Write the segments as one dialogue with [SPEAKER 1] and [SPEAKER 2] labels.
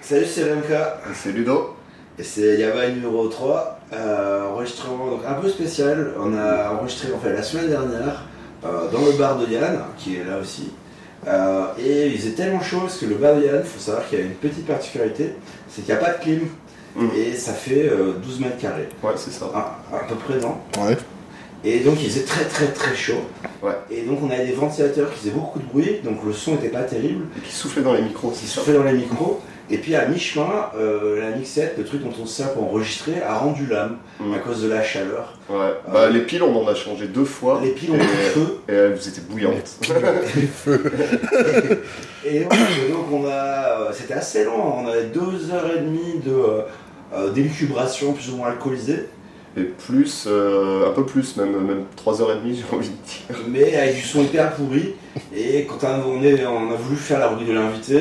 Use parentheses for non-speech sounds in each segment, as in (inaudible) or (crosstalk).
[SPEAKER 1] Salut, c'est Remka
[SPEAKER 2] Ah, C'est Ludo.
[SPEAKER 1] et c'est Yaba numéro 3. Euh, enregistrement donc un peu spécial. On a enregistré en fait la semaine dernière euh, dans le bar de Yann, qui est là aussi. Euh, et il faisait tellement chaud parce que le bar de Yann, il faut savoir qu'il y a une petite particularité c'est qu'il n'y a pas de clim
[SPEAKER 2] Mm.
[SPEAKER 1] et ça fait euh, 12 mètres carrés.
[SPEAKER 2] Ouais, c'est ça.
[SPEAKER 1] Ah, à peu près, non
[SPEAKER 3] Ouais.
[SPEAKER 1] Et donc il faisait très très très chaud.
[SPEAKER 2] Ouais.
[SPEAKER 1] Et donc on avait des ventilateurs qui faisaient beaucoup de bruit, donc le son n'était pas terrible.
[SPEAKER 2] Et Ah, Qui soufflait dans les micros,
[SPEAKER 1] qui
[SPEAKER 2] c'est ça.
[SPEAKER 1] soufflait dans les micros. Et puis à mi-chemin, euh, la mixette, le truc dont on se sert pour enregistrer, a rendu l'âme
[SPEAKER 2] Mm.
[SPEAKER 1] à cause de la chaleur.
[SPEAKER 2] Ouais. Bah, les piles, on en a changé deux fois.
[SPEAKER 1] Les piles ont pris feu.
[SPEAKER 2] Et elles étaient bouillantes.
[SPEAKER 1] Et donc, donc on a, euh, c'était assez long. On avait deux heures et demie de euh, euh, d'incubation plus ou moins alcoolisée,
[SPEAKER 2] Et plus, euh, un peu plus, même, même 3h30, (laughs) j'ai envie de dire.
[SPEAKER 1] mais avec du son hyper pourri. Et quand on, est, on a voulu faire la rubrique de l'invité,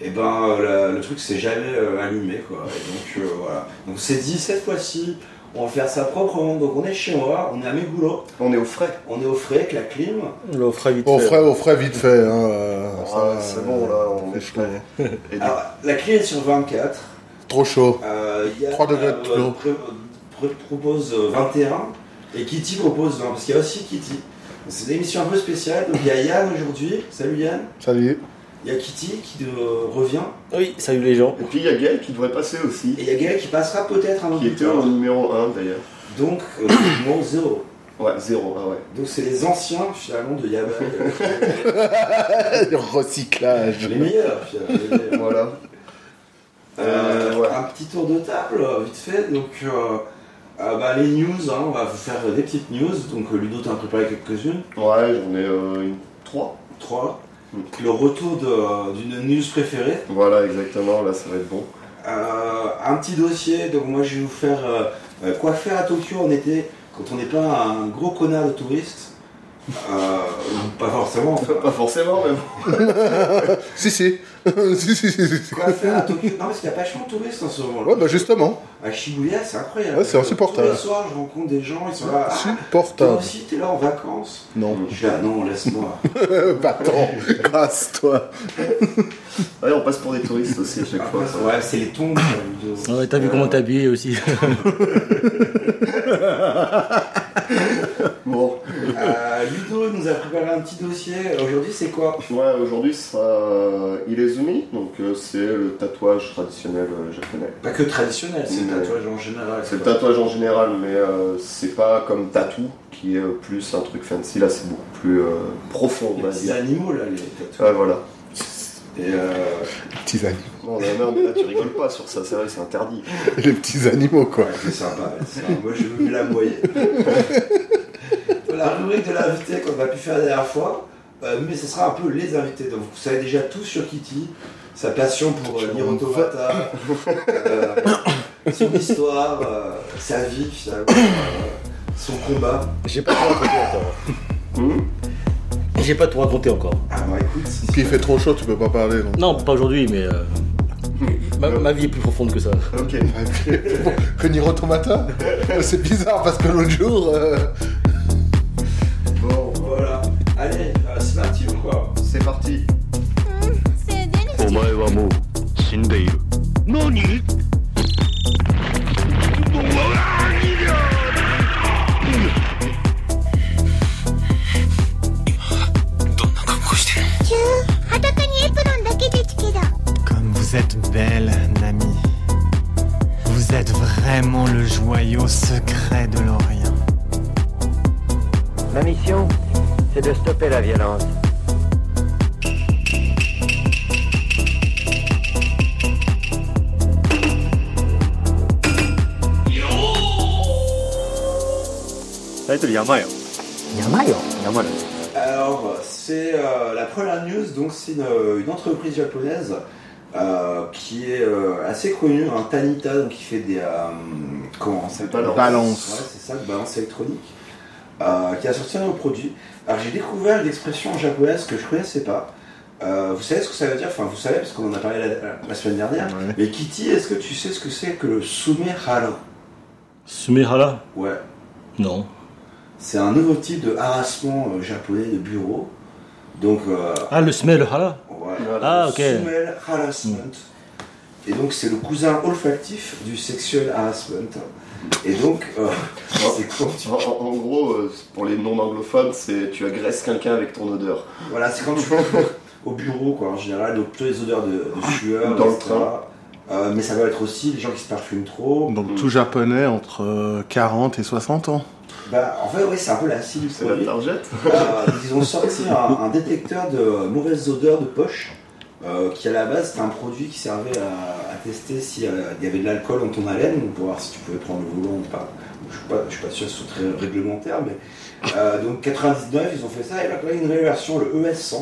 [SPEAKER 1] et ben euh, la- le truc s'est jamais euh, allumé quoi. Et donc euh, voilà. Donc on s'est dit cette fois-ci, on va faire ça proprement. Donc on est chez moi, on est à Mégoulot.
[SPEAKER 2] On est au frais.
[SPEAKER 1] On est au frais avec la clim.
[SPEAKER 4] Le fera vite
[SPEAKER 3] Au
[SPEAKER 4] fait.
[SPEAKER 3] frais, au frais, vite fait. Hein, euh,
[SPEAKER 2] Ah,
[SPEAKER 3] ça,
[SPEAKER 2] c'est
[SPEAKER 3] euh,
[SPEAKER 2] bon, là, on
[SPEAKER 3] fait
[SPEAKER 2] est
[SPEAKER 3] chaud.
[SPEAKER 2] prêt. Et du-
[SPEAKER 1] Alors, la clim est sur 24.
[SPEAKER 3] Trop chaud.
[SPEAKER 1] Euh, il y a,
[SPEAKER 3] Trois degrés de
[SPEAKER 1] euh,
[SPEAKER 3] plus haut.
[SPEAKER 1] pré- pré- propose euh, 21 et Kitty propose 20 parce qu'il y a aussi Kitty. C'est une émission un peu spéciale. Donc, il y a Yann aujourd'hui. Salut Yann.
[SPEAKER 3] Salut.
[SPEAKER 1] Il y a Kitty qui euh, revient.
[SPEAKER 4] Oui, salut les gens.
[SPEAKER 2] Et puis, il y a Gaël qui devrait passer
[SPEAKER 1] Et
[SPEAKER 2] aussi.
[SPEAKER 1] il y a Gaël qui passera peut-être un autre
[SPEAKER 2] Qui était en numéro 1 d'ailleurs.
[SPEAKER 1] Donc, euh, (coughs) c'est numéro 0.
[SPEAKER 2] Ouais, 0. Ah ouais.
[SPEAKER 1] Donc, c'est les anciens finalement de Yabai.
[SPEAKER 3] (laughs) Le recyclage.
[SPEAKER 1] les meilleurs finalement. les meilleurs.
[SPEAKER 2] (laughs) Voilà.
[SPEAKER 1] Euh,
[SPEAKER 2] Ouais.
[SPEAKER 1] Un petit tour de table, euh, vite fait. Donc, euh, euh, bah, les news, hein, on va vous faire euh, des petites news. Donc, euh, Ludo, t'en as préparé quelques-unes.
[SPEAKER 2] Ouais, j'en ai euh, une... 3.
[SPEAKER 1] Trois.
[SPEAKER 2] Mm.
[SPEAKER 1] Le retour de, euh, d'une news préférée.
[SPEAKER 2] Voilà, exactement. Là, ça va être bon.
[SPEAKER 1] Euh, un petit dossier. Donc, moi, je vais vous faire euh, euh, quoi faire à Tokyo en été quand on n'est pas un gros connard de touriste. Euh, pas forcément.
[SPEAKER 2] Pas forcément, mais bon.
[SPEAKER 3] Si, si. (laughs) si, si, si, si, si.
[SPEAKER 1] Quoi faire à Tokyo Non, parce qu'il y a pas vachement de touristes en ce moment.
[SPEAKER 3] Ouais, bah justement.
[SPEAKER 1] À Shibuya, c'est incroyable.
[SPEAKER 3] Ouais, c'est insupportable.
[SPEAKER 1] Tous les soirs, je rencontre des gens, ils sont là. Ah, toi
[SPEAKER 3] Supportable.
[SPEAKER 1] aussi, t'es là en vacances. Euh,
[SPEAKER 3] Non.
[SPEAKER 1] Je suis là, non,
[SPEAKER 2] (laughs)
[SPEAKER 1] laisse-moi.
[SPEAKER 3] (laughs) Battant. Casse-toi.
[SPEAKER 2] Ouais, on passe pour des touristes aussi à chaque fois. ça.
[SPEAKER 1] ouais, c'est les tombes. la vidéo.
[SPEAKER 4] Ah Ouais, t'as vu comment t'habillais aussi.
[SPEAKER 2] Bon.
[SPEAKER 1] Euh, Ludo nous a préparé un petit dossier. Aujourd'hui, c'est quoi
[SPEAKER 2] Ouais, aujourd'hui ce sera euh, Ilezumi, donc euh, c'est le tatouage traditionnel euh, japonais.
[SPEAKER 1] Pas que traditionnel, c'est le
[SPEAKER 2] Ouais.
[SPEAKER 1] tatouage en général.
[SPEAKER 2] C'est le
[SPEAKER 1] quoi.
[SPEAKER 2] tatouage en général, mais euh, c'est pas comme tatou qui est euh, plus un truc fancy, là c'est beaucoup plus euh, profond, on
[SPEAKER 1] Les
[SPEAKER 2] va
[SPEAKER 1] petits
[SPEAKER 2] dire. Ah.
[SPEAKER 1] animaux, là, les tatouages.
[SPEAKER 2] Ouais, voilà.
[SPEAKER 1] Et euh,
[SPEAKER 3] Petits animaux.
[SPEAKER 2] Non, mais merde, là, tu rigoles pas sur ça, c'est vrai, c'est interdit.
[SPEAKER 3] Les petits animaux, quoi.
[SPEAKER 1] ouais, c'est sympa. c'est sympa. Moi, je veux la moyenne. la rubrique de l'invité qu'on a pu faire la dernière fois, euh, mais ce sera un peu les invités. Donc, vous savez déjà tout sur Kitty, sa passion pour euh, Nier Automata, euh, son histoire, euh, sa vie, finalement, euh, son combat.
[SPEAKER 4] J'ai pas tout raconté encore.
[SPEAKER 2] Hmm
[SPEAKER 4] J'ai pas tout raconté encore.
[SPEAKER 1] Ah bah écoute,
[SPEAKER 3] Puis il fait trop chaud, tu peux pas parler. Donc.
[SPEAKER 4] Non, pas aujourd'hui, mais. euh, ma, ma vie est plus profonde que ça.
[SPEAKER 2] ok.
[SPEAKER 3] Que Niro Tomata (laughs) C'est bizarre parce que l'autre jour. euh,
[SPEAKER 2] Bon,
[SPEAKER 1] voilà. Allez, euh, c'est parti ou quoi
[SPEAKER 2] c'est parti.
[SPEAKER 5] せいぜい
[SPEAKER 6] お前はもう死んでいる何
[SPEAKER 5] 裸にエプロンだけですけど
[SPEAKER 7] Comme vous êtes belle, Nami. Vous êtes vraiment le joyau secret de l'Orient.
[SPEAKER 8] Ma mission, c'est de stopper la violence.
[SPEAKER 1] Alors, c'est euh, la première news, donc c'est une, euh, une entreprise japonaise euh, qui est euh, assez connue, hein, Tanita, donc qui fait des. euh, comment on s'appelle
[SPEAKER 2] Balance.
[SPEAKER 3] Balance.
[SPEAKER 1] Ouais, c'est ça, le balance électronique, euh, qui a sorti un nouveau produit. Alors, j'ai découvert une expression japonaise que je connaissais pas. Euh, vous savez ce que ça veut dire Enfin, vous savez, parce qu'on en a parlé la, la semaine dernière.
[SPEAKER 3] Ouais.
[SPEAKER 1] Mais Kitty, est-ce que tu sais ce que c'est que le sumehara
[SPEAKER 4] Sumehara
[SPEAKER 1] Ouais.
[SPEAKER 4] Non.
[SPEAKER 1] C'est un nouveau type de harassement euh, japonais de bureau. Donc, euh,
[SPEAKER 4] Ah, le Smehara
[SPEAKER 1] ouais.
[SPEAKER 2] Voilà.
[SPEAKER 4] Ah, ok.
[SPEAKER 1] Sumel harassment. Et donc, c'est le cousin olfactif du sexual harassment. Et donc, euh,
[SPEAKER 2] Oh.
[SPEAKER 1] c'est con.
[SPEAKER 2] En, en- en gros, euh, pour les non-anglophones, c'est tu agresses quelqu'un avec ton odeur.
[SPEAKER 1] Voilà, c'est quand tu vas au bureau, quoi, en général, donc plutôt les odeurs de, de sueur,
[SPEAKER 2] Dans le
[SPEAKER 1] etc.
[SPEAKER 2] train.
[SPEAKER 1] Euh, mais ça va être aussi les gens qui se parfument trop.
[SPEAKER 9] Donc tout japonais entre euh, 40 et 60 ans.
[SPEAKER 1] Bah, en fait, oui, c'est un peu la cible du
[SPEAKER 2] C'est la
[SPEAKER 1] produit.
[SPEAKER 2] targette
[SPEAKER 1] Euh, ils ont sorti un, un détecteur de mauvaises odeurs de poche, euh, qui à la base c'était un produit qui servait à, à tester s'il y avait de l'alcool dans ton haleine, pour voir si tu pouvais prendre le volant ou pas. Je suis pas, je suis pas sûr que ce soit très réglementaire, mais euh, donc 99 ils ont fait ça et là il y a une nouvelle version, le ES100,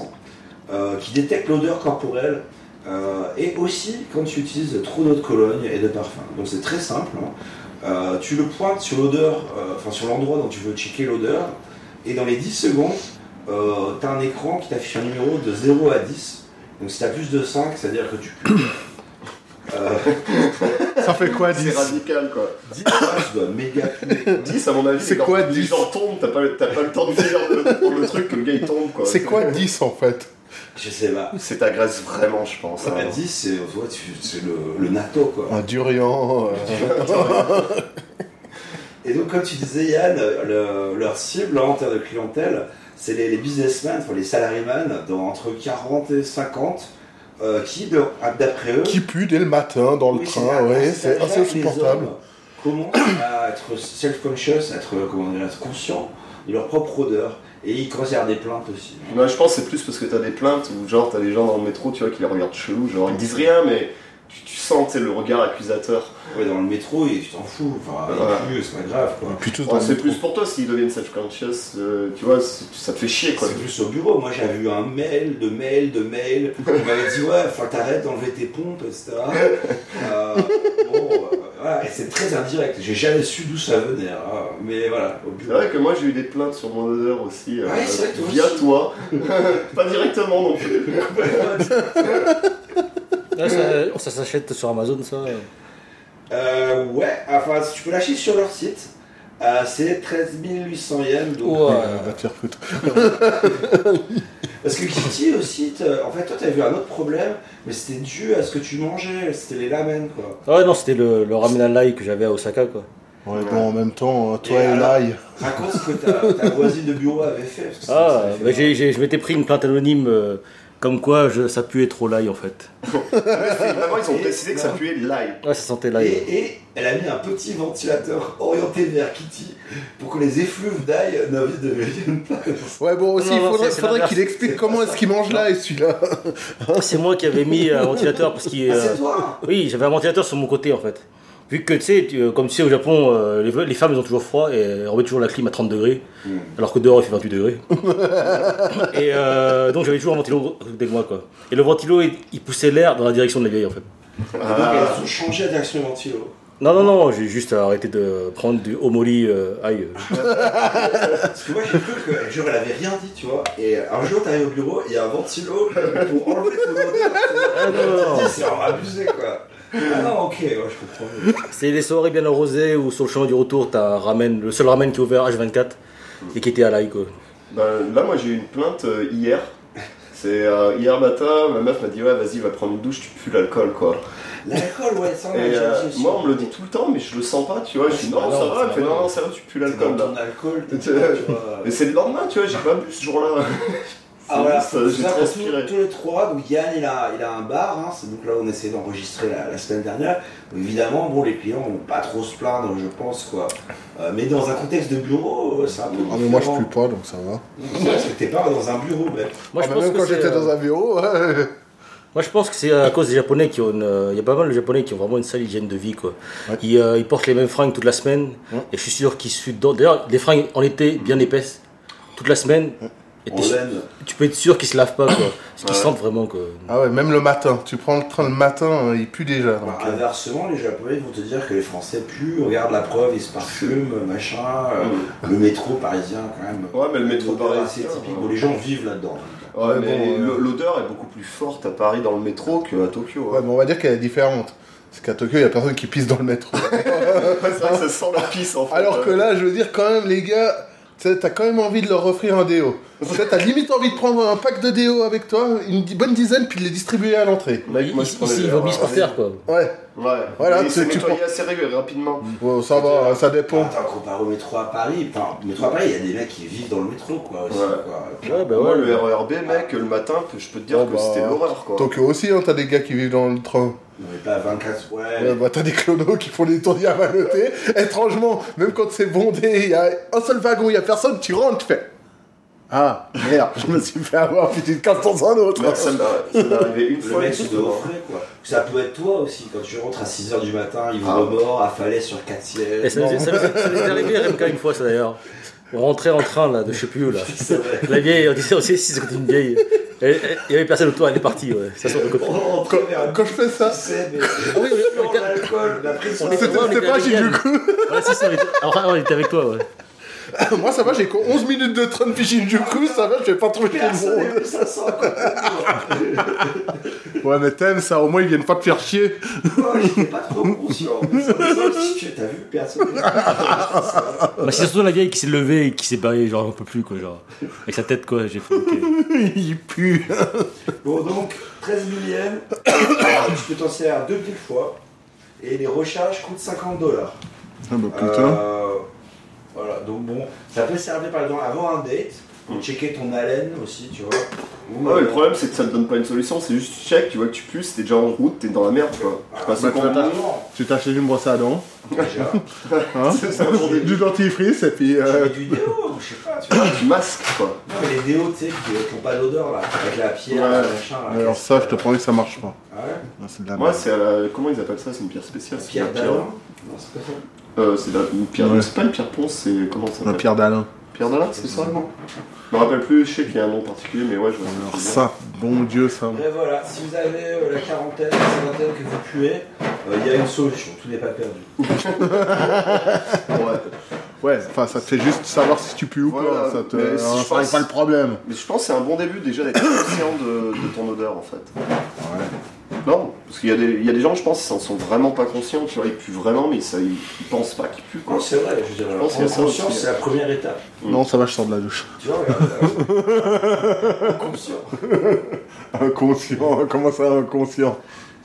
[SPEAKER 1] euh, qui détecte l'odeur corporelle. euh, et aussi quand tu utilises trop d'eau de cologne et de parfum. Donc c'est très simple. hein. Euh, tu le pointes sur l'odeur, euh, enfin sur l'endroit dont tu veux checker l'odeur, et dans les 10 secondes, euh, t'as un écran qui t'affiche un numéro de 0 à 10. Donc si t'as plus de 5, c'est-à-dire que tu (coughs) pues. Euh,
[SPEAKER 9] Ça fait quoi
[SPEAKER 2] C'est
[SPEAKER 9] 10
[SPEAKER 2] radical quoi.
[SPEAKER 1] 10 ah, je dois méga puer.
[SPEAKER 2] (coughs) 10 à mon avis,
[SPEAKER 9] C'est
[SPEAKER 2] quand
[SPEAKER 9] quoi,
[SPEAKER 2] Les
[SPEAKER 9] 10?
[SPEAKER 2] gens tombent, t'as pas, le- t'as pas le temps de dire le- pour le truc que le gars il tombe quoi.
[SPEAKER 9] C'est quoi 10 en fait
[SPEAKER 1] Je sais pas.
[SPEAKER 2] C'est t'agresses vraiment, je pense.
[SPEAKER 1] Bah,
[SPEAKER 2] hein.
[SPEAKER 1] 10, c'est tu vois, tu- c'est le, le NATO quoi.
[SPEAKER 3] Un durian. euh,
[SPEAKER 1] Et donc, comme tu disais, Yann, le- leur cible en termes de clientèle, c'est les, les businessmen, enfin, les salarymen, dans, entre 40 et 50, euh, qui, de- d'après eux,
[SPEAKER 3] qui pue dès le matin dans le
[SPEAKER 1] Oui,
[SPEAKER 3] train,
[SPEAKER 1] c'est-
[SPEAKER 3] ouais,
[SPEAKER 1] c'est
[SPEAKER 3] c'est assez
[SPEAKER 1] là que les
[SPEAKER 3] insupportable.
[SPEAKER 1] hommes Commencent à être self-conscious, à être, comment dire, à être conscients de leur propre odeur. Et ils commencent à avoir des plaintes aussi.
[SPEAKER 2] Ouais, je pense que c'est plus parce que t'as des plaintes ou genre t'as des gens dans le métro, tu vois, qui les regardent chelou, genre ils disent rien, mais tu, tu sens, tu sais, le regard accusateur.
[SPEAKER 1] Ouais, dans le métro, ils- tu t'en fous. Enfin, ils
[SPEAKER 2] Ouais.
[SPEAKER 1] puent, c'est pas grave, quoi.
[SPEAKER 3] Puis tous dans
[SPEAKER 2] Ouais,
[SPEAKER 3] le
[SPEAKER 2] c'est
[SPEAKER 3] métro.
[SPEAKER 2] plus pour toi s'ils deviennent self-conscious, euh, tu vois, c'est- ça te fait chier quoi.
[SPEAKER 1] C'est plus au bureau. Moi, j'avais eu un mail, de mail, de mail. On m'avait dit, ouais, enfin, t'arrêtes d'enlever tes pompes, etc. Euh, bon, euh, voilà. Et c'est très indirect. J'ai jamais su d'où ça venait. hein. Mais voilà, au
[SPEAKER 2] C'est
[SPEAKER 1] bureau.
[SPEAKER 2] vrai que moi j'ai eu des plaintes sur mon odeur aussi, euh,
[SPEAKER 1] Ouais, c'est vrai, toi
[SPEAKER 2] via
[SPEAKER 1] aussi.
[SPEAKER 2] toi, (laughs) pas directement non plus.
[SPEAKER 1] (laughs)
[SPEAKER 4] Là, Ah, ça, ça s'achète sur Amazon, ça.
[SPEAKER 1] Euh, ouais, enfin, si tu peux lâcher sur leur site. Euh, c'est 13 800 yens. Donc,
[SPEAKER 4] Ouais.
[SPEAKER 9] Euh, va te faire foutre.
[SPEAKER 1] Parce que Kitty aussi, t'as- en fait, toi, t'as vu un autre problème, mais c'était dû à ce que tu mangeais. C'était les lamen, quoi.
[SPEAKER 4] Ah ouais, non, c'était le, le ramen à l'ail que j'avais à Osaka, quoi.
[SPEAKER 9] Ouais, bon, en même temps,
[SPEAKER 3] hein,
[SPEAKER 9] euh, toi
[SPEAKER 1] Et
[SPEAKER 9] et,
[SPEAKER 1] alors
[SPEAKER 9] l'ail.
[SPEAKER 1] Raconte ce que ta, ta voisine de bureau avait fait. parce que ça- ça
[SPEAKER 4] Ah,
[SPEAKER 1] avait fait
[SPEAKER 4] bah,
[SPEAKER 1] mal.
[SPEAKER 4] j'ai- j'ai- je m'étais pris une plainte anonyme euh, comme quoi je, ça puait trop l'ail, en fait.
[SPEAKER 2] Vraiment, ils ont décidé que ça puait de l'ail.
[SPEAKER 4] Ouais, ça sentait
[SPEAKER 1] Et,
[SPEAKER 4] l'ail.
[SPEAKER 1] et elle a mis un petit ventilateur (laughs) orienté vers Kitty pour que les effluves d'ail ne ne viennent pas.
[SPEAKER 3] Ouais, bon, aussi,
[SPEAKER 4] Non,
[SPEAKER 3] il
[SPEAKER 4] non,
[SPEAKER 3] faudrait,
[SPEAKER 4] c'est- c'est
[SPEAKER 3] faudrait
[SPEAKER 4] l'inverse.
[SPEAKER 3] qu'il explique comment est-ce qu'il mange là et celui-là.
[SPEAKER 4] C'est moi qui avais mis un ventilateur parce qu'il.
[SPEAKER 1] Ah,
[SPEAKER 4] euh,
[SPEAKER 1] c'est toi
[SPEAKER 4] Oui, j'avais un ventilateur sur mon côté en fait. Vu que tu sais, tu- euh, comme tu sais, au Japon, euh, les, les femmes elles ont toujours froid et on met toujours la clim à 30 degrés, alors que dehors il fait 28 degrés. (laughs) et euh, donc j'avais toujours un ventilo avec moi quoi. Et le ventilo il, il poussait l'air dans la direction de la vieille en fait.
[SPEAKER 1] Et Donc, elles ont changé la direction du ventilo.
[SPEAKER 4] Non, non, non, j'ai juste arrêté de prendre du Omoli euh, aïe. euh.
[SPEAKER 1] Parce que moi, j'ai cru que, jure, elle avait rien dit, tu vois. Et euh, un jour, t'arrives au bureau, il y a un ventilo pour enlever ton odeur.
[SPEAKER 4] Ah, non, non, non.
[SPEAKER 1] C'est vraiment abusé, quoi. Ah non, ok, ouais, je comprends. mieux.
[SPEAKER 4] C'est les soirées bien arrosées où sur le chemin du retour, t'as un ramen, le seul ramen qui est ouvert H24 et qui était à l'ail quoi.
[SPEAKER 2] Ben, là, moi j'ai eu une plainte euh, hier. C'est euh, hier matin, ma meuf m'a dit ouais vas-y va prendre une douche, tu pues l'alcool quoi.
[SPEAKER 1] L'alcool, ouais, ça, on
[SPEAKER 2] Et
[SPEAKER 1] l'a déjà
[SPEAKER 2] euh,
[SPEAKER 1] dit aussi.
[SPEAKER 2] moi on me le dit tout le temps mais je le sens pas tu vois, je dis non
[SPEAKER 4] pas
[SPEAKER 2] ça
[SPEAKER 4] normal,
[SPEAKER 2] va,
[SPEAKER 4] c'est
[SPEAKER 2] elle fait non
[SPEAKER 4] normal.
[SPEAKER 2] non ça va tu
[SPEAKER 1] T'es
[SPEAKER 2] pues
[SPEAKER 1] dans
[SPEAKER 2] l'alcool là.
[SPEAKER 1] ton alcool,
[SPEAKER 2] (laughs)
[SPEAKER 1] t'es
[SPEAKER 2] Tu-
[SPEAKER 1] dedans, tu vois.
[SPEAKER 2] Mais c'est le lendemain tu vois, j'ai pas bu ce jour là. (laughs)
[SPEAKER 1] Ah voilà,
[SPEAKER 2] euh, j'ai
[SPEAKER 1] ça,
[SPEAKER 2] transpiré.
[SPEAKER 1] Tous, tous les trois, donc Yann il a, il a un bar, hein, c'est donc là on essayait d'enregistrer la, la semaine dernière. Donc, évidemment, bon, les clients vont pas trop se plaindre, je pense quoi. Euh, mais dans un contexte de bureau, euh, c'est un peu.
[SPEAKER 3] Ah, mais moi, je
[SPEAKER 1] différent.
[SPEAKER 3] pue pas, donc ça va.
[SPEAKER 1] C'est vrai, Parce que t'es pas dans un bureau, mec.
[SPEAKER 4] Moi
[SPEAKER 3] Ah, mais même quand
[SPEAKER 4] c'est,
[SPEAKER 3] j'étais
[SPEAKER 4] euh,
[SPEAKER 3] dans un bureau, ouais.
[SPEAKER 4] Moi, je pense que c'est à cause des Japonais qui ont. une- Il y a pas mal de Japonais qui ont vraiment une sale hygiène de vie, quoi. Ils, euh, ils portent les mêmes fringues toute la semaine, et je suis sûr qu'ils suent dedans. D'ailleurs, les fringues en été bien épaisses, toute la semaine. Et
[SPEAKER 1] En
[SPEAKER 4] t'es-
[SPEAKER 1] laine.
[SPEAKER 4] tu peux être sûr qu'ils se lavent pas, quoi. Parce qu'ils sentent vraiment, quoi.
[SPEAKER 3] Ah ouais, même le matin. Tu prends le train le matin, hein, il pue déjà. donc,
[SPEAKER 1] Alors,
[SPEAKER 3] euh,
[SPEAKER 1] Inversement, les Japonais vont te dire que les Français puent, regarde la preuve, ils se parfument, machin. euh, le métro parisien, quand même.
[SPEAKER 2] Ouais, mais le métro
[SPEAKER 1] Une odeur
[SPEAKER 2] parisien, euh,
[SPEAKER 1] assez typique.
[SPEAKER 2] ouais.
[SPEAKER 1] Bon, les gens vivent là-dedans.
[SPEAKER 2] Ouais,
[SPEAKER 3] Ouais,
[SPEAKER 2] mais
[SPEAKER 3] bon,
[SPEAKER 2] l- l'odeur est beaucoup plus forte à Paris dans le métro qu'à Tokyo. (laughs)
[SPEAKER 3] Ouais,
[SPEAKER 2] hein.
[SPEAKER 3] mais on va dire qu'elle est différente. Parce qu'à Tokyo, il y a personne qui pisse dans le métro.
[SPEAKER 2] c'est vrai que ça sent la pisse en fait. euh.
[SPEAKER 3] Alors que là, je veux dire, quand même, les gars, Tu sais, t'as quand même envie de leur offrir un déo. Tu sais, t'as limite envie de prendre un pack de déo avec toi, une di- bonne dizaine, puis de les distribuer à l'entrée.
[SPEAKER 2] Bah,
[SPEAKER 4] Ici,
[SPEAKER 2] moi, je prenais-
[SPEAKER 4] ils vomissent par
[SPEAKER 2] ouais.
[SPEAKER 4] terre, quoi.
[SPEAKER 3] Ouais,
[SPEAKER 2] Ouais,
[SPEAKER 3] Voilà,
[SPEAKER 2] voilà, il
[SPEAKER 3] tu- Mm.
[SPEAKER 2] s'est
[SPEAKER 3] tu
[SPEAKER 2] nettoyé
[SPEAKER 3] prends-
[SPEAKER 2] assez rég- rapidement.
[SPEAKER 3] Bon, ça va, hein, ça dépend.
[SPEAKER 1] Attends, comparé au métro à Paris, enfin, au métro à Paris, il y a des mecs qui vivent dans le métro, quoi, aussi,
[SPEAKER 2] Ouais.
[SPEAKER 1] quoi.
[SPEAKER 4] Ouais, bah
[SPEAKER 2] Moi,
[SPEAKER 4] ouais.
[SPEAKER 2] le RERB, mec, le matin, je peux te dire
[SPEAKER 3] Oh,
[SPEAKER 2] que
[SPEAKER 3] bah,
[SPEAKER 2] c'était l'horreur, quoi.
[SPEAKER 3] Tokyo aussi, hein, t'as des gars qui vivent dans le train.
[SPEAKER 1] Non, mais pas 24, ouais.
[SPEAKER 3] Ouais, bah, t'as des clonos qui font les tours diamanotés. Étrangement, même quand c'est bondé, il y a un seul wagon, il y a personne, tu rentres, tu fais. Ah, merde, je me suis fait avoir, puis tu te casses dans un autre.
[SPEAKER 2] Mec, ça m'est ça m'est arrivé une
[SPEAKER 1] Le
[SPEAKER 2] fois.
[SPEAKER 1] mec
[SPEAKER 2] une
[SPEAKER 1] se
[SPEAKER 2] fois.
[SPEAKER 1] offrait quoi. Ça peut être toi aussi, quand tu rentres à 6h du matin, ils vont
[SPEAKER 2] Ah.
[SPEAKER 1] au bord, affalés sur 4 sièges.
[SPEAKER 4] Et ça, ça, ça, ça nous est arrivé à RMK une fois, ça d'ailleurs. On rentrait en train, là, de je sais plus où, là. (laughs) La vieille, on disait aussi si c'était une vieille. Et- et- Il y avait personne autour, elle est partie, ouais. Ça sort de côté.
[SPEAKER 1] On rentrait vers
[SPEAKER 3] Quand je fais ça, (laughs)
[SPEAKER 1] mais
[SPEAKER 4] oui, on était-
[SPEAKER 1] sur l'alcool, la pression.
[SPEAKER 4] On était-
[SPEAKER 3] c'était
[SPEAKER 4] ouais, on
[SPEAKER 3] c'était
[SPEAKER 4] était
[SPEAKER 3] pas
[SPEAKER 4] avec
[SPEAKER 3] j'ai
[SPEAKER 4] Yann.
[SPEAKER 3] du coup.
[SPEAKER 4] Voilà, si, si, on était, enfin, on était avec toi, ouais.
[SPEAKER 3] Moi, ça va, j'ai qu'en 11 minutes de train depuis Shinjuku, ça va, je vais pas trouver le
[SPEAKER 1] Personne
[SPEAKER 3] monde.
[SPEAKER 1] n'est plus 500, quoi.
[SPEAKER 3] Ouais, mais t'aimes ça, au moins ils viennent pas te faire chier.
[SPEAKER 1] Moi, j'étais pas trop conscient. mais ça me semble que tu- T'as vu personne
[SPEAKER 4] Bah, c'est surtout la vieille qui s'est levée et qui s'est barrée, genre, un peu plus, quoi, genre. Avec sa tête, quoi, j'ai fait,
[SPEAKER 2] (laughs)
[SPEAKER 4] ok.
[SPEAKER 3] Il pue.
[SPEAKER 1] Bon, donc, 13 millièmes, tu peux t'en servir à deux petites fois. Et les recharges coûtent 50 dollars.
[SPEAKER 10] Ah bah putain.
[SPEAKER 1] Euh, voilà, donc bon, ça peut servir par exemple avant un date, pour checker ton haleine aussi, tu vois. Ou,
[SPEAKER 2] Mm. Ah Ouais,
[SPEAKER 1] euh,
[SPEAKER 2] le problème, c'est que ça te donne pas une solution, c'est juste tu check, tu vois que tu puces, t'es déjà en route, t'es dans la merde, quoi. Tu passes
[SPEAKER 1] bah,
[SPEAKER 2] au compte.
[SPEAKER 1] vraiment,
[SPEAKER 3] Tu t'achètes une brosse à dents,
[SPEAKER 1] déjà.
[SPEAKER 3] hein, du dentifrice, et puis. (laughs)
[SPEAKER 1] Tu
[SPEAKER 3] euh,
[SPEAKER 1] mets du déo, je sais pas, tu vois.
[SPEAKER 2] Tu (coughs) masques, quoi.
[SPEAKER 1] Non, mais les déos, tu sais, qui n'ont pas d'odeur là, avec la pierre,
[SPEAKER 2] Ouais.
[SPEAKER 1] le machin. Là,
[SPEAKER 3] Alors, ça, je te promets que ça marche pas.
[SPEAKER 1] Ah ouais
[SPEAKER 3] Non, C'est de la
[SPEAKER 2] Moi,
[SPEAKER 3] merde.
[SPEAKER 2] c'est à la- Comment ils appellent ça C'est une pierre spéciale c'est
[SPEAKER 1] Pierre
[SPEAKER 2] la
[SPEAKER 1] d'Alain Non, c'est pas ça.
[SPEAKER 2] Euh, c'est la... une pierre.
[SPEAKER 3] Ouais.
[SPEAKER 2] C'est pas une pierre ponce, c'est. Comment ça
[SPEAKER 3] La
[SPEAKER 2] s'appelle
[SPEAKER 3] pierre d'Alain.
[SPEAKER 2] Pierre d'Alain, c'est ça, non Je me rappelle plus, je sais qu'il y a un nom particulier, mais ouais, je vois ce que tu
[SPEAKER 3] Alors,
[SPEAKER 2] veux dire.
[SPEAKER 3] Ah, ça, bon Dieu, ça.
[SPEAKER 1] Mais voilà, si vous avez euh, la quarantaine, la cinquantaine que vous puez, euh, il y a une solution, tout n'est pas perdu.
[SPEAKER 2] Ouais.
[SPEAKER 3] Ouais, enfin, ça te fait juste savoir si tu pues ou
[SPEAKER 2] Voilà,
[SPEAKER 3] pas. Ça te.
[SPEAKER 2] mais si
[SPEAKER 3] hein,
[SPEAKER 2] je
[SPEAKER 3] ça règle
[SPEAKER 2] pense-
[SPEAKER 3] pas le problème.
[SPEAKER 2] Mais je pense que c'est un bon début déjà d'être conscient de, de ton odeur en fait. Non, parce qu'il y, a des- il y a des gens, je pense, qui s'en sont vraiment pas conscients, tu vois, ils puent vraiment, mais ça, ils, ils pensent pas qu'ils puent quoi.
[SPEAKER 1] Non, Oh, c'est vrai, je veux dire,
[SPEAKER 2] pense qu'il y
[SPEAKER 1] prendre
[SPEAKER 2] a ça
[SPEAKER 1] conscience,
[SPEAKER 2] aussi.
[SPEAKER 1] c'est la première étape.
[SPEAKER 2] Mm.
[SPEAKER 3] Non, ça va, je sors de la douche.
[SPEAKER 1] Tu vois, regarde, là, conscient.
[SPEAKER 3] Inconscient, (laughs) comment ça, inconscient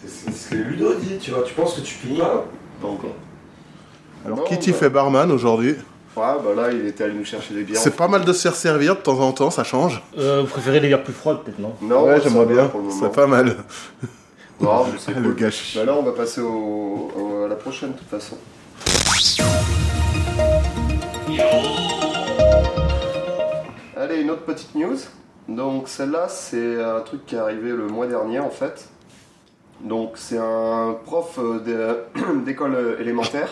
[SPEAKER 1] C'est- C'est ce que Ludo dit, tu vois, tu penses que tu peux pas.
[SPEAKER 2] Pas encore.
[SPEAKER 3] Alors,
[SPEAKER 2] Non,
[SPEAKER 3] Kitty
[SPEAKER 2] bah-
[SPEAKER 3] fait barman aujourd'hui.
[SPEAKER 2] Ouais, bah là, il était allé nous chercher des bières.
[SPEAKER 3] C'est pas mal de se faire servir de temps en temps, ça change.
[SPEAKER 4] Euh, vous préférez les bières plus froides, peut-être, non
[SPEAKER 2] Non,
[SPEAKER 3] ouais,
[SPEAKER 2] ça
[SPEAKER 3] j'aimerais
[SPEAKER 2] va
[SPEAKER 3] bien.
[SPEAKER 2] Pour le moment.
[SPEAKER 3] C'est pas mal.
[SPEAKER 2] Non, mais c'est
[SPEAKER 3] Ah, (laughs) Le
[SPEAKER 2] cool.
[SPEAKER 3] gâchis.
[SPEAKER 2] Bah là, on va passer au, au- à la prochaine, de toute façon. Allez, une autre petite news. Donc, celle-là, c'est un truc qui est arrivé le mois dernier, en fait. Donc, c'est un prof euh, d'é- (coughs) d'école euh, élémentaire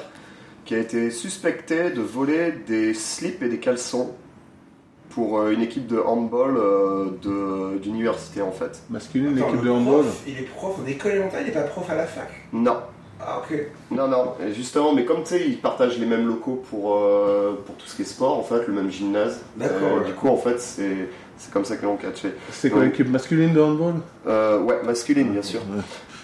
[SPEAKER 2] qui a été suspecté de voler des slips et des caleçons pour euh, une équipe de handball euh, de- d'université, en fait.
[SPEAKER 3] Masculine,
[SPEAKER 1] Attends,
[SPEAKER 3] l'équipe
[SPEAKER 1] le
[SPEAKER 3] de
[SPEAKER 1] prof,
[SPEAKER 3] handball.
[SPEAKER 1] Il est prof en école élémentaire, il est pas prof à la fac.
[SPEAKER 2] Non.
[SPEAKER 1] Ah, ok.
[SPEAKER 2] Non, non, et justement, mais comme tu sais, ils partagent les mêmes locaux pour, euh, pour tout ce qui est sport, en fait, le même gymnase. Euh,
[SPEAKER 1] D'accord, ouais.
[SPEAKER 2] Du coup, en fait, c'est c'est comme ça que l'on catché.
[SPEAKER 3] C'est
[SPEAKER 2] quoi,
[SPEAKER 3] l'équipe masculine de handball
[SPEAKER 2] Euh, ouais, masculine, bien sûr.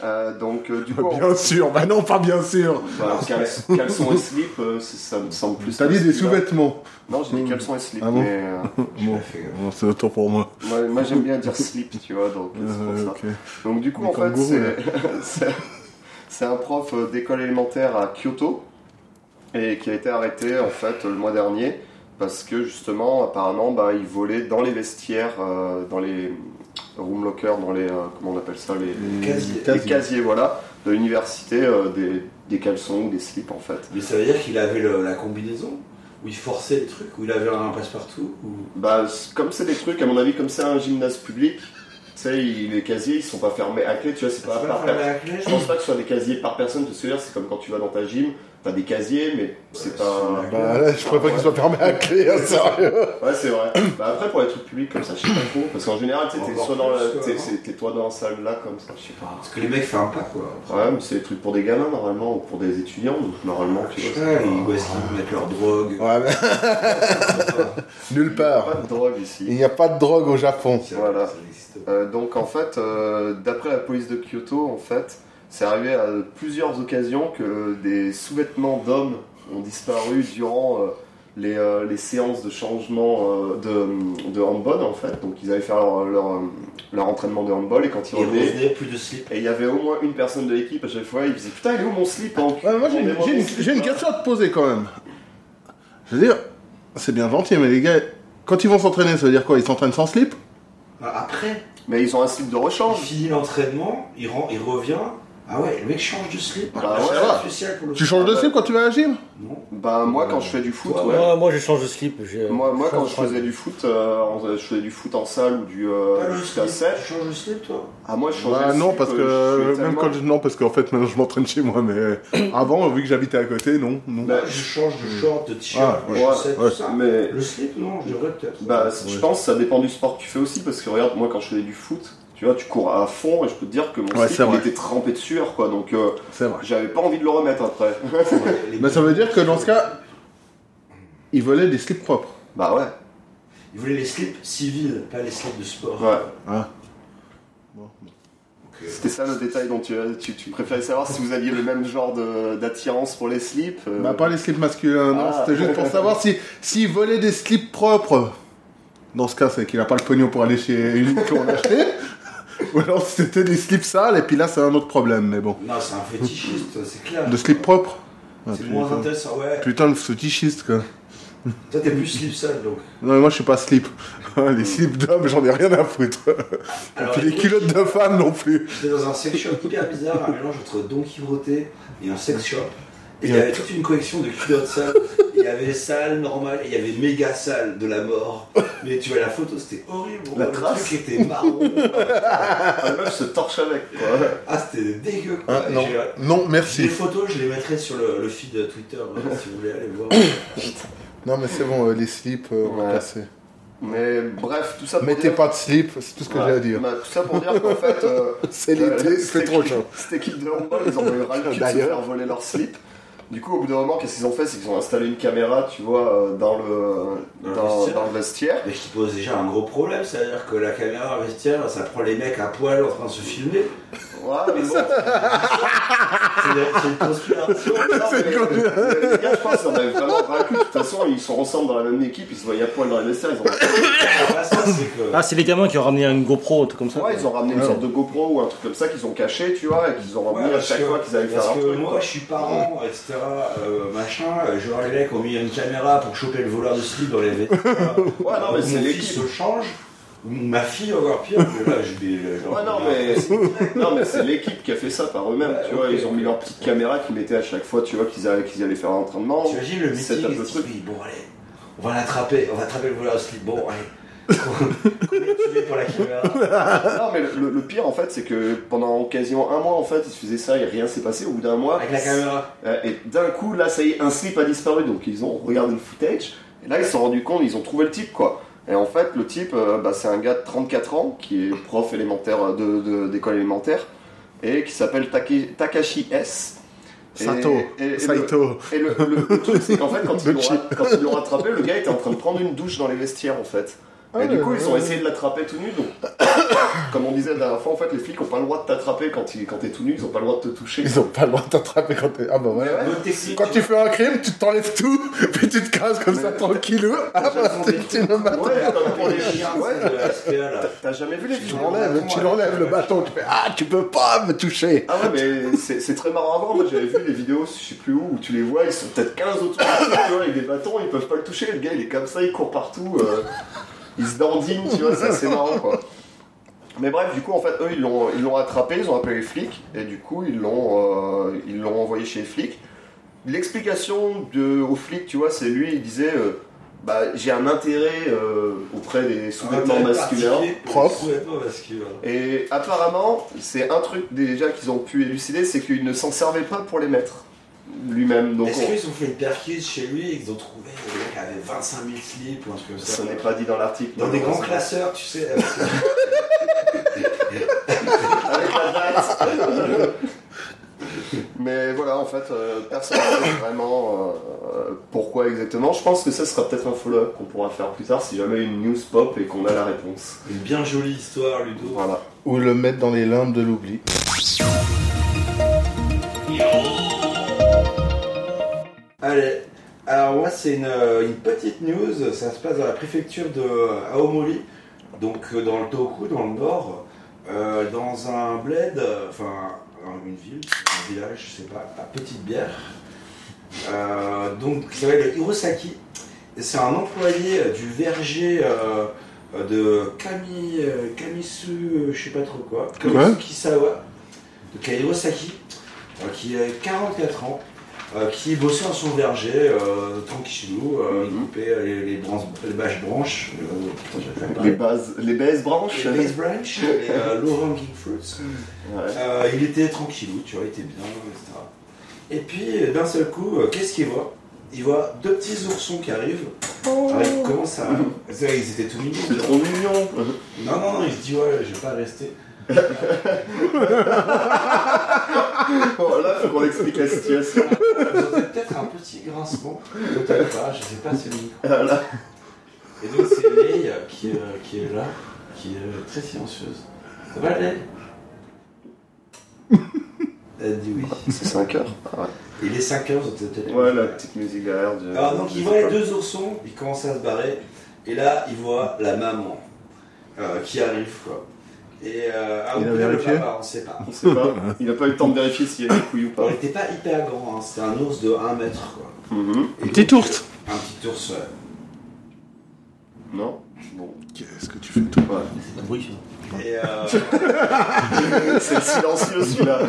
[SPEAKER 2] Euh, donc, euh, du coup, en-
[SPEAKER 3] Bien sûr, bah non, pas bien sûr.
[SPEAKER 2] bah, cal- caleçon et slip, euh, c'est- ça me semble plus.
[SPEAKER 3] T'as dit des
[SPEAKER 2] masculin.
[SPEAKER 3] sous-vêtements.
[SPEAKER 2] Non, j'ai dit caleçon et slip,
[SPEAKER 3] Ah bon
[SPEAKER 2] mais euh,
[SPEAKER 3] Bon, bon, c'est autant pour moi.
[SPEAKER 2] moi, moi, j'aime bien dire slip, tu vois, donc c'est pour
[SPEAKER 3] Euh,
[SPEAKER 2] ça.
[SPEAKER 3] ok.
[SPEAKER 2] Donc du coup,
[SPEAKER 3] Des
[SPEAKER 2] en fait,
[SPEAKER 3] kangourous,
[SPEAKER 2] c'est- (laughs) c'est c'est un prof euh, d'école élémentaire à Kyoto et qui a été arrêté en fait le mois dernier parce que justement, apparemment, bah, il volait dans les vestiaires, euh, dans les room lockers, dans les euh, comment on appelle ça, les,
[SPEAKER 1] Casier.
[SPEAKER 2] les casiers, voilà, de l'université, euh, des, des caleçons ou des slips en fait.
[SPEAKER 1] Mais ça veut dire qu'il avait le- la combinaison Où il forçait les trucs Où il avait un passe-partout ou...
[SPEAKER 2] Bah, c- comme c'est des trucs, à mon avis, comme c'est un gymnase public, tu sais, il- les casiers, ils sont pas fermés à clé, tu vois, c'est
[SPEAKER 1] Ah, C'est pas
[SPEAKER 2] pas
[SPEAKER 1] le
[SPEAKER 2] par
[SPEAKER 1] faire
[SPEAKER 2] personne.
[SPEAKER 1] à la clé
[SPEAKER 2] Je pense pas que ce soit des casiers par personne, parce que dire, c'est comme quand tu vas dans ta gym, t'as des casiers, mais c'est pas.
[SPEAKER 1] c'est
[SPEAKER 3] Bah là, je pourrais pas qu'il soit fermé à clé, hein, sérieux.
[SPEAKER 2] Ouais,
[SPEAKER 1] (coughs)
[SPEAKER 2] c'est vrai. bah après, pour les trucs publics comme ça, je sais pas trop. Parce qu'en général, tu sais, t'es
[SPEAKER 1] Encore
[SPEAKER 2] soit dans la-
[SPEAKER 1] plus,
[SPEAKER 2] t'es-
[SPEAKER 1] quoi,
[SPEAKER 2] c'est- t'es toi dans la salle là, comme ça, je sais pas.
[SPEAKER 1] Parce que les mecs font un pas quoi.
[SPEAKER 2] Ouais, mais c'est des trucs pour des gamins normalement, ou pour des étudiants, donc normalement, tu vois. c'est
[SPEAKER 1] Ouais,
[SPEAKER 2] pas-
[SPEAKER 1] ils- où est-ce qu'ils mettent leur drogue
[SPEAKER 3] Ouais, mais nulle
[SPEAKER 2] Pas
[SPEAKER 3] part.
[SPEAKER 2] de drogue
[SPEAKER 3] Il
[SPEAKER 2] ici.
[SPEAKER 3] n'y a pas de drogue au Japon.
[SPEAKER 1] C'est-
[SPEAKER 2] Voilà.
[SPEAKER 1] ça n'existe pas.
[SPEAKER 2] Euh, donc en fait, euh, d'après la police de Kyoto, en fait, c'est arrivé à plusieurs occasions que des sous-vêtements d'hommes ont disparu durant euh, les, euh, les séances de changement euh, de, de handball en fait. Donc ils allaient faire leur, leur, euh, leur entraînement de handball et quand ils
[SPEAKER 1] Et
[SPEAKER 2] revenaient.
[SPEAKER 1] revenez, plus de slip.
[SPEAKER 2] Et il y avait au moins une personne de l'équipe à chaque fois, il faisait putain, il est où mon slip hein
[SPEAKER 3] Ouais, moi j'ai une, j'ai une- j'ai une question à te poser quand même. Je veux dire, c'est bien gentil, mais les gars, quand ils vont s'entraîner, ça veut dire quoi Ils s'entraînent sans slip
[SPEAKER 1] Bah, Après,
[SPEAKER 2] Mais ils ont un slip de
[SPEAKER 1] il
[SPEAKER 2] rechange.
[SPEAKER 1] finit l'entraînement, il, rend, il revient. Ah ouais, le mec change de slip.
[SPEAKER 2] Bah
[SPEAKER 1] La
[SPEAKER 2] ouais.
[SPEAKER 1] chaleur spéciale pour le
[SPEAKER 3] Tu changes de slip quand tu vas à la gym
[SPEAKER 1] Non.
[SPEAKER 2] Bah moi quand je fais du foot, ouais.
[SPEAKER 4] Moi, moi, je change de slip. j'ai- euh,
[SPEAKER 2] Moi, moi quand je
[SPEAKER 4] change-
[SPEAKER 2] faisais du foot, euh, en- je faisais du foot en salle ou du
[SPEAKER 1] Pas
[SPEAKER 2] euh,
[SPEAKER 1] le
[SPEAKER 2] du
[SPEAKER 1] slip.
[SPEAKER 2] cassette.
[SPEAKER 1] Tu changes de slip, toi
[SPEAKER 2] Ah moi je changeais
[SPEAKER 3] Bah
[SPEAKER 2] de
[SPEAKER 3] non,
[SPEAKER 2] slip,
[SPEAKER 3] parce
[SPEAKER 2] euh, je
[SPEAKER 3] que
[SPEAKER 2] suis
[SPEAKER 3] même
[SPEAKER 2] tellement-
[SPEAKER 3] quand je... non parce qu'en fait maintenant je m'entraîne chez moi, mais avant vu que j'habitais à côté, non, non.
[SPEAKER 2] Bah,
[SPEAKER 1] Je change de short, de
[SPEAKER 3] Ah,
[SPEAKER 1] t-shirt, de
[SPEAKER 2] ouais,
[SPEAKER 1] chaussettes,
[SPEAKER 3] ouais,
[SPEAKER 1] tout ça.
[SPEAKER 2] mais-
[SPEAKER 1] Le slip, non, je devrais peut-être.
[SPEAKER 2] Bah, je pense que ça dépend du sport que tu fais aussi, parce que regarde, moi quand je faisais du foot, tu vois, tu cours à fond et je peux te dire que mon
[SPEAKER 3] Ouais, c'est
[SPEAKER 2] slip il
[SPEAKER 3] vrai.
[SPEAKER 2] était trempé de sueur, quoi, donc euh,
[SPEAKER 3] c'est vrai.
[SPEAKER 2] j'avais pas envie de le remettre après. (laughs)
[SPEAKER 1] Les-
[SPEAKER 3] (laughs) Mais Bah, ça veut dire que dans ce cas, ils volaient des slips propres.
[SPEAKER 2] bah ouais,
[SPEAKER 1] Ils voulaient les slips civils, pas les slips de sport.
[SPEAKER 2] ouais.
[SPEAKER 3] hein. Bon.
[SPEAKER 1] euh,
[SPEAKER 2] C'était ça le détail dont tu, euh, tu, tu préférais savoir si vous aviez le même genre de- d'attirance pour les slips. euh,
[SPEAKER 3] Bah pas les slips masculins, non,
[SPEAKER 2] Ah.
[SPEAKER 3] c'était juste pour savoir si s'il volait des slips propres. Dans ce cas, c'est qu'il a pas le pognon pour aller chez une qu'on acheter. (laughs) Ou alors si c'était des slips sales, et puis là c'est un autre problème, mais bon.
[SPEAKER 1] Non, c'est un fétichiste, c'est clair.
[SPEAKER 3] De slips propres Ah,
[SPEAKER 1] C'est moins
[SPEAKER 3] putain.
[SPEAKER 1] intéressant, ouais.
[SPEAKER 3] Putain, le fétichiste quoi.
[SPEAKER 1] Toi, t'es plus slip sale, donc.
[SPEAKER 3] Non, mais moi je suis pas slip. (laughs) Ah, Les slips d'hommes, j'en ai rien à foutre. (laughs) Et puis les culottes de femmes non plus.
[SPEAKER 1] (laughs) J'étais dans un sex shop hyper bizarre, un mélange entre Don Quirote et un sex shop. Et il y
[SPEAKER 3] Et
[SPEAKER 1] avait toute une collection de culottes sales. Il y avait sale, normal, et il y avait méga sale de la mort. Mais tu vois la photo, c'était horrible.
[SPEAKER 2] La
[SPEAKER 1] le
[SPEAKER 2] trace.
[SPEAKER 1] truc était marron.
[SPEAKER 2] La meuf se Ah, torche avec, quoi.
[SPEAKER 1] Ah, c'était dégueu. quoi.
[SPEAKER 3] Hein,
[SPEAKER 1] Et
[SPEAKER 3] non.
[SPEAKER 1] j'ai-
[SPEAKER 3] non,
[SPEAKER 1] Les
[SPEAKER 3] merci.
[SPEAKER 1] photos, je les mettrai sur le, le feed Twitter hein, si vous voulez aller voir.
[SPEAKER 3] Non, mais c'est bon, euh, les slips, euh, on va
[SPEAKER 2] Ouais.
[SPEAKER 3] passer.
[SPEAKER 2] Mais bref, tout ça pour
[SPEAKER 3] Mettez
[SPEAKER 2] dire-
[SPEAKER 3] pas de slip, c'est tout ce que
[SPEAKER 2] Ouais.
[SPEAKER 3] j'ai à dire.
[SPEAKER 2] Bah, tout ça pour dire qu'en fait... euh,
[SPEAKER 3] C'est l'été, c'est
[SPEAKER 2] Cette
[SPEAKER 3] trop
[SPEAKER 2] équipe-
[SPEAKER 3] chaud.
[SPEAKER 2] Cette équipe de handball, ils ont eu ras le cul de se
[SPEAKER 3] D'ailleurs.
[SPEAKER 2] faire voler leur slip. Du coup, au bout d'un moment, qu'est-ce qu'ils ont fait C'est qu'ils ont installé une caméra, tu vois, euh, dans le,
[SPEAKER 1] Dans le
[SPEAKER 2] dans,
[SPEAKER 1] vestiaire.
[SPEAKER 2] dans le vestiaire.
[SPEAKER 1] Mais qui pose déjà un gros problème, c'est-à-dire que la caméra vestiaire, ça prend les mecs à poil en train de se filmer.
[SPEAKER 2] Ouais, mais bon.
[SPEAKER 1] C'est c'est une conspiration.
[SPEAKER 3] (laughs)
[SPEAKER 2] Non, mais- mais Les gars, je pense qu'ils en avaient vraiment ras le cul. De toute façon, ils sont ensemble dans la même équipe, ils se voyaient à poil dans les vestiaires. Ils ont,
[SPEAKER 1] Ah, ça, c'est que-
[SPEAKER 4] Ah, c'est les gamins qui ont ramené une GoPro, un truc comme ça.
[SPEAKER 2] ouais, ils ont ramené une
[SPEAKER 3] Ouais.
[SPEAKER 2] sorte de GoPro ou un truc comme ça qu'ils ont caché, tu vois, et qu'ils ont
[SPEAKER 1] Ouais,
[SPEAKER 2] ramené à
[SPEAKER 1] parce
[SPEAKER 2] chaque
[SPEAKER 1] que-
[SPEAKER 2] fois qu'ils allaient faire
[SPEAKER 1] Parce
[SPEAKER 2] leur
[SPEAKER 1] que
[SPEAKER 2] truc.
[SPEAKER 1] moi, je suis parent, etc., euh, machin, euh, je vois les mecs ont mis une caméra pour choper le voleur de slip dans les vêtements.
[SPEAKER 2] (laughs) Ouais, non, mais c'est
[SPEAKER 1] Mon
[SPEAKER 2] l'équipe.
[SPEAKER 1] fils se change, ou ma fille encore pire, mais là, je vais... je-
[SPEAKER 2] Ouais, non,
[SPEAKER 1] (laughs)
[SPEAKER 2] mais, non, mais c'est l'équipe qui a fait ça par eux-mêmes, tu vois.
[SPEAKER 1] ok.
[SPEAKER 2] Ils ont mis leur petite caméra qu'ils mettaient à chaque fois, tu vois, qu'ils allaient, qu'ils allaient faire l'entraînement.
[SPEAKER 1] T'imagines le meeting,
[SPEAKER 2] C'est un peu
[SPEAKER 1] ils se disent,
[SPEAKER 2] truc.
[SPEAKER 1] oui, bon, allez, on va l'attraper, on va attraper le voleur de slip, bon, allez. Combien tu mets pour la caméra
[SPEAKER 2] Non, mais le, le pire, en fait, c'est que pendant quasiment un mois, en fait, ils se faisaient ça et rien s'est passé. Au bout d'un mois,
[SPEAKER 1] Avec la caméra.
[SPEAKER 2] euh, et d'un coup, là, ça y est, un slip a disparu. Donc, ils ont regardé le footage. Et là, ils se sont rendus compte, ils ont trouvé le type, quoi. Et en fait, le type, euh, bah, c'est un gars de 34 ans qui est prof élémentaire euh, de- de- d'école élémentaire et qui s'appelle Take- Takashi S. Et-
[SPEAKER 3] Sato,
[SPEAKER 2] et- et le-
[SPEAKER 3] Saito.
[SPEAKER 2] Et le, le- le truc, c'est qu'en fait, quand ils,
[SPEAKER 3] Le
[SPEAKER 2] l'ont,
[SPEAKER 3] chip.
[SPEAKER 2] ra- quand ils l'ont rattrapé, le gars était en train de prendre une douche dans les vestiaires, en fait.
[SPEAKER 3] Ah
[SPEAKER 2] et du
[SPEAKER 3] ouais,
[SPEAKER 2] coup, ils
[SPEAKER 3] ouais,
[SPEAKER 2] ont
[SPEAKER 3] ouais.
[SPEAKER 2] essayé de l'attraper tout nu. Donc, (coughs) comme on disait la dernière fois, en fait, les flics ont pas le droit de t'attraper quand, ils- quand t'es tout nu, ils ont pas le droit de te toucher.
[SPEAKER 3] Ils ont pas le droit de t'attraper quand t'es. Ah bah
[SPEAKER 2] Mais
[SPEAKER 3] voilà.
[SPEAKER 2] ouais,
[SPEAKER 1] Bonne technique.
[SPEAKER 3] Quand tu fais un crime, tu t'enlèves tout, (laughs) puis tu te casses comme ça tranquilleux. Ah bah
[SPEAKER 1] Ils ont
[SPEAKER 3] tu
[SPEAKER 1] des-
[SPEAKER 3] tu le
[SPEAKER 2] ouais,
[SPEAKER 3] bâton.
[SPEAKER 2] t'en as
[SPEAKER 1] Pour
[SPEAKER 2] pour
[SPEAKER 1] les
[SPEAKER 2] des
[SPEAKER 1] chiens,
[SPEAKER 2] chiens, ouais.
[SPEAKER 1] c'est de la SPA, là.
[SPEAKER 2] T'as jamais vu les
[SPEAKER 3] Tu
[SPEAKER 2] films
[SPEAKER 3] l'enlèves, tu l'enlèves le bâton, tu fais Ah, tu peux pas me toucher.
[SPEAKER 2] Ah ouais, mais c'est c'est très marrant à voir. Moi, j'avais vu les vidéos, je sais plus où, où tu les vois, ils sont peut-être 15 autour de toi, tu vois, avec des bâtons, ils peuvent pas le toucher. Le gars, il est comme ça, il court partout, euh, il se dandine, tu vois, c'est assez marrant, quoi. Mais bref, du coup, en fait, eux, ils l'ont ils l'ont attrapé, ils ont appelé les flics, et du coup, ils l'ont euh, ils l'ont envoyé chez les flics. L'explication de- aux flics, tu vois, c'est lui, il disait, euh, bah, j'ai un intérêt euh, auprès des sous-vêtements masculins.
[SPEAKER 3] Propre.
[SPEAKER 1] Sous-vêtements masculins.
[SPEAKER 2] Et apparemment, c'est un truc déjà qu'ils ont pu élucider, c'est qu'il ne s'en servait pas pour les mettre lui-même. Donc,
[SPEAKER 1] Est-ce
[SPEAKER 2] on-
[SPEAKER 1] qu'ils ont fait une perfuse chez lui et qu'ils ont trouvé le mec avait 25 000 slips ou un truc comme ça
[SPEAKER 2] ça n'est pas dit dans l'article.
[SPEAKER 1] Dans des grands
[SPEAKER 2] malheureusement.
[SPEAKER 1] classeurs, tu sais. euh, avec-
[SPEAKER 2] Avec la date. (laughs) Mais voilà, en fait, euh, personne ne sait vraiment euh, pourquoi exactement. Je pense que ça sera peut-être un follow-up qu'on pourra faire plus tard si jamais une news pop et qu'on a la réponse.
[SPEAKER 1] Une bien jolie histoire, Ludo.
[SPEAKER 2] Voilà.
[SPEAKER 3] Ou le mettre dans les limbes de l'oubli.
[SPEAKER 1] Allez, Alors moi c'est une, euh, une petite news, ça se passe dans la préfecture de euh, Aomori, donc euh, dans le Tohoku, dans le nord, euh, dans un bled, euh, enfin un- une ville, un village, je sais pas, à Petite Bière. Euh, donc ça s'appelle le Hirosaki. Et C'est un employé euh, du verger euh, de Kami, euh, Kamisu, euh, je sais pas trop quoi, Kamisu Kisawa, donc à Hirosaki, euh, qui a 44 ans. Euh, qui bossait dans son verger, euh, tranquillou, euh, il
[SPEAKER 2] Mhm.
[SPEAKER 1] coupait euh, les, les, branches, les bâches branches, euh, putain, j'arrive pas à
[SPEAKER 2] Les
[SPEAKER 1] parler.
[SPEAKER 2] bases, les bases branches.
[SPEAKER 1] les base
[SPEAKER 2] (laughs)
[SPEAKER 1] branches, les euh, low hanging fruits.
[SPEAKER 2] Ouais.
[SPEAKER 1] Euh, il était tranquillou, tu vois, il était bien, etc. Et puis euh, d'un seul coup, euh, qu'est-ce qu'il voit Il voit deux petits oursons qui arrivent. Alors, il commence à.
[SPEAKER 2] Mhm.
[SPEAKER 1] Ils étaient tout mignons.
[SPEAKER 2] C'est (laughs) trop mignon.
[SPEAKER 1] Non, non, non, il se dit, ouais, je vais pas rester.
[SPEAKER 2] Oh là, faut qu'on explique
[SPEAKER 1] (laughs)
[SPEAKER 2] la situation.
[SPEAKER 1] Vous entendez peut-être un petit grincement, peut-être pas, je sais pas si le micro.
[SPEAKER 2] Voilà.
[SPEAKER 1] Et donc c'est Leï euh, qui, euh, qui est là, qui est euh, très silencieuse. Ça va
[SPEAKER 3] (laughs)
[SPEAKER 1] Leï Elle dit oui.
[SPEAKER 2] C'est 5 heures.
[SPEAKER 1] Il est 5 heures, vous êtes peut-être-
[SPEAKER 2] Ouais, la petite musique derrière. du-
[SPEAKER 1] Alors Ah, donc
[SPEAKER 2] du-
[SPEAKER 1] il voit les deux oursons, il commence à se barrer, et là il voit la maman euh, qui arrive quoi. Et euh, ah,
[SPEAKER 3] Il a
[SPEAKER 1] ou bien le
[SPEAKER 3] vérifié
[SPEAKER 1] papa, on sait pas.
[SPEAKER 2] On sait pas. Il a pas eu le temps de vérifier s'il y avait des couilles ou
[SPEAKER 1] On
[SPEAKER 2] pas.
[SPEAKER 1] n'était pas hyper grand, hein, c'était un ours de 1 mètre quoi.
[SPEAKER 2] Mhm.
[SPEAKER 1] Et
[SPEAKER 3] Un petit
[SPEAKER 1] donc,
[SPEAKER 3] ours.
[SPEAKER 1] euh, Un petit ours, ouais.
[SPEAKER 2] Non. Bon.
[SPEAKER 3] Qu'est-ce que tu fais tout
[SPEAKER 4] C'est un bruit.
[SPEAKER 1] Et,
[SPEAKER 3] (laughs)
[SPEAKER 1] euh,
[SPEAKER 2] C'est le silencieux celui-là.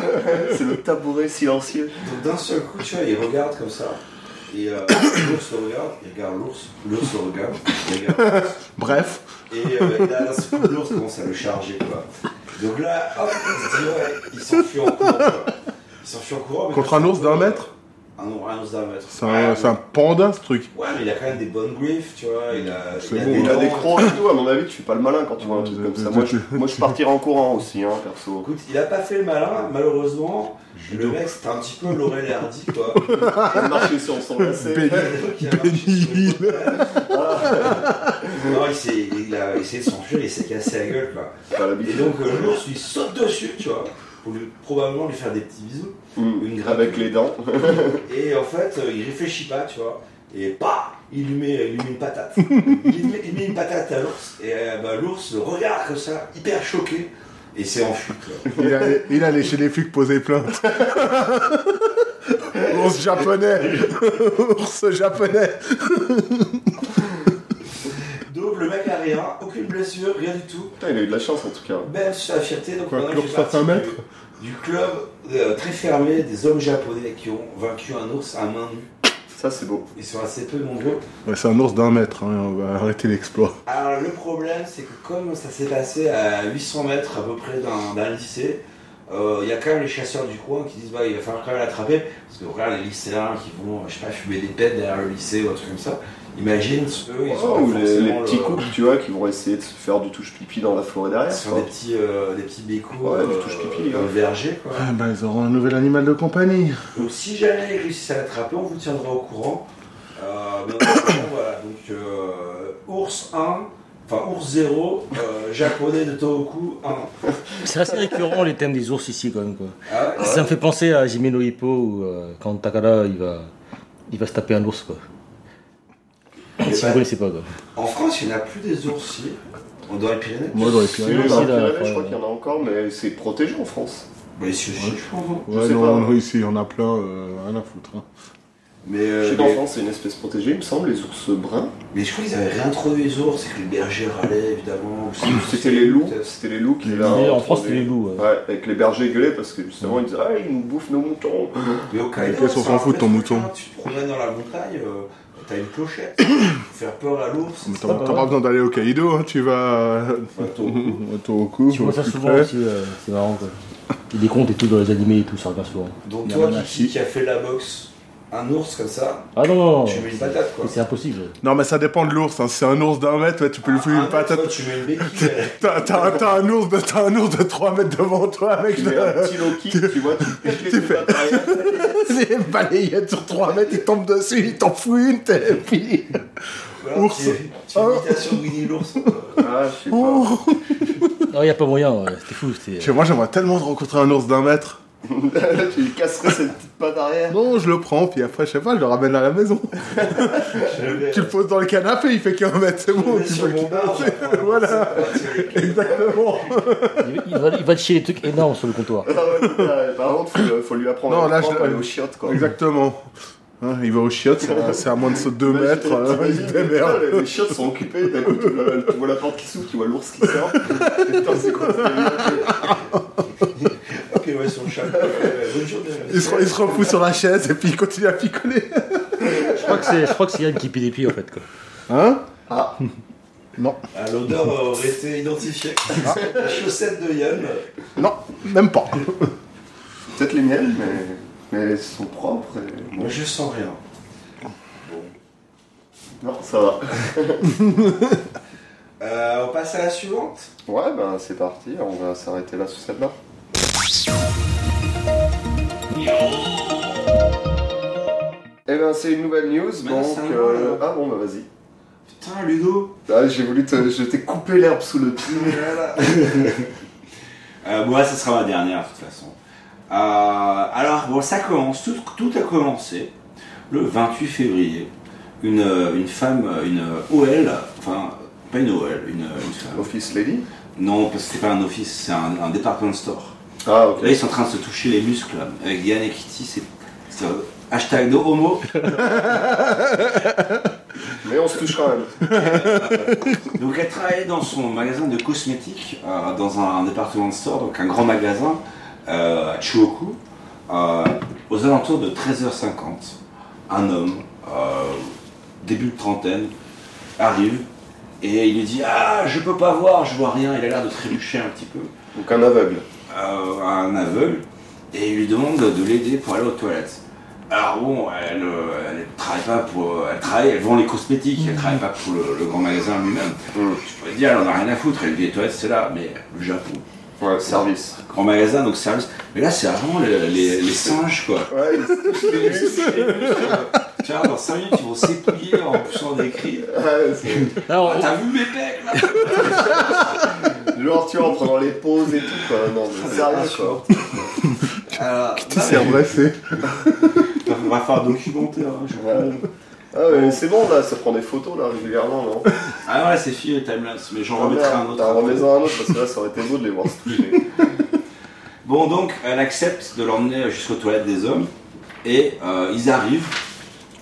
[SPEAKER 2] C'est le tabouret silencieux.
[SPEAKER 1] Donc d'un seul coup, tu vois, il regarde comme ça. Et euh, l'ours le regarde, il regarde l'ours, l'ours le regarde, il regarde l'ours.
[SPEAKER 3] Bref,
[SPEAKER 1] Et, euh, et là, d'un seul coup, l'ours commence à le charger, quoi. Donc là, hop, il se dit, ouais, il s'enfuit en courant, quoi. Il s'enfuit en courant. mais-
[SPEAKER 3] contre un ours d'un mètre
[SPEAKER 1] Un, ours- un ours d'un mètre.
[SPEAKER 3] C'est un, c'est un panda ce truc.
[SPEAKER 1] Ouais, mais il a quand même des bonnes griffes, tu vois. Il a,
[SPEAKER 3] C'est
[SPEAKER 1] il a
[SPEAKER 3] bon,
[SPEAKER 1] des
[SPEAKER 2] Il a des
[SPEAKER 1] dents.
[SPEAKER 2] crocs et tout. À mon avis, tu fais pas le malin quand tu vois un truc
[SPEAKER 3] Euh,
[SPEAKER 2] comme ça.
[SPEAKER 3] euh,
[SPEAKER 2] Moi,
[SPEAKER 3] tu-
[SPEAKER 2] je, moi, je partirais en courant aussi, hein, perso.
[SPEAKER 1] Écoute, il a pas fait le malin, malheureusement. Le mec, c'était un petit peu Laurel et Hardy,
[SPEAKER 3] (laughs)
[SPEAKER 1] quoi.
[SPEAKER 2] Marcher sur son lacet.
[SPEAKER 3] Béni.
[SPEAKER 1] Il a marché sur les
[SPEAKER 3] Benny
[SPEAKER 1] côtes,
[SPEAKER 2] Ah,
[SPEAKER 1] ouais. Non, il, s'est- il a essayé de s'enfuir, il s'est cassé la gueule, quoi.
[SPEAKER 2] Pas
[SPEAKER 1] Et
[SPEAKER 2] l'habitude.
[SPEAKER 1] donc euh, l'ours lui saute dessus, tu vois, pour lui, probablement lui faire des petits bisous.
[SPEAKER 2] Mhm.
[SPEAKER 1] une grappe.
[SPEAKER 2] Avec les dents.
[SPEAKER 1] Et en fait, euh, il réfléchit pas, tu vois, et bah, il lui met, il lui met une
[SPEAKER 3] (laughs)
[SPEAKER 1] patate. il, met, il met une patate à l'ours, et euh, bah, l'ours le regarde comme ça, hyper choqué, et s'est enfui. quoi.
[SPEAKER 3] (laughs) Il allait, il allait chez les flics poser (laughs) plainte. ours japonais Ours japonais
[SPEAKER 1] Donc le mec a rien, aucune blessure, rien du tout.
[SPEAKER 2] Putain, il a eu de la chance en tout cas.
[SPEAKER 1] Belle sur la fierté, donc
[SPEAKER 3] Quoi,
[SPEAKER 1] maintenant,
[SPEAKER 3] que
[SPEAKER 1] il
[SPEAKER 3] l'ours
[SPEAKER 1] fait
[SPEAKER 3] fasse un
[SPEAKER 1] partie
[SPEAKER 3] mètre
[SPEAKER 1] du, du club euh, très fermé des hommes japonais qui ont vaincu un ours à main nue.
[SPEAKER 2] Ça, c'est beau.
[SPEAKER 1] Ils sont assez peu nombreux.
[SPEAKER 3] Ouais, c'est un ours d'un mètre, hein, on va arrêter l'exploit.
[SPEAKER 1] Alors le problème, c'est que comme ça s'est passé à 800 mètres à peu près d'un d'un lycée, euh, il y a quand même les chasseurs du coin qui disent bah, il va falloir quand même l'attraper parce que regarde les lycéens qui vont je sais pas fumer des pètes derrière le lycée ou un truc comme ça. Imagine eux ils
[SPEAKER 2] Oh,
[SPEAKER 1] ont
[SPEAKER 2] ou
[SPEAKER 1] pas
[SPEAKER 2] les, les
[SPEAKER 1] forcément
[SPEAKER 2] petits
[SPEAKER 1] le-
[SPEAKER 2] couples, tu vois, qui vont essayer de se faire du touche pipi dans la forêt derrière.
[SPEAKER 1] sur
[SPEAKER 2] quoi.
[SPEAKER 1] des petits euh, des petits bécous
[SPEAKER 2] Ouais, du touche-pipi,
[SPEAKER 1] euh,
[SPEAKER 2] ouais.
[SPEAKER 1] vergers quoi.
[SPEAKER 3] Ah, bah, ils auront un nouvel animal de compagnie.
[SPEAKER 1] Donc si jamais ils réussissent à l'attraper, on vous tiendra au courant. Euh, mais en- (coughs) voilà, donc euh, ours 1, enfin ours 0, euh, japonais de Tohoku 1.
[SPEAKER 4] C'est assez récurrent les thèmes des ours ici quand même quoi.
[SPEAKER 1] Ah ouais
[SPEAKER 4] Ça me fait penser à Jimmy no Hippo où euh, quand Takara il va, il va se taper un ours quoi.
[SPEAKER 1] Mais
[SPEAKER 4] Si
[SPEAKER 1] bah,
[SPEAKER 4] vous connaissez pas quoi.
[SPEAKER 1] En France, il n'y en a plus des oursis. On doit les Pyrénées.
[SPEAKER 3] Moi, dans les
[SPEAKER 2] Si,
[SPEAKER 3] Pyrénées,
[SPEAKER 2] dans
[SPEAKER 4] aussi,
[SPEAKER 2] les
[SPEAKER 4] là,
[SPEAKER 2] Pyrénées, je
[SPEAKER 4] ouais.
[SPEAKER 2] crois qu'il y en a encore, mais c'est protégé en France.
[SPEAKER 1] Bah, ici aussi, je pense. hein.
[SPEAKER 3] Ouais,
[SPEAKER 2] sais
[SPEAKER 3] non,
[SPEAKER 2] pas.
[SPEAKER 3] non, ici, il y en a plein, euh, rien à foutre. hein.
[SPEAKER 1] Mais, euh,
[SPEAKER 2] Chez
[SPEAKER 1] mais,
[SPEAKER 2] l'enfant, c'est une espèce protégée, il me semble, les ours bruns.
[SPEAKER 1] mais je crois qu'ils avaient réintroduit les ours, c'est que les bergers râlaient, évidemment. ou c'est-
[SPEAKER 2] C'était les loups,
[SPEAKER 1] peut-être.
[SPEAKER 2] c'était les loups qui
[SPEAKER 4] Mais
[SPEAKER 2] là,
[SPEAKER 4] en
[SPEAKER 2] retrouvé.
[SPEAKER 4] France c'est les loups. ouais.
[SPEAKER 2] Ouais, avec les bergers gueulaient parce que justement ils disaient Ah, ils nous bouffent nos moutons
[SPEAKER 1] Mais au Canada,
[SPEAKER 3] qu'est-ce qu'on
[SPEAKER 1] c'est
[SPEAKER 3] s'en
[SPEAKER 1] un
[SPEAKER 3] fout de ton
[SPEAKER 1] vrai
[SPEAKER 3] mouton
[SPEAKER 1] truc, hein. Tu te promènes dans la montagne, euh, t'as une clochette. Faut Faire peur à l'ours.
[SPEAKER 3] Mais
[SPEAKER 1] c'est
[SPEAKER 3] T'as t'as pas besoin d'aller au Kaido, hein, tu vas (laughs)
[SPEAKER 1] pas ton-
[SPEAKER 3] au Tohoku.
[SPEAKER 4] Tu
[SPEAKER 3] au
[SPEAKER 4] vois ça
[SPEAKER 3] plus
[SPEAKER 4] souvent
[SPEAKER 3] près.
[SPEAKER 4] aussi, euh, c'est marrant quoi. Il décompte et tout dans les animés et tout, ça revient souvent.
[SPEAKER 1] Donc
[SPEAKER 4] Il y
[SPEAKER 1] toi,
[SPEAKER 4] en a
[SPEAKER 1] Kiki, qui a fait la boxe, un ours comme ça,
[SPEAKER 4] Ah non, non, non.
[SPEAKER 1] tu mets une patate quoi.
[SPEAKER 4] C'est impossible.
[SPEAKER 3] Non, mais ça dépend de l'ours. Hein. Si c'est un ours d'un mètre, ouais, tu peux lui fouiller
[SPEAKER 1] Un
[SPEAKER 3] une
[SPEAKER 1] ours,
[SPEAKER 3] patate.
[SPEAKER 1] toi, tu mets une béquille.
[SPEAKER 3] T'as t'as- t'as un, ours de- t'as un ours de 3 mètres devant toi, (laughs) mec.
[SPEAKER 2] Tu mets un petit low kick, tu vois, tu pètes les deux pattes arrière.
[SPEAKER 3] Les balayettes sur 3 mètres, il tombe dessus, il t'en fout une, t'es- et puis...
[SPEAKER 1] Ou alors,
[SPEAKER 3] Ours.
[SPEAKER 1] Tu fais une imitation de Winnie l'ours. euh,
[SPEAKER 2] Ah, je sais pas. (laughs)
[SPEAKER 3] Oh.
[SPEAKER 4] Non, il n'y a pas moyen, ouais. c'était fou.
[SPEAKER 3] Tu
[SPEAKER 4] c'était-
[SPEAKER 3] sais, moi j'aimerais tellement rencontrer un ours d'un mètre.
[SPEAKER 2] tu lui casserais cette petite patte arrière.
[SPEAKER 3] Non, je le prends, puis après, je sais pas, je le ramène à la maison.
[SPEAKER 1] Je vais-
[SPEAKER 3] tu le poses dans le canapé, il fait 1 mètre, c'est
[SPEAKER 1] je
[SPEAKER 3] bon.
[SPEAKER 1] vais
[SPEAKER 3] tu
[SPEAKER 1] sur
[SPEAKER 3] peux-
[SPEAKER 1] mon bar,
[SPEAKER 3] Voilà. Exactement.
[SPEAKER 4] Il, il va, il va te chier des trucs énormes sur le comptoir.
[SPEAKER 2] Ah ouais, putain, Par contre, faut, faut lui apprendre
[SPEAKER 3] Non,
[SPEAKER 2] à
[SPEAKER 3] là,
[SPEAKER 2] prendre,
[SPEAKER 3] je-
[SPEAKER 2] aller aux chiottes quoi.
[SPEAKER 3] Exactement. Hein, il va aux chiottes, c'est à- c'est à moins de 2 mètres, euh, il se démerde.
[SPEAKER 2] Les chiottes sont occupées, d'un coup tu vois, tu vois la porte qui s'ouvre, tu vois l'ours qui sort. Putain, c'est quoi ce délire
[SPEAKER 1] Ok, ouais, sur le (laughs) chapeau. ouais, Bonne journée.
[SPEAKER 3] Il se, il se repousse sur la chaise et puis il continue à picoler.
[SPEAKER 4] Je crois que c'est, je crois que c'est Yann qui pile des pieds en fait. Quoi.
[SPEAKER 3] Hein
[SPEAKER 1] Ah, L'odeur aurait été identifiée. La chaussette de Yann.
[SPEAKER 3] Non, même pas.
[SPEAKER 2] (laughs) Peut-être les miennes, mais, mais elles sont propres. et-
[SPEAKER 1] Moi, je sens rien.
[SPEAKER 2] Non, ça va.
[SPEAKER 1] Euh, on passe à la suivante.
[SPEAKER 2] Ouais, ben c'est parti, on va s'arrêter là sur cette barre. Eh ben c'est une nouvelle news,
[SPEAKER 1] Mais non,
[SPEAKER 2] donc...
[SPEAKER 1] c'est un bon,
[SPEAKER 2] euh,
[SPEAKER 1] là.
[SPEAKER 2] Ah bon, bah vas-y.
[SPEAKER 1] Putain, Ludo.
[SPEAKER 2] Ah, j'ai voulu te... Je t'ai coupé l'herbe sous le pied.
[SPEAKER 1] Voilà. (laughs) Euh, bon, ouais, ça sera ma dernière, de toute façon. Euh, alors, bon, ça commence, tout, tout a commencé le 28 février. Une, euh, une femme, euh, une euh, OL, enfin, pas une OL, une, euh, une femme.
[SPEAKER 2] Office Lady
[SPEAKER 1] Non, parce que c'est pas un office, c'est un, un department store.
[SPEAKER 2] Ah, ok.
[SPEAKER 1] Là, ils sont en train de se toucher les muscles. là. Avec Yann et Kitty, c'est. c'est, euh, Hashtag no homo.
[SPEAKER 2] Mais on se touche quand même.
[SPEAKER 1] Donc elle travaillait dans son magasin de cosmétiques, euh, dans un, département de store, donc un grand magasin, euh, à Chuoku, euh, aux alentours de 13h50. Un homme, euh, début de trentaine, arrive et il lui dit Ah, je peux pas voir, je vois rien. Il a l'air de trébucher un petit peu.
[SPEAKER 2] Donc un aveugle.
[SPEAKER 1] euh, à un aveugle et il lui demande de l'aider pour aller aux toilettes. Alors bon, elle, euh, elle travaille pas pour. Elle travaille, elle vend les cosmétiques, elle travaille pas pour le, le grand magasin lui-même.
[SPEAKER 2] Mm.
[SPEAKER 1] Je pourrais dire, elle en a rien à foutre, elle dit les toilettes, c'est là, mais le Japon,
[SPEAKER 2] Ouais, service.
[SPEAKER 1] grand magasin, donc service. Mais là, c'est vraiment les, les- les singes,
[SPEAKER 3] (laughs)
[SPEAKER 1] quoi.
[SPEAKER 2] Ouais, il se touche les muscles.
[SPEAKER 1] Tu vois, dans 5 minutes, ils vont s'épouiller en poussant des cris.
[SPEAKER 2] Ouais, c'est-
[SPEAKER 1] Ah,
[SPEAKER 3] Oh.
[SPEAKER 4] Alors,
[SPEAKER 1] t'as vu mes pecs, là
[SPEAKER 2] Genre, tu vois, en prenant les pauses et tout, quoi. Non,
[SPEAKER 1] Ah,
[SPEAKER 2] mais sérieux, quoi.
[SPEAKER 1] Alors,
[SPEAKER 3] Tu sais, en vrai, c'est.
[SPEAKER 1] on va faire un documentaire, hein, je
[SPEAKER 2] Ouais. Ah, mais c'est bon, là, ça prend des photos, là, régulièrement, non
[SPEAKER 1] Ah ouais, c'est fini, timelapse, mais j'en
[SPEAKER 2] Ah,
[SPEAKER 1] remettrai un
[SPEAKER 2] merde,
[SPEAKER 1] autre.
[SPEAKER 2] t'en
[SPEAKER 1] après.
[SPEAKER 2] remets-en un autre, parce que là, ça aurait été beau de les voir
[SPEAKER 1] (laughs)
[SPEAKER 2] se toucher.
[SPEAKER 1] Bon, donc, elle accepte de l'emmener jusqu'aux toilettes des hommes. Et euh, ils arrivent.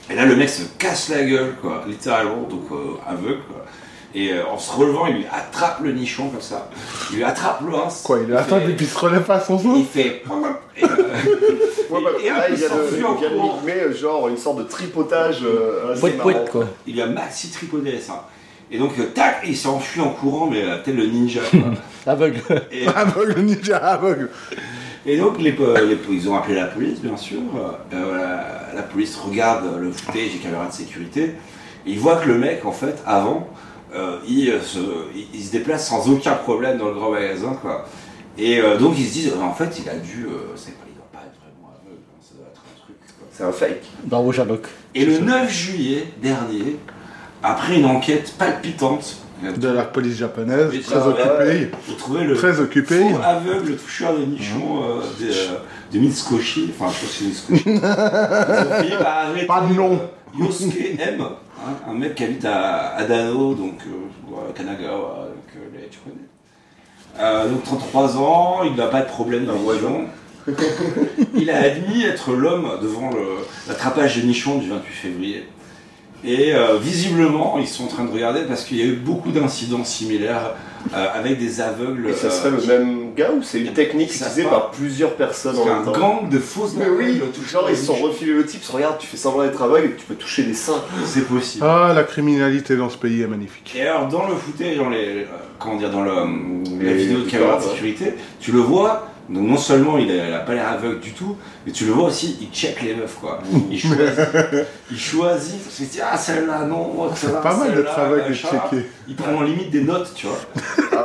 [SPEAKER 1] Et là, le mec se casse la gueule, quoi. Littéralement, donc euh, aveugle, quoi. Et euh, en se relevant, il lui attrape le nichon comme ça. Il lui attrape le rince.
[SPEAKER 3] Quoi, il est atteint
[SPEAKER 1] fait-
[SPEAKER 3] et puis il se relève pas à son
[SPEAKER 1] Il
[SPEAKER 3] dos
[SPEAKER 1] fait. Et, euh,
[SPEAKER 2] Ouais, bah,
[SPEAKER 1] Et- et
[SPEAKER 2] là,
[SPEAKER 1] hop,
[SPEAKER 2] il y a
[SPEAKER 1] ils
[SPEAKER 2] de,
[SPEAKER 1] s'enfuient
[SPEAKER 2] il
[SPEAKER 1] en
[SPEAKER 2] y a de
[SPEAKER 1] courant.
[SPEAKER 2] l'hypnée, euh, genre une sorte de tripotage euh, assez
[SPEAKER 4] poète
[SPEAKER 2] marrant.
[SPEAKER 4] poète quoi.
[SPEAKER 1] il lui a maxi tripoté ça. Et donc, euh, tac, il s'enfuit en courant, mais euh, tel le ninja. quoi.
[SPEAKER 4] Aveugle.
[SPEAKER 1] Et-
[SPEAKER 3] (laughs) Aveugle, ninja, aveugle.
[SPEAKER 1] Et donc, les, po- les po- ils ont appelé la police, bien sûr. Euh, la, la police regarde le footage des caméras de sécurité. Et ils voient que le mec, en fait, avant, euh, il, euh, se, il, il se déplace sans aucun problème dans le grand magasin. Quoi. Et euh, donc, ils se disent, en fait, il a dû. euh, c'est pas, il doit pas être vraiment aveugle, hein, ça doit être un truc. quoi.
[SPEAKER 2] C'est un fake.
[SPEAKER 4] Bravo Sherlock.
[SPEAKER 1] Et le 9 juillet dernier, après une enquête palpitante,
[SPEAKER 3] De la police japonaise,
[SPEAKER 1] Mais
[SPEAKER 3] très
[SPEAKER 1] ça,
[SPEAKER 3] occupée.
[SPEAKER 1] ils trouvaient le
[SPEAKER 3] Très occupée.
[SPEAKER 1] faux aveugle toucheur de nichons
[SPEAKER 3] Hein.
[SPEAKER 1] euh, de, euh, de Mitsukoshi, enfin je crois que c'est Mitsukoshi.
[SPEAKER 3] (laughs)
[SPEAKER 1] Ils ont fini par arrêter,
[SPEAKER 3] Pas de nom.
[SPEAKER 1] euh, Yosuke M, hein, un mec qui habite à Adano, donc euh, ouais, Kanagawa, donc euh, les- tu connais. Euh, donc 33 ans, il n'a pas de problème de
[SPEAKER 2] Un
[SPEAKER 1] vision. il a admis être l'homme devant le- l'attrapage des nichons du 28 février. Et euh, visiblement, ils sont en train de regarder parce qu'il y a eu beaucoup d'incidents similaires euh, avec des aveugles.
[SPEAKER 2] Et ça serait
[SPEAKER 1] euh,
[SPEAKER 2] le même gars ou c'est une technique
[SPEAKER 1] Ça
[SPEAKER 2] utilisée
[SPEAKER 1] se
[SPEAKER 2] par plusieurs personnes
[SPEAKER 1] parce
[SPEAKER 2] en
[SPEAKER 1] qu'un
[SPEAKER 2] même temps
[SPEAKER 1] gang de fausses
[SPEAKER 2] Mais oui,
[SPEAKER 1] aveugles touchent
[SPEAKER 2] genre
[SPEAKER 1] les
[SPEAKER 2] ils se sont
[SPEAKER 1] nichons.
[SPEAKER 2] refilés le tips, regarde, tu fais semblant d'être aveugle et tu peux toucher les seins.
[SPEAKER 1] (laughs) C'est possible.
[SPEAKER 3] Ah, la criminalité dans ce pays est magnifique.
[SPEAKER 1] Et alors dans le footage, dans les, euh, comment dire, dans le, euh, la
[SPEAKER 2] Les-
[SPEAKER 1] vidéo de
[SPEAKER 2] les
[SPEAKER 1] caméra de
[SPEAKER 2] cordes,
[SPEAKER 1] sécurité, tu le vois. Donc non seulement il a, il a pas l'air aveugle du tout, mais tu le vois aussi, il check les meufs quoi.
[SPEAKER 2] (laughs)
[SPEAKER 1] Il choisit, il choisit, parce qu'il se dit ah celle-là non,
[SPEAKER 3] C'est pas mal de
[SPEAKER 1] d'être
[SPEAKER 3] travail
[SPEAKER 1] aveugle
[SPEAKER 3] de checker.
[SPEAKER 1] Il prend en limite des notes, tu vois.
[SPEAKER 2] Ah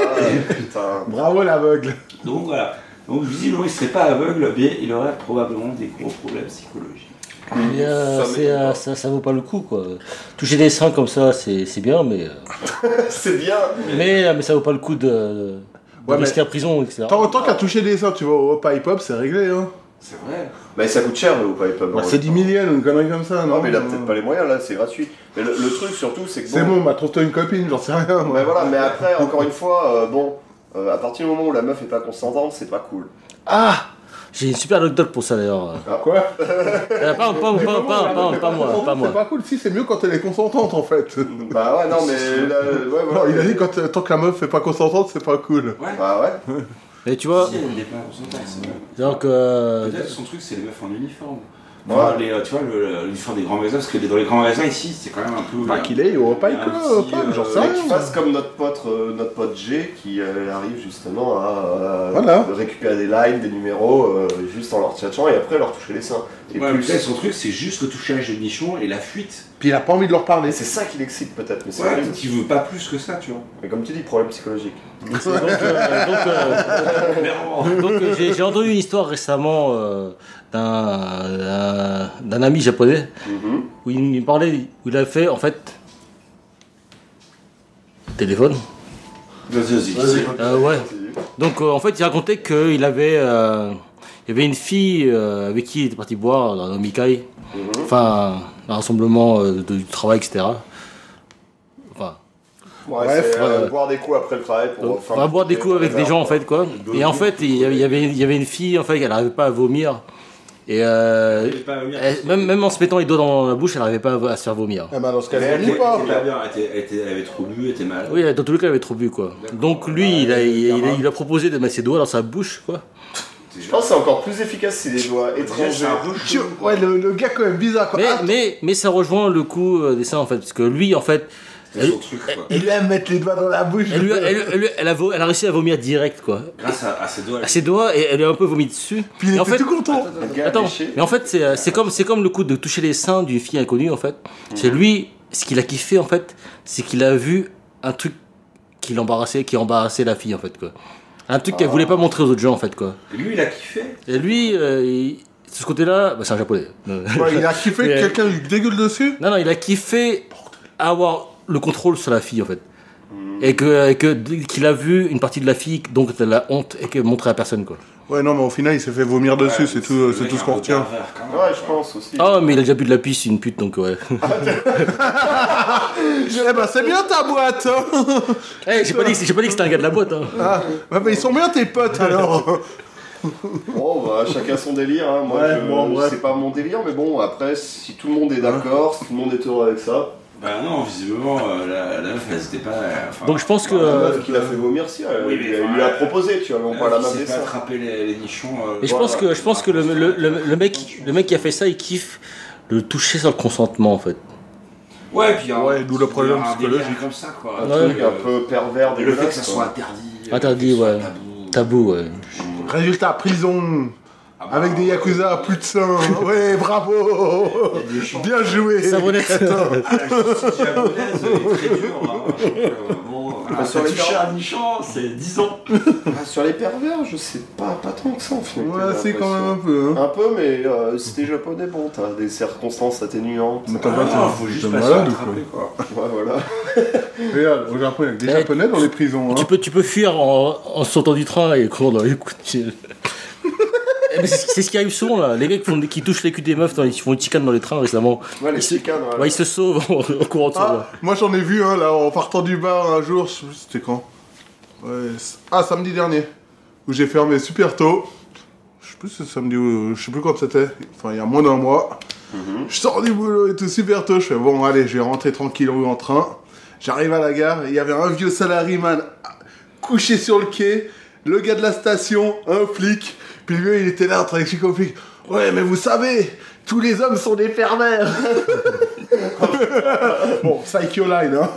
[SPEAKER 2] putain. (laughs)
[SPEAKER 3] Bravo l'aveugle.
[SPEAKER 1] Donc voilà. Donc visiblement il serait pas aveugle, mais il aurait probablement des gros problèmes psychologiques.
[SPEAKER 4] Mais, euh,
[SPEAKER 2] Ça
[SPEAKER 4] c'est,
[SPEAKER 2] m'étonne
[SPEAKER 4] euh,
[SPEAKER 2] pas.
[SPEAKER 4] ça, ça vaut pas le coup quoi. Toucher des seins comme ça c'est, c'est bien mais, euh,
[SPEAKER 2] C'est bien
[SPEAKER 4] mais euh, mais ça vaut pas le coup de, de
[SPEAKER 3] Ouais, mais-
[SPEAKER 4] rester à prison etc.
[SPEAKER 3] Tant, tant qu'à toucher des seins, tu vois, au hop hip hop, c'est réglé, hein.
[SPEAKER 1] C'est vrai.
[SPEAKER 2] Mais ça coûte cher, le Hopeye Pub.
[SPEAKER 3] Bah, c'est 10 millions ou une connerie comme ça, non
[SPEAKER 2] Non, mais il a peut-être pas les moyens, là, c'est gratuit. Mais le, le truc, surtout, c'est que.
[SPEAKER 3] C'est bon, bah trouve-toi une copine, j'en sais rien. moi.
[SPEAKER 2] Mais voilà, mais après, encore une fois, euh, bon, euh, à partir du moment où la meuf est pas consentante, c'est pas cool.
[SPEAKER 4] Ah J'ai une super anecdote pour ça d'ailleurs.
[SPEAKER 3] Ah, Quoi
[SPEAKER 4] Euh, pas, pas,
[SPEAKER 3] Du
[SPEAKER 4] pas,
[SPEAKER 3] moment où
[SPEAKER 4] pas,
[SPEAKER 3] la
[SPEAKER 4] pas-
[SPEAKER 3] meuf est
[SPEAKER 4] pas moi,
[SPEAKER 3] consentante,
[SPEAKER 4] pas
[SPEAKER 3] C'est
[SPEAKER 4] moi.
[SPEAKER 3] pas cool, si, c'est mieux quand elle est consentante en fait.
[SPEAKER 2] Bah ouais, non, mais. là, ouais, voilà.
[SPEAKER 3] Non, il a dit quand, euh, tant que la meuf est pas consentante, c'est pas cool.
[SPEAKER 1] Ouais.
[SPEAKER 2] Bah ouais.
[SPEAKER 4] Mais tu vois,
[SPEAKER 1] Si, elle n'est pas consentante, c'est vrai.
[SPEAKER 4] donc euh,
[SPEAKER 1] Peut-être son truc, c'est les meufs en uniforme.
[SPEAKER 2] Ouais.
[SPEAKER 1] Enfin, les, euh, tu vois, le- le- l'uniforme des grands magasins, parce que les- dans les grands magasins ici, c'est quand même un peu. euh,
[SPEAKER 3] Pas qu'il est au repas,
[SPEAKER 1] il y a un
[SPEAKER 3] quoi,
[SPEAKER 1] petit,
[SPEAKER 3] pas,
[SPEAKER 1] euh,
[SPEAKER 3] j'en sais
[SPEAKER 2] Et qu'il
[SPEAKER 3] rien.
[SPEAKER 2] fasse comme notre pote, euh, notre pote G qui euh, arrive justement à euh,
[SPEAKER 3] Voilà.
[SPEAKER 2] récupérer des lines, des numéros, euh, juste en leur tchatchant et après leur toucher les seins. Et
[SPEAKER 1] Ouais, mais
[SPEAKER 2] plus.
[SPEAKER 1] peut-être son truc, c'est juste le touchage de nichon et la fuite.
[SPEAKER 3] Puis il a pas envie de leur parler.
[SPEAKER 2] Et c'est ça qui l'excite peut-être, mais c'est
[SPEAKER 1] Ouais,
[SPEAKER 2] horrible.
[SPEAKER 1] peut-être qu'il veut pas plus que ça, tu vois.
[SPEAKER 2] Mais comme tu dis, problème psychologique.
[SPEAKER 4] donc, euh, donc, euh,
[SPEAKER 1] Clairement.
[SPEAKER 4] donc, euh, j'ai j'ai entendu une histoire récemment euh, d'un- d'un d'un ami japonais
[SPEAKER 2] Mhm.
[SPEAKER 4] où il me parlait, où il a fait en fait téléphone.
[SPEAKER 1] Vas-y, vas-y.
[SPEAKER 4] Euh, ouais. Donc euh, en fait, il racontait qu'il avait, euh, il y avait une fille euh, avec qui il était parti boire dans un Mikai, enfin un rassemblement euh, de- du travail, etc. Enfin,
[SPEAKER 2] Ouais,
[SPEAKER 3] Bref,
[SPEAKER 2] c'est, euh,
[SPEAKER 4] ouais.
[SPEAKER 2] boire des coups après le travail pour. euh,
[SPEAKER 4] donc,
[SPEAKER 2] enfin,
[SPEAKER 4] on va boire des coups avec des gens en fait quoi. Et en fait, il y avait, il y avait- il y avait une fille en fait, elle n'arrivait pas à vomir. Et euh,
[SPEAKER 1] T'es pas bien.
[SPEAKER 4] elle- même, même en se mettant les doigts dans la bouche, elle n'arrivait pas à, à se faire vomir.
[SPEAKER 3] Eh ben dans ce
[SPEAKER 1] Elle
[SPEAKER 3] cas-là,
[SPEAKER 1] était-
[SPEAKER 3] on pas.
[SPEAKER 1] elle était pas bien, elle était- elle était- elle avait trop bu, elle était mal.
[SPEAKER 4] Oui, dans tous les cas, elle avait trop bu quoi. Donc lui, il, a, il, a- il a- il a proposé de mettre ses doigts dans sa bouche quoi.
[SPEAKER 2] Je pense que c'est encore plus efficace si des doigts
[SPEAKER 1] Déjà, c'est
[SPEAKER 2] étrangers.
[SPEAKER 1] un peu
[SPEAKER 3] Tu-
[SPEAKER 1] chelou, quoi.
[SPEAKER 3] Ouais, le, le gars quand même bizarre quoi.
[SPEAKER 4] Mais,
[SPEAKER 3] Ah,
[SPEAKER 4] mais, mais ça rejoint le coup euh, des seins en fait, parce que lui en fait,
[SPEAKER 1] C'est son truc, quoi.
[SPEAKER 3] Il aime mettre les doigts dans la bouche.
[SPEAKER 4] Elle, lui a, elle- elle- elle a vo- elle a réussi à vomir direct, quoi.
[SPEAKER 1] Grâce à, à ses doigts.
[SPEAKER 4] À Ah, ses doigts, et elle lui a un peu vomi dessus.
[SPEAKER 3] Puis il
[SPEAKER 4] Et
[SPEAKER 3] était
[SPEAKER 4] en fait,
[SPEAKER 3] tout content.
[SPEAKER 2] Le gars
[SPEAKER 4] attends,
[SPEAKER 2] léché.
[SPEAKER 4] mais en fait, c'est, euh, c'est comme, c'est comme le coup de toucher les seins d'une fille inconnue, en fait. C'est lui, ce qu'il a kiffé, en fait, c'est qu'il a vu un truc qui l'embarrassait, qui embarrassait la fille, en fait, quoi. Un truc qu'elle voulait pas montrer aux autres gens, en fait, quoi.
[SPEAKER 1] Lui, il a kiffé.
[SPEAKER 4] Et lui, euh, il- de ce côté-là, bah, c'est un japonais.
[SPEAKER 3] Ouais,
[SPEAKER 4] (laughs)
[SPEAKER 3] il a kiffé
[SPEAKER 4] Mais-
[SPEAKER 3] que quelqu'un lui dégueule dessus.
[SPEAKER 4] Non, non, il a kiffé avoir le contrôle sur la fille en fait. Et que et que- qu'il a vu une partie de la fille, donc de la honte, et que montrer à personne quoi.
[SPEAKER 3] Ouais, non, mais au final, il s'est fait vomir dessus, c'est tout, euh, c'est tout ce qu'on retient.
[SPEAKER 2] Ouais, je pense aussi.
[SPEAKER 4] Ah, mais il a déjà bu de la pisse, une pute donc ouais.
[SPEAKER 3] (laughs) Eh ben, c'est bien ta boîte
[SPEAKER 4] (laughs)
[SPEAKER 3] hein.
[SPEAKER 4] Eh, j'ai pas dit que- j'ai pas dit que c'était un gars de la boîte. Hein.
[SPEAKER 3] ah, bah, ils sont bien tes potes alors (laughs)
[SPEAKER 2] Bon, bah, chacun son délire. Hein. Moi,
[SPEAKER 3] Ouais,
[SPEAKER 2] je-
[SPEAKER 3] bon, ouais.
[SPEAKER 2] c'est pas mon délire, mais bon, après, si tout le monde est d'accord, si tout le monde est heureux avec ça.
[SPEAKER 1] Bah non, visiblement, euh, la, la meuf, elle s'était pas. euh, enfin,
[SPEAKER 4] Donc je pense que.
[SPEAKER 2] La
[SPEAKER 4] euh,
[SPEAKER 2] meuf qui l'a fait vomir, si, elle,
[SPEAKER 1] Oui, mais
[SPEAKER 2] lui, elle
[SPEAKER 1] enfin,
[SPEAKER 2] lui a proposé, tu vois, mais on
[SPEAKER 1] la
[SPEAKER 2] voit euh, la
[SPEAKER 1] meuf,
[SPEAKER 2] main
[SPEAKER 1] elle
[SPEAKER 2] des
[SPEAKER 1] s'est Euh, pas
[SPEAKER 2] seins.
[SPEAKER 1] attrapé les, les nichons. euh,
[SPEAKER 4] et je pense que je pense que le, le, le- le mec le mec qui a fait ça, il kiffe le toucher sans le consentement en fait.
[SPEAKER 1] Ouais, puis il y a un-
[SPEAKER 3] Ouais, d'où le problème
[SPEAKER 1] il y a un
[SPEAKER 3] psychologique.
[SPEAKER 1] délire comme ça, quoi. euh,
[SPEAKER 2] Un
[SPEAKER 4] Ouais.
[SPEAKER 2] truc un peu pervers,
[SPEAKER 1] Le fait que
[SPEAKER 2] dégueulasse,
[SPEAKER 1] ça
[SPEAKER 2] quoi.
[SPEAKER 1] soit interdit. euh,
[SPEAKER 4] Interdit,
[SPEAKER 1] que ce soit
[SPEAKER 4] ouais.
[SPEAKER 1] tabou. euh,
[SPEAKER 4] Tabou. Ouais.
[SPEAKER 3] Résultat, prison
[SPEAKER 1] Ah bah,
[SPEAKER 3] Avec des Yakuza à plus de seins Ouais, bravo
[SPEAKER 1] il y a des gens-
[SPEAKER 3] Bien joué
[SPEAKER 4] Savonnette.
[SPEAKER 1] Ah, la justice japonaise est très dure. hein. Euh, bon, voilà,
[SPEAKER 2] Bah, sur
[SPEAKER 1] t'as
[SPEAKER 2] les
[SPEAKER 1] touché
[SPEAKER 2] parents.
[SPEAKER 1] un nichon, c'est 10 ans.
[SPEAKER 2] Ah, sur les pervers, je sais pas, pas tant que ça en fait.
[SPEAKER 3] Ouais,
[SPEAKER 2] j'ai
[SPEAKER 3] c'est quand même un
[SPEAKER 2] l'impression.
[SPEAKER 3] peu. Hein.
[SPEAKER 2] Un peu, mais euh, si t'es japonais, bon, t'as des circonstances atténuantes.
[SPEAKER 3] Mais
[SPEAKER 2] Ouais,
[SPEAKER 3] t'as pas
[SPEAKER 1] Ah, faut
[SPEAKER 3] t'es
[SPEAKER 1] juste pas se
[SPEAKER 3] malade ou
[SPEAKER 1] rattraper, quoi.
[SPEAKER 2] voilà.
[SPEAKER 3] Regarde, au Japon, il y a que des
[SPEAKER 4] Eh,
[SPEAKER 3] japonais dans les prisons.
[SPEAKER 4] Tu
[SPEAKER 3] Hein.
[SPEAKER 4] peux tu peux fuir en, en sautant du train et courir dans les coups de (laughs) pied. Eh, mais c'est c'est ce qui arrive souvent là, les gars qui, font- qui touchent les culs des meufs, dans, les- qui font une chicane dans les trains récemment.
[SPEAKER 2] Ouais, les
[SPEAKER 4] Ils se-
[SPEAKER 2] chicanes, hein. ouais.
[SPEAKER 4] Ouais, ils se sauvent en, (laughs) en courant de
[SPEAKER 3] Ah, moi j'en ai vu un là en partant du bar un jour, je- c'était quand Ouais, c- Ah, samedi dernier, où j'ai fermé super tôt. Je sais plus si c'est samedi ou je sais plus quand c'était, enfin il y a moins d'un mois. Je sors du boulot et tout super tôt, je fais bon allez, je vais rentrer tranquille en train. J'arrive à la gare, il y avait un vieux salaryman couché sur le quai, le gars de la station, un flic, puis le vieux il était là en train d'expliquer au flic Ouais, mais vous savez, tous les hommes sont des pervers Bon, Psycho Line, hein.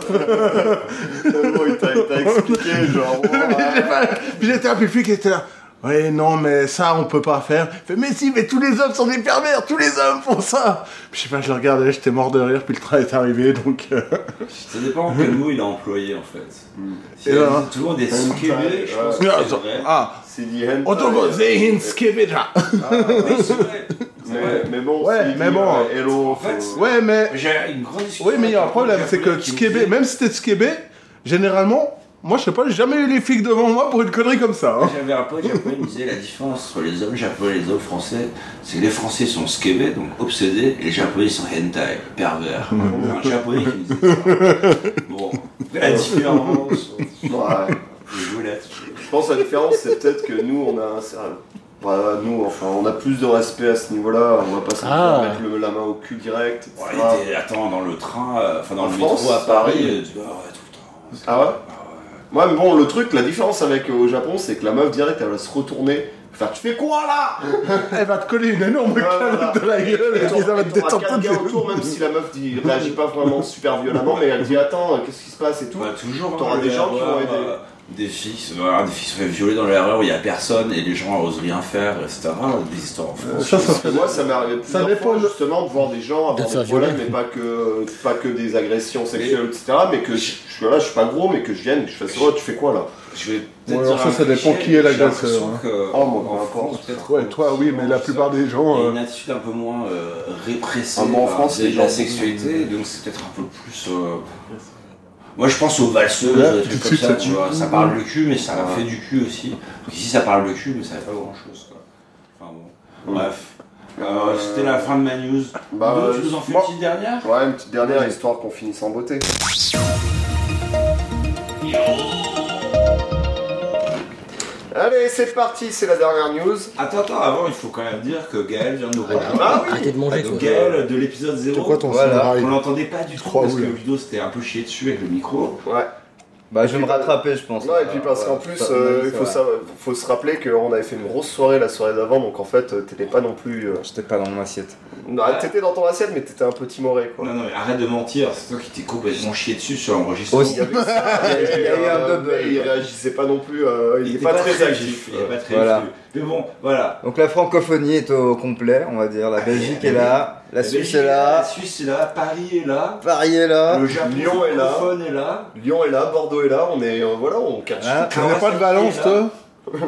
[SPEAKER 2] Tellement il t'a il t'a expliqué,
[SPEAKER 3] (laughs)
[SPEAKER 2] genre. bon, ouais.
[SPEAKER 3] Puis j'étais un public qui était là. Ouais, non, mais ça, on peut pas faire. Il Fait, mais si, mais tous les hommes sont des pervers, tous les hommes font ça. Puis, je sais pas, je le regardais, j'étais mort de rire, puis le train est arrivé, donc.
[SPEAKER 2] (laughs)
[SPEAKER 3] euh,
[SPEAKER 1] Ça dépend quel mot il a employé en fait.
[SPEAKER 2] Mm.
[SPEAKER 1] Si
[SPEAKER 3] Et
[SPEAKER 1] il
[SPEAKER 3] là,
[SPEAKER 1] dit tout le monde est
[SPEAKER 2] hein.
[SPEAKER 1] skébé, je pense que
[SPEAKER 3] Ah,
[SPEAKER 1] c'est vrai.
[SPEAKER 3] ah,
[SPEAKER 2] C'est dit hentai.
[SPEAKER 3] Otomo Zehin Skibida.
[SPEAKER 1] Oui, c'est vrai. C'est
[SPEAKER 2] Mais,
[SPEAKER 1] vrai.
[SPEAKER 2] mais bon,
[SPEAKER 3] Ouais,
[SPEAKER 2] c'est
[SPEAKER 3] mais
[SPEAKER 2] dit,
[SPEAKER 3] bon.
[SPEAKER 2] euh, hello.
[SPEAKER 1] En fait,
[SPEAKER 2] faut-
[SPEAKER 3] Ouais, mais.
[SPEAKER 1] J'ai une grande discussion.
[SPEAKER 3] Oui, mais il y a un
[SPEAKER 1] avec
[SPEAKER 3] problème,
[SPEAKER 1] japonais
[SPEAKER 3] c'est que
[SPEAKER 1] qui me
[SPEAKER 3] Skébé,
[SPEAKER 1] dit-
[SPEAKER 3] même si t'es Skébé, généralement, Moi, je sais pas, j'ai jamais eu les flics devant moi pour une connerie comme ça.
[SPEAKER 2] (laughs)
[SPEAKER 3] hein.
[SPEAKER 1] J'avais un pote japonais qui me disait la différence entre les hommes japonais et les hommes français, c'est que les français sont skébés, donc obsédés, et les japonais sont hentai,
[SPEAKER 3] (laughs)
[SPEAKER 1] pervers. Un japonais qui me disait ça. Bon, la
[SPEAKER 2] Euh. (laughs)
[SPEAKER 1] différence.
[SPEAKER 2] Ouais.
[SPEAKER 1] Je voulais.
[SPEAKER 2] Je pense que la différence, c'est peut-être que nous, on a un cerveau. Bah, nous, enfin, on a plus de respect à ce niveau-là. On va pas se mentir,
[SPEAKER 4] Ah.
[SPEAKER 2] mettre le- la main au cul direct.
[SPEAKER 1] Bon,
[SPEAKER 2] etc.
[SPEAKER 1] il était, attends, dans le train, euh, enfin dans
[SPEAKER 2] Ah. En
[SPEAKER 1] le
[SPEAKER 2] France,
[SPEAKER 1] métro à
[SPEAKER 2] ça
[SPEAKER 1] Paris,
[SPEAKER 2] arrive.
[SPEAKER 1] euh, tu vois, ouais, tout le temps.
[SPEAKER 2] Ah ouais Ouais, mais bon, le truc, la différence avec euh, au Japon, c'est que la meuf direct, elle va se retourner. Enfin, tu fais quoi là
[SPEAKER 3] Elle va te coller une énorme
[SPEAKER 2] Ouais,
[SPEAKER 3] calotte
[SPEAKER 2] voilà.
[SPEAKER 3] de la gueule et
[SPEAKER 2] Et
[SPEAKER 3] puis ça va te
[SPEAKER 2] t'auras
[SPEAKER 3] détendre.
[SPEAKER 2] quatre gars autour, même si la meuf dit, réagit pas vraiment super violemment, mais elle dit Attends, euh, qu'est-ce qui se passe et tout.
[SPEAKER 1] Pas toujours.
[SPEAKER 2] T'auras
[SPEAKER 1] hein,
[SPEAKER 2] des
[SPEAKER 1] je vais
[SPEAKER 2] gens qui
[SPEAKER 1] avoir,
[SPEAKER 2] vont aider.
[SPEAKER 1] euh, Des filles, qui se- voilà, des filles se fait violer dans la rue où il n'y a personne et les gens osent rien faire, etc. Des histoires en France.
[SPEAKER 3] Ça, ça
[SPEAKER 2] Parce que moi, ça m'est arrivé
[SPEAKER 3] Ça
[SPEAKER 2] plusieurs
[SPEAKER 3] dépend
[SPEAKER 2] fois,
[SPEAKER 3] de-
[SPEAKER 2] justement de voir des gens
[SPEAKER 4] De
[SPEAKER 2] avoir
[SPEAKER 4] se faire
[SPEAKER 2] des problèmes, mais
[SPEAKER 4] violer.
[SPEAKER 2] pas que, pas que des agressions sexuelles, etc. Mais que je, je suis là, je suis pas gros, mais que je vienne, que je fasse oh, tu fais quoi là
[SPEAKER 1] Je vais
[SPEAKER 3] Ouais,
[SPEAKER 1] peut-être
[SPEAKER 3] alors
[SPEAKER 1] dire
[SPEAKER 3] ça,
[SPEAKER 1] un
[SPEAKER 3] ça dépend
[SPEAKER 1] cliché,
[SPEAKER 3] qui est
[SPEAKER 1] mais j'ai
[SPEAKER 3] l'agresseur,
[SPEAKER 1] l'impression
[SPEAKER 3] hein.
[SPEAKER 1] que,
[SPEAKER 2] Oh, moi, peu
[SPEAKER 1] en
[SPEAKER 2] importe.
[SPEAKER 1] France, peut-être
[SPEAKER 3] Ouais,
[SPEAKER 1] qu'on-
[SPEAKER 3] toi, oui, mais la plupart des
[SPEAKER 1] Il y
[SPEAKER 3] gens.
[SPEAKER 1] a
[SPEAKER 3] euh,
[SPEAKER 1] une attitude un peu moins euh, répressée
[SPEAKER 2] Ah, bon, en
[SPEAKER 1] par
[SPEAKER 2] France,
[SPEAKER 1] des-
[SPEAKER 2] les
[SPEAKER 1] de la
[SPEAKER 2] gens-
[SPEAKER 1] sexualité, donc c'est peut-être un peu plus. euh, Moi je pense aux valseuses,
[SPEAKER 3] Là,
[SPEAKER 1] des
[SPEAKER 3] tout de
[SPEAKER 1] trucs comme
[SPEAKER 3] suite,
[SPEAKER 1] ça,
[SPEAKER 3] ça
[SPEAKER 1] tu
[SPEAKER 3] tue.
[SPEAKER 1] vois. Ça parle le cul, mais ça
[SPEAKER 2] Ouais.
[SPEAKER 1] fait du cul aussi. Donc Ici ça parle le cul, mais ça fait pas grand chose. Quoi. Enfin bon.
[SPEAKER 2] Mm.
[SPEAKER 1] Bref. Euh, C'était la fin de ma news.
[SPEAKER 2] Bah,
[SPEAKER 1] Bruno,
[SPEAKER 2] euh,
[SPEAKER 1] tu nous en fais
[SPEAKER 2] bon.
[SPEAKER 1] une petite dernière
[SPEAKER 2] Ouais, une petite dernière histoire qu'on finisse en beauté. Allez, c'est parti, c'est la dernière news.
[SPEAKER 1] Attends, attends, avant il faut quand même dire que Gaël vient de nous
[SPEAKER 3] Ah,
[SPEAKER 1] rejoindre.
[SPEAKER 4] Arrêtez de manger,
[SPEAKER 1] Donc
[SPEAKER 4] quoi.
[SPEAKER 1] Gaël de l'épisode 0.
[SPEAKER 11] C'est quoi ton
[SPEAKER 1] voilà.
[SPEAKER 12] Ah
[SPEAKER 11] scénario
[SPEAKER 1] On l'entendait pas du
[SPEAKER 11] Je
[SPEAKER 1] tout
[SPEAKER 11] crois,
[SPEAKER 1] parce que
[SPEAKER 11] oui.
[SPEAKER 1] le vidéo s'était un peu chié dessus avec le micro.
[SPEAKER 2] Ouais.
[SPEAKER 12] Bah, je vais me rattraper, je pense.
[SPEAKER 2] Non, et puis parce qu'en plus, euh, il faut, savoir- faut se rappeler qu'on avait fait une grosse soirée la soirée d'avant, donc en fait, euh, t'étais pas non plus. euh,
[SPEAKER 12] J'étais pas dans mon assiette.
[SPEAKER 2] non, T'étais dans ton assiette, mais t'étais un peu timoré quoi.
[SPEAKER 1] Non, non, mais arrête de mentir, c'est toi qui t'es complètement chié dessus sur l'enregistrement.
[SPEAKER 12] Aussi.
[SPEAKER 2] Il y avait ça,
[SPEAKER 12] Il y a eu un
[SPEAKER 2] euh,
[SPEAKER 12] double.
[SPEAKER 2] mais il réagissait pas non plus, euh, il, est pas, très actif. Euh,
[SPEAKER 1] Il est pas très
[SPEAKER 12] Voilà.
[SPEAKER 1] actif. Mais bon, voilà.
[SPEAKER 12] Donc la francophonie est au complet, on va dire. La Belgique est là, la Suisse
[SPEAKER 1] Belgique
[SPEAKER 12] est
[SPEAKER 1] La
[SPEAKER 12] là,
[SPEAKER 1] Suisse Eh ben, est là, Paris est là,
[SPEAKER 12] Paris est là.
[SPEAKER 1] le Japon
[SPEAKER 2] Lyon est là.
[SPEAKER 1] francophone est là.
[SPEAKER 2] Lyon est là, Bordeaux est là, on est, euh, voilà, on catch.
[SPEAKER 12] Voilà.
[SPEAKER 3] T'en as pas de balance, toi Hein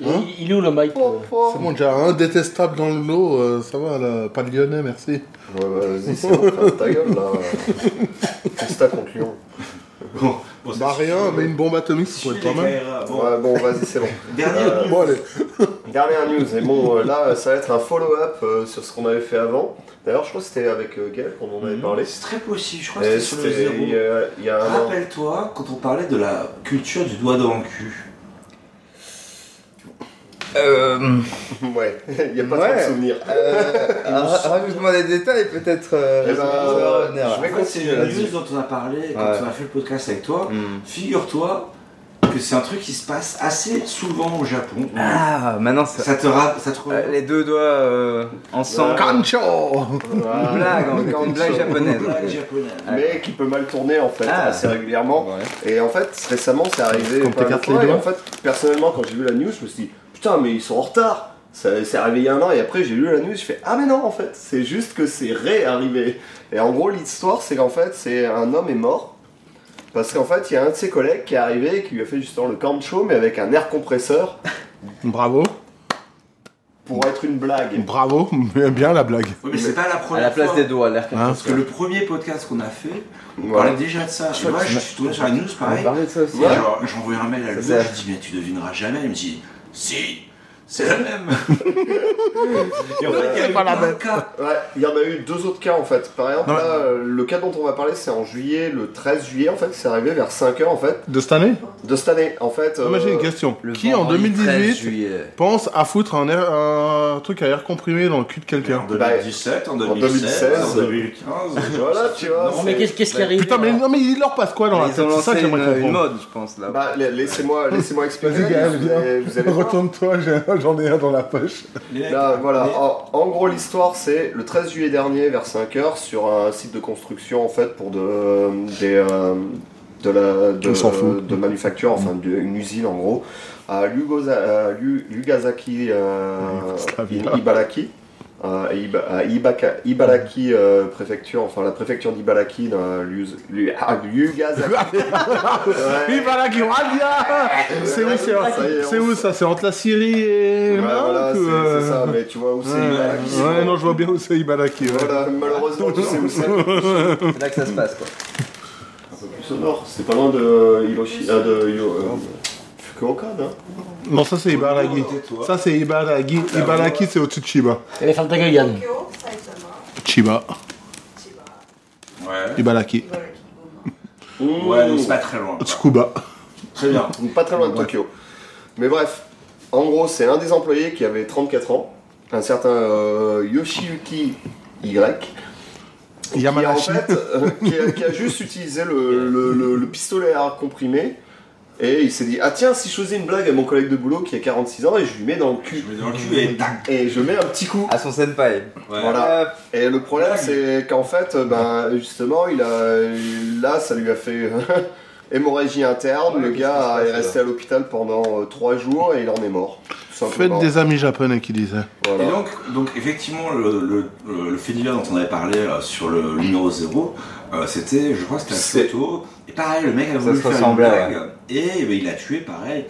[SPEAKER 4] Il, il est où le mic
[SPEAKER 2] Oh.
[SPEAKER 4] euh
[SPEAKER 3] C'est bon, déjà, un détestable dans le lot, euh, ça va, là, pas de lyonnais, merci.
[SPEAKER 2] Ouais, bah, vas-y, c'est bon, ferme ta gueule là. Insta contre Lyon.
[SPEAKER 1] Bon, ça
[SPEAKER 3] Bah
[SPEAKER 1] suffit.
[SPEAKER 3] rien, mais une bombe atomique, ça
[SPEAKER 1] Suffit
[SPEAKER 3] pourrait être
[SPEAKER 1] les
[SPEAKER 3] pas mal.
[SPEAKER 1] KRA. Ah Bon,
[SPEAKER 2] Ouais, bon, vas-y, c'est bon.
[SPEAKER 1] dernière
[SPEAKER 2] Euh,
[SPEAKER 1] news.
[SPEAKER 3] Bon, allez.
[SPEAKER 2] Dernière news, et bon, euh, là, ça va être un follow-up euh, sur ce qu'on avait fait avant. D'ailleurs, je crois que c'était avec euh, Gaël qu'on en avait parlé.
[SPEAKER 1] C'est très possible, je crois que
[SPEAKER 2] Et
[SPEAKER 1] c'était sur le
[SPEAKER 2] C'était
[SPEAKER 1] zéro.
[SPEAKER 2] il y a- il y a un an.
[SPEAKER 1] Rappelle-toi quand on parlait de la culture du doigt dans le cul.
[SPEAKER 12] Euh,
[SPEAKER 2] Ouais, il n'y a pas
[SPEAKER 12] Ouais.
[SPEAKER 2] trop de souvenirs.
[SPEAKER 12] euh, ra- Rajoute-moi des détails peut-être. euh,
[SPEAKER 2] Eh ben,
[SPEAKER 12] on va
[SPEAKER 2] euh,
[SPEAKER 12] revenir.
[SPEAKER 1] Je vais continuer la
[SPEAKER 12] là-dessus.
[SPEAKER 1] news dont on a parlé quand
[SPEAKER 12] Ouais.
[SPEAKER 1] on a fait le podcast avec toi.
[SPEAKER 12] Hmm.
[SPEAKER 1] Figure-toi que c'est un truc qui se passe assez souvent au Japon.
[SPEAKER 12] Ah, maintenant ça.
[SPEAKER 1] Ça te ra- ça te re-
[SPEAKER 12] euh, les deux doigts euh, ensemble.
[SPEAKER 2] Ouais.
[SPEAKER 3] Kancho
[SPEAKER 12] Une blague, encore une blague
[SPEAKER 1] (laughs)
[SPEAKER 12] japonaise.
[SPEAKER 1] Blague japonaise.
[SPEAKER 2] Mais qui peut mal tourner en fait
[SPEAKER 12] Ah.
[SPEAKER 2] assez régulièrement.
[SPEAKER 12] Ouais.
[SPEAKER 2] Et en fait, récemment, c'est arrivé.
[SPEAKER 11] Quand
[SPEAKER 2] pas
[SPEAKER 11] t'écartes
[SPEAKER 2] longtemps,
[SPEAKER 11] les
[SPEAKER 2] et
[SPEAKER 11] doigts.
[SPEAKER 2] En fait, personnellement, quand j'ai vu la news, je me suis dit putain, mais ils sont en retard. Ça- C'est arrivé il y a un an et après j'ai lu la news, je fais ah mais non en fait, c'est juste que c'est réarrivé. Et en gros l'histoire c'est qu'en fait c'est un homme est mort parce qu'en fait il y a un de ses collègues qui est arrivé et qui lui a fait justement le cancho mais avec un air compresseur
[SPEAKER 3] Bravo,
[SPEAKER 2] pour être une blague.
[SPEAKER 3] bravo, mais bien la blague.
[SPEAKER 1] Oui, mais c'est pas la première
[SPEAKER 12] À la place
[SPEAKER 1] fois.
[SPEAKER 12] des doigts, l'air
[SPEAKER 3] Hein
[SPEAKER 1] Parce que le premier podcast qu'on a fait, on
[SPEAKER 2] Voilà.
[SPEAKER 1] parlait déjà de ça. Et moi, je suis tombé sur la news, pareil.
[SPEAKER 12] parler de ça aussi.
[SPEAKER 1] Et genre, J'ai envoyé un mail à
[SPEAKER 12] Ça,
[SPEAKER 1] lui,
[SPEAKER 12] c'est-
[SPEAKER 1] je dis, mais tu devineras jamais. Il me dit, si, c'est la même. Et en fait, il y a eu
[SPEAKER 3] pas la
[SPEAKER 1] plein de
[SPEAKER 3] même.
[SPEAKER 1] cas.
[SPEAKER 2] Ouais, il y en a eu deux autres cas en fait. Par exemple,
[SPEAKER 3] Non, mais-
[SPEAKER 2] là, euh, le cas dont on va parler, c'est en juillet, le 13 juillet en fait, c'est arrivé vers 5h en fait
[SPEAKER 3] De cette année
[SPEAKER 2] de cette année. En fait, euh,
[SPEAKER 3] Non, mais j'ai une question. Qui en 2018 pense à foutre un, air- un truc à air comprimé dans le cul de quelqu'un
[SPEAKER 1] En 2017, en 2016, en
[SPEAKER 2] 2016,
[SPEAKER 1] 2015.
[SPEAKER 2] voilà, tu vois.
[SPEAKER 4] Non,
[SPEAKER 2] c'est-
[SPEAKER 4] Oh, mais qu'est-ce qu'est-ce qui arrive
[SPEAKER 3] Putain, mais non, mais il leur passe quoi dans la
[SPEAKER 12] Ils ont
[SPEAKER 3] tête C'est ça
[SPEAKER 12] lancé
[SPEAKER 3] que
[SPEAKER 12] une,
[SPEAKER 2] euh,
[SPEAKER 3] j'aimerais
[SPEAKER 12] une
[SPEAKER 3] comprendre.
[SPEAKER 12] mode, je pense, là.
[SPEAKER 2] Bah, la- laissez-moi laissez-moi
[SPEAKER 3] (laughs)
[SPEAKER 2] expliquer.
[SPEAKER 3] Vas-y, Gaël,
[SPEAKER 2] vous
[SPEAKER 3] viens.
[SPEAKER 2] allez- vous allez voir.
[SPEAKER 3] Retourne-toi, j'ai- j'en ai un dans la poche.
[SPEAKER 1] Les mecs,
[SPEAKER 2] Là, voilà.
[SPEAKER 1] mais-
[SPEAKER 2] En, en gros, l'histoire, c'est le 13 juillet dernier, vers 5h, sur un site de construction, en fait, pour de, des, euh, de la de,
[SPEAKER 3] On s'en fout.
[SPEAKER 2] de manufacture, enfin, de- une usine, en gros, à Lugosa- à Lu- Lugasaki, euh,
[SPEAKER 3] Yugoslavia.
[SPEAKER 2] I- Ibaraki. euh, à Iba- à Ibaka- Ibaraki euh, préfecture, enfin la préfecture d'Ibaraki, dans Luz- Lu- ah,
[SPEAKER 3] (laughs)
[SPEAKER 2] Lugasaki. Ouais.
[SPEAKER 3] Viva la Guardia C'est où,
[SPEAKER 2] Ça y est,
[SPEAKER 3] c'est-
[SPEAKER 2] on
[SPEAKER 3] c'est où
[SPEAKER 2] sait.
[SPEAKER 3] ça C'est entre la Syrie et.
[SPEAKER 2] Ouais,
[SPEAKER 3] le Maroc,
[SPEAKER 2] voilà,
[SPEAKER 3] ou,
[SPEAKER 2] c'est
[SPEAKER 3] euh,
[SPEAKER 2] c'est ça, mais tu vois où c'est Ibaraki.
[SPEAKER 3] Ouais, ouais, non, je vois bien où c'est Ibaraki. ouais. (laughs)
[SPEAKER 2] Voilà, malheureusement, tu sais où c'est.
[SPEAKER 12] C'est là que ça se passe, quoi.
[SPEAKER 1] Un peu plus.
[SPEAKER 2] sonore. C'était pas loin de Hiroshima, ah, de Yo- euh, hein. Fukuoka, non
[SPEAKER 3] Non, ça c'est Ibaraki.
[SPEAKER 1] Tais-toi.
[SPEAKER 3] Ça c'est Ibaraki. Ibaraki, c'est au-dessus de Chiba.
[SPEAKER 4] Allez, ferme ta gueule, Yann.
[SPEAKER 3] Chiba.
[SPEAKER 1] Ouais.
[SPEAKER 3] Ibaraki.
[SPEAKER 1] Ouais, donc c'est pas très loin.
[SPEAKER 3] Tsukuba.
[SPEAKER 1] Très bien.
[SPEAKER 2] Donc, (laughs) pas très loin de Tokyo. Mais bref, en gros, c'est un des employés qui avait 34 ans, un certain euh, Yoshiyuki Y. qui a, en
[SPEAKER 3] Yamanashi.
[SPEAKER 2] fait, euh, qui a- qui a juste utilisé le, le- le- le pistolet à air comprimé et il s'est dit ah tiens si je faisais une blague à mon collègue de boulot qui a 46 ans et je lui mets dans le
[SPEAKER 1] Je
[SPEAKER 2] cul
[SPEAKER 1] mets dans le cul et tac.
[SPEAKER 2] et je mets un petit coup
[SPEAKER 12] À son senpai.
[SPEAKER 1] Ouais.
[SPEAKER 2] voilà
[SPEAKER 12] Hop.
[SPEAKER 2] et le problème c'est qu'en fait euh, ben justement il a là ça lui a fait euh, (laughs) hémorragie interne le gars est resté à l'hôpital pendant 3 jours et il en est mort tout
[SPEAKER 3] Faites
[SPEAKER 2] simplement
[SPEAKER 3] des amis japonais qui hein. disaient.
[SPEAKER 2] Voilà.
[SPEAKER 1] Et donc, donc effectivement, le, le, euh, le- le fait divers dont on avait parlé euh, sur le le numéro 0, euh, c'était, je crois que c'était
[SPEAKER 2] C'est-
[SPEAKER 1] à Kyoto. Et pareil, le mec a voulu
[SPEAKER 12] se
[SPEAKER 1] faire une
[SPEAKER 12] ressemblait,
[SPEAKER 1] blague. Et eh ben, il l'a tué, pareil.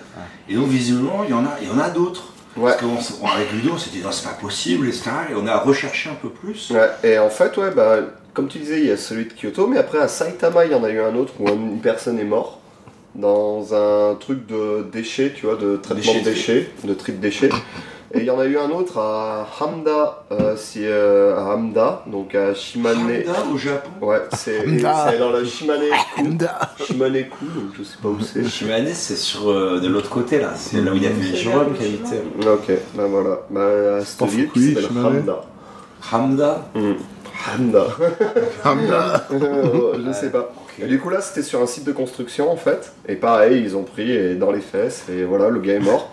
[SPEAKER 1] Et donc, visiblement, il y en a, il y en a d'autres.
[SPEAKER 2] Ouais.
[SPEAKER 1] Parce qu'on s- on- avec Ludo, on s'est dit, non, c'est pas possible, etc. Et on a recherché un peu plus.
[SPEAKER 2] Ouais, et en fait, ouais, bah, comme tu disais, il y a celui de Kyoto, mais après à Saitama, il y en a eu un autre où une personne est morte dans un truc de déchets, tu vois, de traitement de
[SPEAKER 1] Déchets.
[SPEAKER 2] déchets, de tri de déchets. Et il y en a eu un autre à Hamda, euh, si, euh, à Hamda, donc à Shimane.
[SPEAKER 1] Canada, au Japon.
[SPEAKER 2] Ouais, c'est
[SPEAKER 3] Hamda.
[SPEAKER 2] c'est dans la Shimane. Shimaneku, donc je sais pas
[SPEAKER 1] (laughs)
[SPEAKER 2] où c'est.
[SPEAKER 1] Shimane, c'est sur euh, de l'autre côté, là. C'est là où il a fait Jérôme qui a été.
[SPEAKER 2] Ok, ben voilà. Bah, à cette
[SPEAKER 3] Oh,
[SPEAKER 2] ville qui
[SPEAKER 3] oui,
[SPEAKER 2] s'appelle
[SPEAKER 3] Shimane.
[SPEAKER 2] Hamda.
[SPEAKER 1] Hamda.
[SPEAKER 2] Hamda. (laughs)
[SPEAKER 3] Hamda.
[SPEAKER 2] Euh, je sais pas. Et du coup là c'était sur un site de construction en fait et pareil ils ont pris et dans les fesses et voilà le gars est
[SPEAKER 3] (laughs)
[SPEAKER 2] mort.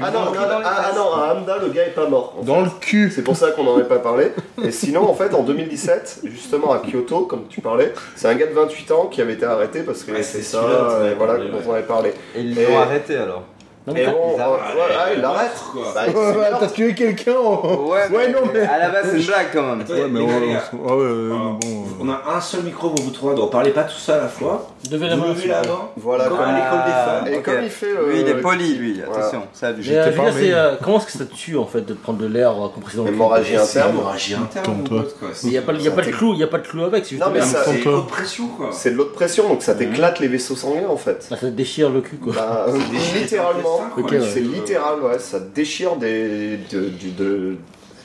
[SPEAKER 2] ah non, non, ah, ah non à Hamda le gars est pas mort. en fait.
[SPEAKER 3] Dans le cul.
[SPEAKER 2] C'est pour ça qu'on n'en avait pas parlé. Et sinon en fait en 2017 justement à Kyoto comme tu parlais c'est un gars de 28 ans qui avait été arrêté parce que
[SPEAKER 1] Ouais,
[SPEAKER 2] c'est
[SPEAKER 1] c'est
[SPEAKER 2] ça
[SPEAKER 1] celui-là dont on
[SPEAKER 2] euh,
[SPEAKER 1] avait
[SPEAKER 2] voilà
[SPEAKER 1] parlé,
[SPEAKER 2] dont
[SPEAKER 1] ouais.
[SPEAKER 2] on avait parlé.
[SPEAKER 12] Et ils
[SPEAKER 2] Et-
[SPEAKER 12] l'ont arrêté alors.
[SPEAKER 4] Non, mais
[SPEAKER 2] Et
[SPEAKER 4] t'as-
[SPEAKER 2] bon
[SPEAKER 12] ils arrêtent.
[SPEAKER 2] voilà il l'arrête.
[SPEAKER 1] quoi.
[SPEAKER 2] Bah,
[SPEAKER 3] Ouais, (laughs) ouais,
[SPEAKER 2] c'est-
[SPEAKER 3] t'as tué quelqu'un. en- (laughs) Ouais, non, mais.
[SPEAKER 12] À la base, c'est une blague quand même.
[SPEAKER 1] Attendez, les gars, les gars.
[SPEAKER 3] Ah ouais, ouais,
[SPEAKER 1] Euh,
[SPEAKER 3] bon.
[SPEAKER 1] On a un seul micro pour vous trois, donc parlez pas tout ça à la fois.
[SPEAKER 4] Devez la
[SPEAKER 1] Vous
[SPEAKER 4] main. euh,
[SPEAKER 1] levez la main.
[SPEAKER 2] Voilà,
[SPEAKER 1] Comme
[SPEAKER 2] comme-
[SPEAKER 1] à l'école des femmes.
[SPEAKER 2] Et
[SPEAKER 12] ok.
[SPEAKER 2] comme il fait, euh,
[SPEAKER 12] Lui, il est poli, lui.
[SPEAKER 2] Voilà.
[SPEAKER 12] Attention, ça abuse.
[SPEAKER 4] Mais euh,
[SPEAKER 3] t'ai
[SPEAKER 4] je
[SPEAKER 3] pas
[SPEAKER 4] veux dire, c'est,
[SPEAKER 3] aimé.
[SPEAKER 4] euh, comment est-ce que ça te tue en fait de prendre de l'air euh, compressé dans le cul
[SPEAKER 2] Hémorragie
[SPEAKER 1] C'est une
[SPEAKER 2] interne.
[SPEAKER 1] hémorragie interne, mon
[SPEAKER 3] Attends-toi.
[SPEAKER 1] pote, quoi.
[SPEAKER 4] Il n'y a pas, il y a pas de clou, il y a pas de clou avec. c'est juste
[SPEAKER 2] Non,
[SPEAKER 4] un
[SPEAKER 2] mais
[SPEAKER 4] verre.
[SPEAKER 2] ça-
[SPEAKER 1] C'est
[SPEAKER 3] Attends-toi.
[SPEAKER 1] haute pression, quoi.
[SPEAKER 2] C'est de l'autre pression donc ça t'éclate les vaisseaux sanguins en fait.
[SPEAKER 4] Ah, ça te déchire le cul quoi.
[SPEAKER 2] Bah, euh,
[SPEAKER 1] déchire
[SPEAKER 2] littéralement,
[SPEAKER 1] les intestins,
[SPEAKER 4] quoi. Ok, ouais.
[SPEAKER 2] c'est littéral, ouais, ça déchire des. de- du- de-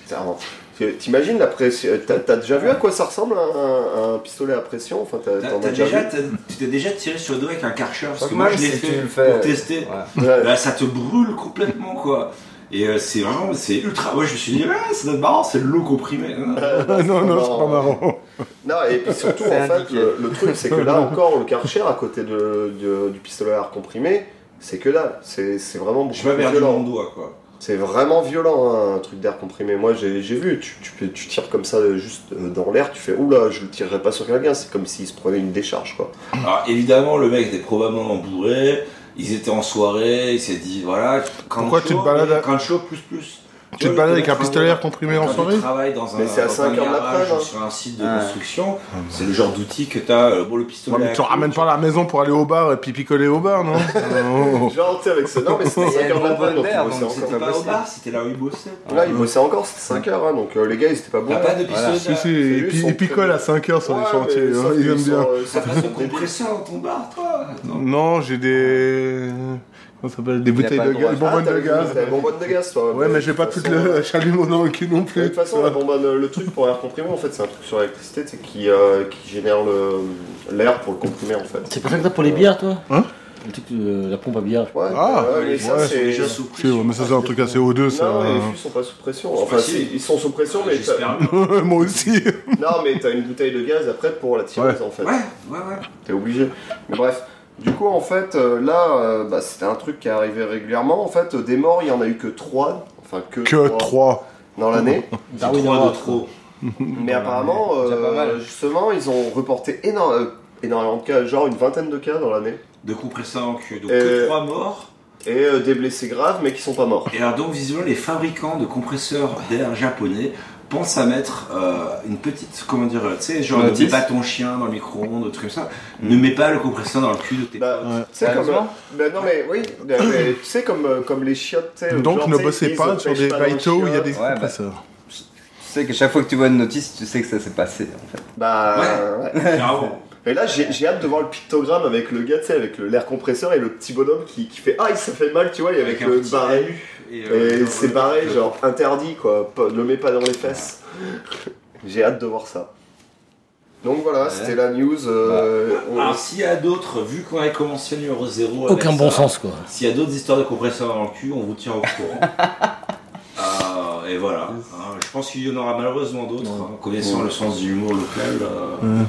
[SPEAKER 2] Attends, T'imagines la pression. euh, T'as t'as déjà vu à quoi ça ressemble un, un- un pistolet à pression Enfin, t'as-
[SPEAKER 1] T'as-
[SPEAKER 2] t'en
[SPEAKER 1] t'as
[SPEAKER 2] as déjà
[SPEAKER 1] déjà-
[SPEAKER 2] vu
[SPEAKER 1] t'as- Tu t'es déjà tiré sur le dos avec un karcher parce
[SPEAKER 12] Pas
[SPEAKER 1] que moi
[SPEAKER 12] mal
[SPEAKER 1] je l'ai
[SPEAKER 12] si tu
[SPEAKER 1] fait
[SPEAKER 12] le fais.
[SPEAKER 1] pour tester.
[SPEAKER 12] Ouais.
[SPEAKER 2] Ouais.
[SPEAKER 1] Là, ça te brûle complètement, quoi. Et euh, c'est vraiment, c'est ultra. Moi, je me suis dit, ah, ça doit être marrant, c'est de l'eau comprimée.
[SPEAKER 3] Ah, (laughs) non, non, c'est pas marrant.
[SPEAKER 2] Non, et
[SPEAKER 1] (laughs)
[SPEAKER 2] puis surtout, en
[SPEAKER 12] C'est
[SPEAKER 2] fait,
[SPEAKER 12] indiqué.
[SPEAKER 2] le, le truc, c'est que là encore, le Karcher à côté de, de- du pistolet à air comprimé, c'est que là, c'est c'est vraiment beaucoup
[SPEAKER 1] Je pas
[SPEAKER 2] plus
[SPEAKER 1] perdu mon
[SPEAKER 2] violent.
[SPEAKER 1] doigt, quoi.
[SPEAKER 2] C'est vraiment violent, hein, un truc d'air comprimé. Moi, j'ai j'ai vu, tu, tu, peux- tu tires comme ça euh, juste euh, dans l'air, tu fais, oula, je le tirerai pas sur quelqu'un, c'est comme s'il se prenait une décharge, quoi.
[SPEAKER 1] Alors, évidemment, le mec était probablement bourré. Ils étaient en soirée, il s'est dit, voilà, quand
[SPEAKER 3] Pourquoi tu te balades à-
[SPEAKER 1] Quand chaud, plus, plus.
[SPEAKER 3] Tu te balades avec un pistolet à air comprimé en soirée
[SPEAKER 1] Tu travailles dans un,
[SPEAKER 2] Mais c'est à
[SPEAKER 1] dans
[SPEAKER 2] cinq
[SPEAKER 1] un
[SPEAKER 2] heures de
[SPEAKER 1] garage
[SPEAKER 2] l'après,
[SPEAKER 1] ou
[SPEAKER 2] hein.
[SPEAKER 1] sur un site de
[SPEAKER 12] Ouais.
[SPEAKER 1] construction, c'est le genre d'outil que t'as, euh, bon, le pistolet.
[SPEAKER 3] Ouais, mais
[SPEAKER 1] à
[SPEAKER 3] tu
[SPEAKER 1] clou,
[SPEAKER 3] ramènes pas à la maison pour aller au bar et puis picoler au bar, (laughs) non Oh.
[SPEAKER 2] Genre, tu sais, avec ce. Non, mais c'était
[SPEAKER 12] Il y
[SPEAKER 2] 5
[SPEAKER 12] a une
[SPEAKER 2] heures
[SPEAKER 12] bonbonne
[SPEAKER 2] de
[SPEAKER 12] d'air,
[SPEAKER 2] l'après, donc il
[SPEAKER 12] donc
[SPEAKER 2] bossait
[SPEAKER 12] c'était
[SPEAKER 1] C'était
[SPEAKER 2] encore.
[SPEAKER 1] pas au bar, c'était là où il bossait.
[SPEAKER 2] Là, il bossait encore, c'était 5 heures, hein, donc euh, les gars, ils étaient pas bons.
[SPEAKER 1] T'as pas de
[SPEAKER 12] Voilà.
[SPEAKER 1] pistolet.
[SPEAKER 3] Si, si,
[SPEAKER 1] à-
[SPEAKER 3] Ah, ils
[SPEAKER 2] juste
[SPEAKER 3] pi-
[SPEAKER 2] son
[SPEAKER 3] ils picolent à 5 heures sur les chantiers, hein, ils aiment bien.
[SPEAKER 1] T'as
[SPEAKER 2] (laughs)
[SPEAKER 1] pas de compresseur dans ton bar, toi Non.
[SPEAKER 3] Non, j'ai des. Comment ça s'appelle Des bouteilles
[SPEAKER 12] pas
[SPEAKER 3] de
[SPEAKER 12] le droit.
[SPEAKER 3] gaz, des
[SPEAKER 2] Ah,
[SPEAKER 3] bonbonnes
[SPEAKER 2] t'as
[SPEAKER 3] de
[SPEAKER 2] une
[SPEAKER 3] gaz.
[SPEAKER 2] bonbonne de gaz, toi.
[SPEAKER 3] Ouais,
[SPEAKER 2] bah,
[SPEAKER 3] mais j'ai pas
[SPEAKER 2] de
[SPEAKER 3] toute
[SPEAKER 2] façon,
[SPEAKER 3] le chalumeau dans le cul non
[SPEAKER 2] De
[SPEAKER 3] plus.
[SPEAKER 2] toute façon, la bonbonne, euh, le truc pour air comprimé, en fait, c'est un truc sur l'électricité tu sais, qui, euh, qui génère le- l'air pour le comprimer, en fait.
[SPEAKER 4] C'est pour ça que t'as pour les bières toi
[SPEAKER 3] Hein
[SPEAKER 4] Le truc, euh, La pompe à bière.
[SPEAKER 2] Ouais,
[SPEAKER 3] Ah,
[SPEAKER 2] bah, ouais, mais ça,
[SPEAKER 3] ouais,
[SPEAKER 2] c'est.
[SPEAKER 1] Déjà sous
[SPEAKER 3] Si, ouais,
[SPEAKER 1] pression.
[SPEAKER 3] mais ça, c'est un truc à CO2,
[SPEAKER 2] Non,
[SPEAKER 3] ça. hein.
[SPEAKER 2] mais les fûts sont pas sous pression.
[SPEAKER 1] Sous
[SPEAKER 2] Enfin,
[SPEAKER 1] pression.
[SPEAKER 2] si, ils sont sous pression, mais t'as-
[SPEAKER 1] J'espère bien.
[SPEAKER 3] (laughs) Moi aussi.
[SPEAKER 2] non, mais t'as une bouteille de gaz après pour la tirer, en fait.
[SPEAKER 1] Ouais, ouais, ouais.
[SPEAKER 2] T'es obligé. Mais bref. Du coup, en fait, euh, là, euh, bah, c'était un truc qui arrivait régulièrement. En fait, euh, des morts, il n'y en a eu que 3. Enfin, que,
[SPEAKER 3] Que
[SPEAKER 2] trois
[SPEAKER 3] 3.
[SPEAKER 2] dans
[SPEAKER 3] (laughs)
[SPEAKER 2] l'année.
[SPEAKER 1] Darwin
[SPEAKER 4] Awards,
[SPEAKER 1] trois de
[SPEAKER 4] quoi.
[SPEAKER 1] trop.
[SPEAKER 2] Mais apparemment,
[SPEAKER 12] déjà
[SPEAKER 2] euh,
[SPEAKER 12] pas mal.
[SPEAKER 2] justement, ils ont reporté éno- euh, énormément de cas, genre une vingtaine de cas dans l'année.
[SPEAKER 1] De compresseur en cul. Donc,
[SPEAKER 2] Euh,
[SPEAKER 1] que trois morts.
[SPEAKER 2] Et euh, des blessés graves, mais qui sont pas morts.
[SPEAKER 1] Et alors donc visiblement les fabricants de compresseurs d'air japonais pensent à mettre euh, une petite, comment dire, tu sais, genre ne
[SPEAKER 12] Notice.
[SPEAKER 1] mets pas ton chien dans le micro-ondes, des trucs comme ça. Ne mets pas le compresseur dans le cul de tes...
[SPEAKER 2] Bah,
[SPEAKER 3] Ouais.
[SPEAKER 2] tu sais, comme,
[SPEAKER 12] Sérieusement
[SPEAKER 2] euh, bah, non, mais oui, mais, mais tu sais, comme, euh, comme les chiottes, tu sais,
[SPEAKER 3] Donc
[SPEAKER 2] genre,
[SPEAKER 3] ne
[SPEAKER 2] tu sais,
[SPEAKER 3] bossez
[SPEAKER 2] ils
[SPEAKER 3] pas
[SPEAKER 2] empêchent
[SPEAKER 3] sur des
[SPEAKER 2] pas dans le
[SPEAKER 3] baïtos où il y a
[SPEAKER 2] chiot.
[SPEAKER 3] des
[SPEAKER 12] Ouais, bah.
[SPEAKER 3] compresseurs.
[SPEAKER 12] Tu sais que chaque fois que tu vois une notice, tu sais que ça s'est passé. En fait.
[SPEAKER 2] Bah, ouais.
[SPEAKER 1] Clairement.
[SPEAKER 2] Et là, j'ai j'ai hâte de voir le pictogramme avec le gars, tu sais, avec le- l'air compresseur et le petit bonhomme qui, qui fait Ah, il ça fait mal, tu vois, et avec,
[SPEAKER 1] Avec un
[SPEAKER 2] le
[SPEAKER 1] petit
[SPEAKER 2] barré.
[SPEAKER 1] L,
[SPEAKER 2] Et,
[SPEAKER 1] et, euh, le-
[SPEAKER 2] c'est barré, genre interdit, quoi. Pas- le mets pas dans les fesses. j'ai hâte de voir ça. Donc voilà, c'était la news. euh, on-
[SPEAKER 1] Alors, Ah, s'il y a d'autres, vu qu'on a commencé le numéro 0,
[SPEAKER 4] Aucun bon sens, quoi.
[SPEAKER 1] S'il y a d'autres histoires de compresseurs dans le cul, on vous tient au courant. Euh, et voilà. Hein, je pense qu'il y en aura malheureusement d'autres, hein, connaissant
[SPEAKER 2] Ouais.
[SPEAKER 1] le sens du humour local. euh,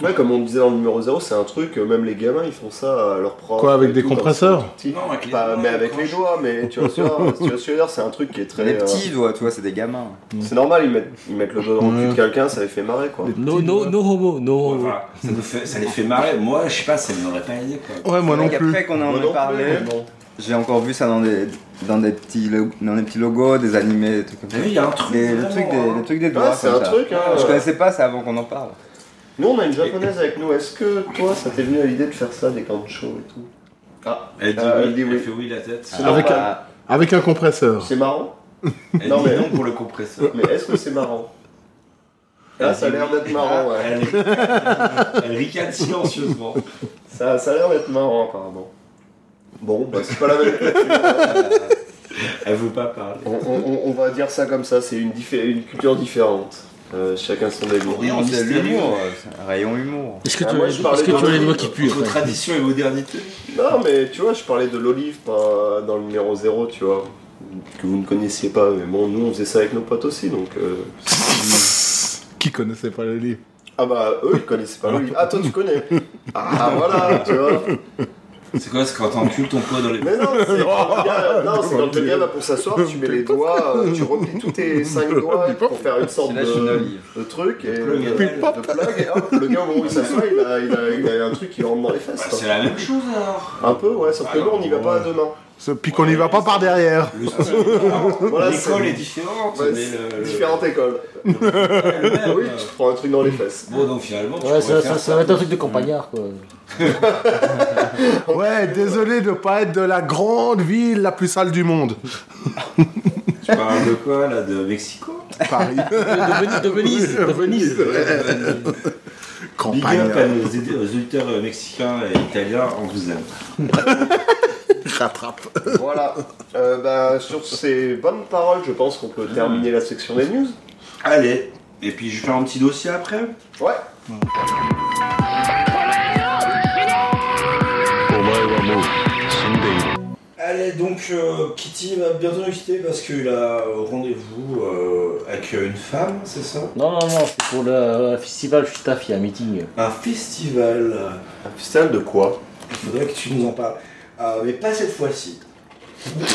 [SPEAKER 2] Ouais, comme on disait dans le numéro 0, c'est un truc, euh, même les gamins ils font ça à leur propre.
[SPEAKER 3] Quoi, avec des compresseurs
[SPEAKER 2] Non, avec les doigts. Mais avec les doigts, mais tu vois, ce que je veux dire, tu vois, ce que je veux dire, c'est un truc qui est très.
[SPEAKER 12] Les
[SPEAKER 2] euh,
[SPEAKER 12] petits doigts, tu vois, c'est des gamins.
[SPEAKER 2] C'est normal, ils mettent, ils mettent le doigt dans le cul
[SPEAKER 12] Ouais.
[SPEAKER 2] de quelqu'un, ça les fait marrer quoi.
[SPEAKER 4] No, no, no homo, no homo.
[SPEAKER 1] voilà. ça, nous fait- ça les fait marrer. Moi, je sais pas, ça ne m'aurait pas aidé.
[SPEAKER 2] Oh.
[SPEAKER 1] Quoi.
[SPEAKER 12] Après qu'on en
[SPEAKER 1] Moi non
[SPEAKER 12] ait
[SPEAKER 1] plus,
[SPEAKER 12] parlé,
[SPEAKER 1] mais bon.
[SPEAKER 12] j'ai encore vu ça dans des, dans, des petits lo- dans des petits logos, des animés, des trucs comme ça.
[SPEAKER 2] Oui, il y a un truc
[SPEAKER 12] Des- le
[SPEAKER 2] vraiment,
[SPEAKER 12] truc des,
[SPEAKER 2] hein.
[SPEAKER 12] le truc des
[SPEAKER 2] Ouais,
[SPEAKER 12] doigts.
[SPEAKER 2] c'est
[SPEAKER 12] comme
[SPEAKER 2] un
[SPEAKER 12] ça.
[SPEAKER 2] truc, hein.
[SPEAKER 12] Je connaissais pas, c'est avant qu'on en parle.
[SPEAKER 2] Nous on a une japonaise avec nous, est-ce que toi ça t'est venu à l'idée de faire ça, des canchos et tout Ah,
[SPEAKER 1] Elle dit
[SPEAKER 2] Ah,
[SPEAKER 1] oui,
[SPEAKER 2] elle dit
[SPEAKER 1] elle
[SPEAKER 2] oui. Ah.
[SPEAKER 1] fait oui la tête.
[SPEAKER 2] C'est normal.
[SPEAKER 3] Avec,
[SPEAKER 12] Bah,
[SPEAKER 3] un, avec un compresseur. (laughs)
[SPEAKER 2] C'est marrant
[SPEAKER 1] Elle
[SPEAKER 2] Non,
[SPEAKER 1] dit
[SPEAKER 2] mais-
[SPEAKER 1] non pour le compresseur.
[SPEAKER 2] Mais est-ce que c'est marrant Ah,
[SPEAKER 1] Elle
[SPEAKER 2] ça a
[SPEAKER 1] dit
[SPEAKER 2] l'air
[SPEAKER 1] oui.
[SPEAKER 2] d'être marrant, ouais.
[SPEAKER 1] Elle,
[SPEAKER 2] (laughs)
[SPEAKER 1] elle ricane silencieusement.
[SPEAKER 2] Ça, ça a l'air d'être marrant apparemment. Bon, bah c'est pas la même
[SPEAKER 1] Elle veut pas parler.
[SPEAKER 2] On, on- on va dire ça comme ça, c'est une, diffé- une culture différente. Euh, chacun son dégoût.
[SPEAKER 1] est en
[SPEAKER 12] C'est
[SPEAKER 1] mystérieux.
[SPEAKER 12] l'humour, euh, c'est un rayon humour.
[SPEAKER 4] Est-ce que
[SPEAKER 2] Ah,
[SPEAKER 4] tu
[SPEAKER 2] moi,
[SPEAKER 4] as-
[SPEAKER 2] je parlais
[SPEAKER 4] est-ce que
[SPEAKER 2] de
[SPEAKER 4] tu as les
[SPEAKER 2] l'olive,
[SPEAKER 4] doigts
[SPEAKER 2] (laughs)
[SPEAKER 4] qui puent
[SPEAKER 1] Entre
[SPEAKER 4] après
[SPEAKER 1] tradition et modernité.
[SPEAKER 2] Non, mais tu vois, je parlais de l'olive pas dans le numéro 0, tu vois. Que vous ne connaissiez pas, mais bon, nous on faisait ça avec nos potes aussi, donc. euh,
[SPEAKER 3] Qui connaissait pas le livre
[SPEAKER 2] Ah bah, eux ils connaissaient (laughs) pas l'olive. Ah, toi tu connais Ah, voilà, tu vois.
[SPEAKER 1] C'est quoi C'est quand t'encules ton poids dans les.
[SPEAKER 2] Mais non, c'est quand le gars- non, c'est quand le gars va pour s'asseoir, tu mets les doigts, euh, tu replies tous tes (laughs) 5 doigts pour faire une sorte
[SPEAKER 12] Tu
[SPEAKER 2] de,
[SPEAKER 12] lâches une olive.
[SPEAKER 2] de truc, et
[SPEAKER 1] plug,
[SPEAKER 2] de-
[SPEAKER 1] pip,
[SPEAKER 2] de plug, et hop, le gars au moment où il s'assoit, il a, il, a, il a un truc qui rentre dans les fesses.
[SPEAKER 1] Bah,
[SPEAKER 2] quoi.
[SPEAKER 1] c'est la même chose alors.
[SPEAKER 2] Un peu, ouais, sauf que
[SPEAKER 1] Ah,
[SPEAKER 2] nous on n'y va
[SPEAKER 3] ouais.
[SPEAKER 2] pas demain.
[SPEAKER 3] Ce- Puis qu'on y va pas par derrière.
[SPEAKER 1] Le style est différent.
[SPEAKER 2] Ah, Voilà,
[SPEAKER 1] L'école
[SPEAKER 2] c'est-
[SPEAKER 1] est différente.
[SPEAKER 2] Ouais,
[SPEAKER 1] mais
[SPEAKER 2] c'est
[SPEAKER 1] le- Ah le-
[SPEAKER 2] différentes écoles.
[SPEAKER 1] le même.
[SPEAKER 2] oui, tu te prends un truc dans les fesses.
[SPEAKER 1] Bon, donc finalement, tu pourrais
[SPEAKER 4] Ouais, ça,
[SPEAKER 1] faire
[SPEAKER 4] ça, ça
[SPEAKER 1] ça.
[SPEAKER 4] va être un truc de campagnard, quoi.
[SPEAKER 3] Ouais, désolé de pas être de la grande ville la plus sale du monde.
[SPEAKER 1] Tu parles de quoi là De Mexico
[SPEAKER 3] Paris.
[SPEAKER 4] De, de Venise,
[SPEAKER 2] (laughs)
[SPEAKER 4] de Venise.
[SPEAKER 1] Big
[SPEAKER 3] Campagne.
[SPEAKER 1] up à nos aid- aux auditeurs euh, mexicains et italiens, on vous aime.
[SPEAKER 3] Rattrape.
[SPEAKER 2] voilà. Euh, bah, sur ces bonnes paroles, je pense qu'on peut terminer la section des news.
[SPEAKER 1] Allez, et puis je fais un petit dossier après.
[SPEAKER 2] Ouais.
[SPEAKER 6] お前はもう死んでいる
[SPEAKER 1] Allez, donc euh, Kitty va bientôt nous quitter parce qu'il a euh, rendez-vous euh, avec euh, une femme, c'est ça
[SPEAKER 4] Non, non, non, c'est pour le euh, festival Staff, il y a un meeting.
[SPEAKER 1] Un festival. euh,
[SPEAKER 2] Un festival de quoi
[SPEAKER 1] Il faudrait que tu nous en parles. Euh, mais pas cette
[SPEAKER 12] (laughs)
[SPEAKER 1] fois-ci.
[SPEAKER 2] Un jour.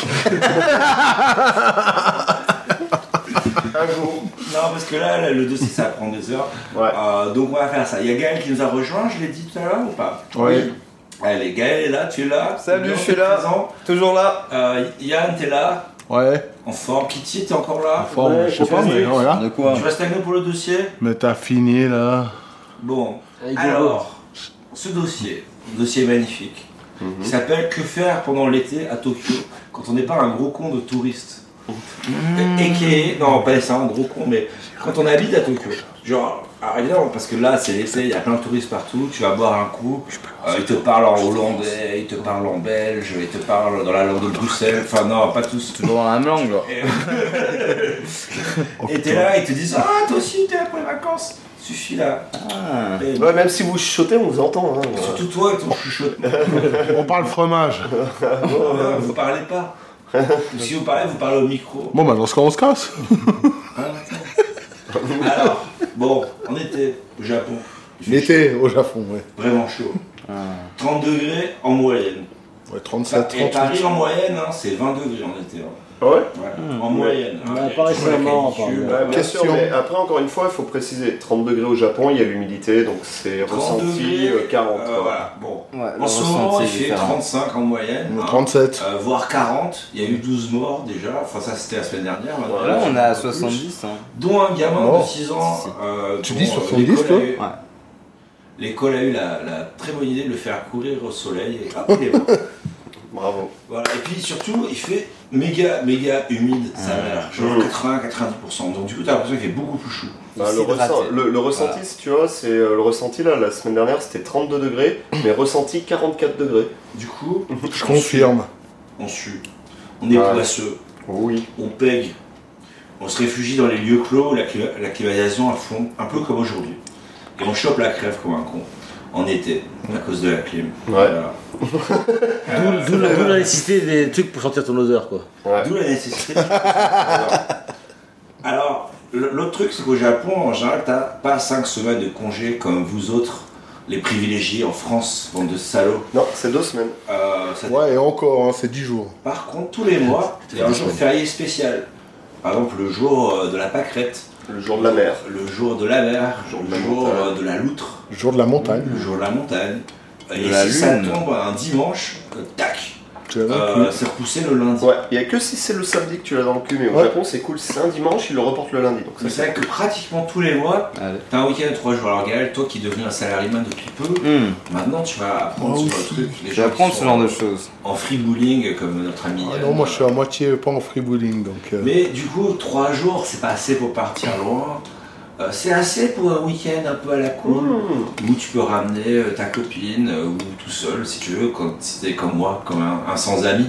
[SPEAKER 1] Non, parce que là, là, le dossier, ça prend des heures.
[SPEAKER 2] Ouais.
[SPEAKER 1] Euh, donc on va faire ça. Il y a Gaël qui nous a rejoint, je l'ai dit tout à l'heure ou pas
[SPEAKER 3] Ouais.
[SPEAKER 1] Allez, Gaël est là, tu es là.
[SPEAKER 12] Salut,
[SPEAKER 1] Bien,
[SPEAKER 12] je suis
[SPEAKER 1] t'es
[SPEAKER 12] là.
[SPEAKER 1] présent.
[SPEAKER 12] Toujours là.
[SPEAKER 1] Euh, Yann, t'es là.
[SPEAKER 3] Ouais.
[SPEAKER 1] En forme. Kitty, t'es encore là.
[SPEAKER 3] Enfin,
[SPEAKER 2] Ouais,
[SPEAKER 3] je sais
[SPEAKER 2] je
[SPEAKER 3] pas,
[SPEAKER 2] sais.
[SPEAKER 3] mais non, là.
[SPEAKER 12] De quoi
[SPEAKER 1] Tu restes avec nous pour le dossier
[SPEAKER 3] Mais t'as fini là.
[SPEAKER 1] Bon,
[SPEAKER 4] Avec des
[SPEAKER 1] alors, ce dossier, un dossier magnifique, qui s'appelle Que faire pendant l'été à Tokyo quand on n'est pas un gros con de touriste Et- Et qui est, non, pas ça, un gros con, mais quand on habite à Tokyo, genre, alors évidemment, parce que là c'est l'été, il y a plein de touristes partout, tu vas boire un coup, euh, ils te parlent en hollandais, ils te parlent en belge, ils te parlent dans la langue de Bruxelles, enfin non, pas tous, tout le monde.
[SPEAKER 12] Toujours dans la même langue, genre.
[SPEAKER 1] Et t'es là, ils te disent, ah toi aussi t'es là pour les vacances, suffit là.
[SPEAKER 12] Ah.
[SPEAKER 1] Et-
[SPEAKER 2] Ouais, Eh ben, même si vous chuchotez, on vous entend. hein.
[SPEAKER 1] Surtout toi et ton chuchotement.
[SPEAKER 3] On parle fromage.
[SPEAKER 1] Oh, ouais, vous parlez pas. Ou si vous parlez, vous parlez au micro.
[SPEAKER 3] Bon, bah, dans ce cas, on se casse.
[SPEAKER 1] Hein, (laughs) Alors, bon, en été, au Japon,
[SPEAKER 3] L'été au Japon, ouais.
[SPEAKER 1] vraiment chaud. 30 degrés en moyenne.
[SPEAKER 3] Ouais,
[SPEAKER 1] Ça,
[SPEAKER 3] 37,
[SPEAKER 1] et
[SPEAKER 3] 38.
[SPEAKER 1] Paris en moyenne, hein, c'est 20 degrés en été. hein.
[SPEAKER 2] Ah ouais
[SPEAKER 1] Ouais, En moyenne.
[SPEAKER 4] On
[SPEAKER 1] hein.
[SPEAKER 4] a pas récemment,
[SPEAKER 1] Il y a toujours la canicule.
[SPEAKER 2] Ouais, bien
[SPEAKER 3] Question.
[SPEAKER 2] sûr, mais après, encore une fois, il faut préciser 30 degrés au Japon, il y a l'humidité, donc c'est
[SPEAKER 1] 30
[SPEAKER 2] ressenti
[SPEAKER 1] degrés,
[SPEAKER 2] euh, 40.
[SPEAKER 1] euh,
[SPEAKER 2] quoi.
[SPEAKER 1] voilà, bon.
[SPEAKER 12] Ouais, le
[SPEAKER 1] En ce moment,
[SPEAKER 12] Ah, ressenti
[SPEAKER 1] il
[SPEAKER 12] est
[SPEAKER 1] fait
[SPEAKER 12] différent.
[SPEAKER 1] 35 en moyenne, hein,
[SPEAKER 3] 37.
[SPEAKER 1] euh, voire 40. Il y a eu 12 morts déjà. Enfin, ça, c'était la semaine dernière. maintenant,
[SPEAKER 12] Là, on est à
[SPEAKER 1] plus.
[SPEAKER 12] 70. Hein.
[SPEAKER 1] dont un gamin
[SPEAKER 3] Bon.
[SPEAKER 1] de 6 ans.
[SPEAKER 12] Si, si.
[SPEAKER 1] euh,
[SPEAKER 3] Tu
[SPEAKER 1] dont,
[SPEAKER 3] dis
[SPEAKER 1] euh,
[SPEAKER 3] 70,
[SPEAKER 1] l'école a
[SPEAKER 3] toi
[SPEAKER 1] eu-
[SPEAKER 12] Ouais.
[SPEAKER 3] (laughs)
[SPEAKER 1] L'école a eu la, la très bonne idée de le faire courir au soleil et hop, il est mort.
[SPEAKER 2] Bravo.
[SPEAKER 1] Voilà, et puis surtout, il fait méga, méga humide, sa mère.
[SPEAKER 12] Mm.
[SPEAKER 1] Genre 80-90%. Donc du coup, t'as l'impression qu'il fait beaucoup plus chaud.
[SPEAKER 2] Bah, le, ressent- le- le ressenti, si tu vois, c'est euh, le ressenti là, la semaine dernière c'était 32 degrés, mais ressenti 44 degrés.
[SPEAKER 1] Du coup,
[SPEAKER 3] Je confirme.
[SPEAKER 1] on sue, on est
[SPEAKER 2] Ouais.
[SPEAKER 1] poisseux,
[SPEAKER 2] Oui.
[SPEAKER 1] on pègue, on se réfugie dans les lieux clos, la, cli- la climatisation à fond, un peu comme aujourd'hui. Et on chope la crève comme un con, en été,
[SPEAKER 3] Mm.
[SPEAKER 1] à cause de la clim.
[SPEAKER 3] (laughs)
[SPEAKER 1] Voilà.
[SPEAKER 4] D'où- D'où la- d'où la nécessité des trucs pour sentir ton odeur, quoi.
[SPEAKER 1] D'où la nécessité. Alors, alors, le- l'autre truc, c'est qu'au Japon, en général, t'as pas 5 semaines de congé comme vous autres, les privilégiés en France, bande de salauds.
[SPEAKER 2] Non, c'est deux semaines.
[SPEAKER 1] Euh, ça-
[SPEAKER 3] Ouais, et encore, hein, c'est 10 jours.
[SPEAKER 1] Par contre, tous les mois, il y a un jour férié spécial. Par exemple, le jour euh, de la pâquerette,
[SPEAKER 2] Le jour de la mer.
[SPEAKER 1] le jour de la mer, le jour euh, de la loutre,
[SPEAKER 3] Le jour de la montagne.
[SPEAKER 1] le jour de la montagne. Et
[SPEAKER 12] la
[SPEAKER 1] si ça
[SPEAKER 12] lune.
[SPEAKER 1] tombe un dimanche, euh, tac,
[SPEAKER 3] Tu l'avais
[SPEAKER 1] euh,
[SPEAKER 3] inclus.
[SPEAKER 1] c'est repoussé le lundi.
[SPEAKER 2] Ouais, il y a que si c'est le samedi que tu l'as dans le cul, mais au
[SPEAKER 3] Ouais.
[SPEAKER 2] Japon c'est cool, c'est un dimanche, ils le reportent le lundi. Donc ça,
[SPEAKER 1] Mais C'est vrai que pratiquement tous les mois,
[SPEAKER 12] Allez.
[SPEAKER 1] t'as un week-end, trois jours. Alors Gaël, toi qui es devenu un salariman depuis peu,
[SPEAKER 12] Hum,
[SPEAKER 1] maintenant tu vas apprendre
[SPEAKER 3] Moi
[SPEAKER 1] sur le
[SPEAKER 3] aussi.
[SPEAKER 1] truc. Les
[SPEAKER 12] Je
[SPEAKER 1] gens
[SPEAKER 12] vais
[SPEAKER 1] qui
[SPEAKER 12] apprendre
[SPEAKER 1] sont
[SPEAKER 12] ce genre de choses.
[SPEAKER 1] En freebooling comme notre ami.
[SPEAKER 3] Ah
[SPEAKER 1] Yann.
[SPEAKER 3] non, moi je suis à moitié pas en freebooling donc. euh,
[SPEAKER 1] Mais du coup, trois jours, c'est pas assez pour partir loin. Euh, c'est assez pour un week-end un peu à la
[SPEAKER 2] Mmh.
[SPEAKER 1] cool, où tu peux ramener euh, ta copine euh, ou tout seul, si tu veux, quand, si t'es comme moi, comme un, un sans-ami.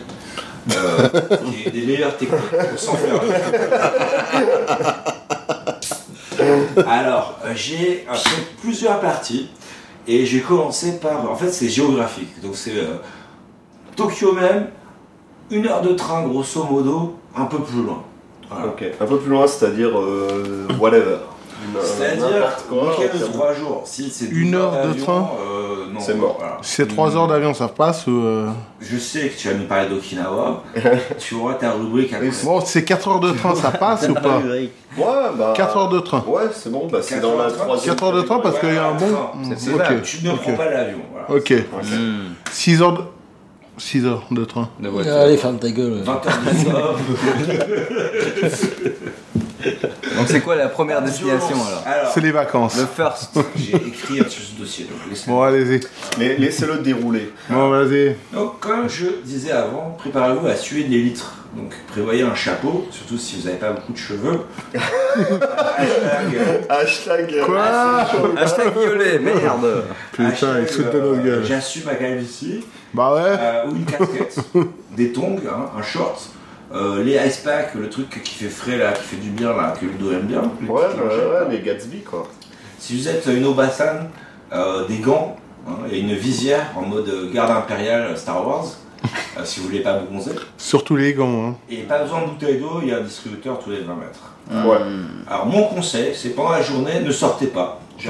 [SPEAKER 1] Euh, (laughs) qui est des meilleures techniques pour s'en faire. (laughs) Alors, euh, j'ai euh, fait plusieurs parties et j'ai commencé par. En fait, c'est géographique. Donc, c'est euh, Tokyo même, une heure de train, grosso modo, un peu plus loin. Voilà.
[SPEAKER 2] Ok, un peu plus loin, c'est-à-dire euh, whatever.
[SPEAKER 1] C'est-à-dire,
[SPEAKER 2] Euh, N'importe quoi,
[SPEAKER 1] week-end de
[SPEAKER 2] c'est-
[SPEAKER 1] 3 jours. Si c'est
[SPEAKER 3] Une
[SPEAKER 1] 12
[SPEAKER 3] heure de
[SPEAKER 1] d'avion,
[SPEAKER 3] train
[SPEAKER 1] euh, non,
[SPEAKER 2] C'est mort.
[SPEAKER 1] voilà.
[SPEAKER 3] C'est 3 heures d'avion, ça passe ou. euh,
[SPEAKER 1] Je sais que tu vas nous parler
[SPEAKER 3] (laughs)
[SPEAKER 1] d'Okinawa. tu auras ta rubrique après.
[SPEAKER 3] Bon, c'est 4 heures de train, ça passe ou pas
[SPEAKER 2] Ouais, bah.
[SPEAKER 3] 4 heures de train.
[SPEAKER 2] Ouais, c'est bon, bah c'est
[SPEAKER 1] Quatre
[SPEAKER 2] dans
[SPEAKER 1] heures
[SPEAKER 2] la
[SPEAKER 1] de train.
[SPEAKER 2] troisième.
[SPEAKER 3] 4 heures de train parce qu'il y a un
[SPEAKER 1] Ouais,
[SPEAKER 3] bon.
[SPEAKER 1] train.
[SPEAKER 12] C'est
[SPEAKER 3] Ok.
[SPEAKER 1] Tu ne prends
[SPEAKER 3] Ok.
[SPEAKER 1] pas l'avion. Voilà.
[SPEAKER 3] euh, Ok.
[SPEAKER 12] Hum,
[SPEAKER 3] 6 heures de. 6 heures de train.
[SPEAKER 12] de voiture.
[SPEAKER 4] Allez, ferme ta gueule.
[SPEAKER 3] (laughs)
[SPEAKER 1] 20h19.
[SPEAKER 12] Donc c'est quoi la première destination alors
[SPEAKER 1] Alors,
[SPEAKER 3] C'est les vacances.
[SPEAKER 12] Le first.
[SPEAKER 3] (laughs)
[SPEAKER 1] j'ai écrit sur ce dossier. Donc, laisse-moi.
[SPEAKER 3] Bon, allez-y.
[SPEAKER 2] Mais laissez-le dérouler.
[SPEAKER 3] Bon, vas-y.
[SPEAKER 1] Donc, comme je disais avant, préparez-vous à suer des litres. Donc, prévoyez un chapeau, surtout si vous n'avez pas beaucoup de
[SPEAKER 3] (laughs)
[SPEAKER 1] cheveux. Hashtag-
[SPEAKER 2] (laughs) Hashtag. euh,
[SPEAKER 3] Quoi
[SPEAKER 12] Hashtag violet, (laughs) merde
[SPEAKER 3] Putain,
[SPEAKER 1] hashtag,
[SPEAKER 3] il se fout de notre
[SPEAKER 1] euh,
[SPEAKER 3] gueule.
[SPEAKER 1] J'assume ma calvitie.
[SPEAKER 3] Bah ouais.
[SPEAKER 1] Euh, ou une
[SPEAKER 2] (laughs)
[SPEAKER 1] casquette, des tongs, hein, un short, euh, les ice packs, le truc qui fait frais là, qui fait du bien là, que Ludo aime bien.
[SPEAKER 2] Ouais, ouais, ouais, mais Gatsby quoi.
[SPEAKER 1] Si vous êtes une Obasan, euh, des gants hein, et une visière en mode euh, garde impériale Star Wars, euh, si vous voulez pas bronzer.
[SPEAKER 3] Surtout les gants. Hein.
[SPEAKER 1] Et pas besoin de bouteille d'eau, il y a un distributeur tous les 20 mètres.
[SPEAKER 2] Ouais.
[SPEAKER 1] Alors mon conseil, c'est pendant la journée, ne sortez pas.
[SPEAKER 2] (laughs)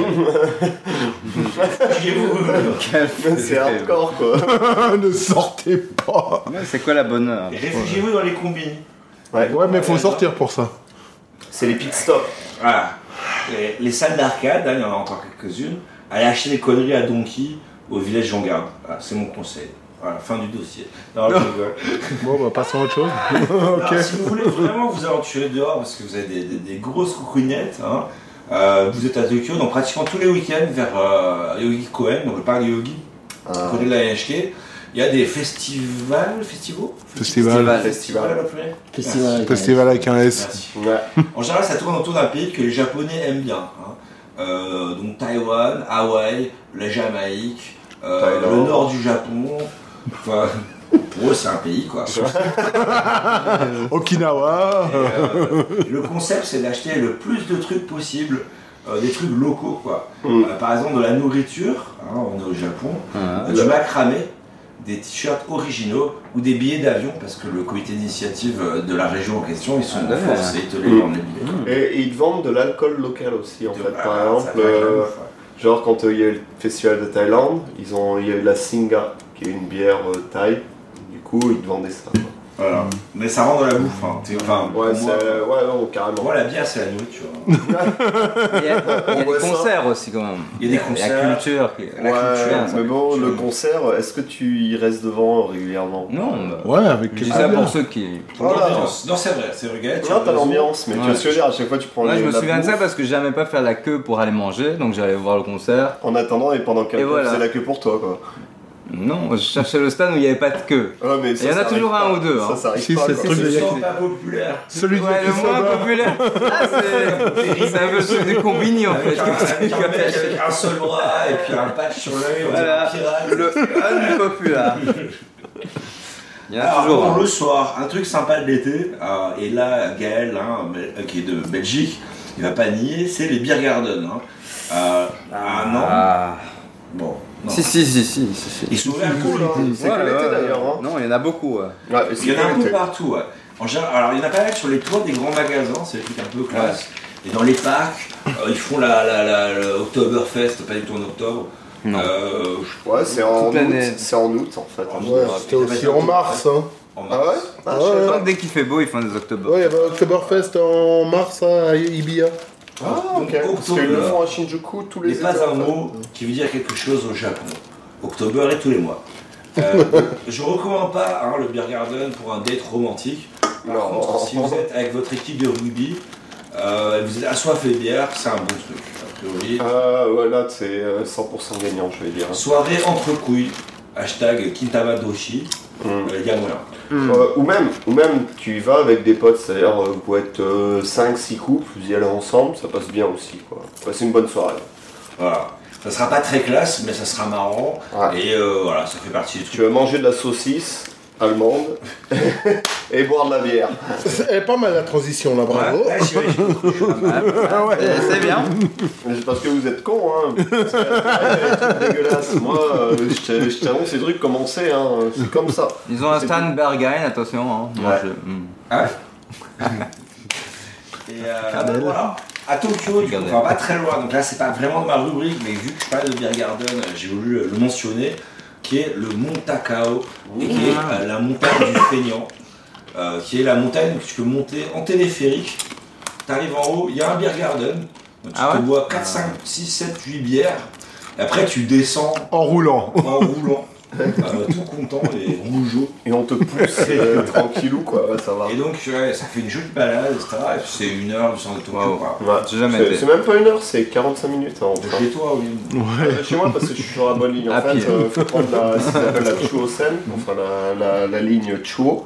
[SPEAKER 1] Réfugiez-vous.
[SPEAKER 2] (laughs)
[SPEAKER 1] euh,
[SPEAKER 2] C'est hardcore (laughs) quoi.
[SPEAKER 3] Ah, ne sortez pas.
[SPEAKER 12] Ouais, C'est quoi la bonne heure
[SPEAKER 1] Réfugiez-vous dans les combines.
[SPEAKER 3] Ouais, mais faut sortir pour ça.
[SPEAKER 2] C'est les pit stops.
[SPEAKER 1] Voilà. Les, les salles d'arcade, hein, il y en a encore quelques-unes. Allez acheter des conneries à Donkey au village Jean Garde. Voilà, c'est mon conseil. Voilà, fin du dossier. Non, je rigole.
[SPEAKER 3] Bon, bah passons à autre chose.
[SPEAKER 1] Alors,
[SPEAKER 3] (laughs) ok.
[SPEAKER 1] si vous voulez vraiment vous aventurer dehors parce que vous avez des, des- des grosses coucougnettes, hein, euh, vous êtes à Tokyo, donc pratiquement tous les week-ends vers euh, Yogi Koen, donc le parc de Yogi,
[SPEAKER 2] Ah.
[SPEAKER 1] côté de la HK. Il y a des festivals, festivals
[SPEAKER 3] Festival.
[SPEAKER 1] Festivals,
[SPEAKER 2] Festival.
[SPEAKER 1] la première
[SPEAKER 4] Festival.
[SPEAKER 3] Festival avec un S.
[SPEAKER 1] Merci.
[SPEAKER 2] Ouais.
[SPEAKER 1] En général, ça tourne autour d'un pays que les Japonais aiment bien. hein. Euh, donc Taïwan, Hawaï, la Jamaïque, euh,
[SPEAKER 2] Thaïlande.
[SPEAKER 1] le nord du Japon. Enfin, pour eux, c'est un pays quoi.
[SPEAKER 3] Okinawa.
[SPEAKER 1] Et, euh, (laughs) le concept, c'est d'acheter le plus de trucs possible, euh, des trucs locaux quoi.
[SPEAKER 2] Mm.
[SPEAKER 1] Euh, par exemple, de la nourriture, hein, on est au Japon,
[SPEAKER 12] Ah.
[SPEAKER 1] euh, du macramé, des t-shirts originaux ou des billets d'avion parce que le comité d'initiative euh, de la région en question, ils sont
[SPEAKER 12] Ah, ouais.
[SPEAKER 1] forcés de les vendre les billets.
[SPEAKER 2] Et ils te vendent de l'alcool local aussi Mm. en
[SPEAKER 1] De-
[SPEAKER 2] fait.
[SPEAKER 1] ah,
[SPEAKER 2] Par
[SPEAKER 1] ça
[SPEAKER 2] exemple,
[SPEAKER 1] fait la
[SPEAKER 2] euh,
[SPEAKER 1] ouf, ouais.
[SPEAKER 2] genre quand euh, il y a eu le festival de Thaïlande, ils ont, il y a eu la Singa, qui est une bière euh, thaï. Du coup, ils te vendaient ça. quoi.
[SPEAKER 1] Voilà. Mais ça rentre dans la bouffe. Hein. T'es- Enfin,
[SPEAKER 2] Ouais,
[SPEAKER 1] pour moi,
[SPEAKER 2] c'est- ouais, non,
[SPEAKER 1] pour
[SPEAKER 2] carrément.
[SPEAKER 1] moi, la bière, c'est la nourriture. hein.
[SPEAKER 12] (laughs) Il y a, il y a (laughs)
[SPEAKER 2] On voit
[SPEAKER 12] des
[SPEAKER 2] ça.
[SPEAKER 12] concerts aussi quand même.
[SPEAKER 1] Il y a des concerts.
[SPEAKER 12] La culture. qui- La
[SPEAKER 2] Ouais,
[SPEAKER 12] culture. ça.
[SPEAKER 2] mais bon,
[SPEAKER 1] culture.
[SPEAKER 2] le concert, est-ce que tu y restes devant régulièrement
[SPEAKER 12] Non, bah,
[SPEAKER 3] Ouais, avec
[SPEAKER 12] je dis
[SPEAKER 3] Ah,
[SPEAKER 12] ça
[SPEAKER 3] bien.
[SPEAKER 12] pour ceux qui.
[SPEAKER 2] Voilà.
[SPEAKER 1] L'ambiance. Non, c'est vrai, c'est vrai. Gaël, tu as
[SPEAKER 2] Non, t'as
[SPEAKER 1] raison.
[SPEAKER 2] l'ambiance, mais tu vois
[SPEAKER 12] Ouais.
[SPEAKER 2] ce que je veux dire, à chaque fois tu prends
[SPEAKER 12] Moi,
[SPEAKER 2] les-
[SPEAKER 12] je me
[SPEAKER 2] la
[SPEAKER 12] souviens de ça bah.
[SPEAKER 2] bouffe.
[SPEAKER 12] parce que j'aimais pas faire la queue pour aller manger, donc j'allais voir le concert.
[SPEAKER 2] En attendant et pendant qu'elle
[SPEAKER 12] Et voilà.
[SPEAKER 2] c'est la queue pour toi quoi.
[SPEAKER 12] Non, je cherchais le stand où il n'y avait pas de queue.
[SPEAKER 2] mais
[SPEAKER 12] il y en a toujours un ou deux. hein.
[SPEAKER 1] populaire.
[SPEAKER 12] Celui ouais, le moins populaire. Ah, c'est c'est un peu celui du combini en fait.
[SPEAKER 1] Avec un, avec
[SPEAKER 12] Ah,
[SPEAKER 1] un mec avec un seul bras et puis un patch sur l'œil, on dirait un pirate.
[SPEAKER 12] Le unpopular. Il y en a
[SPEAKER 1] Alors,
[SPEAKER 12] toujours.
[SPEAKER 1] bon,
[SPEAKER 12] hein.
[SPEAKER 1] le soir, un truc sympa de l'été, euh, et là, Gaël, hein, Bel- euh, qui est de Belgique, il va pas nier, c'est les Beer Garden. Hein. Euh, ah non
[SPEAKER 12] Ah.
[SPEAKER 1] Bon. non.
[SPEAKER 12] Si, si, si, si. si, si.
[SPEAKER 1] Ils sont ouverts
[SPEAKER 2] cool,
[SPEAKER 1] tout l'été.
[SPEAKER 2] hein. C'est que l'été, d'ailleurs, hein.
[SPEAKER 12] Non, il y en a beaucoup. ouais.
[SPEAKER 2] Ouais,
[SPEAKER 1] Il y en a un peu partout. ouais. En général, alors, il y en a pas mal sur les toits des grands magasins, c'est le truc un peu classe. Et dans les parcs, euh, ils font la, la, la- le Oktoberfest, pas du tout en octobre.
[SPEAKER 12] Non.
[SPEAKER 1] Euh,
[SPEAKER 2] Ouais, c'est en,
[SPEAKER 12] Toute l'année.
[SPEAKER 2] août- c'est en août en fait. hein.
[SPEAKER 1] En août.
[SPEAKER 3] Ouais, c'était aussi en mars, hein.
[SPEAKER 1] en
[SPEAKER 2] Ah ouais
[SPEAKER 1] mars.
[SPEAKER 2] Ah,
[SPEAKER 3] Ouais,
[SPEAKER 2] je savais
[SPEAKER 3] ouais.
[SPEAKER 2] pas.
[SPEAKER 12] Dès qu'il fait beau, ils font des octobre.
[SPEAKER 3] Ouais, il y avait Oktoberfest en mars hein, à Ibiza.
[SPEAKER 2] Ah, ok. Parce
[SPEAKER 1] Octobre.
[SPEAKER 2] qu'ils le font à Shinjuku tous les hein.
[SPEAKER 1] n'est
[SPEAKER 2] étés.
[SPEAKER 1] pas un
[SPEAKER 2] en fait.
[SPEAKER 1] mot qui veut dire quelque chose au Japon. Octobre est tous les mois.
[SPEAKER 2] (laughs)
[SPEAKER 1] Euh, je recommande pas hein, le Beer Garden pour un date romantique. Par
[SPEAKER 2] Non.
[SPEAKER 1] contre, si vous êtes avec votre équipe de rugby, euh, vous êtes assoiffé de bière, c'est un bon truc. A priori.
[SPEAKER 2] Ah, ouais, là, c'est euh, 100% gagnant, je vais dire.
[SPEAKER 1] Soirée entre couilles, hashtag Kintama Doshi,
[SPEAKER 2] Mm.
[SPEAKER 1] euh, il y a moyen.
[SPEAKER 12] Hmm.
[SPEAKER 2] Euh, ou, même, ou même, tu y vas avec des potes, c'est-à-dire, euh, vous pouvez être 5-6 couples, vous y allez ensemble, ça passe bien aussi, quoi. Passez une bonne soirée.
[SPEAKER 1] Voilà. Ça sera pas très classe, mais ça sera marrant.
[SPEAKER 2] Ouais.
[SPEAKER 1] Et euh, voilà, ça fait partie du
[SPEAKER 2] Tu
[SPEAKER 1] truc.
[SPEAKER 2] vas manger de la saucisse allemande (laughs) et boire de la bière.
[SPEAKER 3] Elle est pas mal la transition là, bravo.
[SPEAKER 1] Ouais, j'imagine.
[SPEAKER 12] Eh, C'est (laughs) bien.
[SPEAKER 2] Mais c'est parce que vous êtes cons, hein. Parce que, ouais, des trucs dégueulasses. Moi, euh, je t'a- je t'annonce, ces trucs commençaient, hein. C'est comme ça.
[SPEAKER 12] Ils ont un
[SPEAKER 2] C'est
[SPEAKER 12] stand Berghain, attention. Hein. Moi,
[SPEAKER 2] Ouais.
[SPEAKER 12] je- hmm.
[SPEAKER 1] Et euh, voilà. À Tokyo, du coup, enfin, pas très loin, donc là c'est pas vraiment de ma rubrique, mais vu que je parle de Beer Garden, euh, j'ai voulu euh, le mentionner, qui est le mont Takao, et qui est euh, la montagne du Feignant, euh, qui est la montagne que tu peux monter en téléphérique. T'arrives en haut, il y a un Beer Garden, donc tu
[SPEAKER 12] Ah
[SPEAKER 1] te
[SPEAKER 12] ouais
[SPEAKER 1] bois 4, 5, 6, 7, 8 bières, et après tu descends
[SPEAKER 3] En roulant.
[SPEAKER 1] en
[SPEAKER 12] (laughs)
[SPEAKER 1] roulant, euh, tout content et rougeau.
[SPEAKER 2] Et on te pousse euh, tranquillou, quoi. Ouais, ça va.
[SPEAKER 1] Et donc ouais, ça fait une jolie balade, etc. Et puis, c'est une heure du centre de Tokyo,
[SPEAKER 12] Wow.
[SPEAKER 1] quoi.
[SPEAKER 2] Ouais.
[SPEAKER 12] J'ai jamais
[SPEAKER 2] C'est-
[SPEAKER 12] été.
[SPEAKER 2] C'est même pas une heure, c'est 45 minutes. hein, en
[SPEAKER 1] De
[SPEAKER 2] train.
[SPEAKER 1] chez toi, oui.
[SPEAKER 2] Euh, Chez moi, parce que je suis sur la bonne ligne. En
[SPEAKER 12] À
[SPEAKER 2] fait,
[SPEAKER 12] pied.
[SPEAKER 2] euh, faut prendre la, ce qu'on appelle la Chuo-sen, enfin la, la- la ligne Chuo.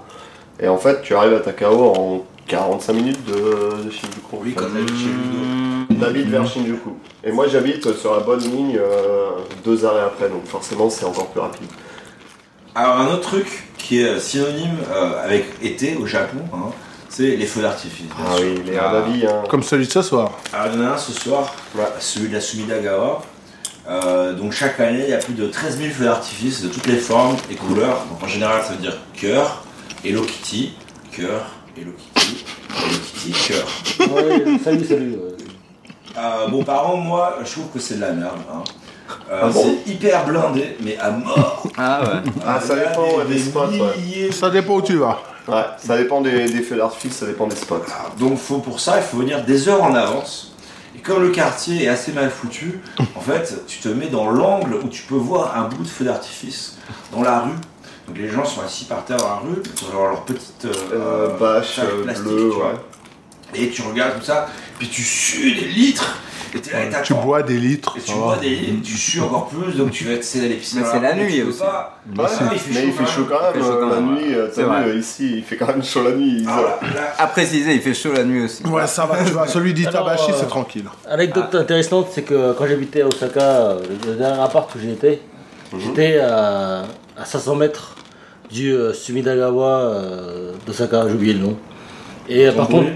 [SPEAKER 2] Et en fait, tu arrives à Takao en 45 minutes de, de Shinjuku.
[SPEAKER 1] Oui,
[SPEAKER 2] Enfin,
[SPEAKER 1] quand même, chez Ludo.
[SPEAKER 2] J'habite vers Shinjuku. Et moi, j'habite sur la bonne ligne euh, deux arrêts après, donc forcément, c'est encore plus rapide.
[SPEAKER 1] Alors un autre truc qui est synonyme euh, avec été au Japon, hein, c'est les feux d'artifice. bien
[SPEAKER 2] Ah
[SPEAKER 1] sûr.
[SPEAKER 2] oui, les Hanabi, hein.
[SPEAKER 3] Comme celui de ce soir.
[SPEAKER 1] Alors il y en a un ce soir,
[SPEAKER 2] Ouais.
[SPEAKER 1] celui de la Sumidagawa. Euh, donc chaque année, il y a plus de 13 000 feux d'artifice de toutes les formes et couleurs. Donc en général, ça veut dire cœur, Hello Kitty, cœur, Hello Kitty, Hello Kitty, cœur.
[SPEAKER 4] Ouais, salut, salut. ouais.
[SPEAKER 1] Euh, bon, par an, moi, je trouve que c'est de la merde. hein. Euh,
[SPEAKER 2] Ah bon
[SPEAKER 1] c'est hyper blindé, mais à mort.
[SPEAKER 12] Ah (laughs) ouais.
[SPEAKER 2] Ah, ça
[SPEAKER 1] Il y a
[SPEAKER 2] dépend, ouais, des spots, ouais.
[SPEAKER 1] milliers de
[SPEAKER 3] Ça dépend où tu vas.
[SPEAKER 2] Ouais, ça dépend des, des feux d'artifice, ça dépend des spots.
[SPEAKER 1] Ah, Donc faut, pour ça, il faut venir des heures en avance. Et comme le quartier est assez mal
[SPEAKER 3] (laughs)
[SPEAKER 1] foutu, en fait, tu te mets dans l'angle où tu peux voir un bout de feu d'artifice dans la rue. Donc les gens sont assis par terre dans la rue, sur leur, leur petite euh,
[SPEAKER 2] Euh, bâche
[SPEAKER 1] sac
[SPEAKER 2] euh,
[SPEAKER 1] plastique,
[SPEAKER 2] bleue,
[SPEAKER 1] tu vois.
[SPEAKER 2] ouais.
[SPEAKER 1] Et tu regardes tout ça, puis tu sues des litres, et t'es
[SPEAKER 12] Eh,
[SPEAKER 1] là, et
[SPEAKER 3] Tu
[SPEAKER 1] t'attends.
[SPEAKER 3] bois des litres.
[SPEAKER 1] Et tu
[SPEAKER 3] ça
[SPEAKER 1] bois
[SPEAKER 3] va.
[SPEAKER 1] des litres, tu sues encore plus, donc tu vas être à l'épicerie.
[SPEAKER 12] Mais c'est la
[SPEAKER 1] tu
[SPEAKER 12] nuit
[SPEAKER 1] peux
[SPEAKER 12] aussi.
[SPEAKER 1] pas-
[SPEAKER 3] Bah,
[SPEAKER 2] Ouais,
[SPEAKER 1] Ah, il fait
[SPEAKER 2] mais
[SPEAKER 1] chaud
[SPEAKER 2] il fait chaud quand même,
[SPEAKER 12] Il fait chaud
[SPEAKER 2] euh,
[SPEAKER 12] quand
[SPEAKER 2] la
[SPEAKER 12] même,
[SPEAKER 2] nuit, euh,
[SPEAKER 12] C'est
[SPEAKER 2] t'as vu,
[SPEAKER 12] vrai.
[SPEAKER 2] euh, ici, il fait quand même chaud la nuit. ils-
[SPEAKER 1] Alors Ah, là,
[SPEAKER 12] À préciser, il fait chaud la nuit aussi.
[SPEAKER 3] Ouais, ça va, tu vas. Celui d'Itabashi,
[SPEAKER 4] Alors, euh,
[SPEAKER 3] c'est tranquille.
[SPEAKER 4] Anecdote intéressante, c'est que quand j'habitais à Osaka, euh, le dernier appart où j'étais, j'étais à, à 500 mètres du euh, Sumidagawa euh, d'Osaka, j'ai oublié le nom. Et euh, par contre,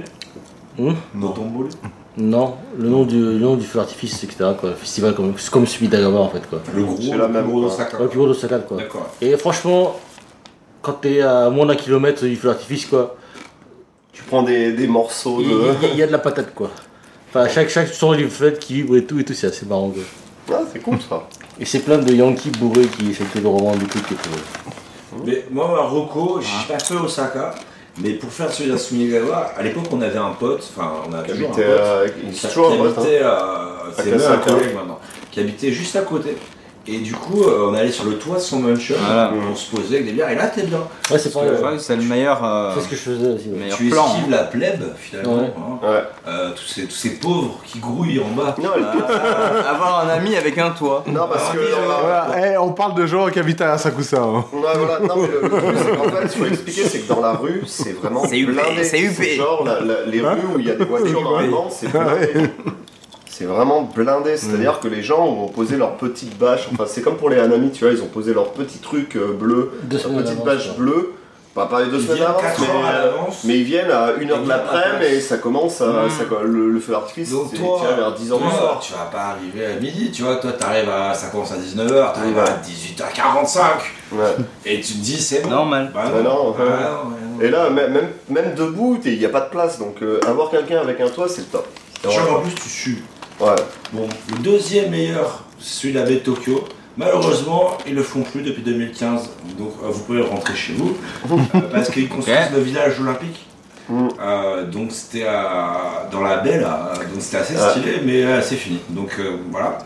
[SPEAKER 4] Hmm
[SPEAKER 1] dans ton boule.
[SPEAKER 4] non, le nom du, le nom du feu d'artifice, etc. Quoi, le festival comme, c'est comme Sumidagawa en fait quoi.
[SPEAKER 1] Le gros,
[SPEAKER 2] C'est la
[SPEAKER 1] le
[SPEAKER 2] même,
[SPEAKER 1] gros
[SPEAKER 2] quoi.
[SPEAKER 1] d'Osaka.
[SPEAKER 4] Ouais, le plus gros d'Osaka quoi.
[SPEAKER 1] D'accord.
[SPEAKER 4] Et franchement, quand t'es à moins d'un kilomètre du feu d'artifice quoi,
[SPEAKER 2] Tu prends des, des morceaux
[SPEAKER 4] il
[SPEAKER 2] de.
[SPEAKER 4] il y, a- il y a de la patate quoi. Enfin, chaque, chaque, tu sens les fenêtres qui vibrent et tout, et tout, c'est assez marrant quoi.
[SPEAKER 2] Ah, c'est cool ça.
[SPEAKER 4] Et c'est plein de Yankees bourrés qui essaient de revendre du truc et tout.
[SPEAKER 1] Mais moi, à Rocco, je
[SPEAKER 12] Ah.
[SPEAKER 1] suis pas fait Osaka, mais pour faire celui d'un Sumigagawa, à l'époque, on avait un pote, enfin, on a toujours un
[SPEAKER 2] J'habitais
[SPEAKER 1] pote,
[SPEAKER 2] euh,
[SPEAKER 1] qui-
[SPEAKER 2] il
[SPEAKER 1] qui
[SPEAKER 2] est toujours un pote, hein.
[SPEAKER 1] habitait, euh, c'est même un
[SPEAKER 2] Osaka.
[SPEAKER 1] collègue maintenant, qui habitait juste à côté. Et du coup, euh, on allait sur le toit de son mansion,
[SPEAKER 12] Voilà.
[SPEAKER 1] on se posait avec des bières, et là t'es bien.
[SPEAKER 4] Ouais, c'est
[SPEAKER 1] Parce
[SPEAKER 4] pas-
[SPEAKER 1] que,
[SPEAKER 4] ouais,
[SPEAKER 12] c'est le meilleur. euh,
[SPEAKER 4] C'est ce que je faisais aussi. ouais.
[SPEAKER 12] meilleur
[SPEAKER 1] Tu
[SPEAKER 12] plan. hein.
[SPEAKER 1] esquives la plèbe finalement,
[SPEAKER 4] Ouais.
[SPEAKER 1] hein. Euh, tous, ces, tous ces pauvres qui grouillent en bas.
[SPEAKER 2] Non, elle-
[SPEAKER 12] hein. Avoir un ami avec un toit.
[SPEAKER 2] non, parce que. on a-
[SPEAKER 12] Ah,
[SPEAKER 3] Voilà, eh, on parle de gens qui habitent à Asakusa. hein.
[SPEAKER 2] Ouais, voilà. Non, mais le, le truc, c'est qu'en fait, ce qu'il faut expliquer, c'est que dans la rue, c'est vraiment
[SPEAKER 12] C'est huppé,
[SPEAKER 2] blindé.
[SPEAKER 12] c'est huppé. Hein Ah
[SPEAKER 2] genre la- la- les rues où il y a des voitures normalement, c'est blindé. C'est vraiment blindé, c'est-à-dire
[SPEAKER 12] Mm.
[SPEAKER 2] que les gens ont posé leur petite bâche, enfin c'est comme pour les Hanami, tu vois, ils ont posé leur petit truc euh, bleu,
[SPEAKER 4] Deux
[SPEAKER 2] leur
[SPEAKER 4] semaines
[SPEAKER 2] petite
[SPEAKER 4] d'avance,
[SPEAKER 2] bâche
[SPEAKER 4] quoi.
[SPEAKER 2] bleue, pas parler deux
[SPEAKER 1] Ils
[SPEAKER 2] semaines
[SPEAKER 1] viennent
[SPEAKER 2] avant,
[SPEAKER 1] 4 heures à l'avance.
[SPEAKER 2] mais euh, ils viennent à 1h de
[SPEAKER 1] Ils viennent
[SPEAKER 2] l'après-midi
[SPEAKER 1] à
[SPEAKER 2] et ça commence, à,
[SPEAKER 12] Mm.
[SPEAKER 2] ça- le, le feu d'artifice,
[SPEAKER 1] Donc
[SPEAKER 2] c'est
[SPEAKER 1] toi,
[SPEAKER 2] tiens, vers 10h du
[SPEAKER 1] toi,
[SPEAKER 2] soir.
[SPEAKER 1] tu vas pas arriver à midi, tu vois, toi t'arrives à, ça commence à 19h, t'arrives à 18h45,
[SPEAKER 2] Ouais.
[SPEAKER 1] et tu te dis c'est bon.
[SPEAKER 12] Normal.
[SPEAKER 1] Bah
[SPEAKER 2] Mais non,
[SPEAKER 1] bah
[SPEAKER 2] ouais.
[SPEAKER 1] non, ouais, non.
[SPEAKER 2] Et là, même, même- même debout, il n'y a pas de place, donc euh, avoir quelqu'un avec un toit, c'est le top.
[SPEAKER 1] Genre, en plus tu sues.
[SPEAKER 2] Ouais.
[SPEAKER 1] Bon, le deuxième meilleur, celui de la baie de Tokyo. Malheureusement, ils le font plus depuis 2015, donc euh, vous pouvez rentrer chez vous
[SPEAKER 2] (laughs)
[SPEAKER 1] euh, parce qu'ils construisent le village olympique.
[SPEAKER 2] Mm.
[SPEAKER 1] Euh, donc c'était à- dans la baie là, donc c'était assez stylé, mais euh, c'est fini. Donc euh, voilà.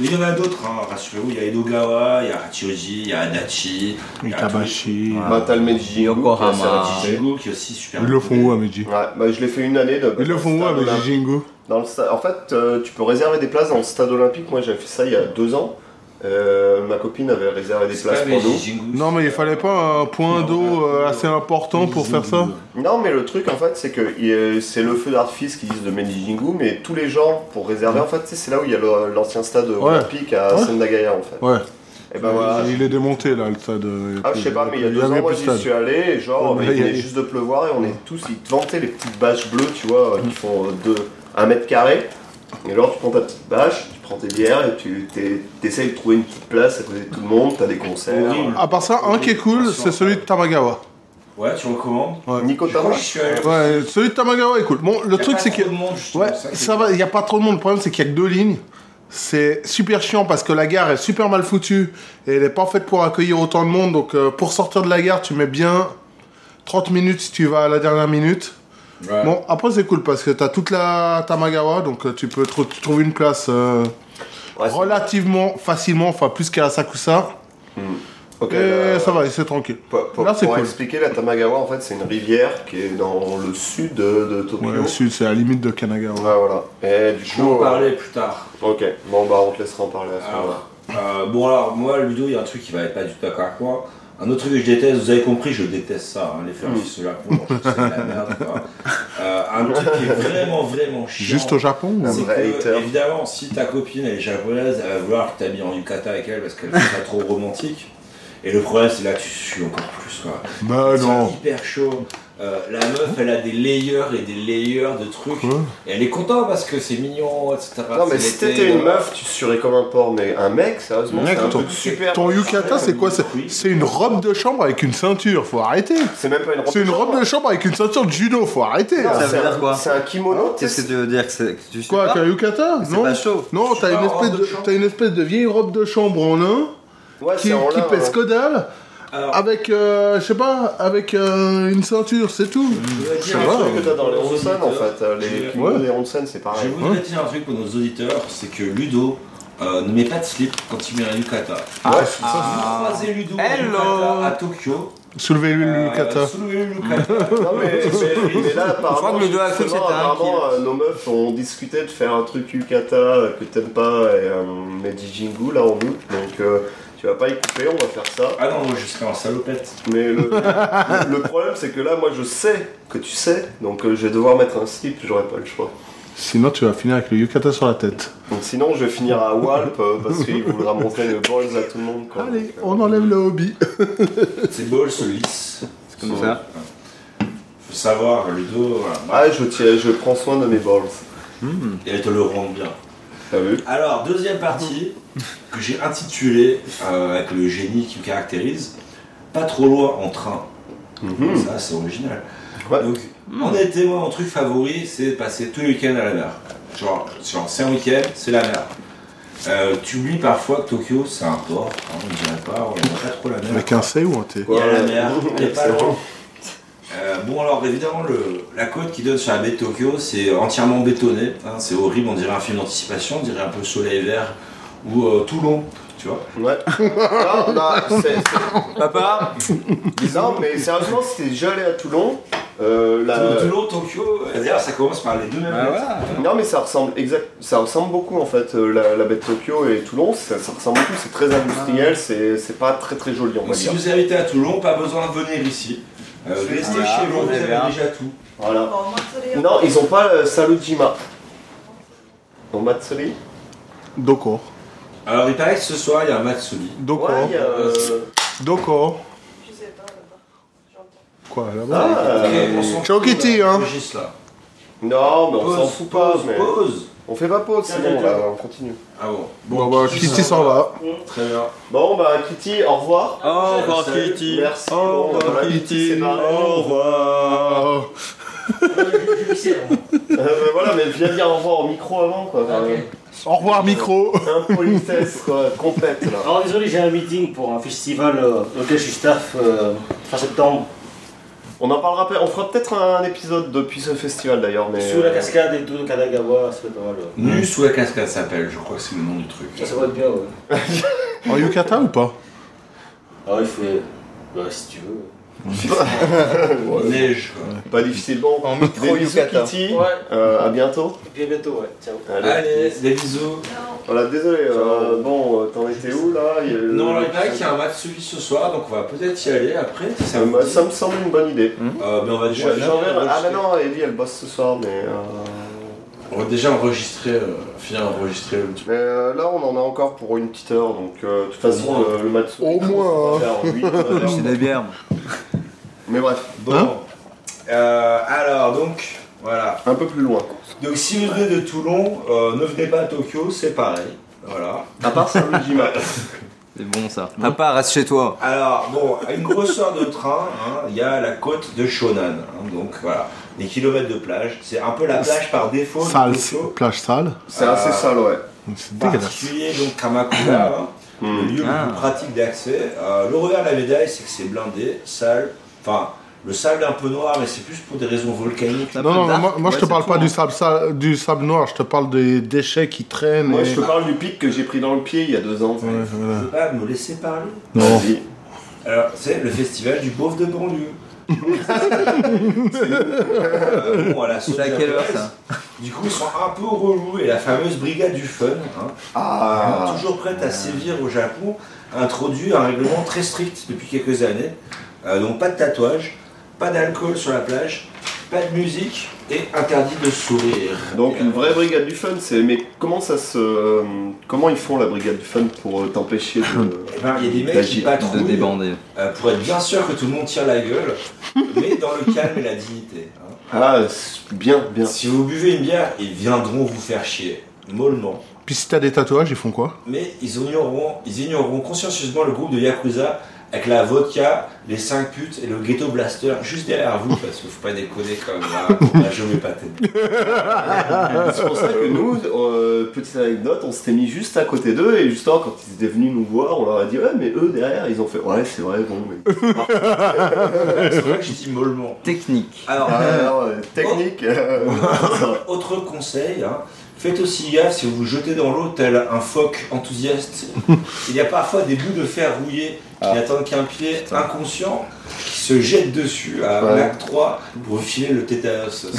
[SPEAKER 1] Mais il y en a d'autres, hein, rassurez-vous. Il y a Edogawa, il y a Hachioji, il y a Adachi, il y a
[SPEAKER 3] Itabashi.
[SPEAKER 1] Ah.
[SPEAKER 12] Ouais.
[SPEAKER 2] Bah, t'as le Meiji
[SPEAKER 12] Yokohama.
[SPEAKER 1] tous les- Jigo qui est aussi super.
[SPEAKER 3] Ils le font où à Meiji
[SPEAKER 2] Ouais, bah, je l'ai fait une année. De,
[SPEAKER 3] Ils le font où
[SPEAKER 2] stade
[SPEAKER 3] avec
[SPEAKER 2] olympique.
[SPEAKER 3] Jingu
[SPEAKER 2] dans le sta- En fait, euh, tu peux réserver des places dans le stade olympique. Moi, j'avais fait ça il y a deux ans. Euh, ma copine avait réservé des
[SPEAKER 1] C'est pas
[SPEAKER 2] places
[SPEAKER 1] les euh,
[SPEAKER 2] pour nous.
[SPEAKER 1] Jingu,
[SPEAKER 3] Non, mais il fallait pas un point d'eau euh, assez important pour faire ça
[SPEAKER 2] Non, mais le truc, en fait, c'est que il- euh, c'est le feu d'artifice qu'ils disent de Meiji Jingu, mais tous les gens, pour réserver, en fait, tu sais, c'est là où il y a le- l'ancien stade olympique à
[SPEAKER 3] Ouais.
[SPEAKER 2] Sendagaya, en fait.
[SPEAKER 3] Ouais. Bah,
[SPEAKER 2] Et ben voilà.
[SPEAKER 3] Il est démonté là, le stade. euh,
[SPEAKER 2] Ah, je sais pas, mais il y a deux
[SPEAKER 3] avait
[SPEAKER 2] ans, moi
[SPEAKER 3] plus de
[SPEAKER 2] j'y
[SPEAKER 3] stade.
[SPEAKER 2] suis allé, et genre,
[SPEAKER 3] Ouais,
[SPEAKER 2] euh,
[SPEAKER 3] mais
[SPEAKER 2] il
[SPEAKER 3] il y
[SPEAKER 2] venait
[SPEAKER 3] a-
[SPEAKER 2] juste de pleuvoir et on est tous, ils te vantaient les petites bâches bleues, tu vois, euh, qui font euh, deux, un mètre carré. Et alors, tu prends ta petite bâche, tu prends tes bières et tu t'es- t'essayes de trouver une petite place à côté de tout le monde, t'as des
[SPEAKER 1] c'est
[SPEAKER 2] concerts.
[SPEAKER 1] horrible.
[SPEAKER 3] À part ça, un qui est cool, c'est celui de Tamagawa.
[SPEAKER 1] Ouais, tu recommandes.
[SPEAKER 2] Nico
[SPEAKER 1] Je crois que
[SPEAKER 2] Tamash
[SPEAKER 1] j'y suis allé.
[SPEAKER 3] Ouais, celui de Tamagawa est cool. Bon, le
[SPEAKER 1] Y a
[SPEAKER 3] truc,
[SPEAKER 1] pas
[SPEAKER 3] c'est
[SPEAKER 1] trop
[SPEAKER 3] que.
[SPEAKER 1] de monde, justement,
[SPEAKER 3] Ouais,
[SPEAKER 1] ça,
[SPEAKER 3] ça va, il n'y a pas trop de monde. Le problème, c'est qu'il n'y a que deux lignes. C'est super chiant parce que la gare est super mal foutue et elle n'est pas faite pour accueillir autant de monde. Donc, euh, pour sortir de la gare, tu mets bien 30 minutes si tu vas à la dernière minute.
[SPEAKER 1] Ouais.
[SPEAKER 3] Bon, après, c'est cool parce que tu as toute la Tamagawa, donc euh, tu peux tr- trouver une place euh,
[SPEAKER 2] Ouais, c'est-
[SPEAKER 3] relativement facilement, enfin plus qu'à Asakusa.
[SPEAKER 2] Ok, euh,
[SPEAKER 3] Et
[SPEAKER 2] là,
[SPEAKER 3] euh, ça va, et c'est tranquille.
[SPEAKER 2] Pour, pour-
[SPEAKER 3] Là, c'est
[SPEAKER 2] pour
[SPEAKER 3] cool.
[SPEAKER 2] expliquer, la Tamagawa, en fait, c'est une rivière qui est dans le sud de, de Tokyo.
[SPEAKER 3] Ouais,
[SPEAKER 2] Ouais,
[SPEAKER 3] le sud, c'est à la limite de Kanagawa.
[SPEAKER 2] voilà. Et du
[SPEAKER 1] Je vais en
[SPEAKER 2] coup. euh,
[SPEAKER 1] parler plus tard.
[SPEAKER 2] Ok, bon, bah, on te laissera en parler à ce moment-là.
[SPEAKER 1] Alors, euh, bon alors moi Ludo il y a un truc qui va être pas du tout d'accord avec moi. Un autre truc que je déteste, vous avez compris, je déteste ça, hein, les faire au Japon, je sais, c'est de la merde. quoi. Euh, un truc qui (laughs) est vraiment vraiment chiant.
[SPEAKER 3] Juste au Japon ou-
[SPEAKER 2] Un
[SPEAKER 1] c'est
[SPEAKER 2] vrai
[SPEAKER 1] que,
[SPEAKER 2] hater.
[SPEAKER 1] évidemment, si ta copine elle est japonaise, elle va vouloir que t'habilles en yukata avec elle parce qu'elle est pas trop romantique. Et le problème c'est là tu suis encore plus quoi.
[SPEAKER 3] Bah
[SPEAKER 1] C'est
[SPEAKER 3] non.
[SPEAKER 1] hyper chaud. Euh, la meuf elle a des layers et des layers de trucs.
[SPEAKER 3] Quoi
[SPEAKER 1] Et elle est contente parce que c'est mignon, etc.
[SPEAKER 2] Non, mais
[SPEAKER 1] C'est
[SPEAKER 2] si
[SPEAKER 1] l'été,
[SPEAKER 2] t'étais une
[SPEAKER 1] euh,
[SPEAKER 2] meuf, tu serais comme un porc, mais un mec, sérieusement,
[SPEAKER 3] Mec,
[SPEAKER 2] c'est un
[SPEAKER 3] ton-
[SPEAKER 2] truc super.
[SPEAKER 3] Ton yukata, c'est quoi C'est
[SPEAKER 1] Oui.
[SPEAKER 3] c'est une robe de chambre avec une ceinture, faut arrêter.
[SPEAKER 2] C'est même pas une robe
[SPEAKER 3] C'est une robe de chambre avec une ceinture de judo, faut arrêter.
[SPEAKER 2] Non,
[SPEAKER 12] Ça
[SPEAKER 2] c'est
[SPEAKER 12] veut
[SPEAKER 2] un-
[SPEAKER 12] dire quoi
[SPEAKER 2] C'est un kimono, tu
[SPEAKER 12] Qu'est-ce
[SPEAKER 2] sais,
[SPEAKER 12] que tu veux dire que c'est- que tu sais
[SPEAKER 3] Quoi,
[SPEAKER 12] pas
[SPEAKER 3] qu'un yukata
[SPEAKER 12] C'est
[SPEAKER 3] Non,
[SPEAKER 12] pas chaud.
[SPEAKER 3] non,
[SPEAKER 1] C'est
[SPEAKER 3] t'as
[SPEAKER 1] pas
[SPEAKER 3] une,
[SPEAKER 1] en robe
[SPEAKER 3] espèce de-
[SPEAKER 1] de chambre.
[SPEAKER 3] t'as une espèce de vieille robe de chambre en lin
[SPEAKER 2] Ouais,
[SPEAKER 3] qui,
[SPEAKER 2] c'est en
[SPEAKER 3] qui
[SPEAKER 2] lin,
[SPEAKER 3] pèse
[SPEAKER 2] hein.
[SPEAKER 3] que dalle,
[SPEAKER 1] Alors,
[SPEAKER 3] avec, euh, je sais pas, avec euh, une ceinture, c'est tout.
[SPEAKER 1] Je voudrais
[SPEAKER 2] C'est
[SPEAKER 1] dire
[SPEAKER 2] un
[SPEAKER 1] un
[SPEAKER 2] truc
[SPEAKER 1] truc
[SPEAKER 2] que t'as dans les
[SPEAKER 1] pour nos
[SPEAKER 2] ronsen en
[SPEAKER 1] auditeurs.
[SPEAKER 2] fait. euh, Les
[SPEAKER 1] Je-
[SPEAKER 2] kimonos
[SPEAKER 3] Ouais.
[SPEAKER 2] des ronsen,
[SPEAKER 1] Je
[SPEAKER 2] c'est pareil.
[SPEAKER 1] voudrais dire un truc pour nos auditeurs, c'est que Ludo euh, ne met pas de slip quand il met un yukata.
[SPEAKER 2] Ouais,
[SPEAKER 1] Si
[SPEAKER 2] Ah.
[SPEAKER 1] vous croisez Ludo en
[SPEAKER 12] Hello.
[SPEAKER 1] yukata à Tokyo,
[SPEAKER 3] Soulevez-lui le yukata.
[SPEAKER 1] soulevez le yukata.
[SPEAKER 2] Non, mais, mais- mais là, apparemment,
[SPEAKER 12] crois que le doigt a cru que
[SPEAKER 2] justement,
[SPEAKER 12] c'était un
[SPEAKER 2] apparemment,
[SPEAKER 12] kill.
[SPEAKER 2] euh, nos meufs ont discuté de faire un truc yukata euh, que t'aimes pas, et euh, Mehdi Jingu là en août, donc euh, tu vas pas y couper, on va faire ça.
[SPEAKER 1] (laughs) Ah non, moi je serais en salopette.
[SPEAKER 2] Mais le, le- le problème, c'est que là, moi je sais que tu sais, donc euh, je vais devoir mettre un slip, j'aurai pas le choix.
[SPEAKER 3] Sinon, tu vas finir avec le yukata sur la tête.
[SPEAKER 2] Donc sinon, je vais finir à Walp euh, parce qu'il voudra montrer le balls à tout le monde. Quoi.
[SPEAKER 3] Allez, on enlève le hobby.
[SPEAKER 1] Ses balls se lissent.
[SPEAKER 12] C'est comme ça.
[SPEAKER 1] Faut savoir, Ludo, voilà.
[SPEAKER 2] Ah, je, tiens- je prends soin de mes balls.
[SPEAKER 1] et elle te le rend bien.
[SPEAKER 2] T'as vu
[SPEAKER 1] Alors, deuxième partie que j'ai intitulée euh, avec le génie qui me caractérise, pas trop loin en train.
[SPEAKER 2] Mhm.
[SPEAKER 1] Ça, c'est original.
[SPEAKER 2] Ouais.
[SPEAKER 1] Donc, en été, moi, mon truc favori, c'est de passer tout le week-end à la mer. Genre, genre, c'est un week-end, c'est la mer. Euh, tu oublies parfois que Tokyo, c'est un port, hein, on dirait pas, on n'aime pas trop la mer.
[SPEAKER 3] Avec un C ou un T
[SPEAKER 1] Il y a la
[SPEAKER 2] Ouais.
[SPEAKER 1] mer, elle est pas
[SPEAKER 2] Excellent.
[SPEAKER 1] loin. Euh, bon alors évidemment le- la côte qui donne sur la baie de Tokyo c'est entièrement bétonné, hein, c'est horrible, on dirait un film d'anticipation, on dirait un peu soleil vert, ou euh, Toulon, tu vois.
[SPEAKER 2] Ouais. Non, non, c'est- c'est- Papa Non, mais sérieusement, si t'es déjà allé à Toulon, euh, Ah la...
[SPEAKER 1] Toulon, Tokyo, euh, d'ailleurs ça commence par les deux
[SPEAKER 12] Bah
[SPEAKER 1] mêmes lettres.
[SPEAKER 2] Non, mais ça ressemble exact, ça ressemble beaucoup en fait, euh, la, la baie de Tokyo et Toulon, ça, ça ressemble beaucoup, c'est très
[SPEAKER 1] Ah.
[SPEAKER 2] industriel, c'est c'est pas très très joli on va
[SPEAKER 1] Donc si
[SPEAKER 2] dire.
[SPEAKER 1] vous habitez à Toulon, pas besoin de venir ici. Euh, restez
[SPEAKER 2] Voilà,
[SPEAKER 1] chez vous,
[SPEAKER 2] vous
[SPEAKER 1] vous
[SPEAKER 2] avez
[SPEAKER 1] avez
[SPEAKER 2] Ah, un-
[SPEAKER 1] déjà tout.
[SPEAKER 2] Voilà. Non, ils ont pas euh, Salojima. Au Matsuri
[SPEAKER 3] D'accord.
[SPEAKER 1] Alors il paraît que ce soir il y a un Matsuri.
[SPEAKER 3] D'accord.
[SPEAKER 2] Ouais, il y a, euh,
[SPEAKER 3] D'accord. Quoi
[SPEAKER 2] Ah,
[SPEAKER 3] là-bas
[SPEAKER 2] euh, on s'en
[SPEAKER 3] Ciao
[SPEAKER 1] fout,
[SPEAKER 3] Kitty,
[SPEAKER 1] là,
[SPEAKER 3] hein
[SPEAKER 1] Régis, là.
[SPEAKER 2] Non, mais on
[SPEAKER 1] Pause,
[SPEAKER 2] s'en fout pas,
[SPEAKER 1] pause,
[SPEAKER 2] mais.
[SPEAKER 1] pause.
[SPEAKER 2] On fait pas pause, c'est
[SPEAKER 1] Tiens,
[SPEAKER 2] bon,
[SPEAKER 1] tiens.
[SPEAKER 2] là, on continue.
[SPEAKER 1] Ah bon.
[SPEAKER 3] Bon, bah, Kitty s'en va.
[SPEAKER 1] Très bien.
[SPEAKER 2] Bon, bah, Kitty, au revoir.
[SPEAKER 1] Au revoir,
[SPEAKER 2] Salut.
[SPEAKER 1] Kitty.
[SPEAKER 2] Merci. Bon, bah, voilà, Kitty, c'est marrant.
[SPEAKER 3] revoir.
[SPEAKER 2] Euh, bah, voilà, mais viens dire au revoir au micro avant, quoi.
[SPEAKER 3] Au revoir, micro.
[SPEAKER 2] Un politesse, quoi, complète, là.
[SPEAKER 13] Alors désolé, j'ai un meeting pour un festival euh, auquel je suis staff euh, fin septembre.
[SPEAKER 2] On en parlera, peut- on fera peut-être un épisode depuis ce festival d'ailleurs, mais. euh,
[SPEAKER 13] Sous la cascade et tout, le Kanagawa, c'est pas mal. ouais.
[SPEAKER 1] Nu sous la cascade s'appelle, je crois que c'est le nom du truc.
[SPEAKER 13] Ça, ça va être bien, ouais.
[SPEAKER 3] En Yucatan ou pas
[SPEAKER 13] Ah il fait... Bah si tu veux.
[SPEAKER 1] Neige. quoi.
[SPEAKER 2] Pas difficilement. En
[SPEAKER 12] micro Yucatan.
[SPEAKER 2] Kitty,
[SPEAKER 13] Ouais.
[SPEAKER 2] euh, à bientôt.
[SPEAKER 13] Et puis à bientôt, ouais. Ciao.
[SPEAKER 2] Allez.
[SPEAKER 1] Allez, des bisous.
[SPEAKER 2] Voilà, désolé, euh, bon, euh, t'en étais où là Il y a-
[SPEAKER 1] Non, là, il paraît qu'il y a un Matsuri ce soir, donc on va peut-être y aller après. si Bah, Ça
[SPEAKER 2] Ça
[SPEAKER 1] vous
[SPEAKER 2] me-
[SPEAKER 1] dit.
[SPEAKER 2] Euh, bah, ça me semble une bonne idée.
[SPEAKER 1] Euh, mais on va déjà,
[SPEAKER 2] Ouais, j'en verrai. Ah bah
[SPEAKER 1] enregistrer.
[SPEAKER 2] non, Ellie elle bosse ce soir, mais. euh,
[SPEAKER 1] on va déjà enregistrer, euh, finir d'enregistrer le truc.
[SPEAKER 2] Mais euh, là, on en a encore pour une petite heure, donc euh, de toute façon, le, le match.
[SPEAKER 3] Au moins, hein.
[SPEAKER 12] (laughs) C'est des bières. moi.
[SPEAKER 2] Mais bref,
[SPEAKER 1] Bon. Euh, alors, donc, voilà.
[SPEAKER 2] un peu plus loin.
[SPEAKER 1] Donc, si vous venez de Toulon, euh, ne venez pas à Tokyo, c'est pareil. Voilà.
[SPEAKER 2] À part Salojima.
[SPEAKER 12] C'est bon ça. Papa, reste chez toi.
[SPEAKER 1] Alors, bon, à une grosse heure de train, hein, il y a la côte de Shonan. hein, donc, voilà. Des kilomètres de plage. C'est un peu la plage par défaut
[SPEAKER 3] Sale,
[SPEAKER 1] de Tokyo.
[SPEAKER 3] plage sale.
[SPEAKER 2] C'est assez sale, ouais.
[SPEAKER 3] C'est
[SPEAKER 1] Bah,
[SPEAKER 3] dégueulasse.
[SPEAKER 1] particulier, donc Kamakura, hein, le lieu
[SPEAKER 12] Ah.
[SPEAKER 1] le plus pratique d'accès. Euh, le revers de la médaille, c'est que c'est blindé, sale, enfin, le sable est un peu noir, mais c'est plus pour des raisons volcaniques.
[SPEAKER 3] Non, non, moi, moi, je
[SPEAKER 12] Ouais,
[SPEAKER 3] te
[SPEAKER 12] c'est
[SPEAKER 3] parle
[SPEAKER 12] tout,
[SPEAKER 3] pas
[SPEAKER 12] hein.
[SPEAKER 3] du sable, sale- du sable noir, je te parle des déchets qui traînent.
[SPEAKER 2] Moi,
[SPEAKER 3] et-
[SPEAKER 2] je te parle du pic que j'ai pris dans le pied il y a deux ans.
[SPEAKER 3] Ouais,
[SPEAKER 1] Je
[SPEAKER 3] voilà.
[SPEAKER 1] peux pas me laisser parler.
[SPEAKER 3] Non.
[SPEAKER 2] Vas-y.
[SPEAKER 1] Alors, c'est le festival du beauf de
[SPEAKER 12] (laughs)
[SPEAKER 1] banlieue. Euh, bon, à la sauce
[SPEAKER 12] C'est à quelle heure,
[SPEAKER 1] japonaise.
[SPEAKER 12] ça
[SPEAKER 1] Du coup, ils sont un peu relous et la fameuse brigade du fun, hein,
[SPEAKER 2] Ah
[SPEAKER 1] toujours prête à sévir au Japon, a introduit un règlement très strict depuis quelques années. Euh, donc pas de tatouage, pas d'alcool sur la plage, pas de musique et interdit de sourire.
[SPEAKER 2] Donc
[SPEAKER 1] Et,
[SPEAKER 2] une
[SPEAKER 1] euh,
[SPEAKER 2] vraie brigade du fun, c'est mais comment ça se euh, comment ils font la brigade du fun pour euh, t'empêcher (laughs) de
[SPEAKER 1] eh ben, Il y a des mecs qui
[SPEAKER 2] d'agir
[SPEAKER 12] De
[SPEAKER 1] patrouillent
[SPEAKER 12] débander.
[SPEAKER 1] euh, pour être bien sûr que tout le monde tire la
[SPEAKER 2] (laughs)
[SPEAKER 1] gueule, mais dans le calme et la dignité. hein.
[SPEAKER 2] Ah c'est bien bien.
[SPEAKER 1] Si vous buvez une bière, ils viendront vous faire chier, mollement.
[SPEAKER 3] Puis si t'as des tatouages, ils font quoi
[SPEAKER 1] mais ils ignoreront, ils ignoreront consciencieusement le groupe de Yakuza avec la vodka, les 5 putes et le ghetto blaster juste derrière vous, parce que faut pas déconner comme là, on va jamais pâté.
[SPEAKER 2] C'est pour ça que nous, euh, petite anecdote, on s'était mis juste à côté d'eux et justement quand ils étaient venus nous voir, on leur a dit ouais mais eux derrière ils ont fait ouais c'est vrai bon mais
[SPEAKER 1] (laughs) C'est vrai que je dis mollement.
[SPEAKER 12] Technique.
[SPEAKER 1] Alors,
[SPEAKER 2] (laughs) Ah, alors, euh, technique. euh,
[SPEAKER 1] autre conseil, hein, faites aussi gaffe si vous vous jetez dans l'eau tel un phoque enthousiaste. Il y a parfois des bouts de fer rouillés qui
[SPEAKER 2] Ah.
[SPEAKER 1] n'attendent qu'un pied inconscient qui se jette dessus à
[SPEAKER 2] Ouais. Ah,
[SPEAKER 1] Mac 3 pour filer le tétanos. C'est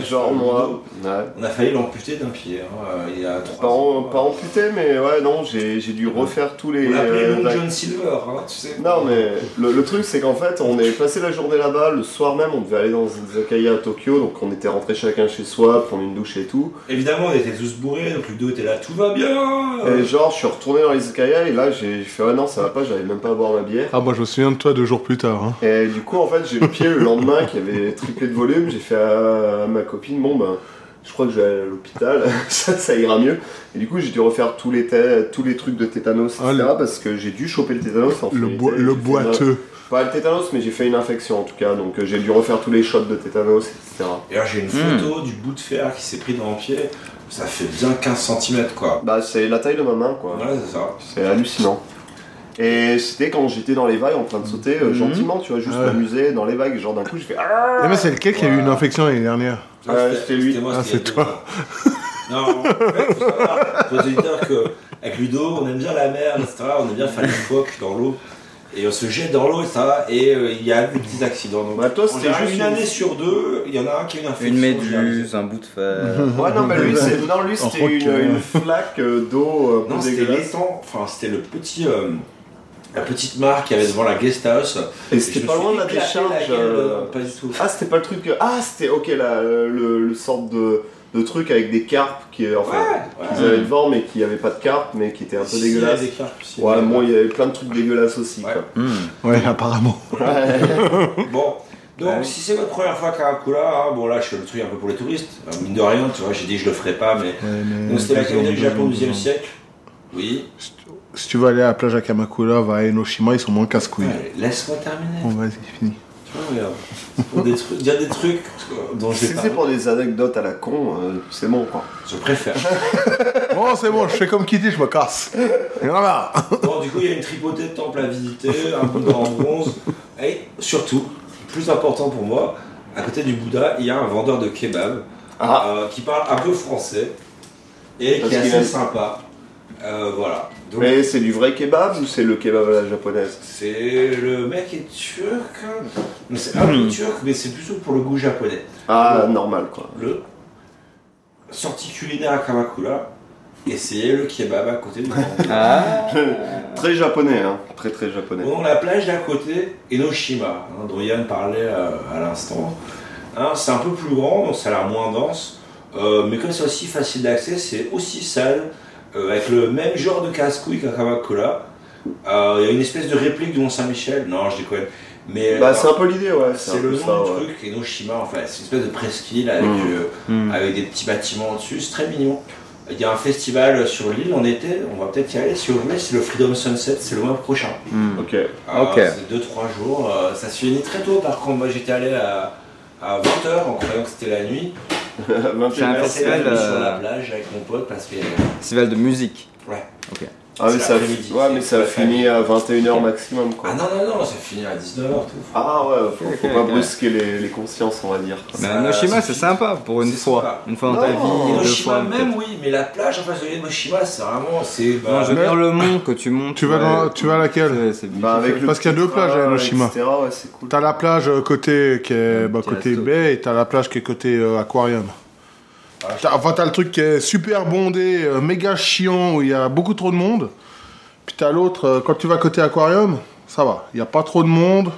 [SPEAKER 2] c'est genre moi. Ouais.
[SPEAKER 1] On a failli l'amputer d'un pied hein, euh, il y a trois
[SPEAKER 2] Pas,
[SPEAKER 1] ans.
[SPEAKER 2] en- pas amputé mais ouais non j'ai j'ai dû refaire tous les.
[SPEAKER 1] On l'appelait
[SPEAKER 2] euh,
[SPEAKER 1] Long
[SPEAKER 2] la-
[SPEAKER 1] John Silver, hein, tu sais.
[SPEAKER 2] Non mais le, le truc c'est qu'en fait on est passé la journée là-bas, le soir même on devait aller dans une izakaya à Tokyo, donc on était rentré chacun chez soi, prendre une douche et tout.
[SPEAKER 1] Évidemment, on était tous bourrés, donc Ludo était là, tout va bien
[SPEAKER 2] Et genre je suis retourné dans l'izakaya et là j'ai j'ai fait ah non ça va pas, j'arrive même pas à boire ma bière.
[SPEAKER 3] Ah, moi, je me souviens de toi deux jours plus tard. hein.
[SPEAKER 2] Et du coup en fait j'ai le pied le lendemain qui avait triplé de volume, j'ai fait à ma copine bon ben je crois que je vais aller à l'hôpital, (laughs) ça, ça ira mieux. Et du coup j'ai dû refaire tous les, te- tous les trucs de tétanos, etc.
[SPEAKER 3] Ah, le-
[SPEAKER 2] Parce que j'ai dû choper le tétanos en
[SPEAKER 3] Le,
[SPEAKER 2] fait.
[SPEAKER 3] boi-
[SPEAKER 2] J'ai
[SPEAKER 3] le
[SPEAKER 2] fait
[SPEAKER 3] boiteux.
[SPEAKER 2] Pas le tétanos, mais j'ai fait une infection en tout cas, donc euh, j'ai dû refaire tous les shots de tétanos, etc.
[SPEAKER 1] Et alors, j'ai une
[SPEAKER 12] Hmm.
[SPEAKER 1] photo du bout de fer qui s'est pris dans le pied, ça fait bien 15 cm quoi.
[SPEAKER 2] Bah c'est la taille de ma main quoi,
[SPEAKER 1] Voilà, c'est ça.
[SPEAKER 2] c'est hallucinant. Et c'était quand j'étais dans les vagues en train de sauter euh,
[SPEAKER 3] Mhm.
[SPEAKER 2] gentiment, tu vois, juste
[SPEAKER 3] Ouais.
[SPEAKER 2] m'amuser dans les vagues, genre d'un coup j'ai fait Ah
[SPEAKER 3] Eh, Et moi, c'est lequel qui a eu une infection l'année dernière
[SPEAKER 1] Ah,
[SPEAKER 2] c'était lui.
[SPEAKER 1] moi,
[SPEAKER 3] Ah,
[SPEAKER 1] c'était
[SPEAKER 3] c'est
[SPEAKER 1] Ludo. Non, en fait, faut savoir, faut se dire que avec Ludo, on aime bien la mer, etc. On aime bien faire les phoques dans l'eau. Et on se jette dans l'eau, etc. Et euh, il y a des petits accidents. Donc,
[SPEAKER 2] toi,
[SPEAKER 1] en
[SPEAKER 2] c'était
[SPEAKER 1] général,
[SPEAKER 2] juste
[SPEAKER 1] une
[SPEAKER 2] une-
[SPEAKER 1] année sur deux, il y en a un qui a une infection.
[SPEAKER 12] Une méduse, un bout de
[SPEAKER 1] (laughs)
[SPEAKER 12] fer.
[SPEAKER 2] Ouais, non, mais lui, c'est- non, lui, c'était une- une flaque euh, d'eau.
[SPEAKER 1] Non, c'était l'étang. Enfin, c'était le petit. euh, la petite mare qui avait devant la guest house.
[SPEAKER 2] Et c'était
[SPEAKER 1] je me
[SPEAKER 2] pas
[SPEAKER 1] suis
[SPEAKER 2] loin de la
[SPEAKER 1] éclaté
[SPEAKER 2] décharge.
[SPEAKER 1] gueule,
[SPEAKER 2] euh,
[SPEAKER 1] Pas du tout.
[SPEAKER 2] Ah, c'était pas le truc. euh, Ah, c'était ok, là, euh, le, le sorte de, de truc avec des carpes qui, euh, enfin, qu'ils avaient devant, mais qui avait pas de carpes, mais qui était un peu
[SPEAKER 1] Si,
[SPEAKER 2] dégueulasse.
[SPEAKER 1] il y avait des carpes, si,
[SPEAKER 2] ouais,
[SPEAKER 1] il y avait
[SPEAKER 2] bon, il y avait plein de trucs dégueulasses aussi. Quoi.
[SPEAKER 12] Hmm.
[SPEAKER 3] Ouais, apparemment.
[SPEAKER 1] bon, donc si c'est votre première fois à Karakula, hein, bon là je fais le truc un peu pour les touristes, Euh, mine de rien, tu vois, j'ai dit je le ferai pas, mais.
[SPEAKER 2] Mm.
[SPEAKER 3] mais-
[SPEAKER 1] Donc c'était la capitale du Japon au
[SPEAKER 3] mais-
[SPEAKER 1] 12e siècle. Oui.
[SPEAKER 3] Si tu veux aller à la plage à Kamakura, va à Enoshima, ils sont moins casse-couilles.
[SPEAKER 1] Allez, Laisse-moi terminer.
[SPEAKER 3] Bon, vas-y, fini.
[SPEAKER 1] Tu vois, regarde. C'est Pour des trucs, dire des trucs euh, dont je
[SPEAKER 2] Si
[SPEAKER 1] vais
[SPEAKER 2] c'est
[SPEAKER 1] parler.
[SPEAKER 2] pour des anecdotes à la con, euh, c'est bon quoi.
[SPEAKER 1] Je préfère.
[SPEAKER 3] Bon, c'est bon, je fais comme Kitty, je me casse. Il y en a marre.
[SPEAKER 1] Bon, du coup, il y a une tripotée de temples à visiter, un Bouddha en bronze, et surtout, plus important pour moi, à côté du Bouddha, il y a un vendeur de kebab
[SPEAKER 2] Ah.
[SPEAKER 1] euh, qui parle un peu français et
[SPEAKER 2] Parce
[SPEAKER 1] qui est
[SPEAKER 2] qu'il
[SPEAKER 1] assez
[SPEAKER 2] a-
[SPEAKER 1] sympa. Euh, voilà. Donc,
[SPEAKER 2] Mais c'est du vrai kebab ou c'est le kebab à la japonaise
[SPEAKER 1] C'est le mec est turc, hein. Mais c'est un
[SPEAKER 2] Hmm.
[SPEAKER 1] peu turc, mais c'est plutôt pour le goût japonais.
[SPEAKER 2] Ah, normal quoi.
[SPEAKER 1] Le sortie culinaire à Kamakura, essayez le kebab à
[SPEAKER 2] (laughs)
[SPEAKER 1] côté du
[SPEAKER 12] Ah.
[SPEAKER 2] très japonais, hein. Très très japonais.
[SPEAKER 1] Bon, la plage d'à côté, Enoshima, hein, dont Yann parlait euh, à l'instant. Hein, c'est un peu plus grand, donc ça a l'air moins dense. Euh, mais comme c'est aussi facile d'accès, c'est aussi sale, euh, avec le même genre de casse-couille qu'à Kamakura. Euh, Il y a une espèce de réplique du Mont-Saint-Michel. Non, je déconne. Mais,
[SPEAKER 2] Bah,
[SPEAKER 1] euh,
[SPEAKER 2] c'est un peu l'idée, ouais. un
[SPEAKER 1] c'est
[SPEAKER 2] peu
[SPEAKER 1] le
[SPEAKER 2] ça,
[SPEAKER 1] nom du
[SPEAKER 2] ouais.
[SPEAKER 1] truc, Enoshima en fait, c'est une espèce de presqu'île avec,
[SPEAKER 2] Mm.
[SPEAKER 1] euh, avec des petits bâtiments au-dessus, c'est très mignon. Il y a un festival sur l'île en été, on va peut-être y aller si vous voulez, c'est le Freedom Sunset, c'est le mois prochain.
[SPEAKER 2] Ok. (laughs)
[SPEAKER 1] Euh,
[SPEAKER 12] Ok.
[SPEAKER 1] C'est 2-3 jours, euh, ça se finit très tôt par contre, moi j'étais allé à, 20h en croyant que c'était la nuit. J'ai
[SPEAKER 12] C'est un
[SPEAKER 1] passé la
[SPEAKER 12] festival,
[SPEAKER 1] nuit sur
[SPEAKER 12] euh,
[SPEAKER 1] la plage avec mon pote parce que...
[SPEAKER 12] Festival de musique.
[SPEAKER 1] Ouais.
[SPEAKER 12] Ok.
[SPEAKER 2] Ah, mais
[SPEAKER 1] C'est
[SPEAKER 2] ça,
[SPEAKER 1] l'après-midi,
[SPEAKER 2] ouais, mais
[SPEAKER 1] c'est
[SPEAKER 2] ça
[SPEAKER 1] la
[SPEAKER 2] finit à 21h maximum quoi.
[SPEAKER 1] Ah non, non, non, ça finit à 19h tout.
[SPEAKER 2] Ah ouais, faut, faut
[SPEAKER 1] (laughs)
[SPEAKER 12] Ok,
[SPEAKER 2] pas
[SPEAKER 12] ok.
[SPEAKER 2] brusquer les, les consciences, on va dire.
[SPEAKER 12] Mais
[SPEAKER 1] Ça-
[SPEAKER 12] Noshima,
[SPEAKER 1] ça
[SPEAKER 12] c'est
[SPEAKER 1] suffit.
[SPEAKER 12] sympa pour une
[SPEAKER 1] C'est
[SPEAKER 12] fois.
[SPEAKER 1] sympa.
[SPEAKER 12] Une fois dans ta
[SPEAKER 2] Non,
[SPEAKER 12] vie, Oh, deux
[SPEAKER 1] Hiroshima
[SPEAKER 12] fois.
[SPEAKER 1] même,
[SPEAKER 12] peut-être.
[SPEAKER 1] oui, mais la plage en face de Hiroshima, c'est vraiment. C'est, bah,
[SPEAKER 12] Non, je veux
[SPEAKER 3] Mais-
[SPEAKER 12] dire le mont que tu montes.
[SPEAKER 3] Tu vas, dans- tu vas à laquelle
[SPEAKER 12] C'est- c'est bien.
[SPEAKER 2] Bah, avec le
[SPEAKER 3] Parce qu'il y a
[SPEAKER 2] petit
[SPEAKER 3] deux plages à
[SPEAKER 2] train,
[SPEAKER 3] Hiroshima.
[SPEAKER 2] etc., ouais, c'est cool.
[SPEAKER 3] T'as la plage euh, côté qui est bah,
[SPEAKER 12] petit
[SPEAKER 3] côté
[SPEAKER 12] resto.
[SPEAKER 3] baie et t'as la plage qui est côté euh, aquarium. T'as- enfin, t'as le truc qui est super bondé, euh, méga chiant, où il y a beaucoup trop de monde. Puis t'as l'autre, euh, quand tu vas côté aquarium, ça va, il n'y a pas trop de monde,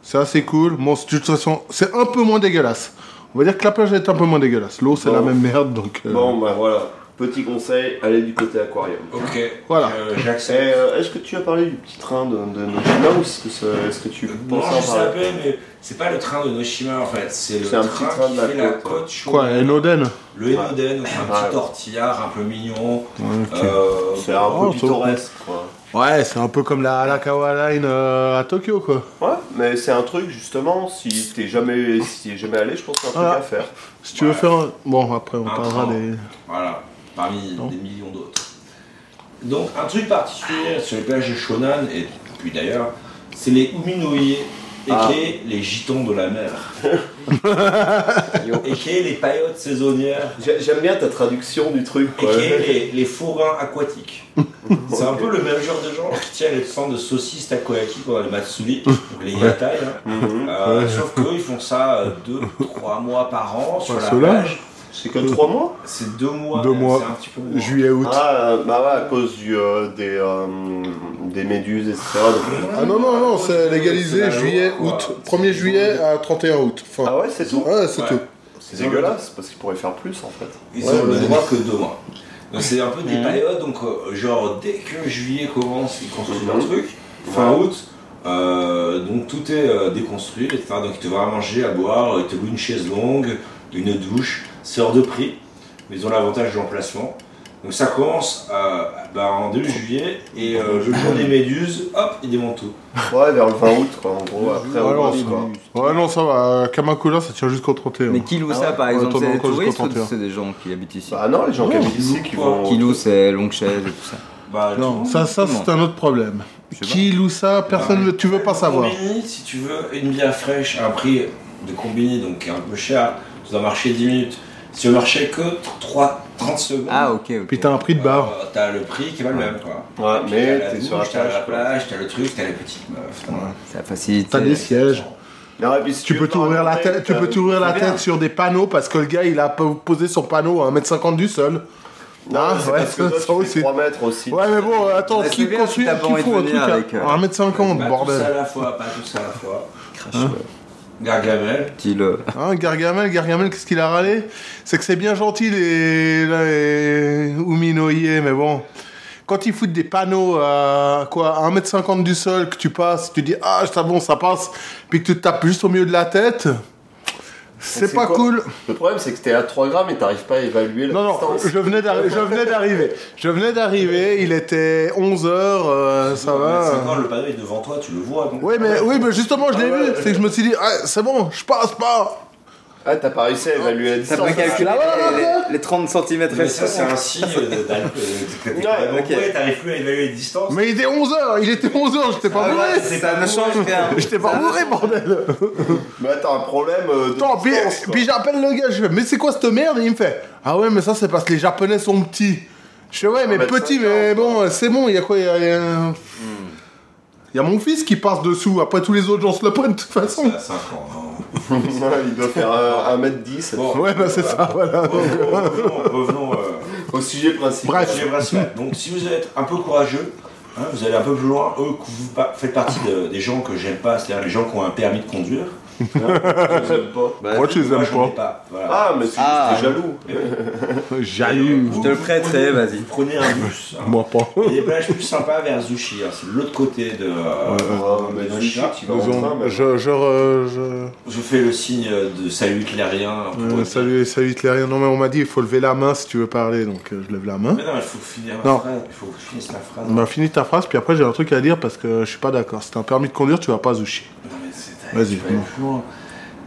[SPEAKER 3] c'est assez cool. Bon, c'est- de toute façon, c'est un peu moins dégueulasse. On va dire que la plage est un peu moins dégueulasse. L'eau, c'est
[SPEAKER 2] Bon.
[SPEAKER 3] la même merde, donc... euh,
[SPEAKER 2] Bon, bah voilà. Petit conseil, allez du côté aquarium.
[SPEAKER 1] Ok.
[SPEAKER 3] Voilà.
[SPEAKER 1] Euh,
[SPEAKER 2] Et,
[SPEAKER 1] J'accepte.
[SPEAKER 2] euh, Est-ce que tu as parlé du petit train de, de Noshima ou est-ce que, ça- est-ce que tu
[SPEAKER 1] Non,
[SPEAKER 2] penses
[SPEAKER 1] je
[SPEAKER 2] en parler
[SPEAKER 1] savais, mais c'est pas le train de Noshima en fait, c'est le
[SPEAKER 2] C'est un
[SPEAKER 1] train,
[SPEAKER 2] petit train
[SPEAKER 1] qui
[SPEAKER 2] de la
[SPEAKER 1] fait la
[SPEAKER 2] côte,
[SPEAKER 1] côte chaude.
[SPEAKER 3] Quoi, Enoden
[SPEAKER 1] Le Enoden, c'est un petit
[SPEAKER 2] Ouais.
[SPEAKER 1] tortillard un peu mignon.
[SPEAKER 3] ok.
[SPEAKER 1] Euh,
[SPEAKER 2] C'est un
[SPEAKER 3] Oh,
[SPEAKER 2] peu
[SPEAKER 3] c'est-
[SPEAKER 2] pittoresque, quoi.
[SPEAKER 3] Ouais, c'est un peu comme la Arakawa Line euh, à Tokyo, quoi.
[SPEAKER 2] Ouais, mais c'est un truc, justement, si t'es jamais, si t'y es jamais allé, je pense que c'est un truc
[SPEAKER 3] Ah.
[SPEAKER 2] à faire.
[SPEAKER 3] Si tu veux
[SPEAKER 1] Ouais.
[SPEAKER 3] faire un... Bon, après, on
[SPEAKER 1] Un
[SPEAKER 3] parlera
[SPEAKER 1] train.
[SPEAKER 3] des...
[SPEAKER 1] Voilà, parmi
[SPEAKER 3] Non.
[SPEAKER 1] des millions d'autres. Donc, un truc
[SPEAKER 3] Ah.
[SPEAKER 1] particulier sur les plages de Shonan, et puis d'ailleurs, c'est les Uminoye, et
[SPEAKER 2] Ah.
[SPEAKER 1] qui les gitans de la
[SPEAKER 3] (laughs)
[SPEAKER 1] mer. et qui les paillotes saisonnières,
[SPEAKER 2] J'ai- J'aime bien ta traduction du truc,
[SPEAKER 1] et
[SPEAKER 2] quoi.
[SPEAKER 1] qui les, les forains aquatiques. C'est un peu le même genre de gens qui tiennent les centres de saucisses takoyaki qu'on a les matsuri, donc les yatai.
[SPEAKER 3] (laughs)
[SPEAKER 1] hein.
[SPEAKER 3] Mhm.
[SPEAKER 1] Euh, Sauf qu'eux, ils font ça 2-3 mois par an sur
[SPEAKER 3] Ouais,
[SPEAKER 1] la
[SPEAKER 3] ceux-là.
[SPEAKER 1] plage.
[SPEAKER 2] (laughs) C'est que 3 mois
[SPEAKER 1] C'est 2 mois,
[SPEAKER 3] Deux
[SPEAKER 1] même,
[SPEAKER 3] mois.
[SPEAKER 1] c'est un petit peu moins.
[SPEAKER 3] Juillet-août.
[SPEAKER 2] Ah, bah ouais, à cause du, euh, des, euh, des méduses, etc. donc-
[SPEAKER 3] Ah non, non, non, c'est
[SPEAKER 1] C'est
[SPEAKER 3] légalisé
[SPEAKER 1] la loi,
[SPEAKER 3] juillet,
[SPEAKER 1] quoi.
[SPEAKER 3] août.
[SPEAKER 1] C'est
[SPEAKER 3] 1er juillet
[SPEAKER 1] ils ont-
[SPEAKER 3] à 31 août. Enfin,
[SPEAKER 2] Ah ouais, c'est tout
[SPEAKER 3] ouais, c'est
[SPEAKER 1] Ouais.
[SPEAKER 3] tout.
[SPEAKER 2] C'est dégueulasse, parce qu'ils pourraient faire plus, en fait.
[SPEAKER 1] Ils
[SPEAKER 3] Ouais,
[SPEAKER 1] ont le
[SPEAKER 3] ouais.
[SPEAKER 1] droit que deux mois. Donc c'est un peu des périodes, donc euh, genre dès que juillet commence, ils construisent leur
[SPEAKER 2] Mhm.
[SPEAKER 1] truc. Fin
[SPEAKER 2] Ouais.
[SPEAKER 1] août, euh, donc tout est euh, déconstruit, etc. Donc ils te vont à manger, à boire, ils te louent une chaise longue, une douche, c'est hors de prix, mais ils ont l'avantage de l'emplacement. Donc ça commence euh, bah, en début juillet et euh, le jour des méduses, hop, ils démontent tout.
[SPEAKER 2] Ouais, vers le 20 août, quoi, en gros, après, on
[SPEAKER 3] Ouais, non,
[SPEAKER 2] bosse, quoi.
[SPEAKER 3] ça- ouais, non, ça va. Kamakura, ça tient jusqu'au 31.
[SPEAKER 12] Mais Kilou,
[SPEAKER 2] Ah
[SPEAKER 12] ça,
[SPEAKER 2] ouais,
[SPEAKER 12] par exemple,
[SPEAKER 3] attends,
[SPEAKER 12] c'est des
[SPEAKER 3] encore jusqu'au
[SPEAKER 12] touristes ou
[SPEAKER 3] 31.
[SPEAKER 12] c'est des gens qui habitent ici
[SPEAKER 2] Bah non, les gens qui
[SPEAKER 1] Non,
[SPEAKER 2] habitent ici,
[SPEAKER 1] ils
[SPEAKER 2] qui
[SPEAKER 1] louent,
[SPEAKER 2] vont...
[SPEAKER 12] Kilou, c'est longue chaise et tout ça.
[SPEAKER 1] Bah, tu
[SPEAKER 3] Non, ça, ça c'est un autre problème.
[SPEAKER 12] Je sais pas.
[SPEAKER 3] Qui loue ça Personne veut, tu veux pas
[SPEAKER 1] Le
[SPEAKER 3] savoir.
[SPEAKER 1] Combini, si tu veux une bière fraîche à un prix de combini, donc qui est un peu cher, tu dois marcher 10 minutes. Si tu veux marcher que 3, 30 secondes.
[SPEAKER 12] Ah, ok, ok.
[SPEAKER 3] Puis t'as un prix de barre.
[SPEAKER 1] Euh, t'as le prix qui va le même quoi.
[SPEAKER 2] Ouais,
[SPEAKER 1] Puis
[SPEAKER 2] mais
[SPEAKER 1] t'as la
[SPEAKER 2] t'es
[SPEAKER 1] douche,
[SPEAKER 2] sur la
[SPEAKER 1] t'as
[SPEAKER 2] plage,
[SPEAKER 1] la plage, t'as le truc, t'as les petites meufs. t'as-
[SPEAKER 12] Ça facilite. euh,
[SPEAKER 3] T'as des sièges. tu peux t'ouvrir la tête,
[SPEAKER 2] euh,
[SPEAKER 3] tu peux t'ouvrir la tête sur des panneaux parce que le gars il a po- posé son panneau à 1m50 du sol.
[SPEAKER 2] Non,
[SPEAKER 3] Ah,
[SPEAKER 2] c'est
[SPEAKER 3] ouais,
[SPEAKER 2] parce que toi,
[SPEAKER 3] ça
[SPEAKER 2] tu fais 3 mètres aussi.
[SPEAKER 3] Ouais mais bon attends,
[SPEAKER 2] Mais
[SPEAKER 3] qui
[SPEAKER 2] c'est bien si
[SPEAKER 3] construit,
[SPEAKER 2] t'as pas
[SPEAKER 3] qui
[SPEAKER 2] envie de
[SPEAKER 3] fout un truc
[SPEAKER 2] venir
[SPEAKER 3] à
[SPEAKER 2] avec, euh,
[SPEAKER 3] à 1m50
[SPEAKER 1] Pas
[SPEAKER 3] bordel.
[SPEAKER 1] tous à la fois, pas tous à la fois. Crash.
[SPEAKER 3] Hein
[SPEAKER 1] Gargamel.
[SPEAKER 12] euh, (laughs)
[SPEAKER 3] Hein, Gargamel, Gargamel, qu'est-ce qu'il a râlé C'est que c'est bien gentil les, les Uminoye, mais bon. Quand ils foutent des panneaux à quoi à 1m50 du sol, que tu passes, tu dis ah ça bon ça passe, puis que tu te tapes juste au milieu de la tête, c'est pas
[SPEAKER 2] quoi
[SPEAKER 3] cool.
[SPEAKER 2] Le problème, c'est que t'es à 3 grammes et t'arrives pas à évaluer la
[SPEAKER 3] Non, non,
[SPEAKER 2] distance.
[SPEAKER 3] je venais d'arri- je venais d'arriver. Je venais d'arriver, il était 11h, ça va.
[SPEAKER 1] Quand le panneau est devant toi, tu le vois. donc-
[SPEAKER 3] Oui, mais, oui, mais justement, je l'ai vu. C'est que je me suis dit, ah, c'est bon, je passe pas.
[SPEAKER 2] Ah, t'as pas réussi à évaluer la
[SPEAKER 12] T'as
[SPEAKER 2] distance.
[SPEAKER 12] pas calculé les, les- les 30 cm
[SPEAKER 1] Mais ça, c'est un signe de- d'al- euh, que t'es vraiment
[SPEAKER 12] ok.
[SPEAKER 1] bourré, t'arrives plus à évaluer les distances.
[SPEAKER 3] Mais il était 11h, il était 11h, j'étais
[SPEAKER 12] Ah
[SPEAKER 3] pas bourré.
[SPEAKER 12] Ça ne change rien.
[SPEAKER 3] J'étais pas bourré, bordel.
[SPEAKER 2] Mais t'as un problème euh, de
[SPEAKER 3] Attends, puis,
[SPEAKER 2] distance, quoi.
[SPEAKER 3] puis j'appelle le gars, je fais, mais c'est quoi cette merde Et il me fait, ah ouais, mais ça, c'est parce que les Japonais sont petits. Je fais, ouais, Ah, mais petit, mais bon, euh, c'est Hmm. bon, il y a quoi Il y a- il y a- il y a mon fils qui passe dessous, après tous les autres gens se le prennent de toute façon. (laughs)
[SPEAKER 1] À 5 ans.
[SPEAKER 2] (laughs) Il doit faire euh, 1m10.
[SPEAKER 1] Bon,
[SPEAKER 3] Ouais, bah c'est ça, voilà.
[SPEAKER 1] revenons, revenons, euh,
[SPEAKER 2] Au sujet principal.
[SPEAKER 1] J'ai Brassman. Donc si vous êtes un peu courageux, hein, vous allez un peu plus loin, eux, que vous pa- faites partie de- des gens que j'aime pas, c'est-à-dire les gens qui ont un permis de conduire. hein,
[SPEAKER 3] Moi, tu les
[SPEAKER 1] Moi,
[SPEAKER 3] aimes
[SPEAKER 1] je n'en ai
[SPEAKER 3] pas.
[SPEAKER 1] pas. Voilà.
[SPEAKER 2] Ah, mais c'est
[SPEAKER 12] Ah.
[SPEAKER 2] juste jaloux.
[SPEAKER 3] Jaloux.
[SPEAKER 12] Je te le prêterai, vas-y.
[SPEAKER 1] Vous prenez un bus. hein.
[SPEAKER 3] Moi pas.
[SPEAKER 1] Il y a des plages plus sympas vers Zushi, hein, c'est de l'autre côté de, euh,
[SPEAKER 2] Ah,
[SPEAKER 1] de
[SPEAKER 2] mais
[SPEAKER 1] Noshi.
[SPEAKER 2] Zushi, tu vas en
[SPEAKER 3] Disons,
[SPEAKER 2] train, mais-
[SPEAKER 3] je, je, re- je-
[SPEAKER 1] Je fais le signe de salut hitlérien. pour-
[SPEAKER 3] Euh, salut, salut Hitlérien. Non mais on m'a dit il faut lever la main si tu veux parler, donc euh, je lève la main.
[SPEAKER 1] Mais non, il faut finir ma
[SPEAKER 3] Non.
[SPEAKER 1] phrase. Il faut que je finisse ma phrase.
[SPEAKER 3] Bah finis ta phrase, puis après j'ai un truc à dire parce que je suis pas d'accord. C'est un permis de conduire, tu vas pas Zushi.
[SPEAKER 1] Non, mais c'est- tu
[SPEAKER 3] Vas-y,
[SPEAKER 1] peux aller
[SPEAKER 3] non.
[SPEAKER 1] plus loin.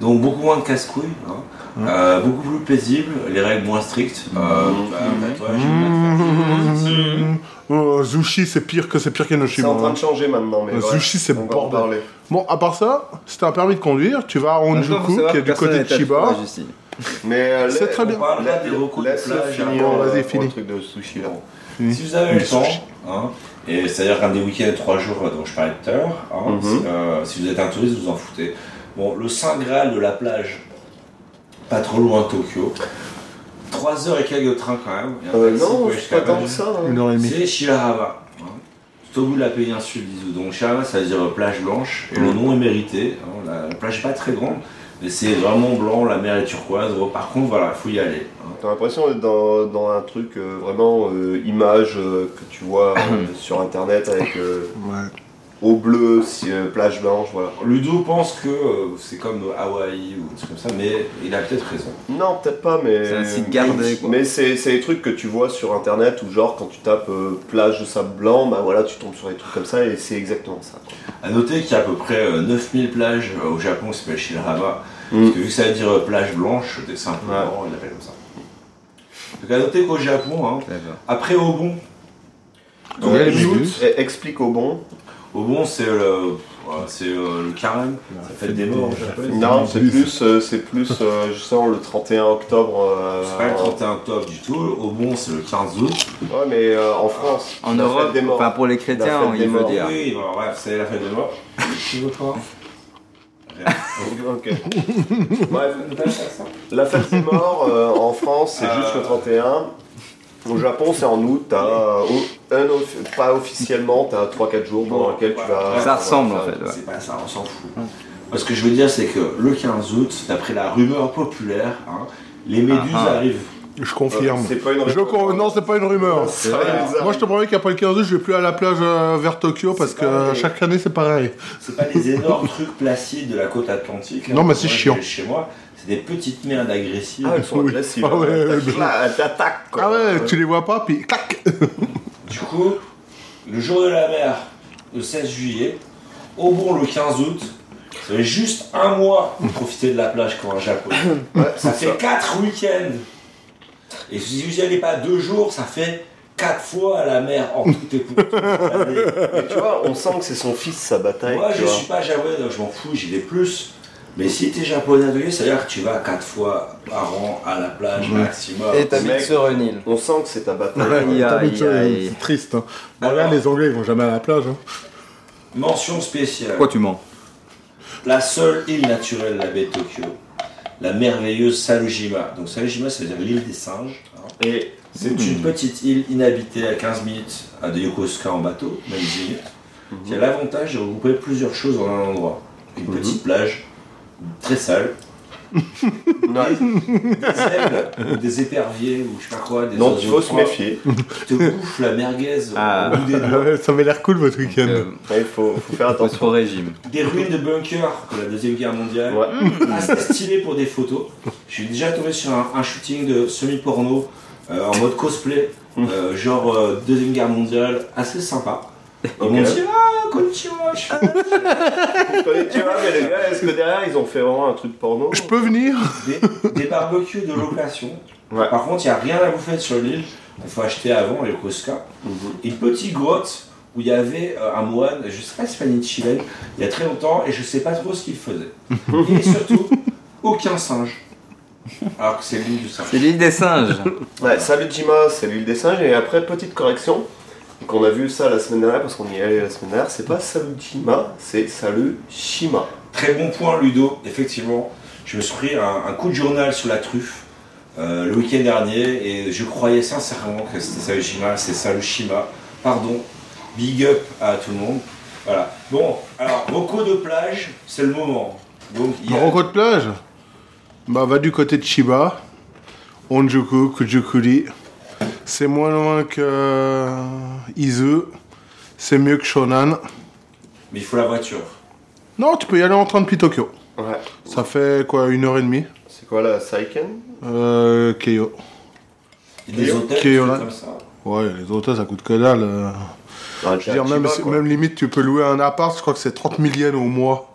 [SPEAKER 1] Donc beaucoup moins de casse-couilles, hein. Euh, beaucoup plus paisible, les règles moins strictes. Euh,
[SPEAKER 2] Mhm.
[SPEAKER 1] bah, bah, toi, j'ai pas de faire.
[SPEAKER 3] Oh, Zushi c'est pire que c'est pire qu'Enoshi.
[SPEAKER 2] C'est en
[SPEAKER 3] moi,
[SPEAKER 2] train
[SPEAKER 3] hein.
[SPEAKER 2] de changer maintenant. mais
[SPEAKER 3] Le
[SPEAKER 2] voilà.
[SPEAKER 3] sushi, c'est
[SPEAKER 2] On va en
[SPEAKER 3] bordel.
[SPEAKER 2] parler.
[SPEAKER 3] Bon, à part ça, si t'as un permis de conduire, tu vas à Onjuku qui est du côté de Chiba.
[SPEAKER 2] Mais euh,
[SPEAKER 3] C'est
[SPEAKER 2] la-
[SPEAKER 3] très bien.
[SPEAKER 1] On parle là des recours de
[SPEAKER 2] Laisse-le
[SPEAKER 1] plage. hein. Ah,
[SPEAKER 2] finir
[SPEAKER 3] Bon, vas-y,
[SPEAKER 2] euh,
[SPEAKER 3] finis.
[SPEAKER 2] le truc de sushi là.
[SPEAKER 3] Fini.
[SPEAKER 1] Si vous avez le
[SPEAKER 3] Du
[SPEAKER 1] temps,
[SPEAKER 3] sushi.
[SPEAKER 1] hein, et c'est-à-dire qu'un des week-ends de 3 jours euh, dont je parlais tout à l'heure, hein,
[SPEAKER 2] Mhm.
[SPEAKER 1] c'est, euh, si vous êtes un touriste, vous en foutez. Bon, le Saint Graal de la plage, pas trop loin de Tokyo, 3 heures et quelques de train quand même. et un
[SPEAKER 2] Euh,
[SPEAKER 1] taxi
[SPEAKER 2] non,
[SPEAKER 1] pour aller
[SPEAKER 2] je
[SPEAKER 1] jusqu'à
[SPEAKER 2] pas tant
[SPEAKER 1] Bali.
[SPEAKER 2] que ça. hein.
[SPEAKER 3] Une heure et demie.
[SPEAKER 1] C'est Shirahama. hein. Tout au bout de la péninsule d'Izu. Donc Shirahama, ça veut dire euh, plage blanche. Et
[SPEAKER 2] Mm.
[SPEAKER 1] le nom est mérité. hein. La, la plage n'est pas très grande, mais c'est vraiment blanc, la mer est turquoise. Bon, Par contre, voilà, il faut y aller. hein.
[SPEAKER 2] T'as l'impression d'être dans, dans un truc euh, vraiment euh, image euh, que tu vois
[SPEAKER 12] (clears throat)
[SPEAKER 2] euh, sur internet avec euh,
[SPEAKER 3] Ouais.
[SPEAKER 2] eau bleue, si- euh, plage blanche, voilà.
[SPEAKER 1] Ludo pense que euh, c'est comme Hawaï ou des trucs comme ça, mais il a peut-être raison.
[SPEAKER 2] Non, peut-être pas, mais.
[SPEAKER 12] C'est un site gardé, quoi.
[SPEAKER 2] Mais c'est c'est des trucs que tu vois sur internet où, genre, quand tu tapes euh, plage de sable blanc, bah voilà, tu tombes sur des trucs comme ça et c'est exactement ça. quoi.
[SPEAKER 1] À noter qu'il y a à peu près euh, 9000 plages euh, au Japon qui s'appellent Shirahama.
[SPEAKER 2] Mm.
[SPEAKER 1] Parce que vu que ça veut dire euh, plage blanche, c'est simplement,
[SPEAKER 2] Ouais.
[SPEAKER 1] il l'appelle comme ça. Donc à noter qu'au Japon, hein, après Obon,
[SPEAKER 2] Donc,
[SPEAKER 3] Ouais, les
[SPEAKER 2] shoot,
[SPEAKER 3] minutes.
[SPEAKER 2] et explique au bon.
[SPEAKER 1] Obon c'est le, ouais, c'est, euh, le carême, ça fait des morts en japonais.
[SPEAKER 2] Non, c'est plus, euh, c'est plus, euh, je sens le 31 octobre. euh,
[SPEAKER 1] C'est pas le 31 octobre du tout, au bon c'est le 15 août.
[SPEAKER 2] Ouais, mais euh, en France.
[SPEAKER 12] En
[SPEAKER 2] la fête
[SPEAKER 12] Europe,
[SPEAKER 2] des morts.
[SPEAKER 12] enfin pour les
[SPEAKER 2] La
[SPEAKER 12] chrétiens,
[SPEAKER 2] fête des
[SPEAKER 12] il veut
[SPEAKER 2] morts.
[SPEAKER 12] dire.
[SPEAKER 1] Oui, bon, bref, c'est la fête des morts. Tu veux quoi
[SPEAKER 2] (laughs) Ok. Bref, la fête des morts euh, en France, c'est
[SPEAKER 1] Euh.
[SPEAKER 2] jusqu'au 31. Au Japon, c'est en août, t'as euh, un off- pas officiellement, t'as 3-4 jours pendant
[SPEAKER 1] Bon,
[SPEAKER 2] lesquels tu
[SPEAKER 1] ouais.
[SPEAKER 2] vas.
[SPEAKER 12] Ça ressemble en fait. ouais.
[SPEAKER 1] C'est pas ça, on s'en fout. Moi, Ce que je veux dire, c'est que le 15 août, d'après la rumeur populaire, hein, les méduses
[SPEAKER 12] Ah, ah.
[SPEAKER 1] arrivent.
[SPEAKER 3] Je
[SPEAKER 2] Euh,
[SPEAKER 3] confirme.
[SPEAKER 2] C'est pas une
[SPEAKER 3] Je con- Non, c'est pas une rumeur.
[SPEAKER 2] C'est pas une bizarre.
[SPEAKER 3] Moi je te promets qu'après le 15 août, je vais plus à la plage euh, vers Tokyo parce
[SPEAKER 1] C'est
[SPEAKER 3] que
[SPEAKER 1] pas vrai.
[SPEAKER 3] chaque année c'est pareil.
[SPEAKER 1] C'est pas les énormes (laughs) trucs placides de la côte atlantique. là.
[SPEAKER 3] Non, mais
[SPEAKER 1] Moi,
[SPEAKER 3] c'est chiant.
[SPEAKER 1] je vais Chez moi, c'est des petites merdes agressives.
[SPEAKER 2] Ah, elles sont
[SPEAKER 3] Oui.
[SPEAKER 2] agressives.
[SPEAKER 3] Ah ouais,
[SPEAKER 2] Elles
[SPEAKER 3] ouais,
[SPEAKER 2] t'attaquent,
[SPEAKER 3] mais-
[SPEAKER 2] là, elles t'attaquent, quoi.
[SPEAKER 3] Ah ouais, tu les vois pas, puis clac (laughs)
[SPEAKER 1] Du coup, le jour de la mer, le 16 juillet, au bon le 15 août, ça fait juste un mois de profiter de la plage comme un japonais. ça fait 4 week-ends. Et si vous n'y allez pas deux jours, ça fait 4 fois à la mer en tout et pour tout. Allez.
[SPEAKER 2] (laughs) Mais tu vois, on sent que c'est son fils sa bataille.
[SPEAKER 1] Moi,
[SPEAKER 2] tu
[SPEAKER 1] je
[SPEAKER 2] vois.
[SPEAKER 1] suis pas japonais, donc je m'en fous, j'y vais plus. Mais si t'es japonais à Tokyo, c'est-à-dire que tu vas 4 fois par an à la plage
[SPEAKER 12] Ouais.
[SPEAKER 1] maximum.
[SPEAKER 12] Et t'habites
[SPEAKER 1] Mec,
[SPEAKER 12] sur une île.
[SPEAKER 2] On sent que c'est ta bataille.
[SPEAKER 3] C'est triste. Hein. Bon, regarde, les Anglais, ils vont jamais à la plage. Hein.
[SPEAKER 1] Mention spéciale.
[SPEAKER 12] Pourquoi tu mens
[SPEAKER 1] La seule île naturelle de la baie de Tokyo, la merveilleuse Salujima. Donc Salujima, ça veut dire l'île des singes. hein. Et c'est une petite île inhabitée à 15 minutes à de Yokosuka en bateau, même 10 minutes. qui a l'avantage de regrouper plusieurs choses en un endroit. Une petite plage, très sale. (laughs) des ailes, ou des éperviers, ou je sais pas quoi. Des
[SPEAKER 2] Donc, il faut
[SPEAKER 1] oiseaux
[SPEAKER 2] se
[SPEAKER 1] proies
[SPEAKER 2] méfier.
[SPEAKER 1] qui Te bouffe la merguez au bout des doigts.
[SPEAKER 3] (laughs) ça avait l'air cool votre week-end.
[SPEAKER 2] il faut, faire attention
[SPEAKER 12] Euh, au régime.
[SPEAKER 1] des ruines de bunkers de la Deuxième Guerre mondiale, assez stylé pour des photos. Je suis déjà tombé sur un, un shooting de semi-porno euh, en mode cosplay, euh, genre euh, Deuxième Guerre mondiale, assez sympa. Euh, Ils m'ont dit, ah, konnichiwa, je fais-
[SPEAKER 2] tu vois, mais les gars, est-ce que derrière ils ont fait vraiment un truc porno
[SPEAKER 3] Je peux venir
[SPEAKER 1] des, des barbecues de location. Par contre, il n'y a rien à bouffer sur l'île. Il faut acheter avant à Yokosuka. Une petite grotte où il y avait euh, un moine, je ne sais pas si c'est pas une chilène, il y a très longtemps, et je ne sais pas trop ce qu'il faisait. Et surtout, aucun singe. Alors que c'est l'île du singe.
[SPEAKER 12] C'est l'île des singes.
[SPEAKER 2] Ouais, Salujima, c'est l'île des singes. Et après, petite correction. Donc, on a vu ça la semaine dernière parce qu'on y est allé la semaine dernière. C'est pas Salujima, c'est Salushima.
[SPEAKER 1] Très bon point, Ludo. Effectivement, je me suis pris un, un coup de journal sur la truffe euh, le week-end dernier et je croyais sincèrement que c'était Salushima, c'est Salushima. Pardon. Big up à tout le monde. Voilà. Bon, alors, Rocco de plage, c'est le moment. Donc, il y a-
[SPEAKER 3] Morocco de plage Bah, va du côté de Chiba. Onjuku, Kujukuri. C'est moins loin que euh, Izu. C'est mieux que Shonan.
[SPEAKER 1] mais il faut la voiture.
[SPEAKER 3] Non, tu peux y aller en train depuis Tokyo.
[SPEAKER 2] Ouais.
[SPEAKER 3] Ça fait quoi, une heure et demie
[SPEAKER 2] C'est quoi la Saiken
[SPEAKER 3] euh, Keio.
[SPEAKER 1] Il y a des hôtels, des
[SPEAKER 3] Keio,
[SPEAKER 1] trucs
[SPEAKER 3] là.
[SPEAKER 1] comme ça.
[SPEAKER 3] Ouais, les hôtels, ça coûte que dalle. euh. Je veux dire, même,
[SPEAKER 2] Chiba, quoi.
[SPEAKER 3] même limite, tu peux louer un appart, je crois que c'est 30 000 yens au mois.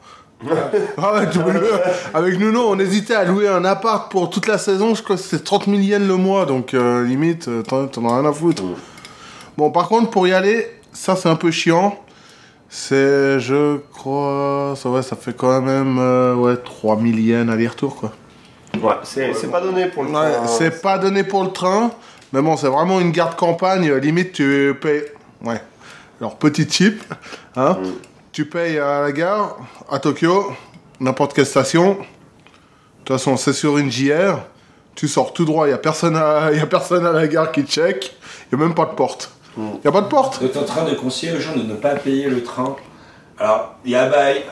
[SPEAKER 3] ah ouais, tu peux louer- Avec nous, non, on hésitait à louer un appart pour toute la saison, je crois que c'est 30 000 yens le mois, donc euh, limite, euh, t'en t'en as rien à foutre. Bon, par contre, pour y aller, ça c'est un peu chiant. C'est, je crois, ça, ouais, ça fait quand même euh, ouais, 3 000 yens aller-retour, quoi.
[SPEAKER 2] Ouais, c'est c'est pas donné pour le hein.
[SPEAKER 3] Ouais,
[SPEAKER 2] train.
[SPEAKER 3] c'est pas donné pour le train, mais bon, c'est vraiment une gare de campagne. euh, Limite, tu payes. Ouais. Alors, petit tip, hein.
[SPEAKER 2] Mm.
[SPEAKER 3] Tu payes à la gare, à Tokyo, n'importe quelle station. De toute façon, c'est sur une JR. Tu sors tout droit, il n'y a, personne à- (laughs) y a personne à la gare qui check. Il n'y a même pas de porte. Il
[SPEAKER 2] Mm.
[SPEAKER 3] n'y a pas de porte.
[SPEAKER 1] Donc, t'es en train de conseiller aux gens de ne pas payer le train. Alors, Yabai.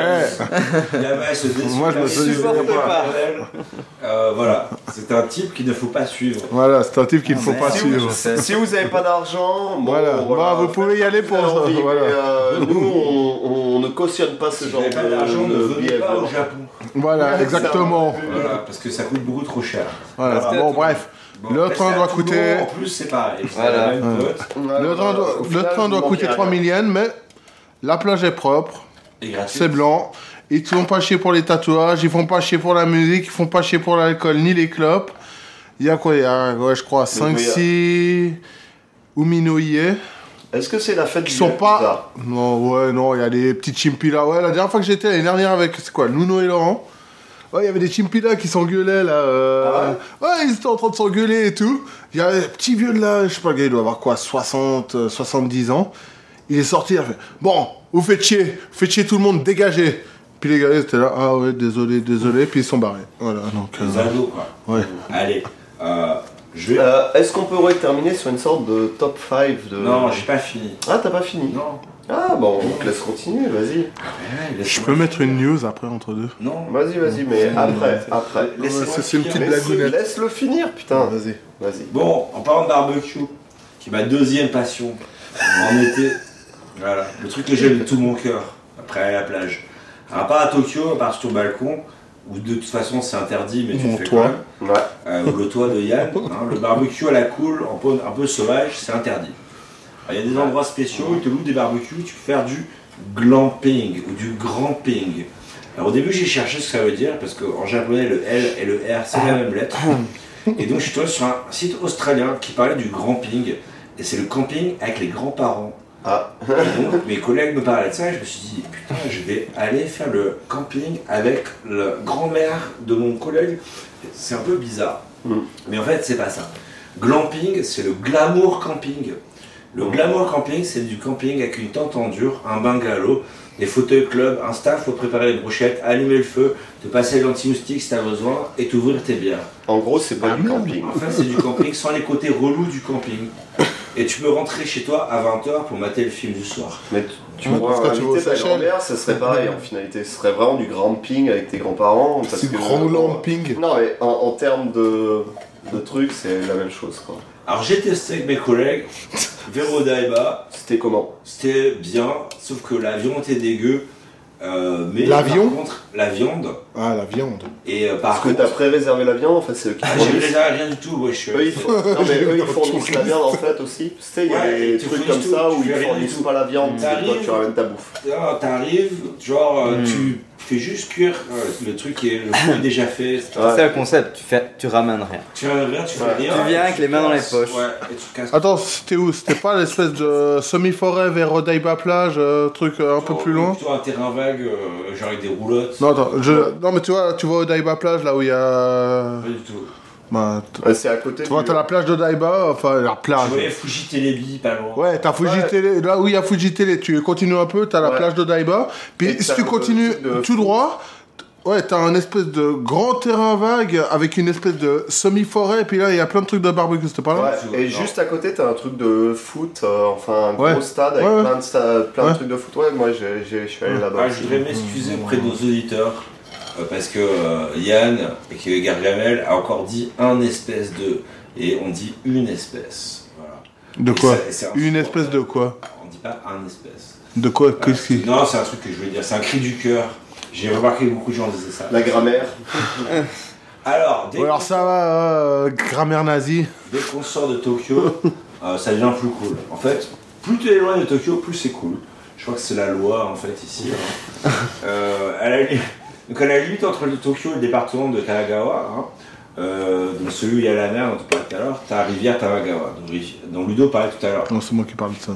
[SPEAKER 1] Yabai se déçu.
[SPEAKER 3] Moi, je me suis-
[SPEAKER 1] Supporte pas. Euh, Voilà, c'est un type qu'il ne faut pas suivre.
[SPEAKER 3] Voilà, c'est un type qu'il ne faut
[SPEAKER 2] Mais
[SPEAKER 3] pas
[SPEAKER 2] si
[SPEAKER 3] suivre.
[SPEAKER 2] Vous, si vous avez pas d'argent, bon,
[SPEAKER 3] Voilà.
[SPEAKER 2] voilà.
[SPEAKER 3] Bah, vous pouvez y aller pour ça.
[SPEAKER 2] envie, mais,
[SPEAKER 3] voilà.
[SPEAKER 2] euh, nous, on, on ne cautionne pas ce genre
[SPEAKER 1] n'avez pas d'argent, ne venez
[SPEAKER 2] billet,
[SPEAKER 1] pas au
[SPEAKER 2] vraiment.
[SPEAKER 1] Japon.
[SPEAKER 3] Voilà, exactement.
[SPEAKER 1] Voilà, parce que ça coûte beaucoup trop cher.
[SPEAKER 3] Voilà, bon, bref. le train doit coûter.
[SPEAKER 1] En plus, c'est pareil. c'est
[SPEAKER 12] Voilà.
[SPEAKER 1] la même
[SPEAKER 3] Ouais.
[SPEAKER 1] note.
[SPEAKER 3] Le train doit,
[SPEAKER 2] Au
[SPEAKER 3] le
[SPEAKER 2] final,
[SPEAKER 3] train
[SPEAKER 2] vous
[SPEAKER 3] doit
[SPEAKER 2] manquez
[SPEAKER 3] coûter
[SPEAKER 2] rien.
[SPEAKER 3] 3 000 yens, mais la plage est propre,
[SPEAKER 1] Et gratuit.
[SPEAKER 3] c'est blanc. Ils te font pas chier pour les tatouages, ils font pas chier pour la musique, ils font pas chier pour l'alcool ni les clopes. Il y a quoi Il y a, ouais, je
[SPEAKER 2] il
[SPEAKER 3] crois,
[SPEAKER 2] y a-
[SPEAKER 3] 5-6 Uminoye.
[SPEAKER 2] Est-ce que c'est la fête
[SPEAKER 3] Qui
[SPEAKER 2] du
[SPEAKER 3] sont
[SPEAKER 2] Yakuza
[SPEAKER 3] pas. Non, ouais, non, il y a des petits chimpilas. Ouais, la dernière fois que j'étais, l'année dernière, avec, c'est quoi, Nuno et Laurent Ouais, il y avait des chimpilas qui s'engueulaient là. euh, ouais, ils étaient en train de s'engueuler et tout. Il y a un petit vieux de là, je sais pas, le gars, il doit avoir quoi, 60, euh, 70 ans. Il est sorti, il a fait Bon, vous faites chier, vous faites chier tout le monde, dégagez. Puis les gars ils étaient là, ah ouais, désolé, désolé, puis ils sont barrés. Voilà, donc. euh,
[SPEAKER 1] Les ados, quoi.
[SPEAKER 3] ouais.
[SPEAKER 1] Allez, euh, je vais.
[SPEAKER 2] Euh, Est-ce qu'on peut terminer sur une sorte de top 5 de.
[SPEAKER 1] Non, j'ai pas fini.
[SPEAKER 2] Ah, t'as pas fini
[SPEAKER 1] Non.
[SPEAKER 2] Ah, bon, donc laisse continuer, vas-y.
[SPEAKER 3] Je peux mettre une news après entre deux
[SPEAKER 1] Non.
[SPEAKER 2] Vas-y, vas-y, mais après, après.
[SPEAKER 1] Laissez-moi
[SPEAKER 3] Ouais, ça, c'est une
[SPEAKER 1] finir.
[SPEAKER 3] petite
[SPEAKER 1] Laissez-
[SPEAKER 3] blagounette.
[SPEAKER 2] Laisse- Laisse-le finir, putain.
[SPEAKER 3] Vas-y.
[SPEAKER 2] Vas-y.
[SPEAKER 1] Bon, en parlant de barbecue, qui est ma deuxième passion en été, voilà, le truc que j'aime de tout mon cœur, après aller à la plage. Alors, pas à Tokyo, à part sur ton balcon, où de toute façon c'est interdit, mais tu
[SPEAKER 3] Mon
[SPEAKER 1] le fais
[SPEAKER 3] toit.
[SPEAKER 1] quand même.
[SPEAKER 2] Ouais.
[SPEAKER 1] Euh, ou le toit de Yann, hein, le barbecue à la cool, en peu- un peu sauvage, c'est interdit. Alors, Il y a des endroits spéciaux, ils te louent des barbecues, tu peux faire du glamping ou du gramping. Alors au début j'ai cherché ce que ça veut dire parce qu'en japonais le L et le R c'est la même lettre. Et donc je suis tombé sur un site australien qui parlait du gramping et c'est le camping avec les grands-parents Ah. donc, mes collègues me parlaient de ça et je me suis dit, putain, je vais aller faire le camping avec la grand-mère de mon collègue. C'est un peu bizarre. Mais en fait, c'est pas ça. Glamping, c'est le glamour camping. Le glamour camping, c'est du camping avec une tente en dur, un bungalow, des fauteuils club, un staff pour préparer les brochettes, allumer le feu, te passer l'anti-moustique si t'as besoin et t'ouvrir tes bières.
[SPEAKER 2] En gros, c'est
[SPEAKER 3] Ah,
[SPEAKER 2] pas du camping.
[SPEAKER 1] Enfin, c'est du camping sans les côtés relous du camping. Et tu peux rentrer chez toi à 20h pour mater le film du soir.
[SPEAKER 2] Mais Tu vois, inviter ta grand-mère, ça serait pareil en finalité. Ce serait vraiment du glamping avec tes grands-parents. parce
[SPEAKER 3] Du
[SPEAKER 2] que- euh,
[SPEAKER 3] grand glamping.
[SPEAKER 2] Non, mais en, en termes de, de trucs, c'est la même chose. Quoi.
[SPEAKER 1] Alors j'ai testé avec mes collègues vers Odaiba.
[SPEAKER 2] C'était comment
[SPEAKER 1] C'était bien, sauf que l'avion était dégueu. Euh, mais
[SPEAKER 3] L'avion
[SPEAKER 1] par contre, La viande.
[SPEAKER 3] Ah, la viande.
[SPEAKER 1] Et euh, par
[SPEAKER 2] Parce que
[SPEAKER 1] contre.
[SPEAKER 2] t'as pré-réservé l'avion, en fait, c'est eux qui
[SPEAKER 1] Ah, j'ai
[SPEAKER 2] fournissent.
[SPEAKER 1] vu les arrêts, rien du tout, wesh.
[SPEAKER 2] Eux, ils (laughs) font- non, mais eux, ils fournissent la viande en fait aussi. Tu sais, il y a
[SPEAKER 1] Ouais,
[SPEAKER 2] des
[SPEAKER 1] tu
[SPEAKER 2] trucs
[SPEAKER 1] fournis
[SPEAKER 2] comme
[SPEAKER 1] tout,
[SPEAKER 2] ça où
[SPEAKER 1] tu
[SPEAKER 2] ils
[SPEAKER 1] fais rien
[SPEAKER 2] fournissent
[SPEAKER 1] du tout.
[SPEAKER 2] pas la viande, mais toi
[SPEAKER 1] T'arrives-
[SPEAKER 2] tu ramènes ta bouffe.
[SPEAKER 1] Ah, T'arrives, genre, euh,
[SPEAKER 12] Hmm.
[SPEAKER 1] tu fais juste cuire euh, le truc qui est le coup déjà fait. etc.
[SPEAKER 12] (laughs) C'est ça le concept, tu, fais, tu ramènes rien.
[SPEAKER 1] Tu ramènes rien, tu fais
[SPEAKER 12] Ouais.
[SPEAKER 1] rien.
[SPEAKER 12] Tu viens avec les mains dans les poches.
[SPEAKER 1] Ouais, et tu casses.
[SPEAKER 3] Attends, c'était où C'était pas l'espèce de semi-forêt vers Odaiba plage, euh, truc euh, un peu plus loin
[SPEAKER 1] Plutôt un terrain vague, euh, genre avec des roulottes.
[SPEAKER 3] Non, attends, je... non, mais tu vois, tu vois Odaiba plage là où il y a.
[SPEAKER 1] Pas du tout.
[SPEAKER 3] Bah, t-
[SPEAKER 2] Ouais, c'est à côté.
[SPEAKER 3] tu vois, t'as la plage d'Odaiba, enfin la
[SPEAKER 1] Tu
[SPEAKER 3] plage.
[SPEAKER 1] voyais Fuji Telebi, pas loin.
[SPEAKER 3] Ouais, t'as Fuji Télé, là où il y a Fuji Télé, tu continues un peu, t'as la plage d'Odaiba, puis
[SPEAKER 2] Et
[SPEAKER 3] si
[SPEAKER 2] t'as
[SPEAKER 3] tu
[SPEAKER 2] le
[SPEAKER 3] continues
[SPEAKER 2] truc de
[SPEAKER 3] tout droit, t- ouais, t'as un espèce de grand terrain vague avec une espèce de semi-forêt, puis là il y a plein de trucs de barbecue, c'était pas là
[SPEAKER 2] Ouais, et juste à côté, t'as un truc de foot, euh, enfin un
[SPEAKER 3] Ouais.
[SPEAKER 2] gros stade avec
[SPEAKER 3] Ouais, ouais.
[SPEAKER 2] plein, de, sta- plein de
[SPEAKER 3] Ouais.
[SPEAKER 2] trucs de foot. Ouais, moi j'ai- j'ai- je suis allé là-bas.
[SPEAKER 1] Ah, je voudrais m'excuser auprès de nos auditeurs euh, parce que euh, Yann et que Gargamel a encore dit un espèce de et on dit une espèce. Voilà.
[SPEAKER 3] De
[SPEAKER 1] Et
[SPEAKER 3] quoi
[SPEAKER 1] ça- et c'est un-
[SPEAKER 3] Une espèce de quoi
[SPEAKER 1] On dit pas un espèce.
[SPEAKER 3] De quoi Qu'est-ce qui
[SPEAKER 1] Non, c'est un truc que je voulais dire, c'est un cri du cœur. J'ai remarqué que beaucoup de gens disaient ça.
[SPEAKER 2] La grammaire.
[SPEAKER 1] Alors, dès
[SPEAKER 3] Ouais, Alors ça va, euh, grammaire nazie.
[SPEAKER 1] dès qu'on sort de
[SPEAKER 2] (laughs)
[SPEAKER 1] Tokyo, euh, ça devient plus cool. En fait, plus tu es loin de Tokyo, plus c'est cool. Je crois que c'est la loi en fait ici.
[SPEAKER 2] (laughs)
[SPEAKER 1] hein. Euh, à la, li- donc à la limite entre le Tokyo et le département de Kanagawa, hein, euh, donc celui où il y a la mer dont on parlait tout à l'heure, t'as rivière Tamagawa, dont, Ri- dont Ludo parlait tout à l'heure.
[SPEAKER 3] Non, c'est moi qui parle de ça.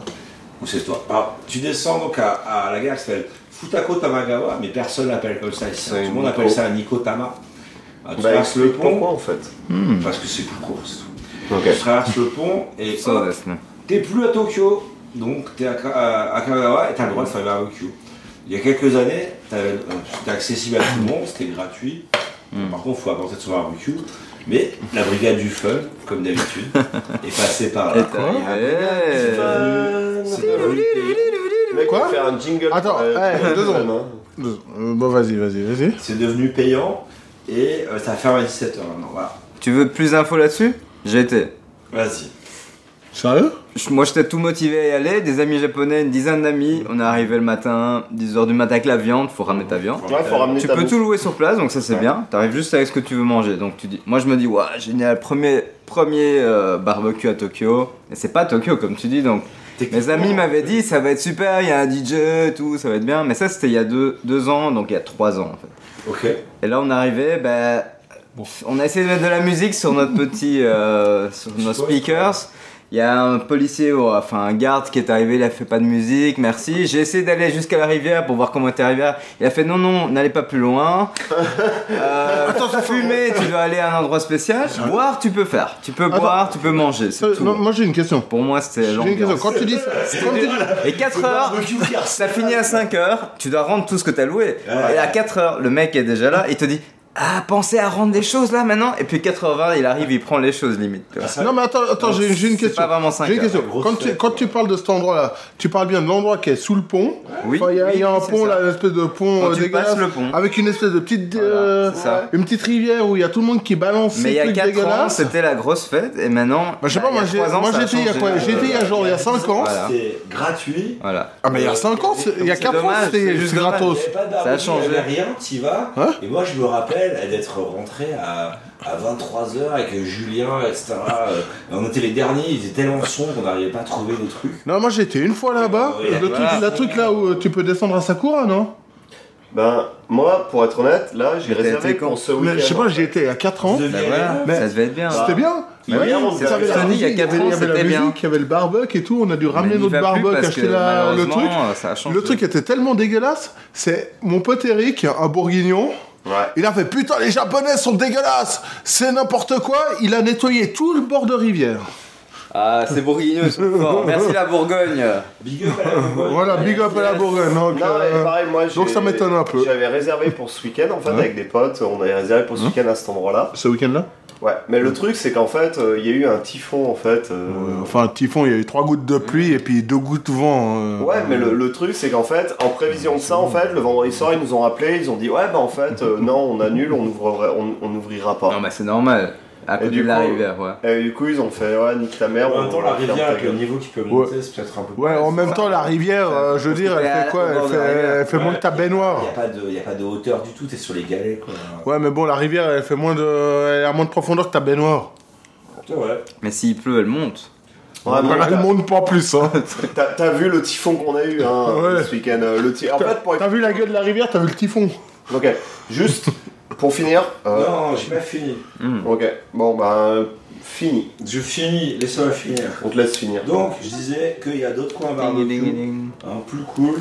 [SPEAKER 1] Ou c'est toi. Alors, tu descends donc à, à la gare qui s'appelle Futako Tamagawa, mais personne l'appelle comme ça ici. Tout le monde
[SPEAKER 2] Nico.
[SPEAKER 1] appelle ça un Nikotama. Ah, tu
[SPEAKER 2] Bah,
[SPEAKER 1] traverses le
[SPEAKER 2] explique
[SPEAKER 1] pont.
[SPEAKER 2] pourquoi en fait.
[SPEAKER 1] Parce que c'est plus court, c'est tout.
[SPEAKER 2] Ok.
[SPEAKER 1] Tu traverses le pont et
[SPEAKER 12] Ça,
[SPEAKER 1] hop,
[SPEAKER 12] c'est-
[SPEAKER 1] t'es plus à Tokyo. Donc t'es à, Ka- à- à Kanagawa et t'as le droit de faire un barbecue. Il y a quelques années, t'avais- euh, c'était accessible à tout le monde, c'était gratuit. Par contre, il faut apporter de son barbecue. Mais la brigade du fun, comme d'habitude, est passée par là.
[SPEAKER 12] Est arrivé.
[SPEAKER 1] C'est devenu-
[SPEAKER 2] Mec,
[SPEAKER 3] Quoi
[SPEAKER 2] on fait un jingle.
[SPEAKER 3] Attends,
[SPEAKER 2] euh,
[SPEAKER 3] eh,
[SPEAKER 2] euh,
[SPEAKER 3] deux secondes.
[SPEAKER 2] hein.
[SPEAKER 3] Deux- euh, Bon, vas-y, vas-y, vas-y.
[SPEAKER 1] c'est devenu payant et euh, ça ferme à 17h maintenant. Voilà.
[SPEAKER 12] Tu veux plus d'infos là-dessus J'étais.
[SPEAKER 1] Vas-y.
[SPEAKER 3] Sérieux
[SPEAKER 12] Je- Moi j'étais tout motivé à y aller, des amis japonais, une dizaine d'amis, on est arrivé le matin, 10h du matin avec la viande, faut ramener ta viande.
[SPEAKER 2] Ouais, faut ramener
[SPEAKER 12] Tu
[SPEAKER 2] ta
[SPEAKER 12] peux
[SPEAKER 2] bouffe.
[SPEAKER 12] tout louer sur place, donc ça c'est
[SPEAKER 2] Ouais.
[SPEAKER 12] bien. T'arrives juste avec ce que tu veux manger. Donc tu dis, moi je me dis, ouais, génial, premier, premier euh, barbecue à Tokyo. Et c'est pas Tokyo comme tu dis, donc mes amis m'avaient dit, ça va être super, il y a un DJ, et tout, ça va être bien. Mais ça c'était il y a deux, deux ans, donc il y a trois ans en fait.
[SPEAKER 1] Ok.
[SPEAKER 12] Et là on arrivait, bah, on a essayé de mettre de la musique sur notre petit, euh, sur nos speakers. Il y a un policier, ou, enfin un garde qui est arrivé, il a fait pas de musique, merci. J'ai essayé d'aller jusqu'à la rivière pour voir comment était la rivière. Il a fait non, non, n'allez pas
[SPEAKER 3] (laughs)
[SPEAKER 12] plus loin. Euh, fumer, tu dois aller à un endroit spécial. Boire, tu peux faire. Tu peux
[SPEAKER 3] Attends.
[SPEAKER 12] boire, tu peux manger. C'est
[SPEAKER 3] Euh,
[SPEAKER 12] tout.
[SPEAKER 3] non, moi j'ai une question.
[SPEAKER 12] Pour moi, c'était
[SPEAKER 3] J'ai une question.
[SPEAKER 12] l'ambiance.
[SPEAKER 3] Quand tu dis ça, quand tu dis-
[SPEAKER 12] Et 4 heures, (laughs) ça finit à 5 heures, tu dois rendre tout ce que t'as loué. Et à 4 heures, le mec est déjà là, il te dit Ah, pensez à rendre des choses là maintenant. Et puis 4h20, il arrive, il prend les choses limite. tu vois.
[SPEAKER 3] Non, mais attends, attends, j'ai j'ai une
[SPEAKER 12] C'est
[SPEAKER 3] question.
[SPEAKER 12] pas vraiment 5
[SPEAKER 3] J'ai une
[SPEAKER 12] heures.
[SPEAKER 3] question.
[SPEAKER 1] grosse
[SPEAKER 3] Quand tu,
[SPEAKER 1] fête,
[SPEAKER 3] quand
[SPEAKER 1] quoi.
[SPEAKER 3] tu parles de cet endroit-là, tu parles bien de l'endroit qui est sous le pont.
[SPEAKER 12] Oui,
[SPEAKER 3] Enfin, il y a,
[SPEAKER 12] oui,
[SPEAKER 3] il y a un
[SPEAKER 12] c'est
[SPEAKER 3] pont,
[SPEAKER 12] ça.
[SPEAKER 3] là, une espèce de pont
[SPEAKER 12] Quand
[SPEAKER 3] euh,
[SPEAKER 12] tu
[SPEAKER 3] dégueulasse.
[SPEAKER 12] passes le pont.
[SPEAKER 3] Avec une espèce de petite. euh,
[SPEAKER 12] c'est ça.
[SPEAKER 3] Une petite rivière où il y a tout le monde qui balance
[SPEAKER 12] Mais il
[SPEAKER 3] ses
[SPEAKER 12] y a
[SPEAKER 3] trucs
[SPEAKER 12] 4 ans,
[SPEAKER 3] dégueulasses.
[SPEAKER 12] c'était la grosse fête, et maintenant.
[SPEAKER 3] Bah, je sais pas,
[SPEAKER 12] bah,
[SPEAKER 3] moi
[SPEAKER 12] il y a
[SPEAKER 3] j'ai-
[SPEAKER 12] trois ans,
[SPEAKER 3] moi,
[SPEAKER 12] ça a
[SPEAKER 3] j'étais il y a
[SPEAKER 12] changé.
[SPEAKER 3] quoi J'étais il y a genre il y a 5 ans.
[SPEAKER 12] Voilà.
[SPEAKER 1] C'était gratuit.
[SPEAKER 12] Voilà.
[SPEAKER 3] Ah, mais il y a 5 ans, c'est- il y a
[SPEAKER 12] C'est
[SPEAKER 3] 4 ans,
[SPEAKER 12] dommage,
[SPEAKER 3] c'était
[SPEAKER 12] c'est
[SPEAKER 3] juste
[SPEAKER 12] juste dommage.
[SPEAKER 3] gratos.
[SPEAKER 1] Il y avait pas de
[SPEAKER 12] Ça a
[SPEAKER 1] barbecue,
[SPEAKER 12] changé.
[SPEAKER 1] il y avait rien, t'y vas.
[SPEAKER 3] Hein
[SPEAKER 1] et moi, je me rappelle d'être rentré à, à 23h avec Julien, etc. euh, et on était les derniers, il faisait tellement sombre qu'on n'arrivait pas à trouver nos trucs.
[SPEAKER 3] Non, moi j'étais une fois là-bas.
[SPEAKER 1] Ouais,
[SPEAKER 3] Le
[SPEAKER 1] voilà.
[SPEAKER 3] truc, la truc là où euh, tu peux descendre à Sakura, non
[SPEAKER 2] Ben, moi, pour être honnête, là, j'ai réservé pour ce week-end.
[SPEAKER 3] Mais Je sais pas, j'y étais il y a 4 ans.
[SPEAKER 2] deviez aller où Ça
[SPEAKER 12] Bah, devait être bien.
[SPEAKER 3] C'était bien.
[SPEAKER 2] Bah,
[SPEAKER 3] Ouais,
[SPEAKER 2] hier, on
[SPEAKER 3] c'était
[SPEAKER 2] s'est
[SPEAKER 3] avec la
[SPEAKER 2] réunis, il y a
[SPEAKER 3] musique,
[SPEAKER 2] quatre
[SPEAKER 3] il y
[SPEAKER 2] ans,
[SPEAKER 3] avait la
[SPEAKER 2] c'était bien.
[SPEAKER 3] musique, Il y avait le barbecue et tout, on a dû ramener
[SPEAKER 12] n'y
[SPEAKER 3] notre
[SPEAKER 12] va plus
[SPEAKER 3] barbecue,
[SPEAKER 12] parce
[SPEAKER 3] acheter
[SPEAKER 12] que,
[SPEAKER 3] la- le truc.
[SPEAKER 12] malheureusement, ça a changé.
[SPEAKER 3] Le truc était tellement dégueulasse, c'est mon pote Eric, un bourguignon. Il a fait putain les japonais sont dégueulasses, c'est n'importe quoi. Il a nettoyé tout le bord de rivière.
[SPEAKER 12] Ah, c'est bourguignon, ils sont forts. Merci la Bourgogne.
[SPEAKER 1] Big up
[SPEAKER 2] (laughs)
[SPEAKER 3] Voilà, big up à la Bourgogne. Donc,
[SPEAKER 2] Non, mais
[SPEAKER 3] euh,
[SPEAKER 2] pareil, moi,
[SPEAKER 3] donc
[SPEAKER 2] j'ai-
[SPEAKER 3] ça m'étonne un peu.
[SPEAKER 2] J'avais réservé pour ce week-end, en fait,
[SPEAKER 3] Ouais. Mmh.
[SPEAKER 2] avec des potes. On avait réservé pour ce week-end à cet endroit-là.
[SPEAKER 3] Ce week-end-là
[SPEAKER 2] Ouais, mais le truc, c'est qu'en fait, euh, il y a eu un typhon, en fait. euh,
[SPEAKER 3] Mmh. Enfin, typhon, il y a eu trois gouttes de pluie et puis deux gouttes de vent. euh,
[SPEAKER 2] Ouais, mais le, le truc, c'est qu'en fait, en prévision de ça, en fait, le vendredi soir, ils nous ont appelé, ils ont dit, ouais, bah en fait,
[SPEAKER 3] (laughs)
[SPEAKER 2] euh, non, on annule, on n'ouvrira on, on n'ouvrira
[SPEAKER 3] Oh.
[SPEAKER 2] pas. Non,
[SPEAKER 12] mais bah, c'est normal. À
[SPEAKER 2] côté
[SPEAKER 12] de la rivière, ouais.
[SPEAKER 2] Et du coup, ils ont fait, ouais, nique ta mère.
[SPEAKER 1] En même temps,
[SPEAKER 2] on
[SPEAKER 1] la
[SPEAKER 2] va faire
[SPEAKER 1] rivière,
[SPEAKER 2] ta
[SPEAKER 1] avec le
[SPEAKER 2] gueule.
[SPEAKER 1] niveau qui peut monter, c'est peut-être un peu
[SPEAKER 3] Ouais, en même temps, la rivière, euh, je veux dire, elle fait quoi Elle fait, elle fait moins que ta baignoire.
[SPEAKER 1] Il n'y a pas de hauteur du tout, t'es sur les galets quoi.
[SPEAKER 3] Ouais, mais bon, la rivière, elle fait moins de, elle a moins de profondeur que ta baignoire.
[SPEAKER 1] Ouais.
[SPEAKER 12] Mais s'il pleut, elle monte.
[SPEAKER 2] Ouais, mais
[SPEAKER 3] Voilà, elle
[SPEAKER 2] t'as-
[SPEAKER 3] monte pas plus. Hein.
[SPEAKER 2] T'as t'as vu le typhon qu'on a eu hein,
[SPEAKER 3] (laughs) Ouais.
[SPEAKER 2] ce week-end euh, le ty- En
[SPEAKER 3] T'as-
[SPEAKER 2] fait, pour...
[SPEAKER 3] (laughs) T'as vu la gueule de la rivière, t'as vu le typhon.
[SPEAKER 2] Ok, juste pour finir. euh,
[SPEAKER 1] Non, j'ai pas fini.
[SPEAKER 12] Hmm.
[SPEAKER 2] Ok, bon, bah, fini.
[SPEAKER 1] Je finis, laisse-moi finir.
[SPEAKER 2] On te laisse finir.
[SPEAKER 1] Donc, je disais qu'il y a d'autres coins barbecue, hein, plus cool.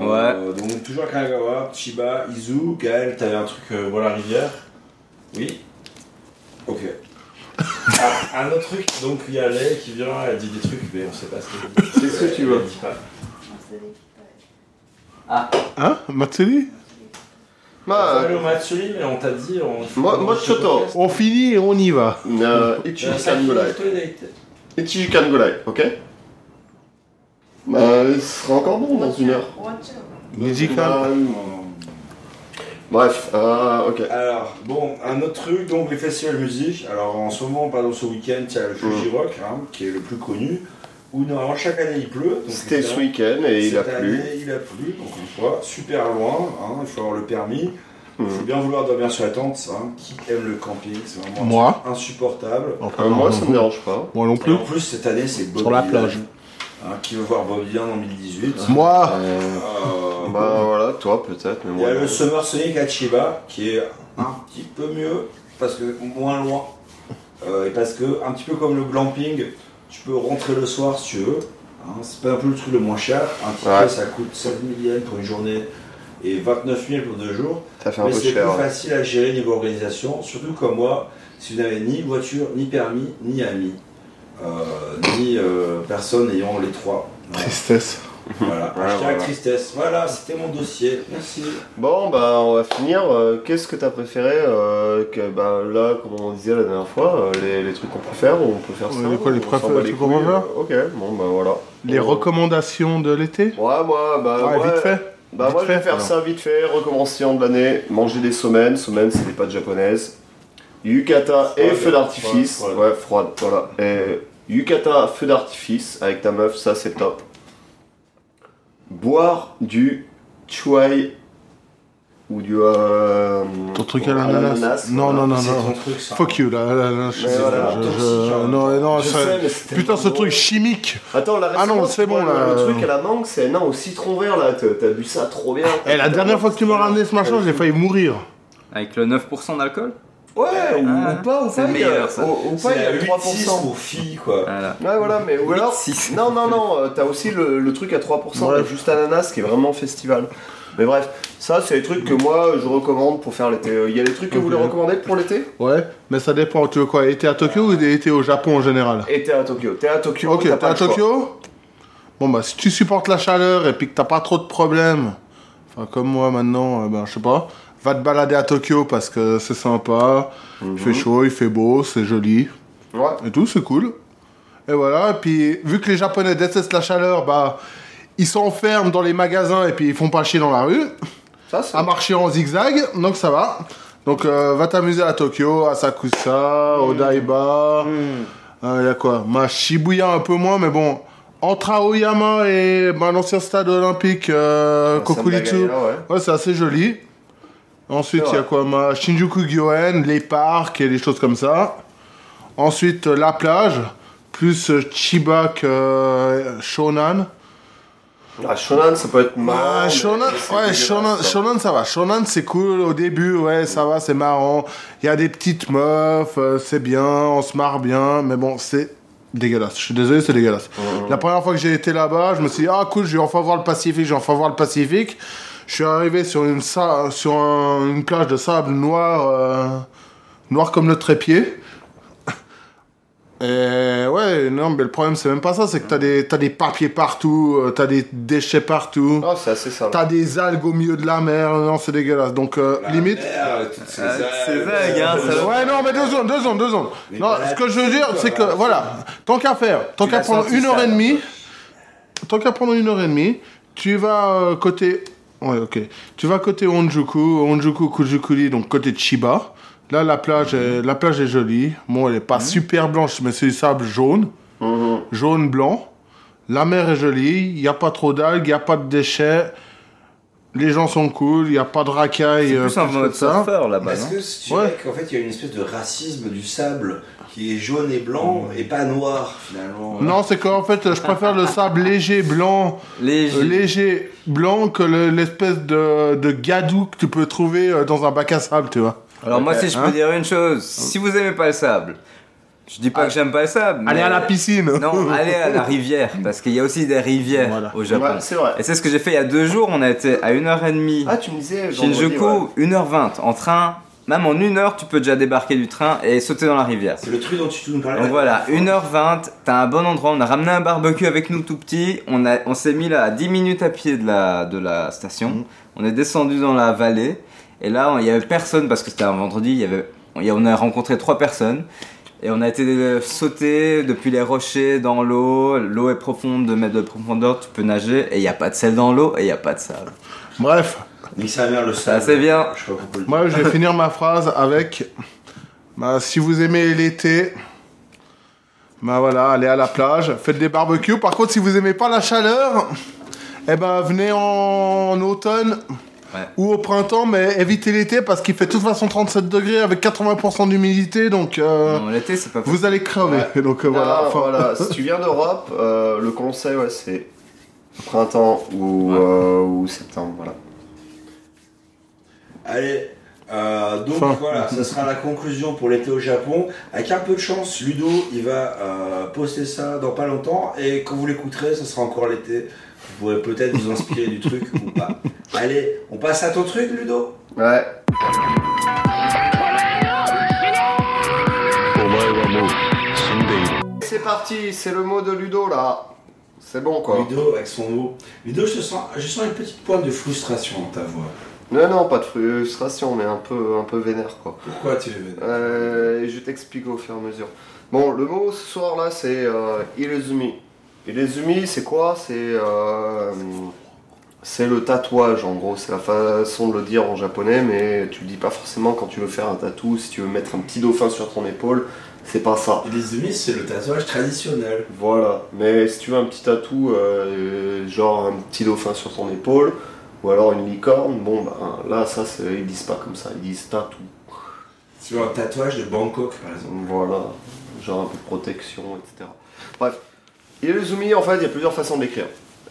[SPEAKER 1] Euh, donc, toujours à Kanagawa, Chiba, Izu, Gaël, t'avais un truc, euh, voilà, rivière. Oui.
[SPEAKER 2] (laughs)
[SPEAKER 1] Ok. Ah, un autre truc, donc il y a Lay qui vient, elle dit des trucs, mais on sait pas ce que
[SPEAKER 2] C'est ce que tu veux.
[SPEAKER 3] Hein Matsuri
[SPEAKER 2] Bah,
[SPEAKER 1] Salut au Matsuri, mais on t'a dit. On...
[SPEAKER 2] Moi- moi, Choto.
[SPEAKER 3] On finit et on y va.
[SPEAKER 2] Euh, Ichiji Kangolai. Ichiji Kangolai, ok Bah, il sera encore bon dans une heure.
[SPEAKER 3] Musical.
[SPEAKER 2] Bah, Bref, euh, ok.
[SPEAKER 1] Alors, bon, un autre truc, donc les festivals musique. Alors, en ce moment, pendant ce week-end, il y a le Fuji Rock, hein, qui est le plus connu, où normalement chaque année il pleut. donc,
[SPEAKER 2] C'était ce
[SPEAKER 1] évidemment,
[SPEAKER 2] week-end et il a
[SPEAKER 1] cette
[SPEAKER 2] plu.
[SPEAKER 1] année, il a plu, donc une fois, super loin, hein, il faut avoir le permis. Il
[SPEAKER 2] Hmm.
[SPEAKER 1] faut bien vouloir dormir sur la tente, hein. qui aime le camping, c'est vraiment
[SPEAKER 3] Moi.
[SPEAKER 1] insupportable.
[SPEAKER 2] Euh, moi, ça me dérange pas.
[SPEAKER 3] Moi non
[SPEAKER 1] Et
[SPEAKER 3] plus.
[SPEAKER 1] en plus, cette année, c'est Bob
[SPEAKER 3] Sur la
[SPEAKER 1] Dylan,
[SPEAKER 3] plage.
[SPEAKER 1] hein, qui veut voir Bob Dylan en 2018.
[SPEAKER 3] Moi
[SPEAKER 1] Euh,
[SPEAKER 2] Bah voilà, toi peut-être, mais
[SPEAKER 1] Ah. il y
[SPEAKER 2] moi.
[SPEAKER 1] a
[SPEAKER 2] non.
[SPEAKER 1] le Summer Sonic à Chiba qui est
[SPEAKER 2] Ah.
[SPEAKER 1] un petit peu mieux parce que moins loin. Euh, et parce que, un petit peu comme le glamping, tu peux rentrer le soir si tu veux. Hein, c'est pas un peu le truc le moins cher. Un ticket
[SPEAKER 2] Ouais.
[SPEAKER 1] ça coûte 7 000 yens pour une journée et 29 000 pour deux jours.
[SPEAKER 2] Ça fait un
[SPEAKER 1] Mais
[SPEAKER 2] peu
[SPEAKER 1] c'est plus
[SPEAKER 2] cher. ouais.
[SPEAKER 1] facile à gérer niveau organisation, surtout comme moi, si vous n'avez ni voiture, ni permis, ni ami, euh, ni euh, personne ayant les
[SPEAKER 2] (laughs)
[SPEAKER 1] trois. Voilà.
[SPEAKER 3] Tristesse.
[SPEAKER 1] Voilà.
[SPEAKER 2] Ouais,
[SPEAKER 1] Hashtag
[SPEAKER 2] voilà.
[SPEAKER 1] tristesse. Voilà, c'était mon dossier. Merci.
[SPEAKER 2] Bon, bah on va finir. Euh, Qu'est-ce que t'as préféré euh, que, bah, Là, comme on disait la dernière fois, euh, les, les trucs qu'on préfère, on peut faire
[SPEAKER 3] Ouais,
[SPEAKER 2] ça.
[SPEAKER 3] les quoi, les
[SPEAKER 2] on
[SPEAKER 3] préf-
[SPEAKER 2] s'en bat
[SPEAKER 3] les trucs qu'on
[SPEAKER 2] couilles,
[SPEAKER 3] préfère
[SPEAKER 2] euh, Ok, bon, bah voilà.
[SPEAKER 3] Les
[SPEAKER 2] Euh,
[SPEAKER 3] recommandations de l'été
[SPEAKER 2] Ouais, moi, bah.
[SPEAKER 3] Euh, Ouais, vite fait.
[SPEAKER 2] Bah,
[SPEAKER 3] Vite
[SPEAKER 2] moi, je vais
[SPEAKER 3] fait,
[SPEAKER 2] faire
[SPEAKER 3] alors.
[SPEAKER 2] ça vite fait. Recommencement de l'année, manger des somen. Somen, c'est des pâtes japonaises. Yukata et
[SPEAKER 1] Froide,
[SPEAKER 2] feu d'artifice.
[SPEAKER 1] froide,
[SPEAKER 2] Ouais, froide, voilà. Et yukata, feu d'artifice avec ta meuf, ça c'est top. Boire du chuai ou du. euh,
[SPEAKER 3] Ton truc à l'ananas Non,
[SPEAKER 2] voilà.
[SPEAKER 3] non, non,
[SPEAKER 1] C'est ton
[SPEAKER 3] non.
[SPEAKER 1] truc, ça. hein.
[SPEAKER 3] Fuck you, là, là, là, je-
[SPEAKER 2] Mais voilà,
[SPEAKER 3] je-
[SPEAKER 1] toxique,
[SPEAKER 3] je-
[SPEAKER 1] hein.
[SPEAKER 3] non, non,
[SPEAKER 2] Je
[SPEAKER 3] ça-
[SPEAKER 2] sais, mais c'était
[SPEAKER 3] Putain, ce
[SPEAKER 2] drôle.
[SPEAKER 3] truc chimique
[SPEAKER 2] Attends, la
[SPEAKER 3] Ah non,
[SPEAKER 2] récemment,
[SPEAKER 3] c'est bon,
[SPEAKER 2] le-
[SPEAKER 3] là.
[SPEAKER 2] Le truc à la mangue, c'est non, au citron vert là, t'as t'as bu ça trop bien.
[SPEAKER 3] Eh, la dernière fois que tu m'as ramené ce machin, j'ai failli mourir.
[SPEAKER 12] Avec le 9% d'alcool
[SPEAKER 2] Ouais, ou,
[SPEAKER 12] Ah,
[SPEAKER 2] ou pas, ou
[SPEAKER 12] c'est
[SPEAKER 2] pas, il y a-
[SPEAKER 12] meilleur, ça.
[SPEAKER 2] ou- ou pas,
[SPEAKER 1] C'est
[SPEAKER 2] il y a
[SPEAKER 1] la 8-6
[SPEAKER 2] 3%.
[SPEAKER 1] pour filles, quoi.
[SPEAKER 12] Voilà.
[SPEAKER 2] Ouais, voilà, mais ou alors.
[SPEAKER 12] Six.
[SPEAKER 2] Non, non, non, euh, t'as aussi le, le truc à 3%, mais juste ananas qui est vraiment festival. Mais bref, ça, c'est les trucs que moi je recommande pour faire l'été. Il y a des trucs que vous les recommandez pour l'été
[SPEAKER 3] Ouais, mais ça dépend, tu veux quoi Été à Tokyo ou été au Japon en général
[SPEAKER 2] Et t'es à Tokyo. T'es à Tokyo.
[SPEAKER 3] Ok,
[SPEAKER 2] t'as
[SPEAKER 3] t'es
[SPEAKER 2] pas
[SPEAKER 3] à
[SPEAKER 2] le choix.
[SPEAKER 3] Tokyo Bon bah si tu supportes la chaleur et puis que t'as pas trop de problèmes, enfin comme moi maintenant, euh, ben je sais pas, va te balader à Tokyo parce que c'est sympa, il
[SPEAKER 2] Mhm.
[SPEAKER 3] fait chaud, il fait beau, c'est joli,
[SPEAKER 2] Ouais.
[SPEAKER 3] et tout, c'est cool. Et voilà, et puis vu que les Japonais détestent la chaleur, bah ils s'enferment dans les magasins et puis ils font pas chier dans la rue,
[SPEAKER 2] Ça, c'est.
[SPEAKER 3] à marcher en zigzag, donc ça va. Donc euh, va t'amuser à Tokyo, à Sakusa,
[SPEAKER 2] Mm.
[SPEAKER 3] au Daiba,
[SPEAKER 2] Hmm.
[SPEAKER 3] il y a quoi Ma Shibuya un peu moins, mais bon. Entre Aoyama et ben, l'ancien stade olympique euh,
[SPEAKER 2] Samba Gaia,
[SPEAKER 3] Kokuritsu,
[SPEAKER 2] ouais.
[SPEAKER 3] ouais, c'est assez joli. Ensuite,
[SPEAKER 2] hein. C'est
[SPEAKER 3] il y a
[SPEAKER 2] vrai.
[SPEAKER 3] quoi Ma Shinjuku Gyoen, les parcs et des choses comme ça. Ensuite, euh, la plage, plus euh, Chiba que euh, Shonan.
[SPEAKER 2] Ah, Shonan, ça peut être marrant.
[SPEAKER 3] Ah,
[SPEAKER 2] Oh, mais
[SPEAKER 3] Shonen,
[SPEAKER 2] c'est
[SPEAKER 3] ouais,
[SPEAKER 2] dégueulasse,
[SPEAKER 3] Shonen,
[SPEAKER 2] ça.
[SPEAKER 3] Shonen, ça va. Shonen, c'est cool au début, ouais, ça va, c'est marrant. Il y a des petites meufs, euh, c'est bien, on se marre bien, mais bon, c'est dégueulasse. Je suis désolé, c'est dégueulasse. La première fois que j'ai été là-bas, je me suis dit, ah cool, je vais enfin voir le Pacifique, je vais enfin voir le Pacifique. Je suis arrivé sur une, sa- sur un- une plage de sable noir, euh, noir comme le trépied. Et ouais, non, mais le problème, c'est même pas ça, c'est que t'as des, t'as des papiers partout, euh, t'as des déchets partout.
[SPEAKER 2] Ah, c'est assez sale.
[SPEAKER 3] T'as des algues au milieu de la mer, non, c'est dégueulasse. Donc, euh,
[SPEAKER 1] Bah,
[SPEAKER 3] limite.
[SPEAKER 1] Ah,
[SPEAKER 3] ah,
[SPEAKER 1] C'est
[SPEAKER 3] Ouais, non, mais deux secondes, deux secondes, deux secondes. non,
[SPEAKER 1] voilà,
[SPEAKER 3] ce que je veux dire, c'est que, voilà, tant qu'à faire, tant
[SPEAKER 1] Tu
[SPEAKER 3] qu'à
[SPEAKER 1] l'as
[SPEAKER 3] prendre
[SPEAKER 1] senti
[SPEAKER 3] une heure
[SPEAKER 1] sale,
[SPEAKER 3] et demie, tant qu'à prendre une heure et demie, tu vas euh, côté. Ouais, ok. Tu vas côté Onjuku, Onjuku, Kujukuri, donc côté de Chiba. Là, la plage, est, la plage est jolie. Bon, elle est
[SPEAKER 1] Mhm.
[SPEAKER 3] pas super blanche, mais c'est du sable jaune. Jaune, blanc. La mer est jolie. Il n'y a pas trop d'algues, il n'y a pas de déchets. Les gens sont cool, il n'y a pas de racailles. euh, plus que ça.
[SPEAKER 1] Est-ce
[SPEAKER 3] Bah,
[SPEAKER 1] que tu dirais qu'en fait, il y a une espèce de racisme du sable qui est jaune et blanc et pas noir finalement
[SPEAKER 3] Mm. Non, c'est qu'en fait, je préfère le sable léger blanc, euh,
[SPEAKER 12] léger,
[SPEAKER 3] léger blanc que le- l'espèce de, de gadou que tu peux trouver euh, dans un bac à sable, tu vois.
[SPEAKER 12] Alors moi, si je peux
[SPEAKER 3] Hein
[SPEAKER 12] dire une chose, si vous aimez pas le sable, je dis pas que j'aime pas le sable.
[SPEAKER 3] Ah. Allez
[SPEAKER 12] mais- euh,
[SPEAKER 3] à la piscine. (laughs)
[SPEAKER 12] Non, allez à la rivière, parce qu'il y a aussi des rivières au Japon.
[SPEAKER 2] Ouais, c'est vrai.
[SPEAKER 12] Et c'est ce que j'ai fait il y a deux jours, on a été à 1h30
[SPEAKER 2] Ah, tu me disais. vendredi,
[SPEAKER 12] Shinjuku,
[SPEAKER 2] ouais.
[SPEAKER 12] 1h20 en train. Même en une heure, tu peux déjà débarquer du train et sauter dans la rivière.
[SPEAKER 1] C'est le truc dont tu nous parlais.
[SPEAKER 12] Donc voilà, 1h20, t'as un bon endroit. On a ramené un barbecue avec nous tout petit. On, a- on s'est mis là à 10 minutes à pied de la, de la station. On est descendu dans la vallée. Et là, on- il y avait personne parce que c'était un vendredi. Il y avait, on, y a- on a rencontré trois personnes. Et on a été euh, sauter depuis les rochers dans l'eau. L'eau est profonde, 2 mètres de profondeur. Tu peux nager et il n'y a pas de sel dans l'eau et il n'y a pas de sable.
[SPEAKER 3] Bref.
[SPEAKER 1] Ni sa mère le
[SPEAKER 12] sable. C'est bien.
[SPEAKER 3] Moi, je vais finir ma phrase avec bah, si vous aimez l'été, bah voilà, allez à la plage, faites des barbecues. Par contre, si vous aimez pas la chaleur, eh ben venez en automne. Ou au printemps, mais évitez l'été parce qu'il fait de toute façon 37 degrés avec 80% d'humidité, donc euh,
[SPEAKER 12] l'été c'est pas
[SPEAKER 3] vous allez crever. Donc euh,
[SPEAKER 2] Ah,
[SPEAKER 3] voilà. enfin-
[SPEAKER 2] voilà. Si tu viens d'Europe, euh, le conseil, ouais, c'est printemps ou, euh, ou septembre, voilà.
[SPEAKER 1] Allez, euh, donc
[SPEAKER 2] Fin.
[SPEAKER 1] voilà, ça sera la conclusion pour l'été au Japon. Avec un peu de chance, Ludo, il va euh, poster ça dans pas longtemps et quand vous l'écouterez, ça sera encore l'été. Vous pourrez peut-être vous inspirer du truc ou pas. Allez, on passe à ton truc, Ludo
[SPEAKER 2] Ouais.
[SPEAKER 6] お前はもう死んでいる
[SPEAKER 2] C'est parti, c'est le mot de Ludo là. C'est bon quoi.
[SPEAKER 1] Ludo avec son mot. Ludo, je te sens, je sens une petite pointe de frustration dans ta voix.
[SPEAKER 2] Non, non, pas de frustration, mais un peu, un peu vénère quoi.
[SPEAKER 1] Pourquoi tu es vénère
[SPEAKER 2] Euh, Je t'explique au fur et à mesure. Bon, le mot ce soir là, c'est euh, Ilezumi. Ilezumi, c'est quoi C'est euh, c'est le tatouage en gros. C'est la façon de le dire en japonais, mais tu le dis pas forcément quand tu veux faire un tatou. Si tu veux mettre un petit dauphin sur ton épaule, c'est pas ça.
[SPEAKER 1] Ilezumi, c'est le tatouage traditionnel.
[SPEAKER 2] Voilà, mais si tu veux un petit tatou, euh, genre un petit dauphin sur ton épaule, ou alors une licorne, bon bah là ça c'est- ils disent pas comme ça, ils disent tatou.
[SPEAKER 1] Tu vois un tatouage de Bangkok par exemple.
[SPEAKER 2] Voilà, genre un peu de protection, etc. Bref, Ilezumi en fait il y a plusieurs façons de l'écrire.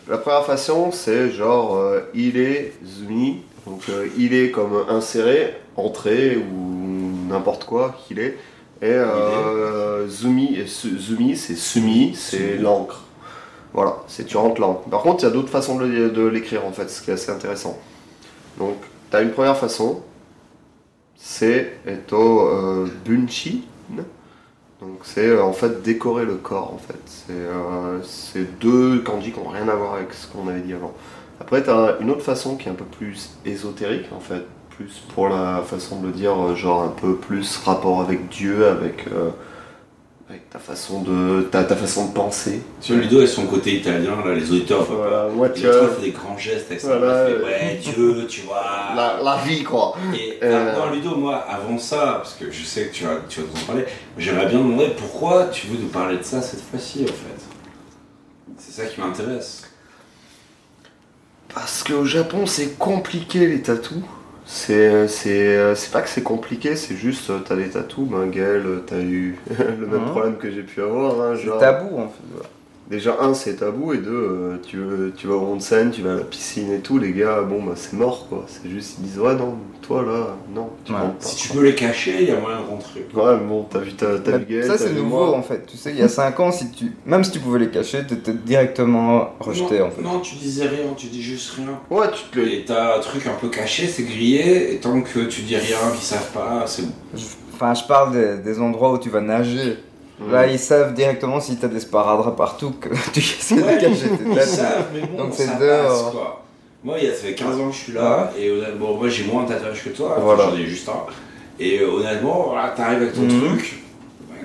[SPEAKER 2] La première façon c'est genre euh, Ilezumi, donc euh, il est comme inséré, entré ou n'importe quoi qu'il est. Et euh, Zumi, et su- Zumi c'est Sumi, c'est l'encre. Voilà, c'est tu rentres l'encre. Par contre, il y a d'autres façons de le- de l'écrire en fait, ce qui est assez intéressant. Donc, tu as une première façon, c'est eto euh, bunchi. hein. Donc c'est euh, en fait décorer le corps en fait. C'est euh, c'est deux kanji qui n'ont rien à voir avec ce qu'on avait dit avant. Après tu as une autre façon qui est un peu plus ésotérique en fait, plus pour la façon de le dire, euh, genre un peu plus rapport avec Dieu, avec, euh, avec ta façon de ta, ta façon de penser.
[SPEAKER 1] Tu vois, Ludo et son côté italien, là, les auditeurs.
[SPEAKER 2] Voilà, moi,
[SPEAKER 1] tu
[SPEAKER 2] tu vois.
[SPEAKER 1] fait des grands gestes avec ça.
[SPEAKER 2] Voilà.
[SPEAKER 1] Il fait, ouais, Dieu, tu vois.
[SPEAKER 2] La, la vie quoi.
[SPEAKER 1] Et
[SPEAKER 2] Euh,
[SPEAKER 1] non, Ludo, moi, avant ça, parce que je sais que tu vas, tu vas nous en parler, j'aimerais bien demander pourquoi tu veux nous parler de ça cette fois-ci, en fait. C'est ça qui m'intéresse.
[SPEAKER 2] Parce qu'au Japon, c'est compliqué les tatous. C'est, c'est, c'est pas que c'est compliqué, c'est juste euh, t'as des tatous, ben Gaël, euh, t'as eu (laughs) le même
[SPEAKER 12] Mhm.
[SPEAKER 2] problème que j'ai pu avoir. hein, genre-
[SPEAKER 12] tabou en fait. voilà.
[SPEAKER 2] Déjà, un, c'est tabou, et deux, euh, tu, tu vas au onsen, tu vas à la piscine et tout, les gars, bon, bah c'est mort quoi. C'est juste, ils disent, ouais, non, toi là, non, tu
[SPEAKER 1] Ouais.
[SPEAKER 2] rentres pas.
[SPEAKER 1] Si tu peux les cacher, il y a moyen de rentrer.
[SPEAKER 2] Ouais, bon, t'as vu ta, ta
[SPEAKER 12] Bah,
[SPEAKER 2] gueule,
[SPEAKER 12] ça
[SPEAKER 2] t'as
[SPEAKER 12] c'est
[SPEAKER 2] vu
[SPEAKER 12] nouveau
[SPEAKER 2] moi.
[SPEAKER 12] en fait. Tu sais, il y a 5 ans, si tu... même si tu pouvais les cacher, t'étais directement rejeté
[SPEAKER 1] non,
[SPEAKER 12] en fait.
[SPEAKER 1] non, tu disais rien, tu dis juste rien.
[SPEAKER 2] Ouais, tu te
[SPEAKER 1] Et t'as un truc un peu caché, c'est grillé, et tant que tu dis rien, qu'ils savent pas, c'est bon.
[SPEAKER 12] Enfin, je parle des, des endroits où tu vas nager. Là, ils savent directement si t'as des sparadraps partout que (laughs) tu essaies
[SPEAKER 1] Ouais,
[SPEAKER 12] de cacher tes
[SPEAKER 1] ils
[SPEAKER 12] dates.
[SPEAKER 1] savent, mais bon,
[SPEAKER 12] Donc
[SPEAKER 1] ça
[SPEAKER 12] c'est euh,
[SPEAKER 1] passe,
[SPEAKER 12] dehors.
[SPEAKER 1] quoi. Moi, il y a ça fait 15 ans que je suis là, et honnêtement, bon, moi j'ai moins de tatouages que toi,
[SPEAKER 2] Voilà.
[SPEAKER 1] j'en ai juste un. Et euh, honnêtement, voilà, t'arrives avec ton
[SPEAKER 12] Mhm.
[SPEAKER 1] truc.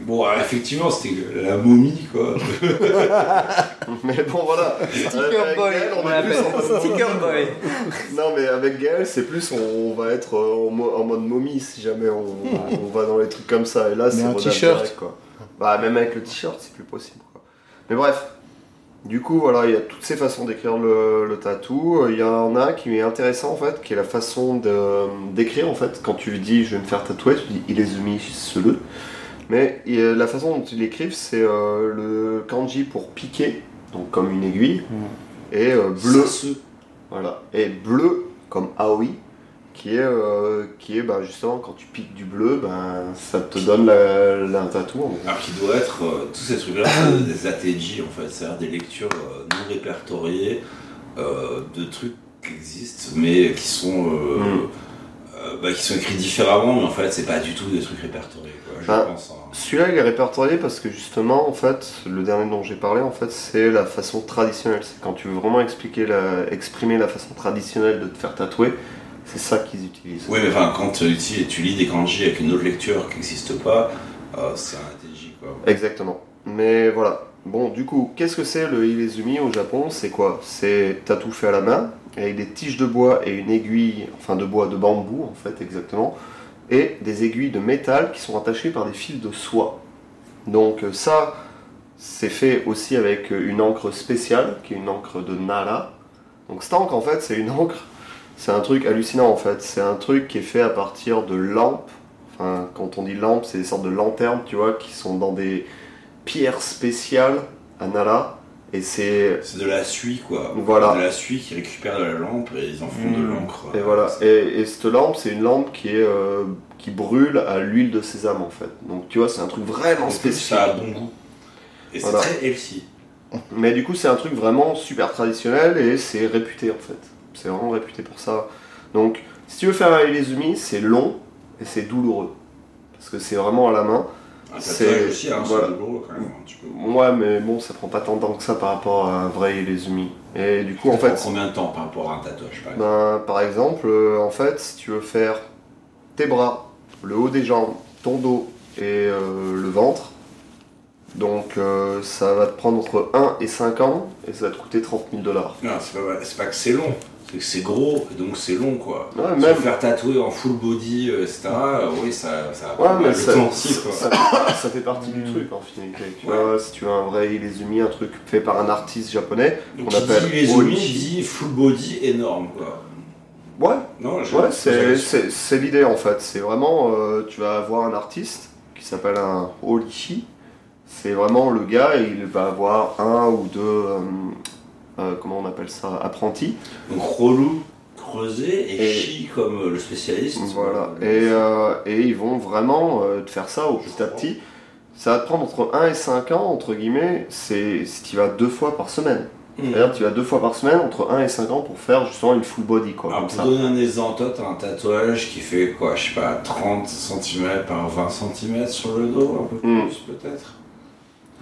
[SPEAKER 1] Bon, euh, effectivement, c'était que la momie, quoi.
[SPEAKER 2] (laughs) Mais bon, voilà. Avec
[SPEAKER 12] boy,
[SPEAKER 2] Gaël,
[SPEAKER 12] on
[SPEAKER 2] est
[SPEAKER 12] l'appelle.
[SPEAKER 2] plus en-
[SPEAKER 12] Sticker boy.
[SPEAKER 2] Non, mais avec Gaël, c'est plus on, on va être euh, en, mo- en mode momie si jamais on, on va dans les trucs comme ça. Et là, c'est
[SPEAKER 3] un
[SPEAKER 2] Ronald
[SPEAKER 3] t-shirt.
[SPEAKER 2] Direct, quoi. Bah, même avec le t-shirt, c'est plus possible. quoi. Mais bref, du coup, voilà, il y a toutes ces façons d'écrire le, le tatou. Euh, Il y en a qui est intéressant en fait, qui est la façon de- d'écrire en fait. Quand tu lui dis je vais me faire tatouer, tu dis il est zumi le. Mais il y a- la façon dont ils l'écrivent, c'est euh, le kanji pour piquer, donc comme une aiguille, et euh, bleu. Voilà. Et bleu comme Aoi, qui est, euh, qui est bah, justement quand tu piques du bleu, ben, ça te donne la, la- un tatou. en gros.
[SPEAKER 1] Alors qu'il doit être, euh, tous ces trucs-là, c'est (coughs) des ATJ, en fait, c'est-à-dire des lectures euh, non répertoriées euh, de trucs qui existent, mais qui sont, euh,
[SPEAKER 2] Mhm.
[SPEAKER 1] euh, bah, qui sont écrits différemment, mais en fait, c'est pas du tout des trucs répertoriés, quoi, je
[SPEAKER 2] Bah,
[SPEAKER 1] pense. hein.
[SPEAKER 2] Celui-là, il est répertorié parce que justement, en fait, le dernier dont j'ai parlé, en fait, c'est la façon traditionnelle. C'est quand tu veux vraiment expliquer la, exprimer la façon traditionnelle de te faire tatouer, c'est ça qu'ils utilisent.
[SPEAKER 1] Oui, mais enfin, quand euh, tu, tu- tu lis des kanji avec une autre lecture qui n'existe pas, euh, c'est un ATJ, quoi.
[SPEAKER 2] Exactement. Mais voilà. Bon, du coup, qu'est-ce que c'est le Ilezumi au Japon C'est quoi C'est tatou fait à la main, avec des tiges de bois et une aiguille, enfin de bois, de bambou en fait, exactement, et des aiguilles de métal qui sont attachées par des fils de soie. Donc euh, ça, c'est fait aussi avec euh, une encre spéciale, qui est une encre de Nara. Donc cette encre, en fait, c'est une encre, c'est un truc hallucinant en fait. C'est un truc qui est fait à partir de lampes. Enfin, quand on dit lampes, c'est des sortes de lanternes, tu vois, qui sont dans des pierres spéciales à Nara. Et c'est
[SPEAKER 1] C'est de la suie, quoi.
[SPEAKER 2] Voilà. Hmm.
[SPEAKER 1] De la suie qui récupère de la lampe et ils en font de l'encre.
[SPEAKER 2] Et voilà. Et, et cette lampe, c'est une lampe qui, est, euh, qui brûle à l'huile de sésame en fait. Donc tu vois, c'est un truc
[SPEAKER 1] En
[SPEAKER 2] vraiment
[SPEAKER 1] plus,
[SPEAKER 2] spécifique.
[SPEAKER 1] ça a bon goût. Et c'est
[SPEAKER 2] Voilà.
[SPEAKER 1] très healthy.
[SPEAKER 2] Mais du coup, c'est un truc vraiment super traditionnel et c'est réputé en fait. C'est vraiment réputé pour ça. Donc, si tu veux faire un Ilezumi, c'est long et c'est douloureux. Parce que c'est vraiment à la main.
[SPEAKER 1] Un
[SPEAKER 2] C'est-
[SPEAKER 1] tatouage aussi, hein,
[SPEAKER 2] voilà.
[SPEAKER 1] c'est douloureux quand même. hein, tu peux-
[SPEAKER 2] Ouais, mais bon, ça prend pas tant de temps que ça par rapport à un vrai Ilezumi. Et du coup,
[SPEAKER 1] Ça
[SPEAKER 2] en fait.
[SPEAKER 1] prend combien de temps par rapport à un tatouage, par exemple
[SPEAKER 2] Ben, par exemple, euh, en fait, si tu veux faire tes bras, le haut des jambes, ton dos et euh, le ventre, donc euh, ça va te prendre entre 1 et 5 ans et ça va te coûter 30 000 dollars.
[SPEAKER 1] Non, c'est pas, c'est pas que c'est long, c'est que c'est gros, et donc c'est long, quoi.
[SPEAKER 2] Ouais,
[SPEAKER 1] Se
[SPEAKER 2] même-
[SPEAKER 1] faire tatouer en full body, euh, etc., euh, oui, ça, ça va
[SPEAKER 2] Ouais,
[SPEAKER 1] prendre
[SPEAKER 2] mais
[SPEAKER 1] le
[SPEAKER 2] ça,
[SPEAKER 1] temps aussi, quoi.
[SPEAKER 2] ça- ça- ça fait partie du truc en finalité. Tu
[SPEAKER 1] Ouais.
[SPEAKER 2] vois, si tu veux un vrai Ilezumi, un truc fait par un artiste japonais,
[SPEAKER 1] Donc,
[SPEAKER 2] qu'on
[SPEAKER 1] qui
[SPEAKER 2] appelle
[SPEAKER 1] dit les
[SPEAKER 2] Oichi.
[SPEAKER 1] omis, dit full body énorme, quoi.
[SPEAKER 2] Ouais,
[SPEAKER 1] Non, je-
[SPEAKER 2] Ouais, c'est-
[SPEAKER 1] je-
[SPEAKER 2] c'est c'est l'idée en fait. C'est vraiment, euh, tu vas avoir un artiste qui s'appelle un Holichi. C'est vraiment le gars, il va avoir un ou deux, euh, euh, comment on appelle ça, apprentis.
[SPEAKER 1] Donc relou, creusé et,
[SPEAKER 2] Et-
[SPEAKER 1] chi comme euh, le spécialiste.
[SPEAKER 2] Voilà.
[SPEAKER 1] Euh,
[SPEAKER 2] Et, euh, et ils vont vraiment euh, te faire ça au petit à petit. Ça va te prendre entre 1 et 5 ans, entre guillemets, c'est si tu vas deux fois par semaine.
[SPEAKER 1] hmm.
[SPEAKER 2] C'est-à-dire tu vas deux fois par semaine, entre 1 et 5 ans, pour faire justement une full body, quoi.
[SPEAKER 1] Alors,
[SPEAKER 2] comme
[SPEAKER 1] Ah, pour
[SPEAKER 2] ça.
[SPEAKER 1] donner un exemple, toi, t'as un tatouage qui fait quoi, je sais pas, 30 cm par 20 cm sur le dos, un peu
[SPEAKER 2] Hmm.
[SPEAKER 1] plus peut-être.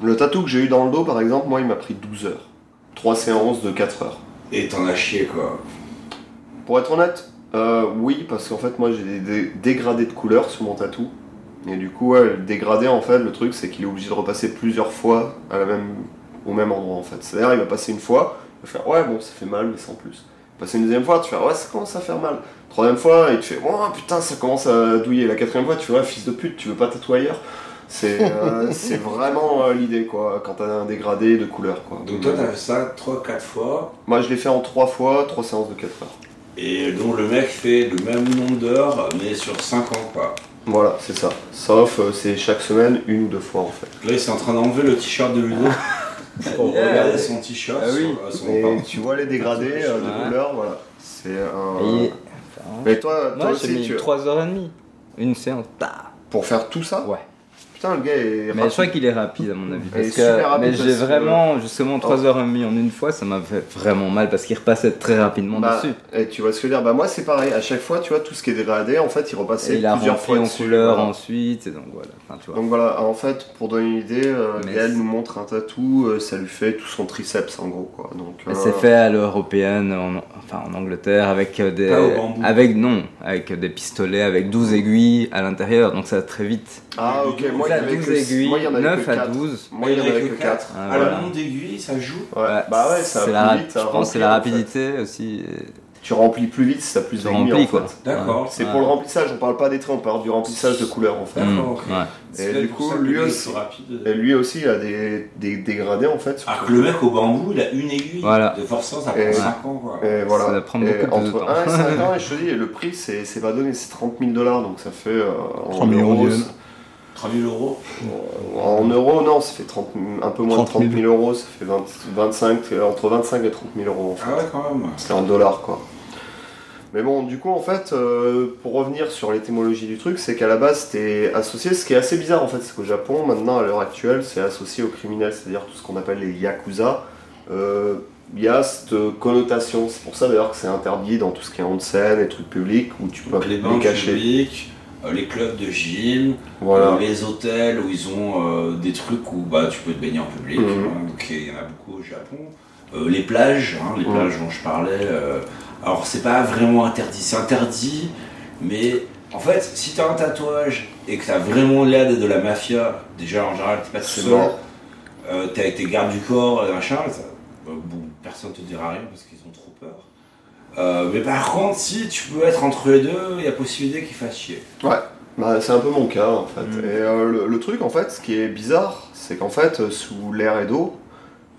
[SPEAKER 2] Le tatou que j'ai eu dans le dos, par exemple, moi, il m'a pris 12 heures. 3 séances de 4 heures.
[SPEAKER 1] Et t'en as chié quoi.
[SPEAKER 2] Pour être honnête, euh, oui, parce qu'en fait, moi, j'ai des dé- dégradés de couleurs sur mon tatou. Et du coup, ouais, le dégradé, en fait, le truc, c'est qu'il est obligé de repasser plusieurs fois à la même, au même endroit, en fait. C'est-à-dire, il va passer une fois, il va faire, ouais, bon, ça fait mal, mais sans plus. Passer une deuxième fois, tu fais, ouais, ça commence à faire mal. Troisième fois, il te fait, oh putain, ça commence à douiller. La quatrième fois, tu fais, ouais, fils de pute, tu veux pas tatouer ailleurs
[SPEAKER 1] (laughs)
[SPEAKER 2] c'est euh, c'est vraiment euh, l'idée quoi quand t'as un dégradé de couleur quoi
[SPEAKER 1] Donc toi t'as fait ça 3-4 fois,
[SPEAKER 2] moi je l'ai fait en trois fois trois séances de 4 heures
[SPEAKER 1] et donc le mec fait le même nombre d'heures, mais sur 5 ans quoi.
[SPEAKER 2] Voilà, c'est ça. Sauf euh, c'est chaque semaine une ou deux fois en fait. (laughs)
[SPEAKER 1] Là il est en train d'enlever le t-shirt de Ludo. Pour
[SPEAKER 2] Yeah.
[SPEAKER 1] regarder son t-shirt, euh,
[SPEAKER 2] Ah oui.
[SPEAKER 1] son- son
[SPEAKER 2] Et
[SPEAKER 1] pain.
[SPEAKER 2] tu vois les dégradés euh, de
[SPEAKER 12] Ouais.
[SPEAKER 2] couleurs, voilà. C'est un.
[SPEAKER 12] Et-
[SPEAKER 2] Mais toi, toi
[SPEAKER 12] Moi, j'ai
[SPEAKER 2] aussi,
[SPEAKER 12] mis
[SPEAKER 2] tu.
[SPEAKER 12] 3h30. Une séance. Bah.
[SPEAKER 2] Pour faire tout ça
[SPEAKER 12] Ouais.
[SPEAKER 2] Putain, le gars est.
[SPEAKER 12] Mais je crois qu'il est rapide à mon avis.
[SPEAKER 2] Il
[SPEAKER 12] Parce
[SPEAKER 2] est
[SPEAKER 12] que,
[SPEAKER 2] super rapide
[SPEAKER 12] mais j'ai
[SPEAKER 2] parce que-
[SPEAKER 12] vraiment, justement,
[SPEAKER 2] Oh.
[SPEAKER 12] 3h30 en une fois, ça m'a fait vraiment mal parce qu'il repassait très rapidement
[SPEAKER 2] Bah,
[SPEAKER 12] dessus.
[SPEAKER 2] et tu vois ce que je veux dire Bah moi c'est pareil, à chaque fois tu vois tout ce qui est dégradé, en fait il repassait
[SPEAKER 12] Et il a
[SPEAKER 2] plusieurs
[SPEAKER 12] rempli
[SPEAKER 2] fois
[SPEAKER 12] en
[SPEAKER 2] dessus,
[SPEAKER 12] couleur
[SPEAKER 2] voilà.
[SPEAKER 12] ensuite, et donc voilà. Enfin, tu vois.
[SPEAKER 2] Donc voilà, en fait pour donner une idée, euh,
[SPEAKER 12] Mais
[SPEAKER 2] Gaël
[SPEAKER 12] c'est-
[SPEAKER 2] nous montre un tatou, euh, ça lui fait tout son triceps en gros quoi. Donc, euh,
[SPEAKER 12] C'est fait à l'européenne, en, enfin en Angleterre, avec euh, des.
[SPEAKER 2] Pas au bambou.
[SPEAKER 12] Avec, non, avec des pistolets, avec 12 aiguilles à l'intérieur, donc ça va très vite.
[SPEAKER 2] Ah ok, moi il y
[SPEAKER 12] Ça,
[SPEAKER 2] en avait
[SPEAKER 12] 12
[SPEAKER 2] que-
[SPEAKER 12] aiguilles,
[SPEAKER 2] moi, il y en avait
[SPEAKER 12] 9
[SPEAKER 2] que
[SPEAKER 12] à
[SPEAKER 2] quatre.
[SPEAKER 12] 12.
[SPEAKER 2] Moi il y en avait que 4.
[SPEAKER 12] Ah,
[SPEAKER 1] À
[SPEAKER 12] voilà.
[SPEAKER 1] la montre d'aiguille, ça joue.
[SPEAKER 2] Bah ouais, ça
[SPEAKER 12] c'est
[SPEAKER 2] va
[SPEAKER 12] la,
[SPEAKER 2] plus
[SPEAKER 12] rap-
[SPEAKER 2] vite
[SPEAKER 12] je
[SPEAKER 2] à
[SPEAKER 12] pense que c'est
[SPEAKER 2] remplir,
[SPEAKER 12] la
[SPEAKER 2] en fait.
[SPEAKER 12] rapidité aussi.
[SPEAKER 2] Tu remplis plus vite si t'as plus
[SPEAKER 12] Tu
[SPEAKER 2] d'aiguilles
[SPEAKER 12] remplis,
[SPEAKER 2] en
[SPEAKER 12] quoi.
[SPEAKER 2] fait.
[SPEAKER 1] D'accord.
[SPEAKER 2] C'est
[SPEAKER 12] Ouais.
[SPEAKER 2] pour le remplissage, on parle pas des traits, on parle du remplissage de couleurs en
[SPEAKER 12] Mm.
[SPEAKER 2] fait.
[SPEAKER 1] D'accord, ok.
[SPEAKER 12] Hmm. Ouais.
[SPEAKER 1] C'est
[SPEAKER 2] Et
[SPEAKER 1] peut-être
[SPEAKER 2] du
[SPEAKER 1] pour
[SPEAKER 2] coup
[SPEAKER 1] ça que
[SPEAKER 2] lui
[SPEAKER 1] le mec
[SPEAKER 2] aussi,
[SPEAKER 1] est rapide.
[SPEAKER 2] et lui aussi il a des, des dégradés en fait. sur-
[SPEAKER 12] Ah,
[SPEAKER 1] Alors que le mec au bambou, il a une aiguille.
[SPEAKER 12] Voilà.
[SPEAKER 1] De forçant, ça
[SPEAKER 2] Et-
[SPEAKER 1] prend 5 ans. Quoi.
[SPEAKER 2] Et voilà.
[SPEAKER 12] Ça va prendre
[SPEAKER 2] Et
[SPEAKER 12] beaucoup plus de
[SPEAKER 2] entre
[SPEAKER 12] temps.
[SPEAKER 2] 1
[SPEAKER 12] (laughs)
[SPEAKER 2] et 5 ans, et je te dis, le prix, c'est c'est pas donné, c'est 30 000 dollars, donc ça fait. euh, en
[SPEAKER 3] 30 000
[SPEAKER 2] euros,
[SPEAKER 3] yens.
[SPEAKER 2] c'est-
[SPEAKER 1] 3 000 euros.
[SPEAKER 2] En euros, non, ça fait 30 000 un peu moins
[SPEAKER 3] 30
[SPEAKER 2] de 30
[SPEAKER 3] 000
[SPEAKER 2] 000 euros, ça fait 20 25 euh, entre 25 et 30 000 euros en fait.
[SPEAKER 1] Ah ouais, quand même.
[SPEAKER 2] C'est en dollars quoi. Mais bon, du coup, en fait, euh, pour revenir sur l'étymologie du truc, c'est qu'à la base, c'était associé. Ce qui est assez bizarre, en fait, c'est qu'au Japon, maintenant, à l'heure actuelle, c'est associé aux criminels, c'est-à-dire tout ce qu'on appelle les yakuza. Euh, Il y a cette connotation. C'est pour ça, d'ailleurs, que c'est interdit dans tout ce qui est onsen, les trucs publics, où tu peux
[SPEAKER 1] Donc,
[SPEAKER 2] pas
[SPEAKER 1] les
[SPEAKER 2] les
[SPEAKER 1] banques
[SPEAKER 2] cacher.
[SPEAKER 1] publiques, euh, les clubs de gym,
[SPEAKER 2] Voilà.
[SPEAKER 1] euh, les hôtels où ils ont euh, des trucs où bah, tu peux te baigner en public.
[SPEAKER 2] Mhm.
[SPEAKER 1] hein, donc il y en a beaucoup au Japon. Euh, les plages, hein, les
[SPEAKER 2] Mhm.
[SPEAKER 1] plages dont je parlais. euh, alors c'est pas vraiment interdit, c'est interdit, mais en fait, si t'as un tatouage et que t'as vraiment l'aide de la mafia, déjà en général t'es pas tout
[SPEAKER 2] C'est
[SPEAKER 1] seul,
[SPEAKER 2] mort.
[SPEAKER 1] euh, t'es avec tes gardes du corps, et machin, ça, euh, bon, personne te dira rien parce qu'ils ont trop peur. Euh, mais par contre, si tu peux être entre les deux, il y a possibilité qu'ils fassent chier.
[SPEAKER 2] Ouais, bah, c'est un peu mon cas en fait.
[SPEAKER 1] Mm.
[SPEAKER 2] Et euh, le, le truc en fait, ce qui est bizarre, c'est qu'en fait, euh, sous l'air et d'eau,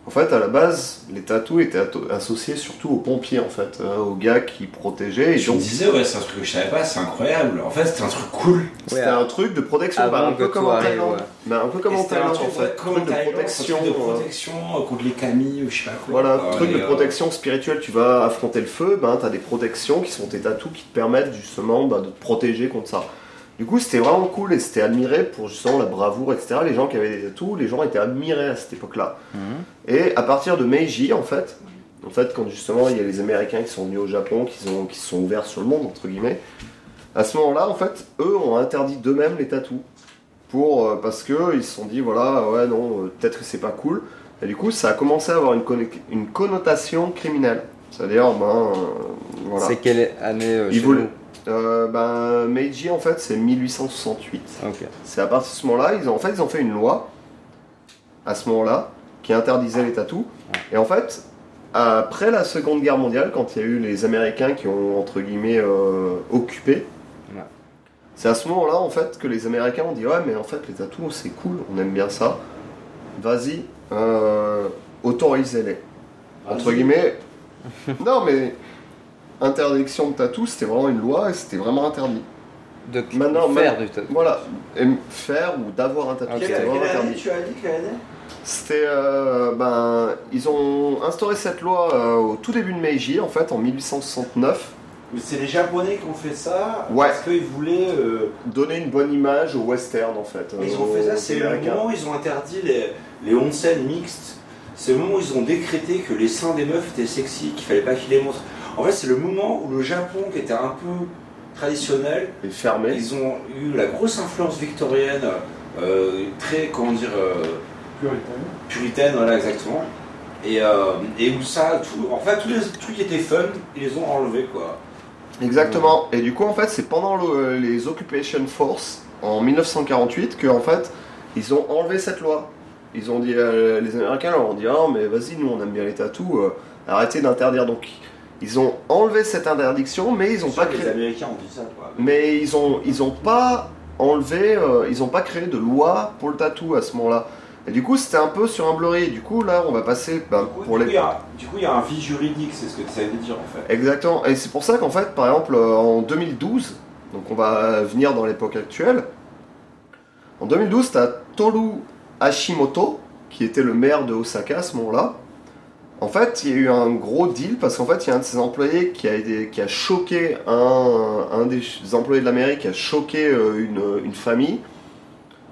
[SPEAKER 2] en fait, à la base, les tatous étaient ato- associés surtout aux pompiers en fait, euh, aux gars qui protégeaient. Et
[SPEAKER 1] Je me
[SPEAKER 2] donc,
[SPEAKER 1] disais, ouais, c'est un truc que je savais pas, c'est incroyable. En fait, c'est un truc cool.
[SPEAKER 2] c'était
[SPEAKER 12] Ouais,
[SPEAKER 2] un truc de protection,
[SPEAKER 12] avant
[SPEAKER 2] bah, un
[SPEAKER 12] que
[SPEAKER 2] peu comme
[SPEAKER 12] toi
[SPEAKER 2] en
[SPEAKER 12] arrives,
[SPEAKER 2] Thaïlande.
[SPEAKER 12] ouais.
[SPEAKER 2] Bah, un peu comme
[SPEAKER 1] Et
[SPEAKER 2] en
[SPEAKER 1] c'était un
[SPEAKER 2] Thaïlande
[SPEAKER 1] truc,
[SPEAKER 2] en
[SPEAKER 1] ouais,
[SPEAKER 2] fait,
[SPEAKER 1] comme
[SPEAKER 2] truc de
[SPEAKER 1] Thaïlande,
[SPEAKER 2] protection.
[SPEAKER 1] truc de
[SPEAKER 2] euh,
[SPEAKER 1] protection euh, contre les camis ou je sais pas quoi.
[SPEAKER 2] Voilà,
[SPEAKER 1] Euh,
[SPEAKER 2] truc de
[SPEAKER 1] et, euh,
[SPEAKER 2] protection spirituelle, tu vas affronter le feu, ben t'as des protections qui sont tes tatous qui te permettent justement ben, de te protéger contre ça. Du coup c'était vraiment cool et c'était admiré pour justement la bravoure, etc. Les gens qui avaient des tatous, les gens étaient admirés à cette époque-là. Et à partir de Meiji en fait, en fait quand justement il y a les Américains qui sont venus au Japon, qui, sont- qui se sont ouverts sur le monde entre guillemets, à ce moment-là en fait, eux ont interdit d'eux-mêmes les tatous. Pour, euh, parce que ils se sont dit voilà ouais non euh, peut-être que c'est pas cool et du coup, ça a commencé à avoir une, conne- une connotation criminelle. C'est-à-dire, ben, euh, voilà.
[SPEAKER 12] C'est quelle année euh,
[SPEAKER 2] Il
[SPEAKER 12] chez
[SPEAKER 2] voulait-
[SPEAKER 12] nous
[SPEAKER 2] Euh, ben, Meiji, en fait, c'est 1868.
[SPEAKER 12] Ok.
[SPEAKER 2] C'est à partir de ce moment-là, ils ont, en fait, ils ont fait une loi, à ce moment-là, qui interdisait les tatous. Et en fait, après la Seconde Guerre mondiale, quand il y a eu les Américains qui ont, entre guillemets, euh, occupé,
[SPEAKER 12] Ouais.
[SPEAKER 2] c'est à ce moment-là, en fait, que les Américains ont dit, ouais, mais en fait, les tatous, c'est cool, on aime bien ça. Vas-y, euh, autorisez-les.
[SPEAKER 1] euh,
[SPEAKER 2] Entre guillemets. non, mais interdiction de tatou, c'était vraiment une loi et c'était vraiment interdit.
[SPEAKER 12] De
[SPEAKER 2] Maintenant,
[SPEAKER 12] faire
[SPEAKER 2] ma-
[SPEAKER 12] du tatouage.
[SPEAKER 2] Voilà, et m- faire ou d'avoir un tatouage,
[SPEAKER 12] Ok.
[SPEAKER 2] c'était vraiment interdit.
[SPEAKER 1] tu as dit quelle année
[SPEAKER 2] C'était, euh, ben, ils ont instauré cette loi euh, au tout début de Meiji, en fait, en 1869,
[SPEAKER 1] Mais c'est les Japonais qui ont fait ça
[SPEAKER 2] Ouais.
[SPEAKER 1] parce qu'ils voulaient. euh,
[SPEAKER 2] donner une bonne image au western, en fait.
[SPEAKER 1] Mais Ils
[SPEAKER 2] euh,
[SPEAKER 1] ont fait ça,
[SPEAKER 2] aux
[SPEAKER 1] c'est le
[SPEAKER 2] Américains.
[SPEAKER 1] moment où ils ont interdit les, les onsen mixtes. C'est le moment où ils ont décrété que les seins des meufs étaient sexy, qu'il fallait pas qu'ils les montrent. En fait, c'est le moment où le Japon, qui était un peu traditionnel,
[SPEAKER 2] Et fermé.
[SPEAKER 1] ils ont eu la grosse influence victorienne, euh, très, comment dire, euh, puritaine, voilà, exactement. Et, euh, et où ça, tout, en fait, tous les trucs qui étaient fun, ils les ont enlevés, quoi.
[SPEAKER 2] Exactement. Et du coup, en fait, c'est pendant le- euh, les Occupation Force, en 1948, que en fait, ils ont enlevé cette loi. Ils ont dit, euh, les Américains leur ont dit, ah, mais vas-y, nous, on aime bien les tatous, euh, arrêtez d'interdire. Donc, ils ont enlevé cette interdiction, mais ils ont pas
[SPEAKER 1] que les
[SPEAKER 2] créé...
[SPEAKER 1] Américains ont dit ça, quoi.
[SPEAKER 2] Mais ils ont, ils ont pas enlevé, euh, ils ont pas créé de loi pour le tatou à ce moment-là. Et du coup, c'était un peu sur un blurry. Du coup, là, on va passer ben,
[SPEAKER 1] Du coup,
[SPEAKER 2] pour
[SPEAKER 1] du
[SPEAKER 2] les...
[SPEAKER 1] coup, il y a- du coup, il y a un vide juridique, c'est ce que tu savais dire, en fait.
[SPEAKER 2] Exactement, et c'est pour ça qu'en fait, par exemple, euh, en 2012, donc on va venir dans l'époque actuelle, en 2012, t'as Toru Hashimoto, qui était le maire de Osaka à ce moment-là, en fait, il y a eu un gros deal parce qu'en fait, il y a un de ses employés qui a, aidé- qui a choqué un, un des employés de la mairie qui a choqué euh, une, une famille,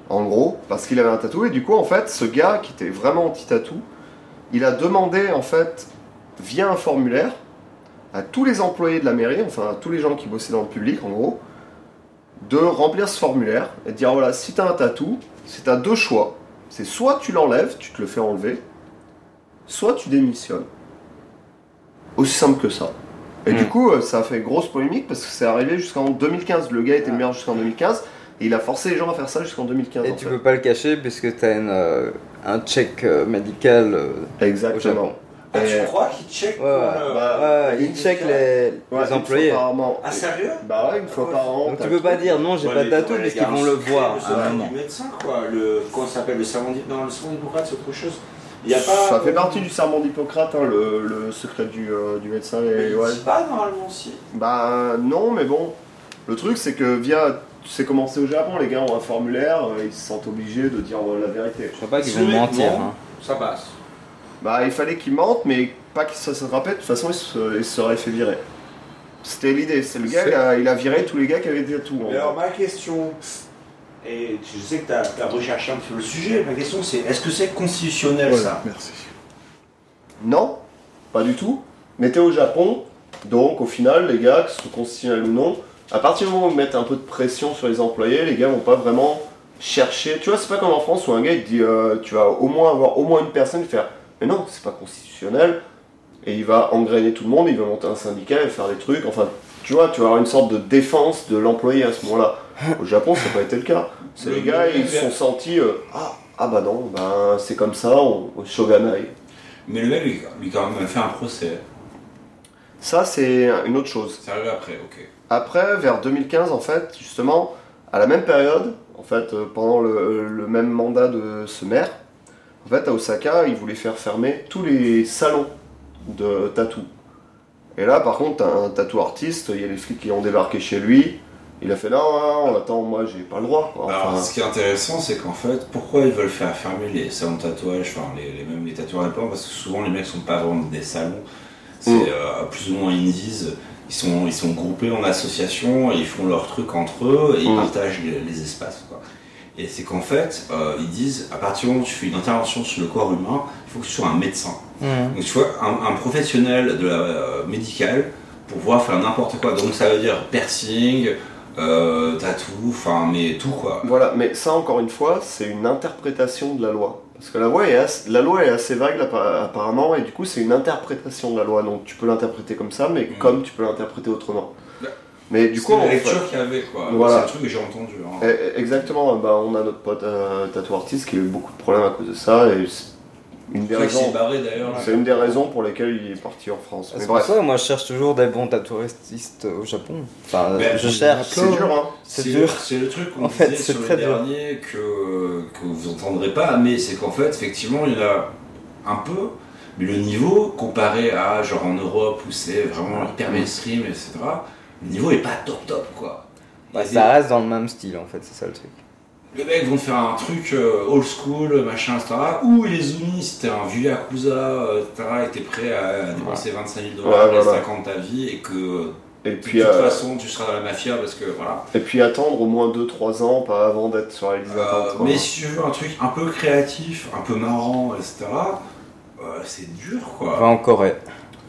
[SPEAKER 2] en gros, parce qu'il avait un tatou. Et du coup, en fait, ce gars qui était vraiment anti-tatou, il a demandé, en fait, via un formulaire, à tous les employés de la mairie, enfin à tous les gens qui bossaient dans le public, en gros, de remplir ce formulaire et de dire voilà, si t'as un tatou, c'est à deux choix. C'est soit tu l'enlèves, tu te le fais enlever, soit tu démissionnes. Aussi simple que ça. Et
[SPEAKER 12] Hmm.
[SPEAKER 2] du coup, euh, ça a fait grosse polémique parce que c'est arrivé jusqu'en 2015. Le gars était maire jusqu'en 2015 et il a forcé les gens à faire ça jusqu'en 2015.
[SPEAKER 12] Et
[SPEAKER 2] en
[SPEAKER 12] tu
[SPEAKER 2] fait.
[SPEAKER 12] peux pas le cacher puisque t'as une, euh, un check euh, médical. euh, au Japon.
[SPEAKER 2] Ah, tu
[SPEAKER 12] Et-
[SPEAKER 2] crois
[SPEAKER 3] qu'il check
[SPEAKER 12] Ouais, ouais. bah, Ouais, il check les, les
[SPEAKER 2] Ouais, une fois
[SPEAKER 12] employés.
[SPEAKER 2] par an.
[SPEAKER 3] Ah, sérieux
[SPEAKER 2] Bah ouais, une fois par an.
[SPEAKER 12] Donc tu peux pas dire non, j'ai
[SPEAKER 3] Ouais,
[SPEAKER 12] pas
[SPEAKER 3] mais
[SPEAKER 12] de tatou
[SPEAKER 3] ouais,
[SPEAKER 12] parce
[SPEAKER 3] les
[SPEAKER 12] qu'ils
[SPEAKER 3] gars,
[SPEAKER 12] vont le
[SPEAKER 3] secret,
[SPEAKER 12] voir Ah,
[SPEAKER 3] Le
[SPEAKER 12] à un
[SPEAKER 3] secret
[SPEAKER 12] moment.
[SPEAKER 3] du médecin, quoi. Le, comment ça s'appelle Le serment d'Hippocrate Non, le serment d'Hippocrate, c'est autre chose. Il y a pas.
[SPEAKER 2] Ça fait partie du serment d'Hippocrate, hein, le, le secret du, euh, du médecin.
[SPEAKER 3] Mais
[SPEAKER 2] Et,
[SPEAKER 3] il
[SPEAKER 2] ouais.
[SPEAKER 3] dit pas normalement si.
[SPEAKER 2] Bah non, mais bon. Le truc, c'est que via. C'est commencé au Japon, les gars ont un formulaire, euh, ils se sentent obligés de dire euh, la vérité. Je
[SPEAKER 12] crois pas qu'ils vont mentir, hein.
[SPEAKER 3] Ça passe.
[SPEAKER 2] Bah il fallait qu'ils mentent, mais pas qu'ils se rattrapent, de toute façon ils se, ils se seraient fait virer. C'était l'idée, c'est le gars,
[SPEAKER 3] C'est-
[SPEAKER 2] il a, il a viré tous les gars qui avaient des tout.
[SPEAKER 3] Mais alors, ma question, et je sais que tu as, recherché un petit peu le sujet, ma question c'est est-ce que c'est constitutionnel
[SPEAKER 2] Voilà,
[SPEAKER 3] ça
[SPEAKER 14] Merci.
[SPEAKER 2] Non, pas du tout. Mais t'es au Japon, donc au final, les gars, que ce soit constitutionnel ou non, à partir du moment où ils mettent un peu de pression sur les employés, les gars vont pas vraiment chercher. Tu vois, c'est pas comme en France où un gars il te dit euh, tu vas au moins avoir au moins une personne qui faire mais non, c'est pas constitutionnel. Et il va engrainer tout le monde, il va monter un syndicat et faire des trucs. Enfin, tu vois, tu vas avoir une sorte de défense de l'employé à ce moment-là. Au Japon, ça n'a pas été le cas. C'est les gars, ils se sont sentis euh, ah, ah bah non, ben c'est comme ça, on, on shogunai.
[SPEAKER 1] Mais le mec, lui, lui, quand même, a fait un procès.
[SPEAKER 2] Ça, c'est une autre chose.
[SPEAKER 1] Ça arrive après, ok.
[SPEAKER 2] Après, vers 2015, en fait, justement, à la même période, en fait, euh, pendant le, le même mandat de ce maire, en fait, à Osaka, il voulait faire fermer tous les salons de tatou. Et là, par contre, t'as un tatou artiste, il y a les flics qui ont débarqué chez lui. Il a fait non, non, non, attends, moi j'ai pas le droit. quoi.
[SPEAKER 1] Alors,
[SPEAKER 2] Enfin,
[SPEAKER 1] ce qui est intéressant, c'est qu'en fait, pourquoi ils veulent faire fermer les salons de tatouage, enfin, les, les- même les tatouages à plan, parce que souvent les mecs sont pas vraiment des salons, c'est
[SPEAKER 2] Mm.
[SPEAKER 1] euh, plus ou moins une dise. Ils sont, ils sont groupés en association, ils font leurs trucs entre eux et ils
[SPEAKER 2] Mm.
[SPEAKER 1] partagent les, les espaces. quoi. Et c'est qu'en fait, euh, ils disent à partir du moment où tu fais une intervention sur le corps humain, il faut que tu sois un médecin.
[SPEAKER 15] Mhm.
[SPEAKER 1] Donc tu vois, un, un professionnel de la euh, médicale pour pouvoir faire n'importe quoi. Donc ça veut dire piercing, euh, tatou, enfin mais tout quoi.
[SPEAKER 2] Voilà, mais ça encore une fois, c'est une interprétation de la loi. Parce que la loi est assez, la loi est assez vague là, appa- apparemment, et du coup c'est une interprétation de la loi. Donc tu peux l'interpréter comme ça, mais comme tu peux l'interpréter autrement.
[SPEAKER 1] Mm. Ouais.
[SPEAKER 2] Mais du
[SPEAKER 1] C'est
[SPEAKER 2] coup,
[SPEAKER 1] la
[SPEAKER 2] en
[SPEAKER 1] lecture
[SPEAKER 2] fait-
[SPEAKER 1] qu'il y avait, quoi. C'est
[SPEAKER 2] Voilà.
[SPEAKER 1] le truc que j'ai entendu. hein.
[SPEAKER 2] Eh, eh, Exactement, bah, on a notre pote euh, tatou artiste qui a eu beaucoup de problèmes à cause de ça, et c'est une
[SPEAKER 1] C'est vrai
[SPEAKER 2] des
[SPEAKER 1] qu'il
[SPEAKER 2] raisons.
[SPEAKER 1] s'est barré, d'ailleurs.
[SPEAKER 2] C'est une des raisons pour lesquelles il est parti en France. Mais
[SPEAKER 12] C'est pour
[SPEAKER 2] bref.
[SPEAKER 12] ça, moi je cherche toujours des bons tatouistes au Japon. Enfin,
[SPEAKER 1] Ben,
[SPEAKER 12] je cherche.
[SPEAKER 1] C'est dur, hein.
[SPEAKER 12] C'est
[SPEAKER 1] C'est
[SPEAKER 12] dur.
[SPEAKER 1] le- C'est le truc qu'on
[SPEAKER 12] En fait,
[SPEAKER 1] disait
[SPEAKER 12] c'est
[SPEAKER 1] sur
[SPEAKER 12] très
[SPEAKER 1] le
[SPEAKER 12] dur.
[SPEAKER 1] dernier que, que vous entendrez pas, mais c'est qu'en fait, effectivement, il y en a un peu, mais le niveau, comparé à genre en Europe où c'est vraiment hyper mainstream, etc., le niveau est pas top top, quoi.
[SPEAKER 12] Bah,
[SPEAKER 1] Et
[SPEAKER 12] ça reste dans le même style en fait, c'est ça le truc.
[SPEAKER 1] Les mecs vont te faire un truc euh, old school, machin, etc. Ou les zoomies, si t'es un vieux Yakuza, euh, etc., et t'es prêt à dépenser 25 000 dollars,
[SPEAKER 2] Ouais,
[SPEAKER 1] les
[SPEAKER 2] voilà.
[SPEAKER 1] 50 ta vie, et que
[SPEAKER 2] Et
[SPEAKER 1] de
[SPEAKER 2] puis,
[SPEAKER 1] toute
[SPEAKER 2] euh,
[SPEAKER 1] façon, tu seras dans la mafia parce que voilà.
[SPEAKER 2] Et puis attendre au moins 2-3 ans, pas avant d'être sur la liste
[SPEAKER 1] Euh,
[SPEAKER 2] d'attente.
[SPEAKER 12] hein.
[SPEAKER 2] quoi.
[SPEAKER 1] mais si tu veux un truc un peu créatif, un peu marrant, etc., euh, c'est dur quoi.
[SPEAKER 12] Va en Corée.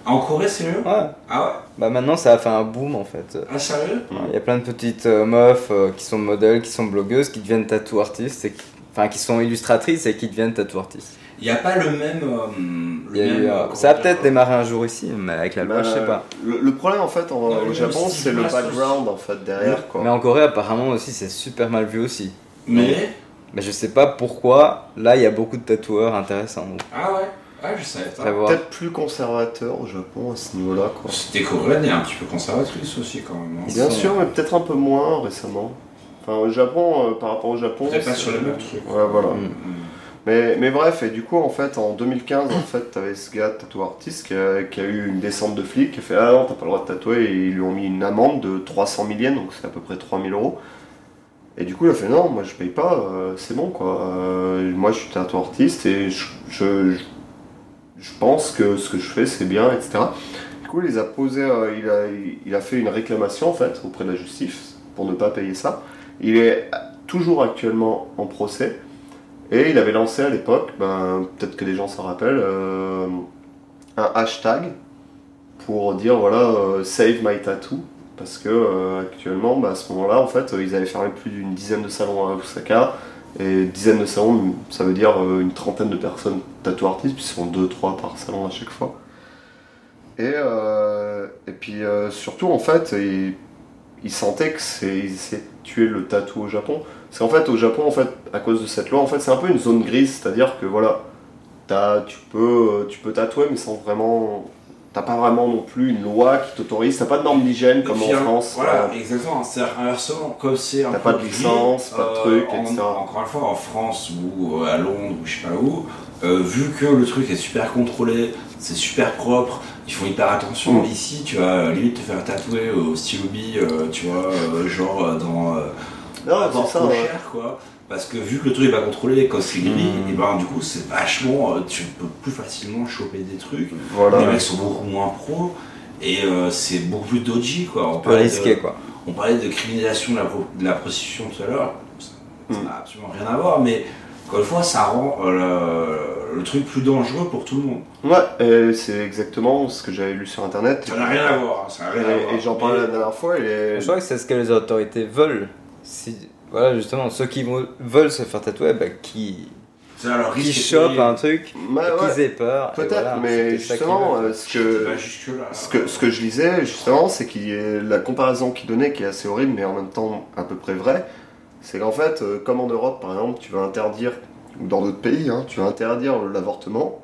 [SPEAKER 1] En Corée, c'est mieux
[SPEAKER 12] Ouais.
[SPEAKER 1] Ah ouais
[SPEAKER 12] Bah maintenant ça a fait un boom en fait.
[SPEAKER 1] Ah sérieux
[SPEAKER 12] Ouais, Il y a plein de petites euh, meufs euh, qui sont modèles, qui sont blogueuses, qui deviennent tatou artistes, et qui- enfin qui sont illustratrices et qui deviennent tatou artistes.
[SPEAKER 1] Il n'y a pas le même. euh,
[SPEAKER 12] Il
[SPEAKER 1] le
[SPEAKER 12] y a
[SPEAKER 1] même,
[SPEAKER 12] eu,
[SPEAKER 1] euh,
[SPEAKER 12] euh, ça a peut-être démarré un jour ici, mais avec la loi,
[SPEAKER 2] Bah,
[SPEAKER 12] je sais pas.
[SPEAKER 2] Le, le problème en fait en-
[SPEAKER 12] Non,
[SPEAKER 2] au
[SPEAKER 12] mais
[SPEAKER 2] Japon,
[SPEAKER 12] si
[SPEAKER 2] c'est
[SPEAKER 12] tu
[SPEAKER 2] le
[SPEAKER 12] passes
[SPEAKER 2] background en fait derrière. quoi.
[SPEAKER 12] Mais en Corée, apparemment aussi, c'est super mal vu aussi.
[SPEAKER 1] Mais
[SPEAKER 12] Mais je sais pas pourquoi, là, il y a beaucoup de tatoueurs intéressants. donc.
[SPEAKER 1] Ah ouais Ah, je savais pas.
[SPEAKER 12] Très voir.
[SPEAKER 2] Peut-être plus conservateur au Japon à ce niveau-là. quoi.
[SPEAKER 1] C'était coréenne et un petit peu conservatrice aussi quand même. hein.
[SPEAKER 2] Bien sûr, mais peut-être un peu moins récemment. Enfin, au Japon, euh, par rapport au Japon.
[SPEAKER 1] Peut-être pas
[SPEAKER 2] c'est-
[SPEAKER 1] sur
[SPEAKER 12] euh,
[SPEAKER 1] les mêmes trucs.
[SPEAKER 2] Ouais, voilà.
[SPEAKER 1] Mm.
[SPEAKER 2] Mais, mais bref, et du coup, en fait, en 2015, en fait, t'avais ce gars tatou artiste qui a, qui a eu une descente de flic, qui a fait Ah non, t'as pas le droit de tatouer, et ils lui ont mis une amende de 300 000 yens, donc c'est à peu près 3000 euros. Et du coup, il a fait non, moi je paye pas, euh, c'est bon quoi. Euh, moi je suis tattoo artiste et je, je, je- je pense que ce que je fais c'est bien, etc. Du coup, il les a posé, euh, il, a, il a fait une réclamation en fait auprès de la justice pour ne pas payer ça. Il est toujours actuellement en procès et il avait lancé à l'époque, ben, peut-être que les gens s'en rappellent, euh, un hashtag pour dire voilà euh, save my tattoo parce que euh, actuellement bah, à ce moment-là en fait euh, ils avaient fermé plus d'une dizaine de salons à Osaka et dizaine de salons ça veut dire euh, une trentaine de personnes tattoo artistes puis ils sont deux trois par salon à chaque fois et, euh, et puis euh, surtout en fait ils, ils sentaient que c'est ils essayaient de tuer le tatou au Japon c'est en fait au Japon en fait à cause de cette loi en fait c'est un peu une zone grise c'est-à-dire que voilà t'as- tu peux, euh, tu peux tatouer, mais sans vraiment. T'as pas vraiment non plus une loi qui t'autorise, t'as pas de normes d'hygiène comme
[SPEAKER 1] Puis,
[SPEAKER 2] en
[SPEAKER 1] hein,
[SPEAKER 2] France.
[SPEAKER 1] Voilà,
[SPEAKER 2] euh,
[SPEAKER 1] exactement. hein. C'est-à-dire, inversement, comme c'est un
[SPEAKER 2] T'as pas de
[SPEAKER 1] produit,
[SPEAKER 2] licence, pas de truc,
[SPEAKER 1] en-
[SPEAKER 2] etc.
[SPEAKER 1] Encore une fois, en France ou euh, à Londres ou je sais pas où, euh, vu que le truc est super contrôlé, c'est super propre, ils font hyper attention.
[SPEAKER 2] Mm.
[SPEAKER 1] Ici, tu vas euh, limite te faire tatouer au stylo bille, euh, tu vois, euh, genre euh, dans. euh,
[SPEAKER 2] Non,
[SPEAKER 1] dans
[SPEAKER 2] c'est ça,
[SPEAKER 1] Cochère,
[SPEAKER 2] ouais. Mm.
[SPEAKER 1] quoi. Parce que vu que le truc est pas contrôlé, quand c'est gris, et ben du coup c'est vachement, euh, tu peux plus facilement choper des trucs.
[SPEAKER 2] Voilà.
[SPEAKER 1] Les mecs sont beaucoup moins pros et euh, c'est beaucoup plus dodgy quoi. On
[SPEAKER 12] Peu
[SPEAKER 1] parlait
[SPEAKER 12] risqué,
[SPEAKER 2] euh,
[SPEAKER 1] de,
[SPEAKER 12] quoi.
[SPEAKER 1] On parlait de criminalisation de la, pro- de la prostitution tout à l'heure, ça
[SPEAKER 2] Hmm.
[SPEAKER 1] ça n'a absolument rien à voir, mais encore une fois ça rend euh, le, le truc plus dangereux pour tout le monde.
[SPEAKER 2] Ouais, et c'est exactement ce que j'avais lu sur internet.
[SPEAKER 1] Ça n'a rien à voir, hein, ça n'a rien à
[SPEAKER 2] Et-
[SPEAKER 1] voir.
[SPEAKER 2] Et j'en parlais la dernière fois, et
[SPEAKER 12] Je crois que c'est ce que les autorités veulent. Si, voilà, justement, ceux qui vo- veulent se faire tatouer, bah, qui,
[SPEAKER 1] Ça, alors,
[SPEAKER 12] qui
[SPEAKER 1] risque de
[SPEAKER 12] chopent
[SPEAKER 2] hein,
[SPEAKER 1] payer.
[SPEAKER 12] un truc,
[SPEAKER 2] Ouais,
[SPEAKER 12] et
[SPEAKER 2] ouais.
[SPEAKER 12] qu'ils aient peur. et
[SPEAKER 2] Peut-être,
[SPEAKER 12] voilà,
[SPEAKER 2] mais
[SPEAKER 12] c'était ça qu'ils
[SPEAKER 2] justement,
[SPEAKER 12] veulent.
[SPEAKER 2] euh, ce que,
[SPEAKER 1] Pas jusque-là.
[SPEAKER 2] ce, que, ce que je lisais, justement, c'est que la comparaison qu'il donnait, qui est assez horrible, mais en même temps à peu près vraie, c'est qu'en fait, euh, comme en Europe, par exemple, tu vas interdire, ou dans d'autres pays, hein, tu vas interdire l'avortement,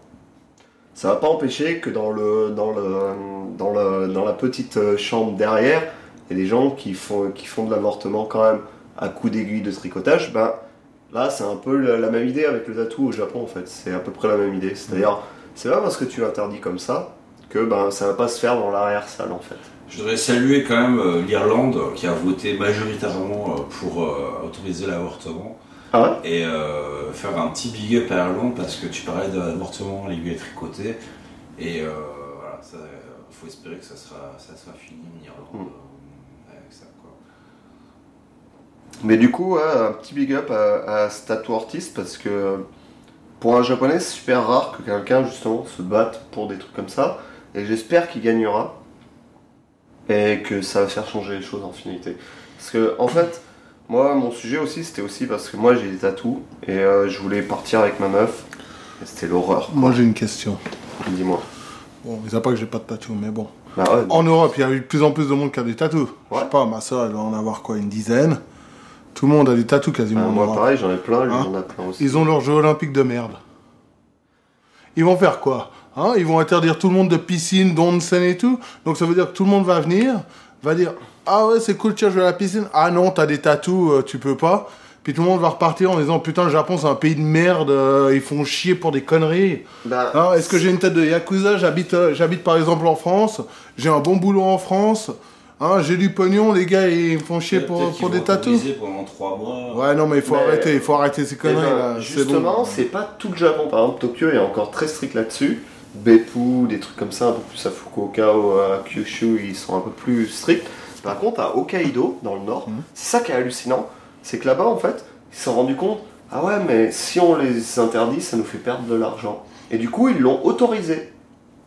[SPEAKER 2] ça va pas empêcher que dans, le, dans, le, dans, le- dans la petite euh, chambre derrière, il y a des gens qui font, qui font de l'avortement quand même à coup d'aiguille de tricotage, ben, Là, c'est un peu la, la même idée avec le tatou au Japon, en fait. C'est à peu près la même idée. C'est-à-dire, c'est pas parce que tu l'interdis comme ça que ben, ça va pas se faire dans l'arrière-salle, en fait.
[SPEAKER 1] Je voudrais saluer quand même euh, l'Irlande euh, qui a voté majoritairement euh, pour euh, autoriser l'avortement.
[SPEAKER 2] Ah
[SPEAKER 1] et euh, faire un petit big up à l'Irlande parce que tu parlais de l'avortement, l'aiguille tricotée. Et euh, voilà, il faut espérer que ça sera, ça sera fini en Irlande
[SPEAKER 2] Hmm.
[SPEAKER 1] euh, avec ça. Quoi.
[SPEAKER 2] Mais du coup, ouais, un petit big up à, à ce tattoo artiste parce que pour un japonais, c'est super rare que quelqu'un justement se batte pour des trucs comme ça. Et j'espère qu'il gagnera et que ça va faire changer les choses en finalité. Parce que en fait, moi, mon sujet aussi, c'était aussi parce que moi j'ai des tatous et euh, je voulais partir avec ma meuf. Et C'était l'horreur.
[SPEAKER 3] Moi j'ai une question.
[SPEAKER 2] Dis-moi.
[SPEAKER 3] Bon, mais ça pas que j'ai pas de tatou, mais bon.
[SPEAKER 2] Bah ouais,
[SPEAKER 3] En Europe, il y a eu de plus en plus de monde qui a des tatous. Je sais pas, ma soeur, elle doit en avoir quoi, une dizaine Tout le monde a des tatous quasiment.
[SPEAKER 2] Bah,
[SPEAKER 3] en
[SPEAKER 2] moi
[SPEAKER 3] Europe.
[SPEAKER 2] pareil, j'en ai plein, lui
[SPEAKER 3] Hein
[SPEAKER 2] j'en ai plein aussi.
[SPEAKER 3] Ils ont leurs Jeux Olympiques de merde. Ils vont faire quoi Hein Ils vont interdire tout le monde de piscine, d'onsen et tout. Donc ça veut dire que tout le monde va venir, va dire Ah ouais, c'est cool, tiens, je vais à la piscine. Ah non, t'as des tatous, euh, tu peux pas. Puis tout le monde va repartir en disant Putain, le Japon, c'est un pays de merde, euh, ils font chier pour des conneries.
[SPEAKER 2] Bah,
[SPEAKER 3] Hein, Est-ce que j'ai une tête de Yakuza J'habite euh, j'habite par exemple en France, j'ai un bon boulot en France, hein, j'ai du pognon, les gars, ils me font chier pour,
[SPEAKER 1] Peut-être
[SPEAKER 3] pour
[SPEAKER 1] qu'ils
[SPEAKER 3] des
[SPEAKER 1] vont
[SPEAKER 3] tatous.
[SPEAKER 1] autoriser pendant 3 mois.
[SPEAKER 3] Ouais, non, mais il faut
[SPEAKER 2] Mais-
[SPEAKER 3] arrêter, il faut arrêter ces
[SPEAKER 2] Eh ben,
[SPEAKER 3] conneries là. c'est bon.
[SPEAKER 2] justement, c'est pas tout le Japon. Par exemple, Tokyo est encore très strict là-dessus. Beppu, des trucs comme ça, un peu plus à Fukuoka ou à Kyushu, ils sont un peu plus stricts. Par contre, à Hokkaido, dans le nord,
[SPEAKER 3] Mhm.
[SPEAKER 2] c'est ça qui est hallucinant. C'est que là-bas, en fait, ils se sont rendus compte ah ouais, mais si on les interdit, ça nous fait perdre de l'argent. Et du coup, ils l'ont autorisé.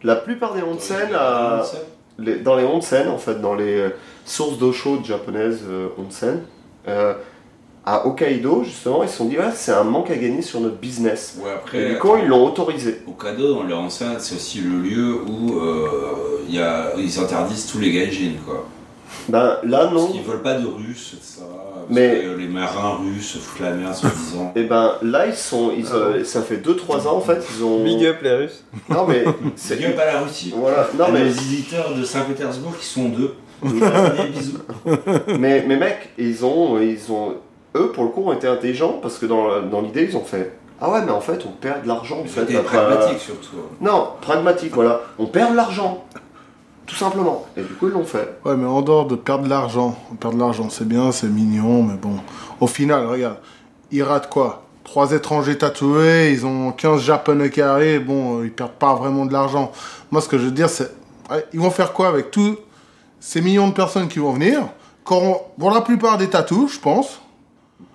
[SPEAKER 2] La plupart des onsen, euh, à... les- dans les onsen, en fait, dans les euh, sources d'eau chaude japonaises euh, onsen, euh, à Hokkaido, justement, ils se sont dit, ouais, c'est un manque à gagner sur notre business.
[SPEAKER 1] Ouais, après,
[SPEAKER 2] Et du coup, ils l'ont autorisé.
[SPEAKER 1] Au cadeau, dans les enceintes, c'est aussi le lieu où euh, il y a- ils interdisent tous les gaijins. Quoi.
[SPEAKER 2] Ben, là, non.
[SPEAKER 1] Parce qu'ils veulent pas de Russes, etc. Parce
[SPEAKER 2] Mais-
[SPEAKER 1] que euh, les marins russes se foutent la merde,
[SPEAKER 2] (laughs)
[SPEAKER 1] soi-disant.
[SPEAKER 2] Et ben là, ils sont. Ils, euh, ça fait 2-3 ans en fait, ils ont.
[SPEAKER 1] Ah Big
[SPEAKER 12] up les Russes
[SPEAKER 2] Non mais.
[SPEAKER 1] Big up à la Russie.
[SPEAKER 2] Voilà, non
[SPEAKER 1] À
[SPEAKER 2] mais.
[SPEAKER 1] Nos éditeurs de Saint-Pétersbourg qui sont
[SPEAKER 2] (laughs)
[SPEAKER 1] deux. bisous.
[SPEAKER 2] mais, mais mec, ils ont, ils ont. Eux pour le coup ont été intelligents parce que dans, dans l'idée, ils ont fait. Ah ouais, mais en fait, on perd de l'argent. en fait,
[SPEAKER 1] C'était
[SPEAKER 2] après- euh,
[SPEAKER 1] pragmatique surtout.
[SPEAKER 2] Non, pragmatique, voilà. On perd de l'argent. Tout simplement. Et du coup, ils l'ont fait.
[SPEAKER 3] Ouais, mais en dehors de perdre de l'argent, perdre de l'argent, c'est bien, c'est mignon, mais bon. Au final, regarde, ils ratent quoi Trois étrangers tatoués, ils ont 15 japonais qui arrivent, bon, euh, ils perdent pas vraiment de l'argent. Moi, ce que je veux dire, c'est. ouais, Ils vont faire quoi avec tous ces millions de personnes qui vont venir Quand on- Pour la plupart des tatous, je pense.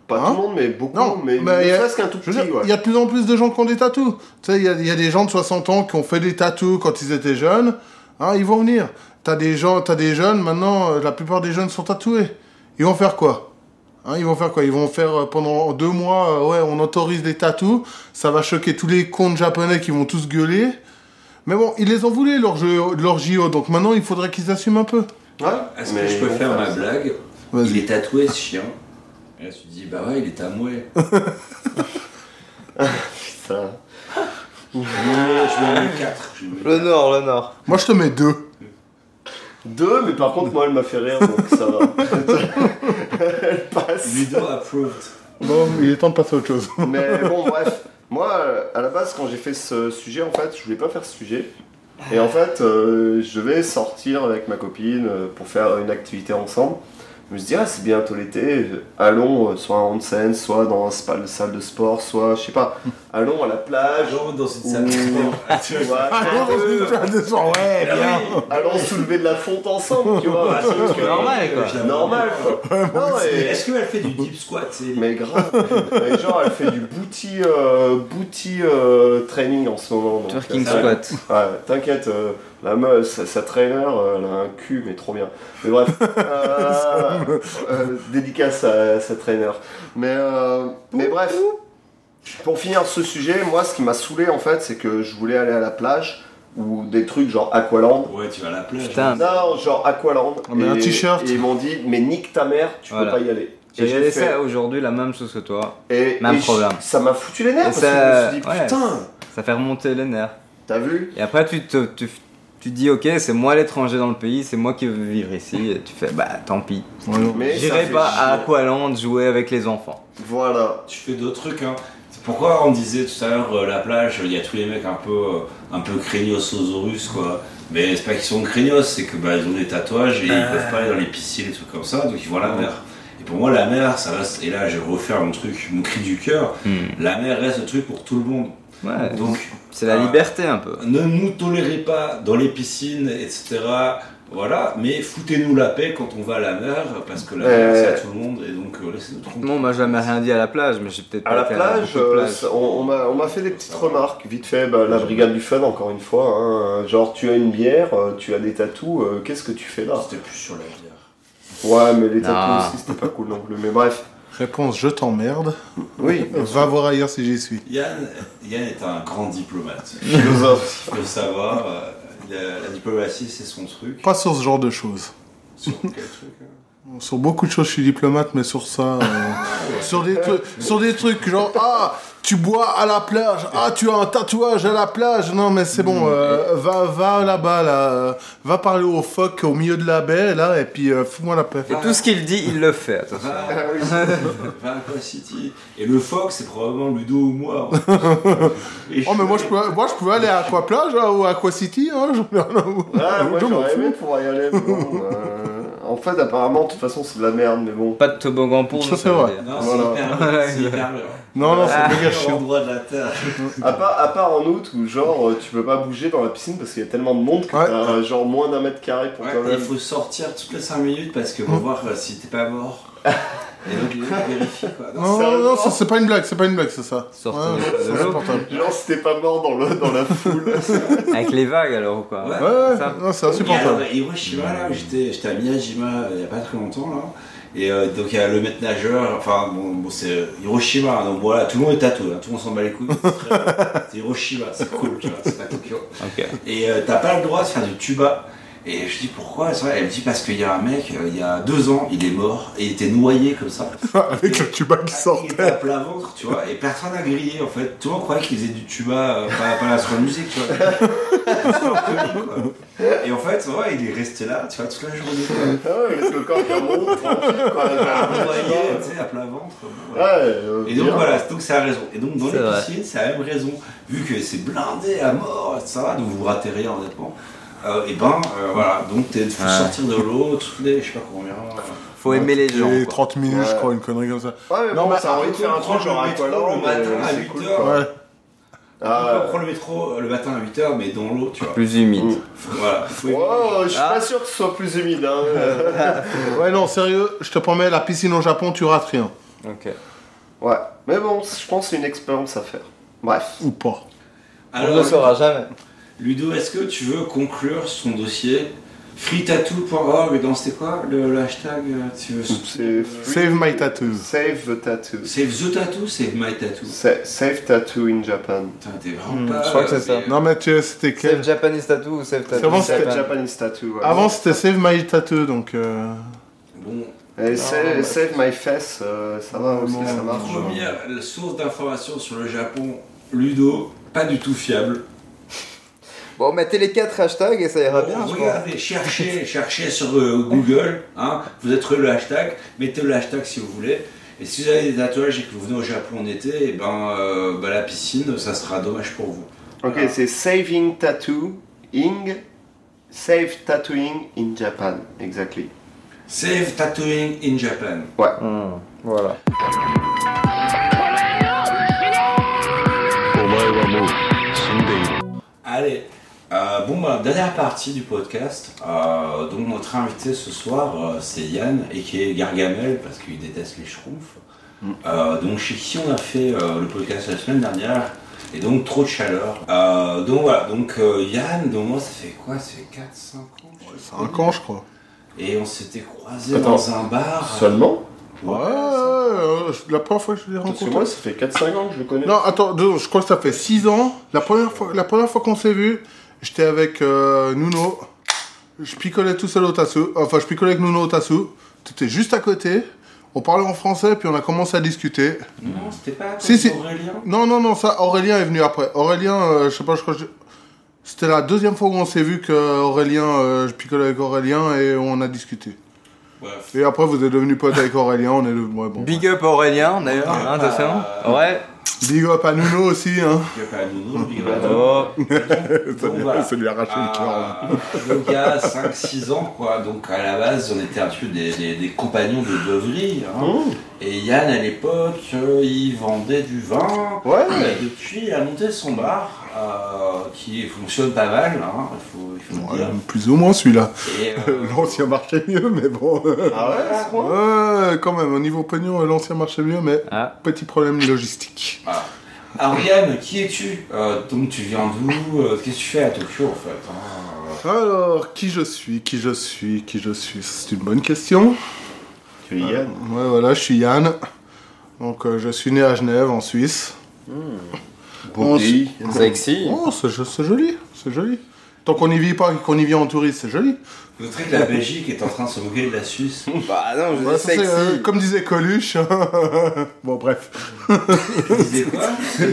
[SPEAKER 2] Pas tout le monde, mais beaucoup. mais ne
[SPEAKER 3] Hein il y a-
[SPEAKER 2] serait-ce qu'un tout
[SPEAKER 3] je veux
[SPEAKER 2] petit,
[SPEAKER 3] dire,
[SPEAKER 2] ouais.
[SPEAKER 3] Il y a de plus en plus de gens qui ont des tatous. Tu sais, il y, a- il y a des gens de 60 ans qui ont fait des tatous quand ils étaient jeunes. Hein, ils vont venir. T'as des gens, t'as des jeunes. Maintenant, euh, la plupart des jeunes sont tatoués. Ils vont faire quoi Hein, Ils vont faire quoi Ils vont faire euh, pendant deux mois. euh, ouais, on autorise des tatous. Ça va choquer tous les comptes japonais qui vont tous gueuler. Mais bon, ils les ont voulu leur, jeu, leur JO. Donc maintenant, il faudrait qu'ils assument un peu.
[SPEAKER 1] Est-ce
[SPEAKER 2] mais
[SPEAKER 1] que je peux
[SPEAKER 2] bon,
[SPEAKER 1] faire
[SPEAKER 2] ça,
[SPEAKER 1] ma
[SPEAKER 2] ça.
[SPEAKER 1] blague Il est tatoué ce chien. Et là tu te dis bah ouais il est
[SPEAKER 2] (laughs)
[SPEAKER 1] tamoué.
[SPEAKER 2] Putain.
[SPEAKER 1] Ah, Je me mets 4.
[SPEAKER 12] Le Nord, le Nord.
[SPEAKER 3] Moi, je te mets deux.
[SPEAKER 2] Deux, mais par contre, moi, elle m'a fait rire, donc ça
[SPEAKER 3] (laughs)
[SPEAKER 2] va. elle passe.
[SPEAKER 1] Ludo approved.
[SPEAKER 3] Bon, il est temps de passer à autre chose.
[SPEAKER 2] Mais bon, bref. Moi, euh, à la base, quand j'ai fait ce sujet, en fait, je voulais pas faire ce sujet. Et en fait, euh, je vais sortir avec ma copine euh, pour faire une activité ensemble. Je me suis dit, ah, c'est bientôt l'été, euh, allons euh, soit en onsen, soit dans un spa- une salle de sport, soit, je sais pas, allons à la plage.
[SPEAKER 1] dans une
[SPEAKER 2] salle de
[SPEAKER 1] Ah,
[SPEAKER 2] sport. Ah,
[SPEAKER 3] Allons dans une (laughs) salle de sport, ouais, bien.
[SPEAKER 2] Allons soulever de la fonte ensemble, tu vois.
[SPEAKER 1] Ah, c'est
[SPEAKER 2] parce que-
[SPEAKER 1] normal, quoi.
[SPEAKER 2] C'est Normal, quoi. Non,
[SPEAKER 1] Mais
[SPEAKER 2] et-
[SPEAKER 1] Est-ce qu'elle fait du deep squat c'est-
[SPEAKER 2] mais grave, mais genre elle fait du booty, euh, booty euh, training en ce moment. donc,
[SPEAKER 12] Twerking
[SPEAKER 2] euh, ça-
[SPEAKER 12] squat.
[SPEAKER 2] Ouais, t'inquiète, euh, la meuf, sa, sa trainer, euh, elle a un cul, mais trop bien. Mais
[SPEAKER 12] (laughs)
[SPEAKER 2] bref, euh, euh, dédicace à sa trainer. Mais, euh, mais bref, pour finir ce sujet, moi ce qui m'a saoulé en fait, c'est que je voulais aller à la plage ou des trucs genre Aqualand.
[SPEAKER 1] Ouais, tu vas à la plage.
[SPEAKER 2] Non, genre Aqualand.
[SPEAKER 12] On met un
[SPEAKER 2] Et-
[SPEAKER 12] t-shirt.
[SPEAKER 2] Et ils m'ont dit, mais nique ta mère, tu
[SPEAKER 12] Voilà.
[SPEAKER 2] peux pas y aller.
[SPEAKER 12] J'ai
[SPEAKER 2] Et j'ai
[SPEAKER 12] regardé
[SPEAKER 2] fait-
[SPEAKER 12] ça aujourd'hui, la même chose que toi.
[SPEAKER 2] Et,
[SPEAKER 12] même
[SPEAKER 2] et je-
[SPEAKER 12] problème.
[SPEAKER 2] Ça m'a foutu les
[SPEAKER 12] Et
[SPEAKER 2] nerfs parce
[SPEAKER 12] ça,
[SPEAKER 2] que je me suis dit
[SPEAKER 12] ouais,
[SPEAKER 2] putain.
[SPEAKER 12] ça fait remonter les nerfs.
[SPEAKER 2] T'as vu
[SPEAKER 12] Et après, tu te tu, tu dis, ok, c'est moi l'étranger dans le pays, c'est moi qui veux vivre ici. Et tu fais, bah tant pis.
[SPEAKER 2] Mais ça
[SPEAKER 12] J'irai
[SPEAKER 2] fait
[SPEAKER 12] pas à
[SPEAKER 2] chier.
[SPEAKER 12] Aqualand jouer avec les enfants.
[SPEAKER 2] Voilà.
[SPEAKER 1] Tu fais d'autres trucs, hein. C'est pourquoi on disait tout à l'heure euh, la plage, il y a tous les mecs un peu, euh, un peu craignososaurus, quoi. Mais c'est pas qu'ils sont craignos, c'est que bah, ils ont des tatouages et ils peuvent pas aller dans les piscines et trucs comme ça, donc ils vont à la mer. Et pour moi, la mer, ça reste. Et là, je vais refaire mon truc, mon cri du cœur.
[SPEAKER 3] Hmm.
[SPEAKER 1] La mer reste le truc pour tout le monde.
[SPEAKER 12] Ouais.
[SPEAKER 1] Donc,
[SPEAKER 12] c'est la
[SPEAKER 1] euh,
[SPEAKER 12] liberté un peu.
[SPEAKER 1] Ne nous tolérez pas dans les piscines, etc. Voilà, mais foutez-nous la paix quand on va à la mer, parce que la mer,
[SPEAKER 12] Euh,
[SPEAKER 1] c'est à tout le monde, et donc euh, laissez-nous tranquille.
[SPEAKER 12] Bon, moi j'ai jamais rien dit à la plage, mais j'ai peut-être
[SPEAKER 2] À la
[SPEAKER 12] pas été
[SPEAKER 2] plage,
[SPEAKER 12] beaucoup de
[SPEAKER 2] euh,
[SPEAKER 12] plages.
[SPEAKER 2] ça- on, on m'a- on m'a fait des petites remarques, vite fait, bah, la brigade du fun encore une fois, hein. genre tu as une bière, euh, tu as des tatous, euh, qu'est-ce que tu fais là
[SPEAKER 1] C'était plus sur la bière.
[SPEAKER 2] Ouais mais les tatous
[SPEAKER 3] Non.
[SPEAKER 2] aussi c'était pas cool non plus, mais bref.
[SPEAKER 3] Réponse, je t'emmerde. Euh,
[SPEAKER 2] Oui.
[SPEAKER 3] Va voir ailleurs si j'y suis.
[SPEAKER 1] Yann, Yann est un grand diplomate.
[SPEAKER 2] (laughs) Philosophe.
[SPEAKER 1] Il faut le savoir, euh, la, la diplomatie, c'est son truc.
[SPEAKER 3] Pas sur ce genre de choses.
[SPEAKER 1] Sur quel truc hein
[SPEAKER 3] Sur beaucoup de choses, je suis diplomate, mais sur ça. (laughs) euh, sur, des trucs, sur des trucs genre Ah, tu bois à la plage. Ah, tu as un tatouage à la plage. Non, mais c'est bon. euh, va va là-bas, là. euh, va parler aux phoques au milieu de la baie, là, et puis euh, fous-moi la paix.
[SPEAKER 12] Et tout ce qu'il dit, il le fait. attention.
[SPEAKER 1] Va, va à Aqua City. Et le Fox, c'est probablement Ludo ou moi.
[SPEAKER 3] Oh, mais moi je, pouvais, moi, je pouvais aller à Aquaplage là, ou à Aquacity. Hein, je-
[SPEAKER 2] Ah, moi
[SPEAKER 3] je m'en
[SPEAKER 2] j'aurais
[SPEAKER 3] fous.
[SPEAKER 2] aimé pouvoir y aller, mais bon, euh, en fait apparemment de toute façon c'est de la merde, mais bon.
[SPEAKER 12] Pas de toboggan pour
[SPEAKER 3] Ça, c'est vrai.
[SPEAKER 1] Non,
[SPEAKER 2] Voilà.
[SPEAKER 1] c'est hyper, c'est hyper dur.
[SPEAKER 3] Non, non, c'est
[SPEAKER 1] Le
[SPEAKER 3] méga
[SPEAKER 1] meilleur
[SPEAKER 3] chiant.
[SPEAKER 1] endroit de la Terre.
[SPEAKER 2] À part, à part en août où genre euh, tu peux pas bouger dans la piscine parce qu'il y a tellement de monde que t'as euh, genre moins d'un mètre carré pour
[SPEAKER 1] Ouais,
[SPEAKER 2] toi-même.
[SPEAKER 1] il faut sortir toutes les 5 minutes parce que
[SPEAKER 3] Mmh.
[SPEAKER 1] pour voir euh, si t'es pas mort. Et donc, les mecs vérifient quoi.
[SPEAKER 3] Non, non, non, ça, c'est pas une blague, c'est pas une blague, c'est ça. Ouais,
[SPEAKER 12] de
[SPEAKER 3] c'est
[SPEAKER 12] l'eau.
[SPEAKER 3] insupportable.
[SPEAKER 2] Genre si t'es pas mort dans, le, dans la (laughs) Ah foule.
[SPEAKER 12] Avec les vagues alors ou quoi
[SPEAKER 1] Ouais.
[SPEAKER 3] Ouais, non, c'est insupportable.
[SPEAKER 1] Et Hiroshima, là, j'étais j'étais à Miyajima euh, il n'y a pas très longtemps, là. Et euh, donc, il y a le maître nageur, enfin, bon, bon, c'est euh, Hiroshima, hein, donc voilà, tout le monde est tatoué, hein, tout le monde s'en bat les couilles. c'est très bien. C'est Hiroshima, c'est cool, tu vois, c'est pas Tokyo.
[SPEAKER 12] Ok.
[SPEAKER 1] Et euh, t'as pas le droit de faire du tuba. Et je dis pourquoi c'est vrai, Elle me dit parce qu'il y a un mec, euh, il y a deux ans, il est mort et il était noyé comme ça.
[SPEAKER 3] (laughs) Avec le tuba qui
[SPEAKER 1] sortait. Il était à plat ventre, tu vois, et personne n'a grillé en fait. Tout le monde croyait qu'il faisait du tuba, euh, pas, pas l'instrument de musique, tu vois. Et en fait, ouais, il est resté là, tu vois, toute la journée. quoi.
[SPEAKER 2] Ah ouais, parce que quand tu remontes,
[SPEAKER 1] Noyé, tu sais, à plat ventre. bon,
[SPEAKER 2] Ouais,
[SPEAKER 1] ouais.
[SPEAKER 2] euh,
[SPEAKER 1] Et donc
[SPEAKER 2] bien.
[SPEAKER 1] voilà, donc c'est la raison. Et donc dans
[SPEAKER 12] Ah, C'est
[SPEAKER 1] les
[SPEAKER 12] vrai.
[SPEAKER 1] piscines, c'est la même raison. Vu que c'est blindé à mort, ça va, donc vous ratez rien honnêtement. euh, et ben euh, voilà, donc t'es- faut sortir de l'eau, toutes les, je sais pas combien.
[SPEAKER 12] (laughs) Faut aimer les gens.
[SPEAKER 3] Et
[SPEAKER 12] quoi.
[SPEAKER 3] 30 minutes,
[SPEAKER 12] Ouais.
[SPEAKER 3] je crois, une connerie comme ça.
[SPEAKER 1] Ouais, mais
[SPEAKER 3] Non,
[SPEAKER 1] bon,
[SPEAKER 3] mais
[SPEAKER 1] ça a envie de faire un truc genre Aqualand,
[SPEAKER 3] le
[SPEAKER 1] mais, euh,
[SPEAKER 3] matin à
[SPEAKER 1] c'est
[SPEAKER 3] 8
[SPEAKER 1] cool,
[SPEAKER 3] heures.
[SPEAKER 1] quoi.
[SPEAKER 3] Ouais.
[SPEAKER 1] on prend le métro euh, le matin à 8h, mais dans l'eau, tu vois.
[SPEAKER 12] Ah. Plus humide.
[SPEAKER 1] Voilà. Faut aimer.
[SPEAKER 2] Oh, je suis
[SPEAKER 3] Ah.
[SPEAKER 2] pas sûr que ce soit plus humide. Hein.
[SPEAKER 3] (laughs) ouais, non, sérieux, je te promets, la piscine au Japon, tu rates rien.
[SPEAKER 12] Mm. ok.
[SPEAKER 2] Ouais. Mais bon, je pense que c'est une expérience à faire. Bref.
[SPEAKER 3] Ou pas.
[SPEAKER 12] On ne le saura jamais.
[SPEAKER 1] Ludo, est-ce que tu veux conclure son dossier freetattoo.org, non, c'était quoi le, le hashtag euh, tu veux...
[SPEAKER 3] Save my tattoos.
[SPEAKER 2] Save the
[SPEAKER 12] Hmm.
[SPEAKER 2] tattoo.
[SPEAKER 1] Save the tattoo, save my tattoo.
[SPEAKER 2] Sa- Save tattoo in Japan.
[SPEAKER 1] Putain, t'es vraiment pas.
[SPEAKER 12] je crois que c'est ça.
[SPEAKER 3] Non, mais tu c'était quel
[SPEAKER 12] Save Japanese Tattoo ou Save Tattoo
[SPEAKER 3] Avant,
[SPEAKER 12] Japan.
[SPEAKER 3] c'était
[SPEAKER 2] Japanese tattoo. ouais.
[SPEAKER 3] Avant, c'était Save my tattoo, donc. euh,
[SPEAKER 1] Bon,
[SPEAKER 2] Et
[SPEAKER 3] Ah,
[SPEAKER 2] save,
[SPEAKER 1] bah,
[SPEAKER 2] save my face, euh, ça va aussi, ça marche. hein.
[SPEAKER 1] première source d'information sur le Japon, Ludo, pas du tout fiable.
[SPEAKER 12] Bon, mettez les 4 hashtags et ça ira bien,
[SPEAKER 1] Oh,
[SPEAKER 12] je pense.
[SPEAKER 1] Regardez, cherchez, cherchez sur euh, Google, hein, vous êtes le hashtag, mettez le hashtag si vous voulez. Et si vous avez des tatouages et que vous venez au Japon en été, et ben, euh, bah, la piscine, ça sera dommage pour vous.
[SPEAKER 2] Ok, c'est saving tattooing, save tattooing in Japan, exactly.
[SPEAKER 1] Save tattooing in Japan.
[SPEAKER 2] Ouais.
[SPEAKER 12] Voilà.
[SPEAKER 16] お前はもう死んでいる
[SPEAKER 1] Allez, euh, bon, bah, dernière partie du podcast. Euh, donc, notre invité ce soir, euh, c'est Yann, et qui est Gargamel, parce qu'il déteste les schtroumpfs.
[SPEAKER 3] Mm.
[SPEAKER 1] Euh, donc, chez qui on a fait euh, le podcast la semaine dernière, et donc trop de chaleur. Euh, donc, voilà, donc euh, Yann, donc moi, ça fait quoi Ça fait 4, 5 ans je sais
[SPEAKER 3] Un
[SPEAKER 1] pas.
[SPEAKER 3] camp, je crois.
[SPEAKER 1] Et on s'était croisés
[SPEAKER 2] Attends,
[SPEAKER 1] dans un bar.
[SPEAKER 2] Seulement
[SPEAKER 3] Ouais, euh, la première fois que je l'ai
[SPEAKER 2] Parce que
[SPEAKER 3] rencontré.
[SPEAKER 2] moi, ça fait 4-5 ans que je le connais.
[SPEAKER 3] Non, attends, deux secondes, je crois que ça fait 6 ans. La première fois, la première fois qu'on s'est vu, j'étais avec euh, Nuno. Je picolais tout seul au Tassou. Enfin, je picolais avec Nuno au Tassou. T'étais juste à côté. On parlait en français, puis on a commencé à discuter.
[SPEAKER 1] Non, c'était pas
[SPEAKER 3] Si, si.
[SPEAKER 1] Aurélien
[SPEAKER 3] Non, non, non, ça, Aurélien est venu après. Aurélien, euh, je sais pas, je crois que je- c'était la deuxième fois où on s'est vu que Aurélien, euh, je picolais avec Aurélien et on a discuté.
[SPEAKER 1] Bref.
[SPEAKER 3] Et après, vous êtes devenu pote avec Aurélien, on est devenu. Ouais, bon.
[SPEAKER 12] Big up Aurélien, d'ailleurs, hein, attention. Ouais.
[SPEAKER 3] Big up à Nuno aussi, hein.
[SPEAKER 1] Il y a pas Nuno,
[SPEAKER 3] (laughs)
[SPEAKER 1] il y a
[SPEAKER 3] Ah,
[SPEAKER 1] pas Nuno.
[SPEAKER 12] Oh.
[SPEAKER 3] ça, lui,
[SPEAKER 1] voilà.
[SPEAKER 3] ça lui a arraché le cœur, hein. là.
[SPEAKER 1] Ah. (laughs) Donc il y a 5-6 ans, quoi. Donc à la base, on était un peu des, des- des compagnons de Devril. hein. Et Yann, à l'époque, euh, il vendait du vin.
[SPEAKER 2] Ouais.
[SPEAKER 1] Et depuis, il a monté son bar, euh, qui fonctionne pas mal, hein, il faut, il faut le
[SPEAKER 3] Ouais,
[SPEAKER 1] dire.
[SPEAKER 3] plus ou moins celui-là.
[SPEAKER 1] Et, euh,
[SPEAKER 3] L'ancien marchait mieux, mais bon.
[SPEAKER 2] Ah ouais, à ce point
[SPEAKER 3] (laughs) Ouais, quand même, au niveau pognon, l'ancien marchait mieux, mais
[SPEAKER 12] Ah.
[SPEAKER 3] petit problème logistique.
[SPEAKER 1] voilà. Alors Yann, qui es-tu Euh, Donc tu viens d'où Euh, Qu'est-ce que tu fais à Tokyo, en fait hein
[SPEAKER 3] Alors, qui je suis, qui je suis, qui je suis C'est une bonne question.
[SPEAKER 2] Tu es Yann.
[SPEAKER 3] Ouais, voilà, je suis Yann. Donc, euh, je suis né à Genève, en Suisse.
[SPEAKER 2] Bon
[SPEAKER 3] On-
[SPEAKER 2] pays.
[SPEAKER 12] Sexy.
[SPEAKER 3] Oh, c'est jo- c'est joli, c'est joli. Tant qu'on n'y vit pas, qu'on y vit en touriste, c'est joli.
[SPEAKER 1] Noterez que la Belgique est en train de se moquer de la Suisse.
[SPEAKER 12] Bah non, je
[SPEAKER 3] Ouais,
[SPEAKER 12] dis
[SPEAKER 3] ça, c'est,
[SPEAKER 12] sexy.
[SPEAKER 3] euh, comme disait Coluche. (laughs) bon, bref.
[SPEAKER 1] Tu disais quoi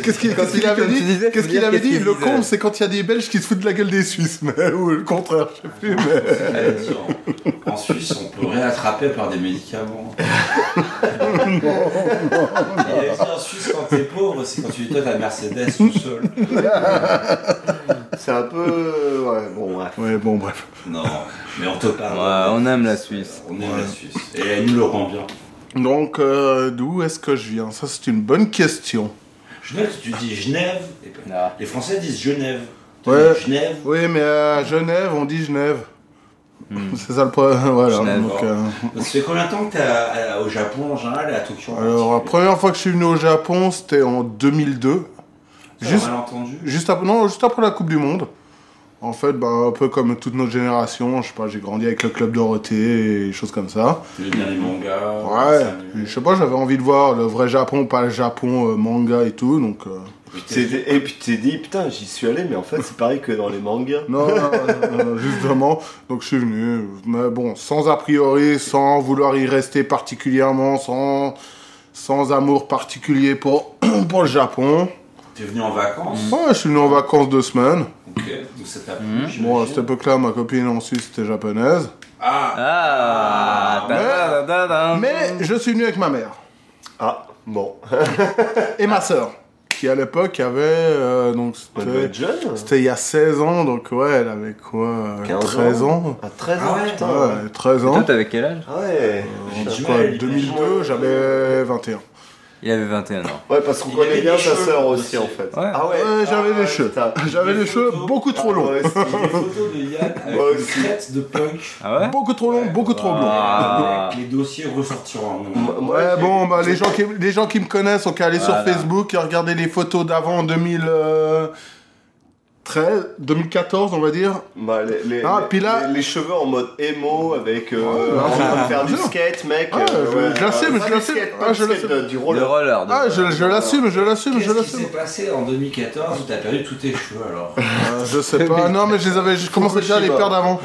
[SPEAKER 3] Qu'est-ce qu'il
[SPEAKER 12] Quand
[SPEAKER 3] qu'est-ce qu'il
[SPEAKER 12] il-
[SPEAKER 3] avait
[SPEAKER 12] comme tu
[SPEAKER 3] dit
[SPEAKER 12] disais, faut
[SPEAKER 3] Qu'est-ce qu'il
[SPEAKER 12] dire
[SPEAKER 3] avait
[SPEAKER 12] qu'est-ce
[SPEAKER 3] dit
[SPEAKER 12] qu'il
[SPEAKER 3] Le
[SPEAKER 12] disait.
[SPEAKER 3] comble, c'est quand il y a des Belges qui se foutent de la gueule des Suisses, mais- (laughs) ou le contraire, je sais plus. Mais...
[SPEAKER 1] Elle dit, en- En Suisse, on peut réattraper par des
[SPEAKER 3] (laughs)
[SPEAKER 1] médicaments. Et elle dit, en Suisse, quand t'es pauvre, c'est quand tu es ta Mercedes tout seul.
[SPEAKER 2] C'est un peu. euh, Ouais, bon, ouais.
[SPEAKER 3] Ouais, bon, bref.
[SPEAKER 1] Non, mais on te parle.
[SPEAKER 12] Ouais, on aime la Suisse.
[SPEAKER 1] On aime la Suisse. Et elle nous le rend bien.
[SPEAKER 3] Donc, euh, d'où est-ce que je viens Ça, c'est une bonne question.
[SPEAKER 1] Genève, tu dis Genève. et puis-
[SPEAKER 12] Ah.
[SPEAKER 1] Les Français disent Genève. Tu
[SPEAKER 3] Ouais.
[SPEAKER 1] dis Genève.
[SPEAKER 3] Oui, mais à Genève, on dit Genève. (laughs) C'est ça le problème. Voilà.
[SPEAKER 12] Genève,
[SPEAKER 3] donc, euh,
[SPEAKER 1] Ça fait combien de temps que t'es à- à- au Japon en général et à Tokyo en
[SPEAKER 3] alors, la
[SPEAKER 1] particulier
[SPEAKER 3] première fois que je suis venu au Japon, c'était en 2002.
[SPEAKER 1] Ça,
[SPEAKER 3] juste-
[SPEAKER 1] mal entendu.
[SPEAKER 3] Juste après, non, juste après la Coupe du Monde. En fait, bah, un peu comme toute notre génération, je sais pas, j'ai grandi avec le club Dorothée et des choses comme ça.
[SPEAKER 1] Tu lis bien les mangas. les
[SPEAKER 3] Ouais,
[SPEAKER 1] animés.
[SPEAKER 3] je sais pas, j'avais envie de voir le vrai Japon, pas le Japon euh, manga et tout, donc... euh,
[SPEAKER 1] Puis t'es-
[SPEAKER 2] Et puis t'es dit, putain, j'y suis allé, mais en fait, c'est pareil que dans les mangas.
[SPEAKER 3] Non, non, non, non, justement. Donc je suis venu, mais bon, sans a priori, sans vouloir y rester particulièrement, sans, sans amour particulier pour, (clears throat) pour le Japon.
[SPEAKER 1] T'es venu en vacances.
[SPEAKER 3] Ouais, je suis venu en vacances deux semaines.
[SPEAKER 1] Ok, donc ça t'a plu.
[SPEAKER 12] Mhm.
[SPEAKER 3] Bon, à
[SPEAKER 1] j'imagine.
[SPEAKER 3] cette époque-là, ma copine en Suisse était japonaise.
[SPEAKER 1] Ah,
[SPEAKER 12] Ah, ta- ta- ta- ta- ta-
[SPEAKER 3] Mais je suis venu avec ma mère
[SPEAKER 2] Ah, bon.
[SPEAKER 3] et ma sœur. qui à l'époque avait. euh, donc
[SPEAKER 2] Elle
[SPEAKER 3] c'était-
[SPEAKER 2] doit être jeune. hein.
[SPEAKER 3] C'était il y a 16 ans, donc ouais, elle avait quoi euh,
[SPEAKER 2] 15
[SPEAKER 3] 13 ans
[SPEAKER 2] À 13 ans, putain.
[SPEAKER 3] Ouais, 13 ans.
[SPEAKER 12] toi, t'avais quel âge
[SPEAKER 2] Ah ouais.
[SPEAKER 3] En
[SPEAKER 2] Putain.
[SPEAKER 3] quoi, 2002, j'avais 21.
[SPEAKER 12] Il avait 21 ans.
[SPEAKER 2] Ouais, parce qu'on connaît bien sa sœur aussi, en fait. Ah ouais. Ah
[SPEAKER 3] j'avais les cheveux.
[SPEAKER 2] (laughs)
[SPEAKER 3] J'avais les cheveux beaucoup trop longs.
[SPEAKER 1] photos de Yann avec une crête de punk.
[SPEAKER 12] Ah
[SPEAKER 3] Beaucoup trop longs, beaucoup trop
[SPEAKER 1] Ah.
[SPEAKER 3] longs.
[SPEAKER 1] Les dossiers ressortiront.
[SPEAKER 3] Ouais, bon, bah, les, gens qui, les gens qui me connaissent ont qu'à aller
[SPEAKER 1] Voilà.
[SPEAKER 3] sur Facebook et regarder les photos d'avant 2013, 2014, on va dire.
[SPEAKER 2] Bah, les, les-
[SPEAKER 3] Ah,
[SPEAKER 2] les-
[SPEAKER 3] puis là-
[SPEAKER 2] les, les cheveux en mode émo avec euh,
[SPEAKER 3] bah,
[SPEAKER 2] en train de faire du
[SPEAKER 3] non.
[SPEAKER 2] skate mec euh,
[SPEAKER 3] Ah, je- je la sais, mais
[SPEAKER 2] pas
[SPEAKER 3] je la
[SPEAKER 2] du
[SPEAKER 3] sais.
[SPEAKER 2] skate,
[SPEAKER 3] Ah,
[SPEAKER 2] pas du
[SPEAKER 3] je la
[SPEAKER 2] skate,
[SPEAKER 3] sais.
[SPEAKER 2] de- du roller
[SPEAKER 3] Le
[SPEAKER 2] (laughs)
[SPEAKER 3] roller, de- Ah, je- je l'assume, je l'assume, je
[SPEAKER 1] Qu'est-ce qui s'est passé en 2014 où t'as perdu tous tes cheveux alors
[SPEAKER 3] Euh, je sais pas. Non, mais je les avais. Je commençais déjà à les perdre avant.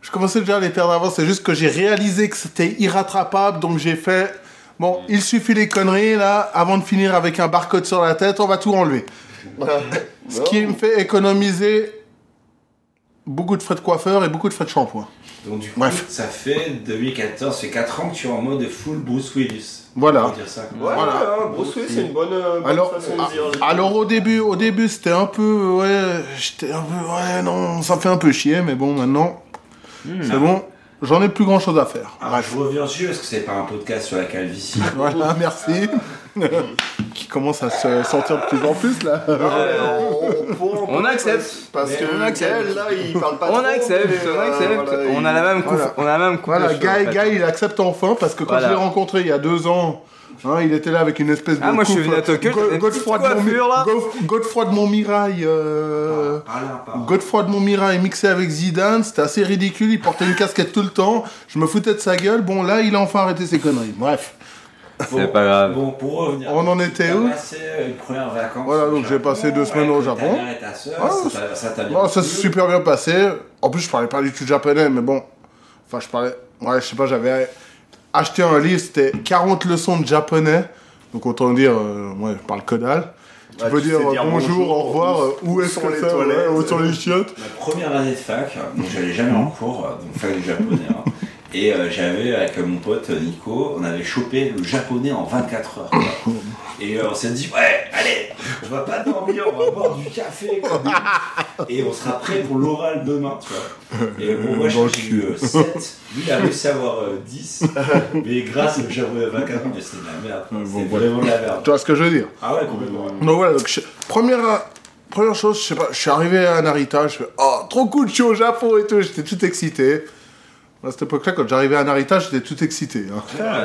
[SPEAKER 3] Je commençais déjà à les perdre avant. C'est juste que j'ai réalisé que c'était irrattrapable, donc j'ai fait. Bon, il suffit les conneries là. Avant de finir avec un barcode sur la tête, on va tout enlever. Ce qui me fait économiser beaucoup de frais de coiffeur et beaucoup de frais de shampoing.
[SPEAKER 1] Donc du coup, ça fait 2014, ça fait 4 ans que tu es en mode full Bruce Willis.
[SPEAKER 3] Voilà.
[SPEAKER 1] On peut dire ça. comme
[SPEAKER 2] Ouais,
[SPEAKER 1] ça.
[SPEAKER 2] ouais, ouais, Bruce Willis, c'est une bonne, euh, bonne
[SPEAKER 3] Alors,
[SPEAKER 2] façon de
[SPEAKER 3] ah,
[SPEAKER 2] dire.
[SPEAKER 3] alors au début, au début, c'était un peu, ouais, j'étais un peu, ouais, non, ça me fait un peu chier, mais bon, maintenant,
[SPEAKER 2] Hmm.
[SPEAKER 3] c'est bon, j'en ai plus grand chose à
[SPEAKER 2] (laughs)
[SPEAKER 3] faire.
[SPEAKER 1] Ah, je reviens dessus parce que c'est pas un podcast sur la calvitie.
[SPEAKER 3] Voilà,
[SPEAKER 2] (laughs)
[SPEAKER 3] merci. Qui commence à se sentir de plus en plus là.
[SPEAKER 12] On accepte.
[SPEAKER 2] parce que
[SPEAKER 12] on accepte.
[SPEAKER 2] Gaël, là il parle pas
[SPEAKER 12] On
[SPEAKER 2] trop,
[SPEAKER 12] accepte,
[SPEAKER 2] mais,
[SPEAKER 12] on
[SPEAKER 2] euh,
[SPEAKER 12] accepte.
[SPEAKER 2] voilà,
[SPEAKER 12] On
[SPEAKER 2] il-
[SPEAKER 12] a la même coupe.
[SPEAKER 3] Voilà.
[SPEAKER 12] On a la même coupe.
[SPEAKER 3] Voilà,
[SPEAKER 12] de cheveux,
[SPEAKER 3] Guy,
[SPEAKER 12] en fait.
[SPEAKER 3] Guy, il accepte enfin parce que quand
[SPEAKER 12] Voilà.
[SPEAKER 3] je l'ai rencontré il y a deux ans, hein, il était là avec une espèce de.
[SPEAKER 12] Ah, moi, je suis
[SPEAKER 3] coupe,
[SPEAKER 12] venu à Tokyo,
[SPEAKER 3] Go-
[SPEAKER 12] j'avais une
[SPEAKER 3] Godefroy de
[SPEAKER 12] petite coiffure, là.
[SPEAKER 3] Mon- Go- Godefroy de Montmirail. euh, Godefroy de Montmirail mixé avec Zidane, c'était assez ridicule. Il portait une casquette tout le temps. Je me foutais de sa gueule. Bon, là, il a enfin arrêté ses conneries. Bref.
[SPEAKER 12] C'est pas grave.
[SPEAKER 1] Bon, pour revenir.
[SPEAKER 3] On en était
[SPEAKER 1] T'as
[SPEAKER 3] où
[SPEAKER 1] passé euh, une première vacances.
[SPEAKER 3] Voilà, donc j'ai passé deux semaines au
[SPEAKER 1] Ta
[SPEAKER 3] Japon.
[SPEAKER 1] mère et ta sœur,
[SPEAKER 3] Ah,
[SPEAKER 1] ça t'a- ça t'a bien
[SPEAKER 3] Bon, ça
[SPEAKER 1] plu.
[SPEAKER 3] s'est super bien passé. En plus, je parlais pas du tout japonais, mais bon. Enfin, je parlais. Ouais, je sais pas, j'avais acheté un livre, c'était 40 leçons de japonais. Donc, autant dire, euh, ouais, je parle que dalle. Tu
[SPEAKER 2] Ah,
[SPEAKER 3] peux
[SPEAKER 2] tu
[SPEAKER 3] dire,
[SPEAKER 2] sais
[SPEAKER 3] euh,
[SPEAKER 2] dire
[SPEAKER 3] bonjour,
[SPEAKER 2] bonjour,
[SPEAKER 3] au revoir,
[SPEAKER 2] où-
[SPEAKER 3] euh, où
[SPEAKER 2] où
[SPEAKER 3] est-ce
[SPEAKER 2] sont
[SPEAKER 3] que
[SPEAKER 2] les
[SPEAKER 3] ça ouais,
[SPEAKER 2] toilettes,
[SPEAKER 3] Où sont les chiottes
[SPEAKER 1] La première année de fac, donc j'allais jamais en cours, euh, donc fac de japonais. hein. Et euh, j'avais avec mon pote euh, Nico, on avait chopé le japonais en 24 heures. quoi. Et euh, on s'est dit, ouais, allez, on va pas dormir, on va boire du café. quoi. Et on sera prêt pour l'oral demain, tu vois. Et bon, moi
[SPEAKER 3] Dans le
[SPEAKER 1] j'ai eu
[SPEAKER 3] cul.
[SPEAKER 1] 7, lui il a réussi à avoir euh, 10, mais grâce au japonais à 24 heures, mais c'est de la merde. quoi. C'est vraiment de la merde.
[SPEAKER 3] Tu vois ce que je veux dire
[SPEAKER 1] Ah ouais, complètement. ouais.
[SPEAKER 3] Donc voilà, donc je- première, première chose, je sais pas, je suis arrivé à Narita, je fais oh trop cool, je suis au Japon et tout, j'étais tout excité. À cette époque-là, quand j'arrivais à Narita, j'étais tout excité. hein.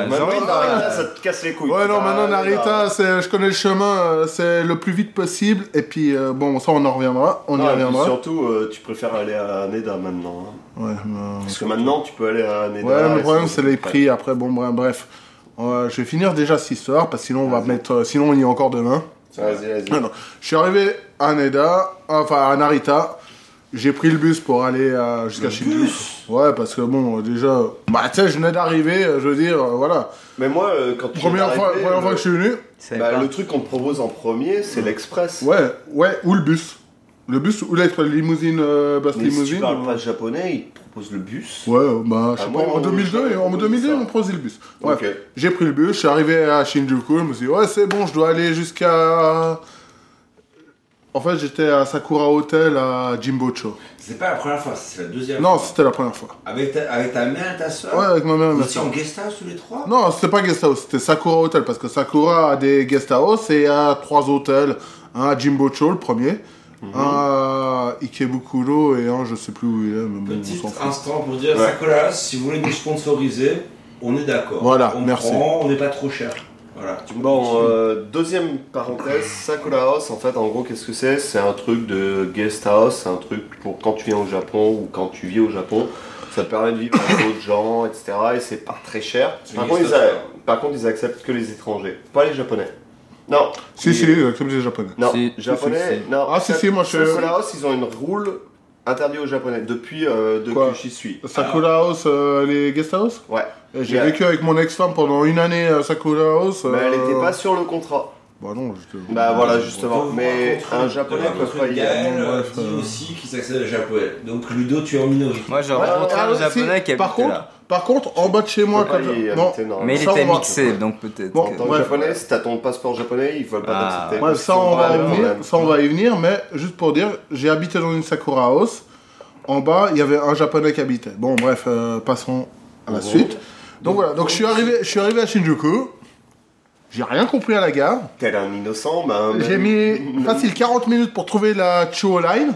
[SPEAKER 2] Maintenant,
[SPEAKER 3] Ouais,
[SPEAKER 2] il parle, là, ça te casse les couilles.
[SPEAKER 3] euh, Ouais, non,
[SPEAKER 2] Ah,
[SPEAKER 3] maintenant
[SPEAKER 2] là.
[SPEAKER 3] Narita, c'est- je connais le chemin, euh, c'est le plus vite possible. Et puis, euh, bon, ça, on en reviendra. On y
[SPEAKER 2] Non, et Ah, puis
[SPEAKER 3] reviendra.
[SPEAKER 2] surtout, euh, tu préfères aller à Neda maintenant. hein.
[SPEAKER 3] Ouais, mais-
[SPEAKER 2] Parce que maintenant, tu peux aller à Neda.
[SPEAKER 3] Ouais, le
[SPEAKER 2] et
[SPEAKER 3] problème, c'est les prix.
[SPEAKER 2] Ouais.
[SPEAKER 3] Après, bon, bref. bref. Euh, je vais finir déjà cette histoire, parce que sinon, on va mettre. euh, sinon, on y est encore demain.
[SPEAKER 2] Vas-y, vas-y.
[SPEAKER 3] Non, non. Je suis arrivé à Neda, enfin à Narita. J'ai pris le bus pour aller à- jusqu'à Shinjuku. Ouais, parce que bon, déjà, bah tu sais, je venais d'arriver, euh, je veux dire, euh, voilà.
[SPEAKER 2] Mais moi, euh, quand tu
[SPEAKER 3] Première
[SPEAKER 2] es
[SPEAKER 3] fois,
[SPEAKER 2] arrivé,
[SPEAKER 3] première
[SPEAKER 2] le-
[SPEAKER 3] fois que je suis venu.
[SPEAKER 2] bah, le truc qu'on te propose en premier, c'est l'express.
[SPEAKER 3] Ouais, ouais, ou le bus. Le bus ou la limousine, euh, basse
[SPEAKER 2] Mais si tu
[SPEAKER 3] limousine.
[SPEAKER 2] parles pas japonais, ils te proposent le bus.
[SPEAKER 3] Ouais, bah, je
[SPEAKER 2] Ah,
[SPEAKER 3] sais
[SPEAKER 2] moi,
[SPEAKER 3] pas, en
[SPEAKER 2] on-
[SPEAKER 3] 2002,
[SPEAKER 2] je-
[SPEAKER 3] en
[SPEAKER 2] on-
[SPEAKER 3] 2002,
[SPEAKER 2] ça.
[SPEAKER 3] on posait le bus. Ouais.
[SPEAKER 2] Ok.
[SPEAKER 3] J'ai pris le bus, je suis arrivé à Shinjuku, je me suis dit, ouais, c'est bon, je dois aller jusqu'à. En fait, j'étais à Sakura Hotel à Jimbocho.
[SPEAKER 1] C'est pas la première fois, c'est la deuxième
[SPEAKER 3] Non,
[SPEAKER 1] fois.
[SPEAKER 3] c'était la première fois.
[SPEAKER 1] Avec ta, avec ta mère et ta soeur
[SPEAKER 3] Ouais, avec ma mère et ma
[SPEAKER 1] Vous étiez
[SPEAKER 3] sœur.
[SPEAKER 1] en guest house tous les trois
[SPEAKER 3] Non, c'était pas guest house, c'était Sakura Hotel parce que Sakura a des guest house et a trois hôtels, un à Jimbocho le premier,
[SPEAKER 2] Mhm.
[SPEAKER 3] un à Ikebukuro et un je sais plus où il est, mais bon,
[SPEAKER 1] Petit
[SPEAKER 3] on s'en fout.
[SPEAKER 1] instant pour dire,
[SPEAKER 3] Ouais.
[SPEAKER 1] Sakolas, si vous voulez nous sponsoriser, on est d'accord.
[SPEAKER 3] Voilà,
[SPEAKER 1] on
[SPEAKER 3] merci.
[SPEAKER 1] prend, on n'est pas trop cher. Voilà.
[SPEAKER 2] Bon, euh, deuxième parenthèse, Sakura House, en fait, en gros, qu'est-ce que c'est C'est un truc de guest house, c'est un truc pour quand tu viens au Japon ou quand tu vis au Japon. Ça te permet de vivre avec d'autres gens, etc. Et c'est pas très cher.
[SPEAKER 1] C'est
[SPEAKER 2] Par
[SPEAKER 1] une hein.
[SPEAKER 2] contre,
[SPEAKER 1] guest
[SPEAKER 2] ils
[SPEAKER 1] house,
[SPEAKER 2] a- par contre, ils acceptent que les étrangers, pas les japonais. Non.
[SPEAKER 3] Si,
[SPEAKER 2] ils-
[SPEAKER 3] si, euh, comme les japonais.
[SPEAKER 2] Non,
[SPEAKER 12] Si,
[SPEAKER 2] japonais,
[SPEAKER 12] si, si.
[SPEAKER 2] non.
[SPEAKER 3] Ah, si, si, moi, je-
[SPEAKER 2] Sakura House, ils ont une rule interdite aux japonais depuis, euh, depuis
[SPEAKER 3] Quoi
[SPEAKER 2] que j'y suis.
[SPEAKER 3] Sakura House, euh, les guest house
[SPEAKER 2] Ouais.
[SPEAKER 3] Et J'ai
[SPEAKER 2] Mais-
[SPEAKER 3] vécu avec mon ex-femme pendant une année à Sakura House.
[SPEAKER 2] Mais Bah, elle
[SPEAKER 3] euh,
[SPEAKER 2] n'était pas sur le contrat.
[SPEAKER 3] Bah non, je te-
[SPEAKER 2] Bah voilà, justement.
[SPEAKER 3] Ouais.
[SPEAKER 2] Mais
[SPEAKER 17] Contre-
[SPEAKER 2] un japonais
[SPEAKER 17] contre
[SPEAKER 2] peut pas y aller.
[SPEAKER 17] Gaël,
[SPEAKER 1] euh,
[SPEAKER 3] Ouais,
[SPEAKER 17] dit
[SPEAKER 2] euh,
[SPEAKER 17] aussi qu'il s'accède au japonais. Donc Ludo, tu es en minorité.
[SPEAKER 12] Moi, j'ai
[SPEAKER 17] rencontré
[SPEAKER 3] Ah, ah, si, par contre, euh, par contre, en bas de chez
[SPEAKER 2] Faut
[SPEAKER 3] moi,
[SPEAKER 2] pas
[SPEAKER 3] comme
[SPEAKER 2] y
[SPEAKER 3] ça-
[SPEAKER 2] habiter,
[SPEAKER 3] non,
[SPEAKER 2] normalement.
[SPEAKER 12] Mais il
[SPEAKER 3] ça,
[SPEAKER 12] était
[SPEAKER 3] on va-
[SPEAKER 12] mixé, donc peut-être.
[SPEAKER 2] En
[SPEAKER 12] que-
[SPEAKER 2] tant que japonais, si t'as ton passeport japonais, ils veulent pas
[SPEAKER 12] Ah.
[SPEAKER 2] t'accepter.
[SPEAKER 3] Ouais,
[SPEAKER 2] parce
[SPEAKER 3] ça
[SPEAKER 2] qu'ils
[SPEAKER 3] on
[SPEAKER 2] sont
[SPEAKER 3] va,
[SPEAKER 2] pas
[SPEAKER 3] y
[SPEAKER 2] à
[SPEAKER 3] venir,
[SPEAKER 2] leur-
[SPEAKER 3] ça on va y venir, mais juste pour dire, j'ai habité dans une Sakura House. En bas, il y avait un japonais qui habitait. Bon, bref, euh, passons à la
[SPEAKER 2] Bon.
[SPEAKER 3] suite. Donc voilà, donc je suis arrivé, je suis arrivé à Shinjuku. J'ai rien compris à la gare.
[SPEAKER 2] Tel un innocent, bah.
[SPEAKER 3] J'ai mis facile 40 minutes pour trouver la Chuo Line.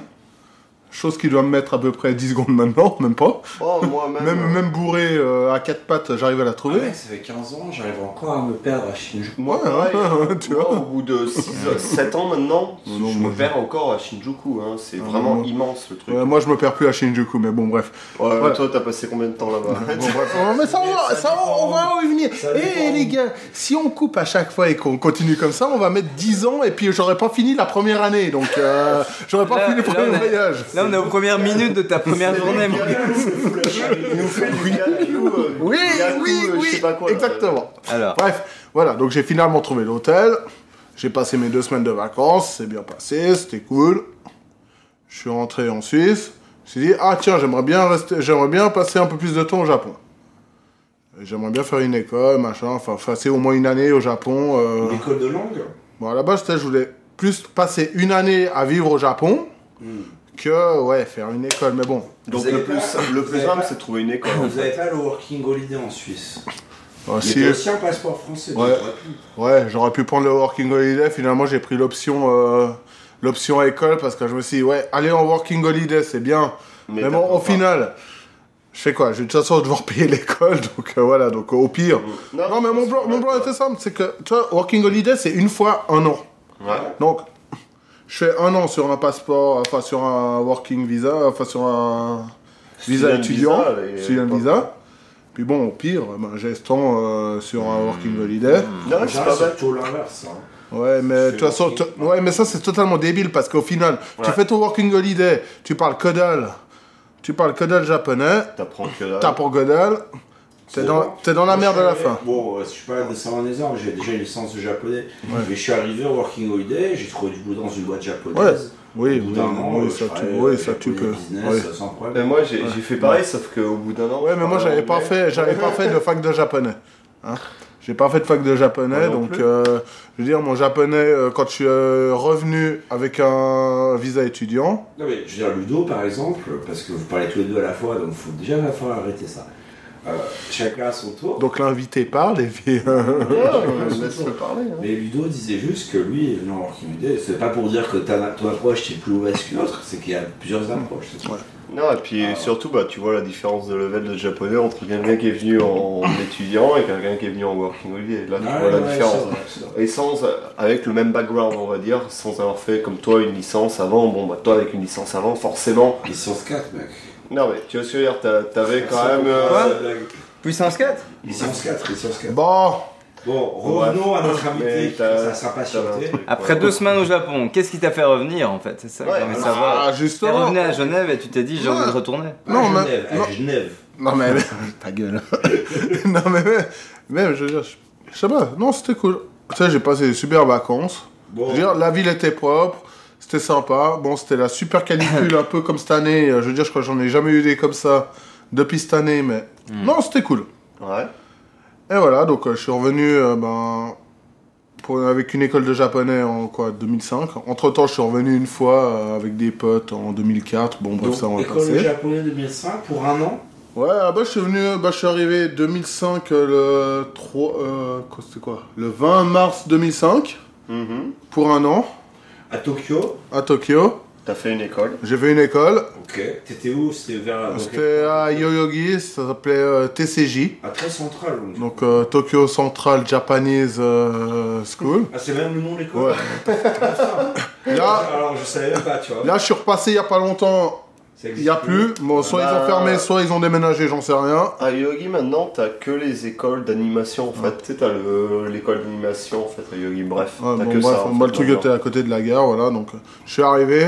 [SPEAKER 3] Chose qui doit me mettre à peu près 10 secondes maintenant, même pas.
[SPEAKER 2] (laughs) Oh, moi-même.
[SPEAKER 3] Même, même bourré euh, à quatre pattes, j'arrive à la trouver.
[SPEAKER 17] Ouais, ça fait 15 ans, j'arrive encore à me perdre à Shinjuku.
[SPEAKER 2] Moi,
[SPEAKER 3] Ouais,
[SPEAKER 2] pareil.
[SPEAKER 3] hein, (laughs) tu
[SPEAKER 2] Moi,
[SPEAKER 3] vois.
[SPEAKER 2] au bout de 7 ans maintenant, je me perds encore à Shinjuku. hein. C'est vraiment
[SPEAKER 3] moi-
[SPEAKER 2] immense le truc.
[SPEAKER 3] Ouais, moi, je me perds plus à Shinjuku, mais bon, bref.
[SPEAKER 2] Ouais,
[SPEAKER 3] Voilà.
[SPEAKER 2] Toi, t'as passé combien de temps là-bas (laughs)
[SPEAKER 3] Oh, mais ça, on va, ça, on va en venir. Eh les gars, si on coupe à chaque fois et qu'on continue comme ça, on va mettre 10 ans et puis j'aurais pas fini la première année. Donc, euh, j'aurais pas
[SPEAKER 12] Là-
[SPEAKER 3] fini le
[SPEAKER 12] là,
[SPEAKER 3] premier
[SPEAKER 12] on est-
[SPEAKER 3] voyage.
[SPEAKER 12] Là, on est aux premières minutes de ta première journée,
[SPEAKER 2] (laughs)
[SPEAKER 12] mon gars.
[SPEAKER 2] Il nous fait du Yaku, euh,
[SPEAKER 3] Oui,
[SPEAKER 2] Yaku,
[SPEAKER 3] oui,
[SPEAKER 2] euh, je sais
[SPEAKER 3] oui,
[SPEAKER 2] pas quoi, là.
[SPEAKER 3] exactement.
[SPEAKER 12] Alors.
[SPEAKER 3] Bref, voilà, donc j'ai finalement trouvé l'hôtel. J'ai passé mes deux semaines de vacances, c'est bien passé, c'était cool. Je suis rentré en Suisse. Je me suis dit, ah tiens, j'aimerais bien, rester, j'aimerais bien passer un peu plus de temps au Japon. Et J'aimerais bien faire une école, machin, enfin, passer au moins une année au Japon.
[SPEAKER 2] Bah.
[SPEAKER 3] euh.
[SPEAKER 1] Une école de langue
[SPEAKER 3] Bon, à la base, c'était, je voulais plus passer une année à vivre au Japon
[SPEAKER 1] Hmm.
[SPEAKER 3] que, ouais, faire une école. Mais bon,
[SPEAKER 2] Donc
[SPEAKER 1] Vous avez
[SPEAKER 2] le plus,
[SPEAKER 1] pas-
[SPEAKER 2] le
[SPEAKER 1] vous
[SPEAKER 2] plus
[SPEAKER 1] avez
[SPEAKER 2] simple,
[SPEAKER 1] pas-
[SPEAKER 2] c'est de trouver une école. en
[SPEAKER 1] Vous
[SPEAKER 2] fait.
[SPEAKER 1] n'avez pas le working holiday en Suisse.
[SPEAKER 3] euh,
[SPEAKER 1] Il
[SPEAKER 3] si-
[SPEAKER 1] était aussi un passeport français. donc
[SPEAKER 3] Ouais.
[SPEAKER 1] j'aurais pu.
[SPEAKER 3] Ouais, j'aurais pu prendre le working holiday. Finalement, j'ai pris l'option euh, l'option école parce que je me suis dit, ouais, aller en working holiday, c'est bien.
[SPEAKER 2] Mais
[SPEAKER 3] Mais, bon,
[SPEAKER 2] t'apprends
[SPEAKER 3] au
[SPEAKER 2] pas.
[SPEAKER 3] final, je sais quoi, j'ai de toute façon devoir (laughs) payer l'école, donc euh, voilà, donc euh, au pire.
[SPEAKER 2] Non,
[SPEAKER 3] Non, mais mon plan, mon plan était simple, c'est que, tu vois, working holiday, c'est une fois un an.
[SPEAKER 2] Ouais.
[SPEAKER 3] Donc, je fais un an sur un passeport, enfin sur un working visa, enfin sur un visa
[SPEAKER 2] Student
[SPEAKER 3] étudiant,
[SPEAKER 2] visa, et-
[SPEAKER 3] student visa. Puis bon, au pire, ben, j'ai ce temps euh, sur un working
[SPEAKER 2] Non,
[SPEAKER 3] holiday.
[SPEAKER 2] Ah, c'est
[SPEAKER 1] Déjà,
[SPEAKER 2] pas
[SPEAKER 1] c'est
[SPEAKER 2] bête.
[SPEAKER 1] plutôt l'inverse. hein.
[SPEAKER 3] Ouais, mais de toute façon,
[SPEAKER 1] working.
[SPEAKER 3] tu- ouais, mais ça c'est totalement débile parce qu'au final, tu
[SPEAKER 2] Ouais.
[SPEAKER 3] fais ton working holiday, tu parles que dalle, tu parles que dalle japonais,
[SPEAKER 2] T'apprends que là.
[SPEAKER 3] t'apprends que dalle, t'es
[SPEAKER 1] C'est
[SPEAKER 3] dans,
[SPEAKER 1] bon.
[SPEAKER 3] t'es dans la merde à la fin.
[SPEAKER 1] Bon, euh, je suis pas descendre en désordre, j'ai déjà une licence de japonais. Mais je suis arrivé au Working Holiday, j'ai trouvé du boulot dans une boîte japonaise.
[SPEAKER 3] Oui,
[SPEAKER 1] Au bout
[SPEAKER 3] oui,
[SPEAKER 1] d'un an,
[SPEAKER 3] oui,
[SPEAKER 1] euh,
[SPEAKER 3] ça
[SPEAKER 1] je
[SPEAKER 3] tu,
[SPEAKER 1] travaillais
[SPEAKER 3] oui,
[SPEAKER 1] avec
[SPEAKER 3] ça tu
[SPEAKER 1] les
[SPEAKER 3] peux.
[SPEAKER 1] business,
[SPEAKER 3] Ouais.
[SPEAKER 1] euh, sans problème.
[SPEAKER 2] Mais moi, j'ai j'ai fait pareil, sauf qu'au bout d'un an.
[SPEAKER 3] Ouais, mais moi
[SPEAKER 2] euh,
[SPEAKER 3] j'avais pas fait, j'avais pas fait de fac de japonais. Hein. J'ai pas fait de fac de japonais,
[SPEAKER 2] Moi non
[SPEAKER 3] donc
[SPEAKER 2] plus.
[SPEAKER 3] euh, je veux dire mon japonais euh, quand je suis euh, revenu avec un visa étudiant.
[SPEAKER 1] Non mais je veux dire Ludo par exemple, parce que vous parlez tous les deux à la fois, donc faut déjà va falloir arrêter ça. Euh, chacun à son tour.
[SPEAKER 3] Donc l'invité parle et puis. euh,
[SPEAKER 2] Ouais, Laisse-le parler. hein.
[SPEAKER 1] Mais Ludo disait juste que lui est venu en Working Holiday. C'est pas pour dire que ta- ton approche est plus mauvaise qu'une autre, c'est qu'il y a plusieurs approches. c'est tout.
[SPEAKER 3] Ouais.
[SPEAKER 2] Non, et puis
[SPEAKER 1] Ah.
[SPEAKER 2] surtout, bah, tu vois la différence de level de japonais entre quelqu'un qui est venu en (laughs) étudiant et quelqu'un qui est venu en working holiday. Là, tu
[SPEAKER 1] Ouais,
[SPEAKER 2] vois la
[SPEAKER 1] Ah, ouais,
[SPEAKER 2] différence.
[SPEAKER 1] c'est vrai, c'est vrai.
[SPEAKER 2] Et sans, euh, avec le même background, on va dire, sans avoir fait comme toi une licence avant, bon, bah toi avec une licence avant, forcément.
[SPEAKER 1] Licence 4 mec.
[SPEAKER 2] Non, mais tu vois ce que je veux dire, t'a- t'avais quand même. euh,
[SPEAKER 12] Puissance 4
[SPEAKER 1] Licence 4, licence 4.
[SPEAKER 3] Bon,
[SPEAKER 1] Bon, revenons à notre
[SPEAKER 2] mais
[SPEAKER 1] invité,
[SPEAKER 2] t'as-
[SPEAKER 1] ça sera pas
[SPEAKER 2] t'avais un
[SPEAKER 1] chanté.
[SPEAKER 2] truc,
[SPEAKER 12] Après
[SPEAKER 2] ouais.
[SPEAKER 12] deux semaines au Japon, qu'est-ce qui t'a fait revenir en fait C'est ça que
[SPEAKER 2] Ouais,
[SPEAKER 12] j'ai envie de
[SPEAKER 2] ah,
[SPEAKER 12] savoir.
[SPEAKER 3] Ah,
[SPEAKER 12] T'es
[SPEAKER 3] justement.
[SPEAKER 12] revenu à Genève et tu t'es dit j'ai envie de retourner.
[SPEAKER 3] Non,
[SPEAKER 1] à
[SPEAKER 3] mais-
[SPEAKER 1] Genève,
[SPEAKER 3] non.
[SPEAKER 1] à Genève. (laughs)
[SPEAKER 3] Non mais ta gueule. (laughs) non mais même, même, je veux dire, je- je sais pas. Non, c'était cool. Tu sais, j'ai passé des super vacances. Je
[SPEAKER 1] Bon,
[SPEAKER 3] veux dire, la ville était propre, c'était sympa. Bon, c'était la
[SPEAKER 1] (laughs)
[SPEAKER 3] super canicule un peu comme cette année. Euh, Je veux dire, je crois que j'en ai jamais eu des comme ça depuis cette année, mais
[SPEAKER 1] Hmm.
[SPEAKER 3] non, c'était cool.
[SPEAKER 2] Ouais.
[SPEAKER 3] Et voilà, donc euh, je suis revenu euh, ben, pour- avec une école de japonais en quoi 2005. Entre temps, je suis revenu une fois euh, avec des potes en 2004. Bon, bref,
[SPEAKER 1] donc,
[SPEAKER 3] ça on va
[SPEAKER 1] école
[SPEAKER 3] passer.
[SPEAKER 1] japonaise 2005 pour un an.
[SPEAKER 3] Ouais, ah bah, je suis venu, bah, je suis arrivé 2005 euh, le 3, euh, quoi, c'était quoi Le 20 mars 2005
[SPEAKER 2] Mhm.
[SPEAKER 3] pour un an
[SPEAKER 1] À Tokyo.
[SPEAKER 3] à Tokyo.
[SPEAKER 2] T'as fait une école.
[SPEAKER 3] J'ai fait une école.
[SPEAKER 1] Ok. T'étais où C'était vers.
[SPEAKER 3] C'était à Yoyogi, ça s'appelait euh, TCJ,
[SPEAKER 1] À très central. donc.
[SPEAKER 3] donc euh, Tokyo Central Japanese euh,
[SPEAKER 2] (laughs)
[SPEAKER 3] School.
[SPEAKER 1] Ah, c'est même le nom de l'école
[SPEAKER 3] Ouais. Là,
[SPEAKER 1] Alors, je savais même pas, tu vois.
[SPEAKER 3] là, je suis repassé il y a pas longtemps.
[SPEAKER 1] Ça
[SPEAKER 3] Il
[SPEAKER 1] existe
[SPEAKER 3] y a plus. Bon, soit ils
[SPEAKER 2] Bah.
[SPEAKER 3] ont fermé, soit ils ont déménagé, j'en sais rien.
[SPEAKER 2] À Yogi, maintenant, t'as que les écoles d'animation, en fait. Tu sais, t'as le- l'école d'animation, en fait, à Yogi. Bref,
[SPEAKER 3] Ouais,
[SPEAKER 2] t'as
[SPEAKER 3] bon,
[SPEAKER 2] que
[SPEAKER 3] bref,
[SPEAKER 2] ça. en fait,
[SPEAKER 3] moi,
[SPEAKER 2] hein,
[SPEAKER 3] le truc
[SPEAKER 2] maintenant.
[SPEAKER 3] était à côté de la gare, voilà. Donc, euh, je suis arrivé,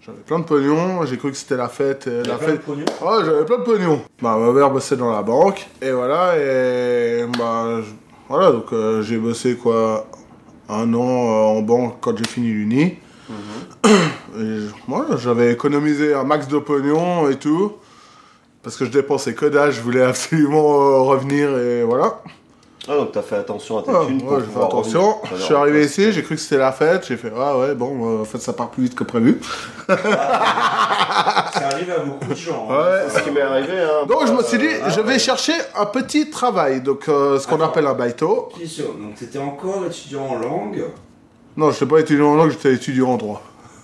[SPEAKER 3] j'avais plein de pognon, j'ai cru que c'était la fête. euh,
[SPEAKER 1] Il y a
[SPEAKER 3] la
[SPEAKER 1] plein
[SPEAKER 3] fête.
[SPEAKER 1] de pognon.
[SPEAKER 3] Ah, j'avais plein de pognon. Bah, ma mère bossait dans la banque, et voilà, et bah, je- voilà, donc euh, j'ai bossé quoi, un an euh, en banque quand j'ai fini l'uni.
[SPEAKER 2] Mhm.
[SPEAKER 3] (coughs) Et je- Moi, j'avais économisé un max de pognon et tout. Parce que je dépensais que d'âge, je voulais (laughs) absolument euh, revenir et voilà.
[SPEAKER 2] Ah, donc t'as fait attention à tes
[SPEAKER 3] Ouais,
[SPEAKER 2] thunes pour
[SPEAKER 3] Ah, ouais, j'ai fait
[SPEAKER 2] pouvoir
[SPEAKER 3] attention.
[SPEAKER 2] revenir.
[SPEAKER 3] Je suis arrivé ici, j'ai cru que c'était la fête. J'ai fait, ah ouais, bon, euh, en fait, ça part plus vite que prévu.
[SPEAKER 1] Ça arrive à beaucoup de gens.
[SPEAKER 2] C'est ce qui m'est arrivé. Hein,
[SPEAKER 3] Donc, je me suis
[SPEAKER 1] Euh,
[SPEAKER 3] dit,
[SPEAKER 1] ah
[SPEAKER 3] je vais chercher un petit travail. Donc, euh, ce qu'on appelle un baito.
[SPEAKER 1] Question, donc t'étais encore étudiant en langue
[SPEAKER 3] Non, je n'étais pas étudiant en langue, j'étais étudiant en droit.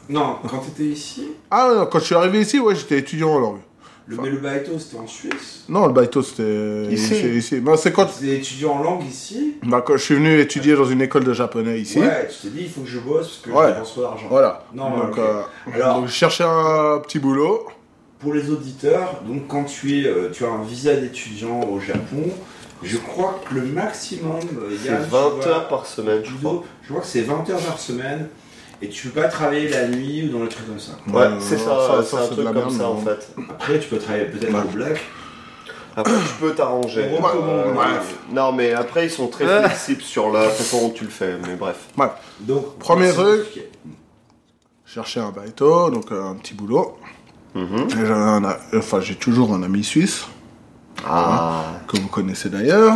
[SPEAKER 1] Non, quand t'étais ici,
[SPEAKER 3] Ah non, quand je suis arrivé ici, ouais, j'étais étudiant en langue.
[SPEAKER 1] le, mais le baïto c'était en Suisse.
[SPEAKER 3] Non, le baito, c'était
[SPEAKER 1] Ici.
[SPEAKER 3] c'est ici. Ben, c'est quand...
[SPEAKER 1] T'étais étudiant en langue ici
[SPEAKER 3] ben, quand je suis venu étudier dans une école de japonais ici.
[SPEAKER 1] Ouais, tu t'es dit il faut que je bosse parce que
[SPEAKER 3] Ouais.
[SPEAKER 1] je dépense pas d'argent.
[SPEAKER 3] Voilà.
[SPEAKER 1] Non,
[SPEAKER 3] donc,
[SPEAKER 1] ok.
[SPEAKER 3] euh,
[SPEAKER 1] Alors-
[SPEAKER 3] donc, je cherchais un petit boulot.
[SPEAKER 1] Pour les auditeurs, donc quand tu es, euh, tu as un visa d'étudiant au Japon, je crois que le maximum, euh, il y a-
[SPEAKER 2] C'est
[SPEAKER 1] tu
[SPEAKER 2] 20
[SPEAKER 1] vois,
[SPEAKER 2] heures par semaine, je crois.
[SPEAKER 1] Je crois que c'est 20 heures par semaine et tu peux pas travailler la nuit ou dans les trucs comme ça.
[SPEAKER 2] Ouais, Euh, c'est ça, ça, c'est ça, un c'est de truc la comme merde, ça, en non. fait.
[SPEAKER 1] Après, tu peux travailler peut-être au black.
[SPEAKER 2] Après, tu peux t'arranger.
[SPEAKER 1] On recommande,
[SPEAKER 2] Euh,
[SPEAKER 1] bref.
[SPEAKER 2] Non, mais après, ils sont très
[SPEAKER 1] Ouais.
[SPEAKER 2] flexibles sur la façon dont tu le fais, mais bref.
[SPEAKER 3] Ouais.
[SPEAKER 1] Donc,
[SPEAKER 3] Premier
[SPEAKER 2] c'est
[SPEAKER 3] truc,
[SPEAKER 1] compliqué.
[SPEAKER 3] chercher un baito, donc euh, un petit boulot.
[SPEAKER 1] Mhm.
[SPEAKER 3] Et j'avais un a- Enfin, j'ai toujours un ami suisse. Hein, que vous connaissez d'ailleurs.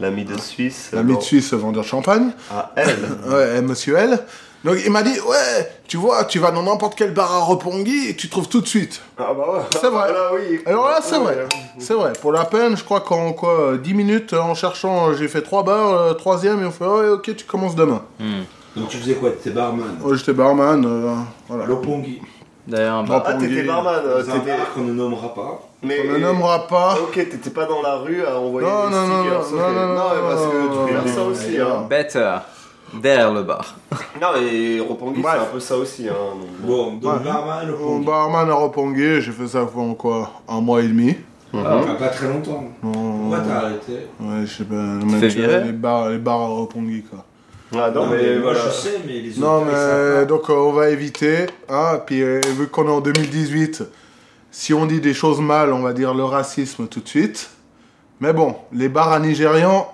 [SPEAKER 2] L'ami de Suisse.
[SPEAKER 3] L'ami
[SPEAKER 2] alors.
[SPEAKER 3] de Suisse, vendeur de champagne.
[SPEAKER 2] Ah, elle
[SPEAKER 3] Ouais, monsieur L. Donc il m'a dit, ouais, tu vois, tu vas dans n'importe quel bar à Roppongi et tu trouves tout de suite.
[SPEAKER 2] Ah bah ouais.
[SPEAKER 3] C'est vrai. Alors là, c'est
[SPEAKER 2] Ouais,
[SPEAKER 3] vrai. C'est vrai. Pour la peine, je crois qu'en quoi, euh, 10 minutes, euh, en cherchant, euh, j'ai fait 3 bars, euh, troisième, et on fait, ouais, ok, tu commences demain.
[SPEAKER 12] Hmm.
[SPEAKER 1] Donc tu faisais quoi T'étais barman.
[SPEAKER 3] Ouais, j'étais barman, euh, voilà.
[SPEAKER 1] Lopongi.
[SPEAKER 12] D'ailleurs,
[SPEAKER 3] bah-
[SPEAKER 2] Ah, t'étais barman, euh,
[SPEAKER 1] Dans un
[SPEAKER 2] t'étais-
[SPEAKER 1] bar qu'on ne nommera pas.
[SPEAKER 2] Mais... euh,
[SPEAKER 3] On ne nommera pas.
[SPEAKER 2] Ok, t'étais pas dans la rue à envoyer
[SPEAKER 3] Non,
[SPEAKER 2] des
[SPEAKER 3] non, non,
[SPEAKER 2] stickers.
[SPEAKER 3] non,
[SPEAKER 2] ok.
[SPEAKER 3] non, non,
[SPEAKER 2] mais
[SPEAKER 3] non,
[SPEAKER 2] parce
[SPEAKER 3] non,
[SPEAKER 2] que tu
[SPEAKER 3] non,
[SPEAKER 2] fais ça
[SPEAKER 3] non,
[SPEAKER 2] aussi.
[SPEAKER 3] non.
[SPEAKER 2] hein.
[SPEAKER 12] Better. Derrière le bar.
[SPEAKER 2] Non, mais Roppongi, c'est un peu ça aussi. Hein. donc
[SPEAKER 1] Bon, donc
[SPEAKER 3] Ouais.
[SPEAKER 1] barman,
[SPEAKER 3] Mon
[SPEAKER 1] Lopongi.
[SPEAKER 3] barman à Roppongi, j'ai fait ça pendant quoi Un mois et demi.
[SPEAKER 1] Ah,
[SPEAKER 2] Hein
[SPEAKER 1] bah, pas très longtemps.
[SPEAKER 3] Non,
[SPEAKER 1] Pourquoi t'as arrêté
[SPEAKER 3] Ouais, je sais pas.
[SPEAKER 12] fais
[SPEAKER 3] mais tu vois,
[SPEAKER 12] virer
[SPEAKER 3] les bars, les bars à Roppongi, quoi.
[SPEAKER 2] Ah non,
[SPEAKER 1] Non,
[SPEAKER 2] mais,
[SPEAKER 1] mais moi,
[SPEAKER 2] voilà.
[SPEAKER 1] je sais, mais les
[SPEAKER 3] Non,
[SPEAKER 1] auditeurs, ils savent pas.
[SPEAKER 3] mais donc euh, on va éviter. Hein, puis euh, vu qu'on est en 2018, si on dit des choses mal, on va dire le racisme tout de suite. Mais bon, les bars à Nigérians,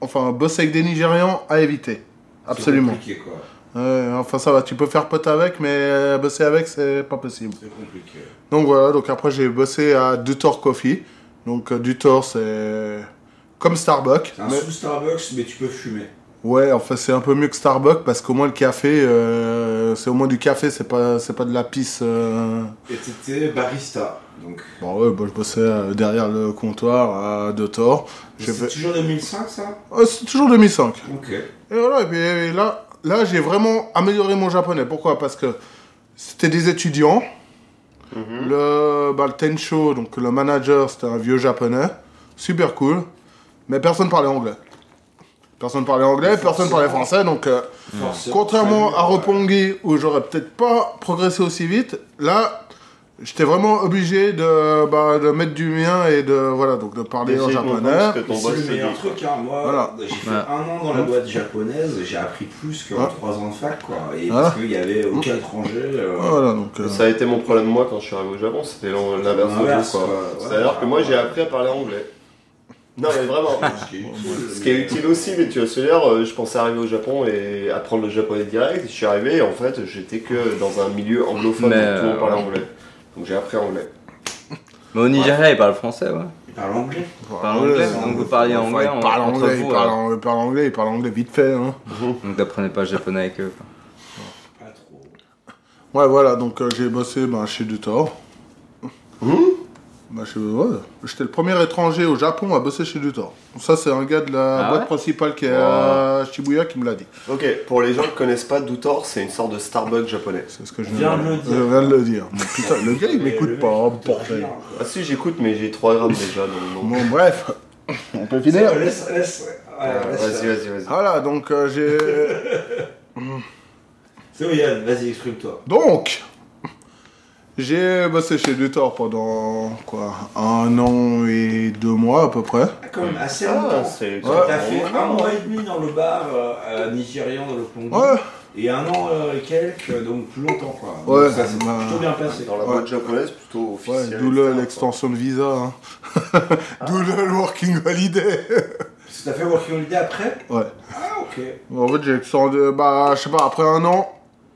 [SPEAKER 3] enfin bosser avec des Nigérians, à éviter. Absolument.
[SPEAKER 1] C'est compliqué, quoi.
[SPEAKER 3] Ouais, enfin ça va, tu peux faire pote avec, mais euh, bosser avec, c'est pas possible.
[SPEAKER 1] C'est compliqué.
[SPEAKER 3] Donc voilà, donc après j'ai bossé à Dutor Coffee. Donc euh, Dutor, c'est comme Starbucks.
[SPEAKER 1] C'est un
[SPEAKER 3] mais-
[SPEAKER 1] sous Starbucks, mais tu peux fumer.
[SPEAKER 3] Ouais, enfin c'est un peu mieux que Starbucks parce qu'au moins le café, euh, c'est au moins du café, c'est pas c'est pas de la pisse. euh.
[SPEAKER 1] Et t'étais barista, donc.
[SPEAKER 3] Bon ouais, bah, je bossais euh, derrière le comptoir à deux torts. J'ai
[SPEAKER 1] C'est
[SPEAKER 3] fait-
[SPEAKER 1] toujours 2005, ça
[SPEAKER 3] Ah, c'est toujours 2005.
[SPEAKER 1] Ok.
[SPEAKER 3] Et voilà, et puis et là, là j'ai vraiment amélioré mon japonais. Pourquoi Parce que c'était des étudiants. Le, bah, le Tencho, donc le manager, c'était un vieux japonais. Super cool. Mais personne parlait anglais. Personne parlait anglais, personne parlait français. Donc, euh,
[SPEAKER 1] Forcément.
[SPEAKER 3] contrairement à Roppongi, où j'aurais peut-être pas progressé aussi vite, là, j'étais vraiment obligé de, bah, de mettre du mien et de, voilà, donc de parler en
[SPEAKER 2] Déjà, je me demande
[SPEAKER 3] japonais.
[SPEAKER 2] ce que ton
[SPEAKER 1] Mais bah, C'est
[SPEAKER 2] boss
[SPEAKER 1] le
[SPEAKER 2] te
[SPEAKER 1] meilleur
[SPEAKER 2] dit.
[SPEAKER 1] truc, hein. Moi,
[SPEAKER 3] Voilà.
[SPEAKER 1] j'ai fait
[SPEAKER 12] Ouais.
[SPEAKER 1] un an dans la boîte japonaise, j'ai appris plus qu'en
[SPEAKER 3] Ouais.
[SPEAKER 1] trois ans de fac, quoi. Et
[SPEAKER 3] Voilà.
[SPEAKER 1] parce qu'il y avait aucun étranger. euh,
[SPEAKER 3] Voilà, donc, euh,
[SPEAKER 2] Ça a été mon problème, moi, quand je suis arrivé au Japon, c'était l'en- l'inverse de
[SPEAKER 1] L'inverse,
[SPEAKER 2] vous, quoi.
[SPEAKER 1] quoi.
[SPEAKER 2] C'est-à-dire
[SPEAKER 1] Ouais.
[SPEAKER 2] que moi, j'ai appris à parler anglais. Non, mais
[SPEAKER 1] (laughs)
[SPEAKER 2] vraiment.
[SPEAKER 1] ce qui est utile,
[SPEAKER 2] Ce qui est
[SPEAKER 1] mais-
[SPEAKER 2] utile aussi, mais tu vas se dire, euh, je pensais arriver au Japon et apprendre le japonais direct. Je suis arrivé et en fait, j'étais que dans un milieu anglophone
[SPEAKER 12] Mais,
[SPEAKER 2] où tout le monde
[SPEAKER 12] euh,
[SPEAKER 2] parlait
[SPEAKER 12] ouais.
[SPEAKER 2] anglais. Donc j'ai appris anglais.
[SPEAKER 12] Mais au Nigeria, ils parlent français, ouais.
[SPEAKER 1] Il parle anglais.
[SPEAKER 12] Ils parlent anglais, hein. donc vous parliez anglais.
[SPEAKER 3] il
[SPEAKER 12] en-
[SPEAKER 3] parle
[SPEAKER 12] entre
[SPEAKER 3] anglais, il
[SPEAKER 12] vous, hein.
[SPEAKER 3] parle,
[SPEAKER 12] ouais.
[SPEAKER 3] il parle anglais, il parle anglais vite fait. Hein.
[SPEAKER 12] Donc t'apprenais pas le japonais avec eux. quoi.
[SPEAKER 1] Pas trop.
[SPEAKER 3] Ouais, voilà, donc euh, j'ai bossé ben, chez Dutor. Bah, chez- ouais. J'étais le premier étranger au Japon à bosser chez Dutor. Ça, c'est un gars de la
[SPEAKER 12] Ah
[SPEAKER 3] boîte
[SPEAKER 12] ouais
[SPEAKER 3] principale qui est à Shibuya qui me l'a dit.
[SPEAKER 2] Ok, pour les gens qui connaissent pas, Doutor, c'est une sorte de Starbucks japonais.
[SPEAKER 3] C'est ce que je
[SPEAKER 1] Viens
[SPEAKER 3] viens
[SPEAKER 1] le
[SPEAKER 3] de-
[SPEAKER 1] dire.
[SPEAKER 3] je viens de le dire. Mais putain, le gars, il
[SPEAKER 1] Mais le
[SPEAKER 3] m'écoute
[SPEAKER 1] mec,
[SPEAKER 3] pas, oh,
[SPEAKER 1] te
[SPEAKER 3] bordel.
[SPEAKER 1] rien, quoi.
[SPEAKER 2] Ah si, j'écoute, mais j'ai 3 grammes déjà. Donc, non.
[SPEAKER 3] Bon, bref, on peut finir.
[SPEAKER 1] C'est- Laisse, laisse. ouais, laisse
[SPEAKER 2] Vas-y,
[SPEAKER 1] faire.
[SPEAKER 2] vas-y, vas-y.
[SPEAKER 3] Voilà, donc euh, j'ai.
[SPEAKER 1] (laughs) C'est bon, Yann, vas-y, exprime-toi.
[SPEAKER 3] Donc, j'ai bossé chez Dutor pendant quoi un an et deux mois à peu près.
[SPEAKER 1] Ah, Quand même, assez
[SPEAKER 2] Ah,
[SPEAKER 1] longtemps.
[SPEAKER 2] c'est...
[SPEAKER 3] Ouais.
[SPEAKER 1] T'as fait un mois et demi dans le bar euh, euh, nigérian dans le Congo
[SPEAKER 3] Ouais.
[SPEAKER 1] et un an euh, et quelques, euh, donc plus longtemps quoi. Donc
[SPEAKER 3] Ouais,
[SPEAKER 1] ça c'est
[SPEAKER 3] bah,
[SPEAKER 1] plutôt bien placé.
[SPEAKER 2] Dans la boîte japonaise, plutôt
[SPEAKER 3] Ouais,
[SPEAKER 2] officielle.
[SPEAKER 3] d'où le-
[SPEAKER 2] etc.,
[SPEAKER 3] l'extension de visa.
[SPEAKER 1] (laughs)
[SPEAKER 3] hein.
[SPEAKER 1] Ah.
[SPEAKER 3] d'où le working holiday. (laughs)
[SPEAKER 1] Parce que t'as fait Working Holiday après
[SPEAKER 3] ouais.
[SPEAKER 1] Ah ok.
[SPEAKER 3] En fait, j'ai descendu, bah, je sais pas, après un an,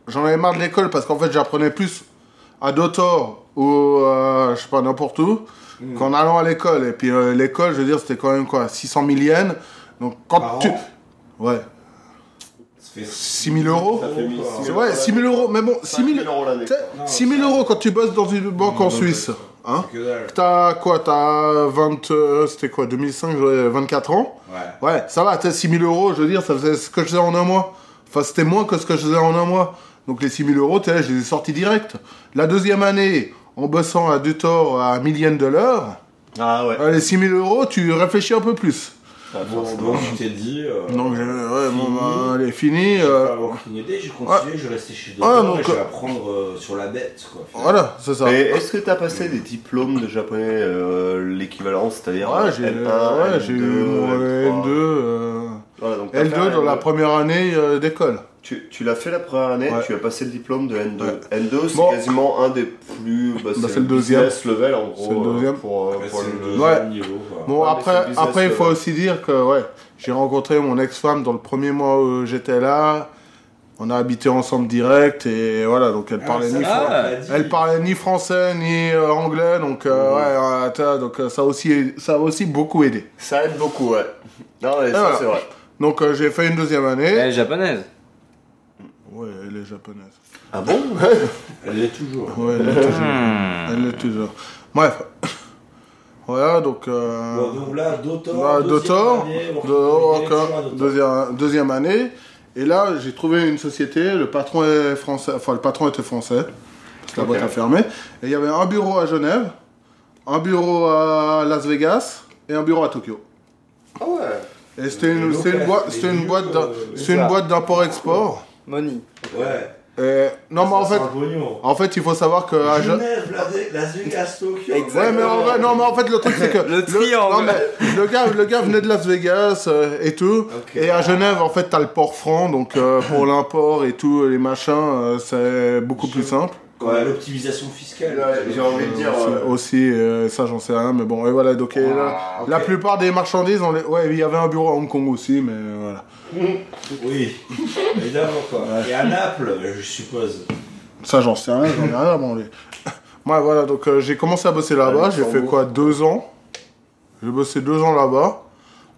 [SPEAKER 3] j'en avais marre de l'école parce qu'en fait, j'apprenais plus à Dotor ou euh, je sais pas, n'importe où
[SPEAKER 2] Hmm.
[SPEAKER 3] qu'en allant à l'école. Et puis euh, l'école, je veux dire, c'était quand même quoi, 600 000 yens. Donc quand tu. Ouais. 6 000 euros
[SPEAKER 2] Ça fait mis-
[SPEAKER 3] C'est ouais, 6 000 euros, mais bon, 6 000 euros
[SPEAKER 2] Non,
[SPEAKER 3] 6 000 euros quand tu bosses dans une banque en Suisse. Hein T'as quoi T'as 20. euh, C'était quoi 2005, j'avais 24 ans Ouais. ça va, t'as 6 000 euros, je veux dire, ça faisait ce que je faisais en un mois. Enfin, c'était moins que ce que je faisais en un mois. Donc les 6 000 euros, t'es là, je les ai sortis direct. La deuxième année, en bossant à du tort à 1 millième de l'heure, euh,
[SPEAKER 2] ah ouais.
[SPEAKER 3] les 6 000 euros, tu réfléchis un peu plus.
[SPEAKER 2] Ah,
[SPEAKER 1] Bon, donc tu t'es dit. euh,
[SPEAKER 3] Donc, euh, ouais, bon, bah, allez, fini. euh,
[SPEAKER 1] Aucune idée, j'ai continué, je restais chez
[SPEAKER 3] Ouais,
[SPEAKER 1] Docteur
[SPEAKER 3] donc,
[SPEAKER 1] et je vais
[SPEAKER 3] euh,
[SPEAKER 1] apprendre euh, sur la bête. Quoi, finalement.
[SPEAKER 3] Voilà, c'est ça.
[SPEAKER 2] Et est-ce que t'as passé des diplômes de japonais, euh, l'équivalent, c'est-à-dire
[SPEAKER 3] Ouais, j'ai
[SPEAKER 2] L1,
[SPEAKER 3] ouais, j'ai eu mon
[SPEAKER 2] L2,
[SPEAKER 3] L2, euh,
[SPEAKER 2] Voilà, donc t'as fait un
[SPEAKER 3] L2 dans la
[SPEAKER 2] L2.
[SPEAKER 3] première année euh, d'école.
[SPEAKER 2] Tu, tu l'as fait la première année,
[SPEAKER 3] Ouais.
[SPEAKER 2] tu as passé le diplôme de N2. N2, c'est
[SPEAKER 3] Bon.
[SPEAKER 2] quasiment un des plus. Bah,
[SPEAKER 3] Bah, c'est le deuxième.
[SPEAKER 2] business level en gros.
[SPEAKER 3] C'est le
[SPEAKER 2] euh,
[SPEAKER 3] deuxième.
[SPEAKER 2] Pour, euh, pour le
[SPEAKER 3] Ouais. Bon,
[SPEAKER 2] Ouais, mais c'est
[SPEAKER 3] après,
[SPEAKER 2] le business
[SPEAKER 3] après il faut
[SPEAKER 2] level.
[SPEAKER 3] aussi dire que ouais, j'ai rencontré mon ex-femme dans le premier mois où j'étais là. On a habité ensemble direct et voilà, donc elle
[SPEAKER 1] Ah,
[SPEAKER 3] parlait,
[SPEAKER 1] ça,
[SPEAKER 3] ni,
[SPEAKER 1] on
[SPEAKER 3] fran-
[SPEAKER 1] l'a pas dit.
[SPEAKER 3] elle parlait ni français ni euh, anglais, donc euh, ouais, ouais, t'as- donc euh, ça aussi, ça a aussi beaucoup aidé.
[SPEAKER 2] Ça aide beaucoup, ouais. Non, mais
[SPEAKER 3] Et
[SPEAKER 2] ça,
[SPEAKER 3] voilà.
[SPEAKER 2] c'est vrai.
[SPEAKER 3] Donc euh, j'ai fait une deuxième année. Elle
[SPEAKER 12] est Eh, japonaise.
[SPEAKER 3] Ouais, elle est japonaise.
[SPEAKER 2] Ah (laughs) bon
[SPEAKER 1] Elle l'est toujours.
[SPEAKER 3] Ouais, elle l'est toujours.
[SPEAKER 12] (laughs) Hmm.
[SPEAKER 3] Elle l'est toujours. Bref. (laughs) Voilà, donc. Euh...
[SPEAKER 1] Bon, donc là, Dotor,
[SPEAKER 3] Voilà,
[SPEAKER 1] deuxième
[SPEAKER 3] Dotor,
[SPEAKER 1] année, Orchidée,
[SPEAKER 3] de- Bah, encore,
[SPEAKER 1] toujours à Dotor.
[SPEAKER 3] deuxième, deuxième année. Et là, j'ai trouvé une société. Le patron est français. Enfin, le patron était français. Parce que la
[SPEAKER 2] Ok.
[SPEAKER 3] boîte a fermé. Et il y avait un bureau à Genève, un bureau à Las Vegas et un bureau à Tokyo.
[SPEAKER 2] Ah ouais.
[SPEAKER 3] Et c'était une, c'était une, boi- c'était une boîte,
[SPEAKER 1] euh,
[SPEAKER 3] d'un- c'était une
[SPEAKER 2] ça.
[SPEAKER 3] boîte d'import-export.
[SPEAKER 12] Money.
[SPEAKER 1] Ouais.
[SPEAKER 3] Et- non, mais en
[SPEAKER 1] Ça,
[SPEAKER 3] fait,
[SPEAKER 1] c'est un pognon.
[SPEAKER 3] en fait, il faut savoir que à Ge-
[SPEAKER 1] Genève, Las- Las Vegas, Tokyo.
[SPEAKER 3] Ah, Ouais, mais en vrai, non, mais en fait, le truc, c'est que. le
[SPEAKER 12] triangle.
[SPEAKER 3] Le, non, mais le, gars, le gars venait de Las Vegas euh, et tout. Et à Genève, en fait, t'as le port franc, donc euh, pour l'import et tout, les machins, euh, c'est beaucoup plus simple.
[SPEAKER 1] Ouais, l'optimisation fiscale.
[SPEAKER 2] Ouais, j'ai envie de dire.
[SPEAKER 3] Aussi,
[SPEAKER 2] euh,
[SPEAKER 3] aussi, euh, ça, j'en sais rien, mais bon, et voilà, donc. et là, La plupart des marchandises, on les... ouais, il y avait un bureau à Hong Kong aussi, mais euh, voilà.
[SPEAKER 1] Oui, évidemment quoi. Et à Naples, euh, je suppose.
[SPEAKER 3] Ça, j'en sais rien, j'en ai rien à (coughs) branler. Ouais, voilà, donc euh, j'ai commencé à bosser là-bas, j'ai fait quoi, deux ans J'ai bossé deux ans là-bas.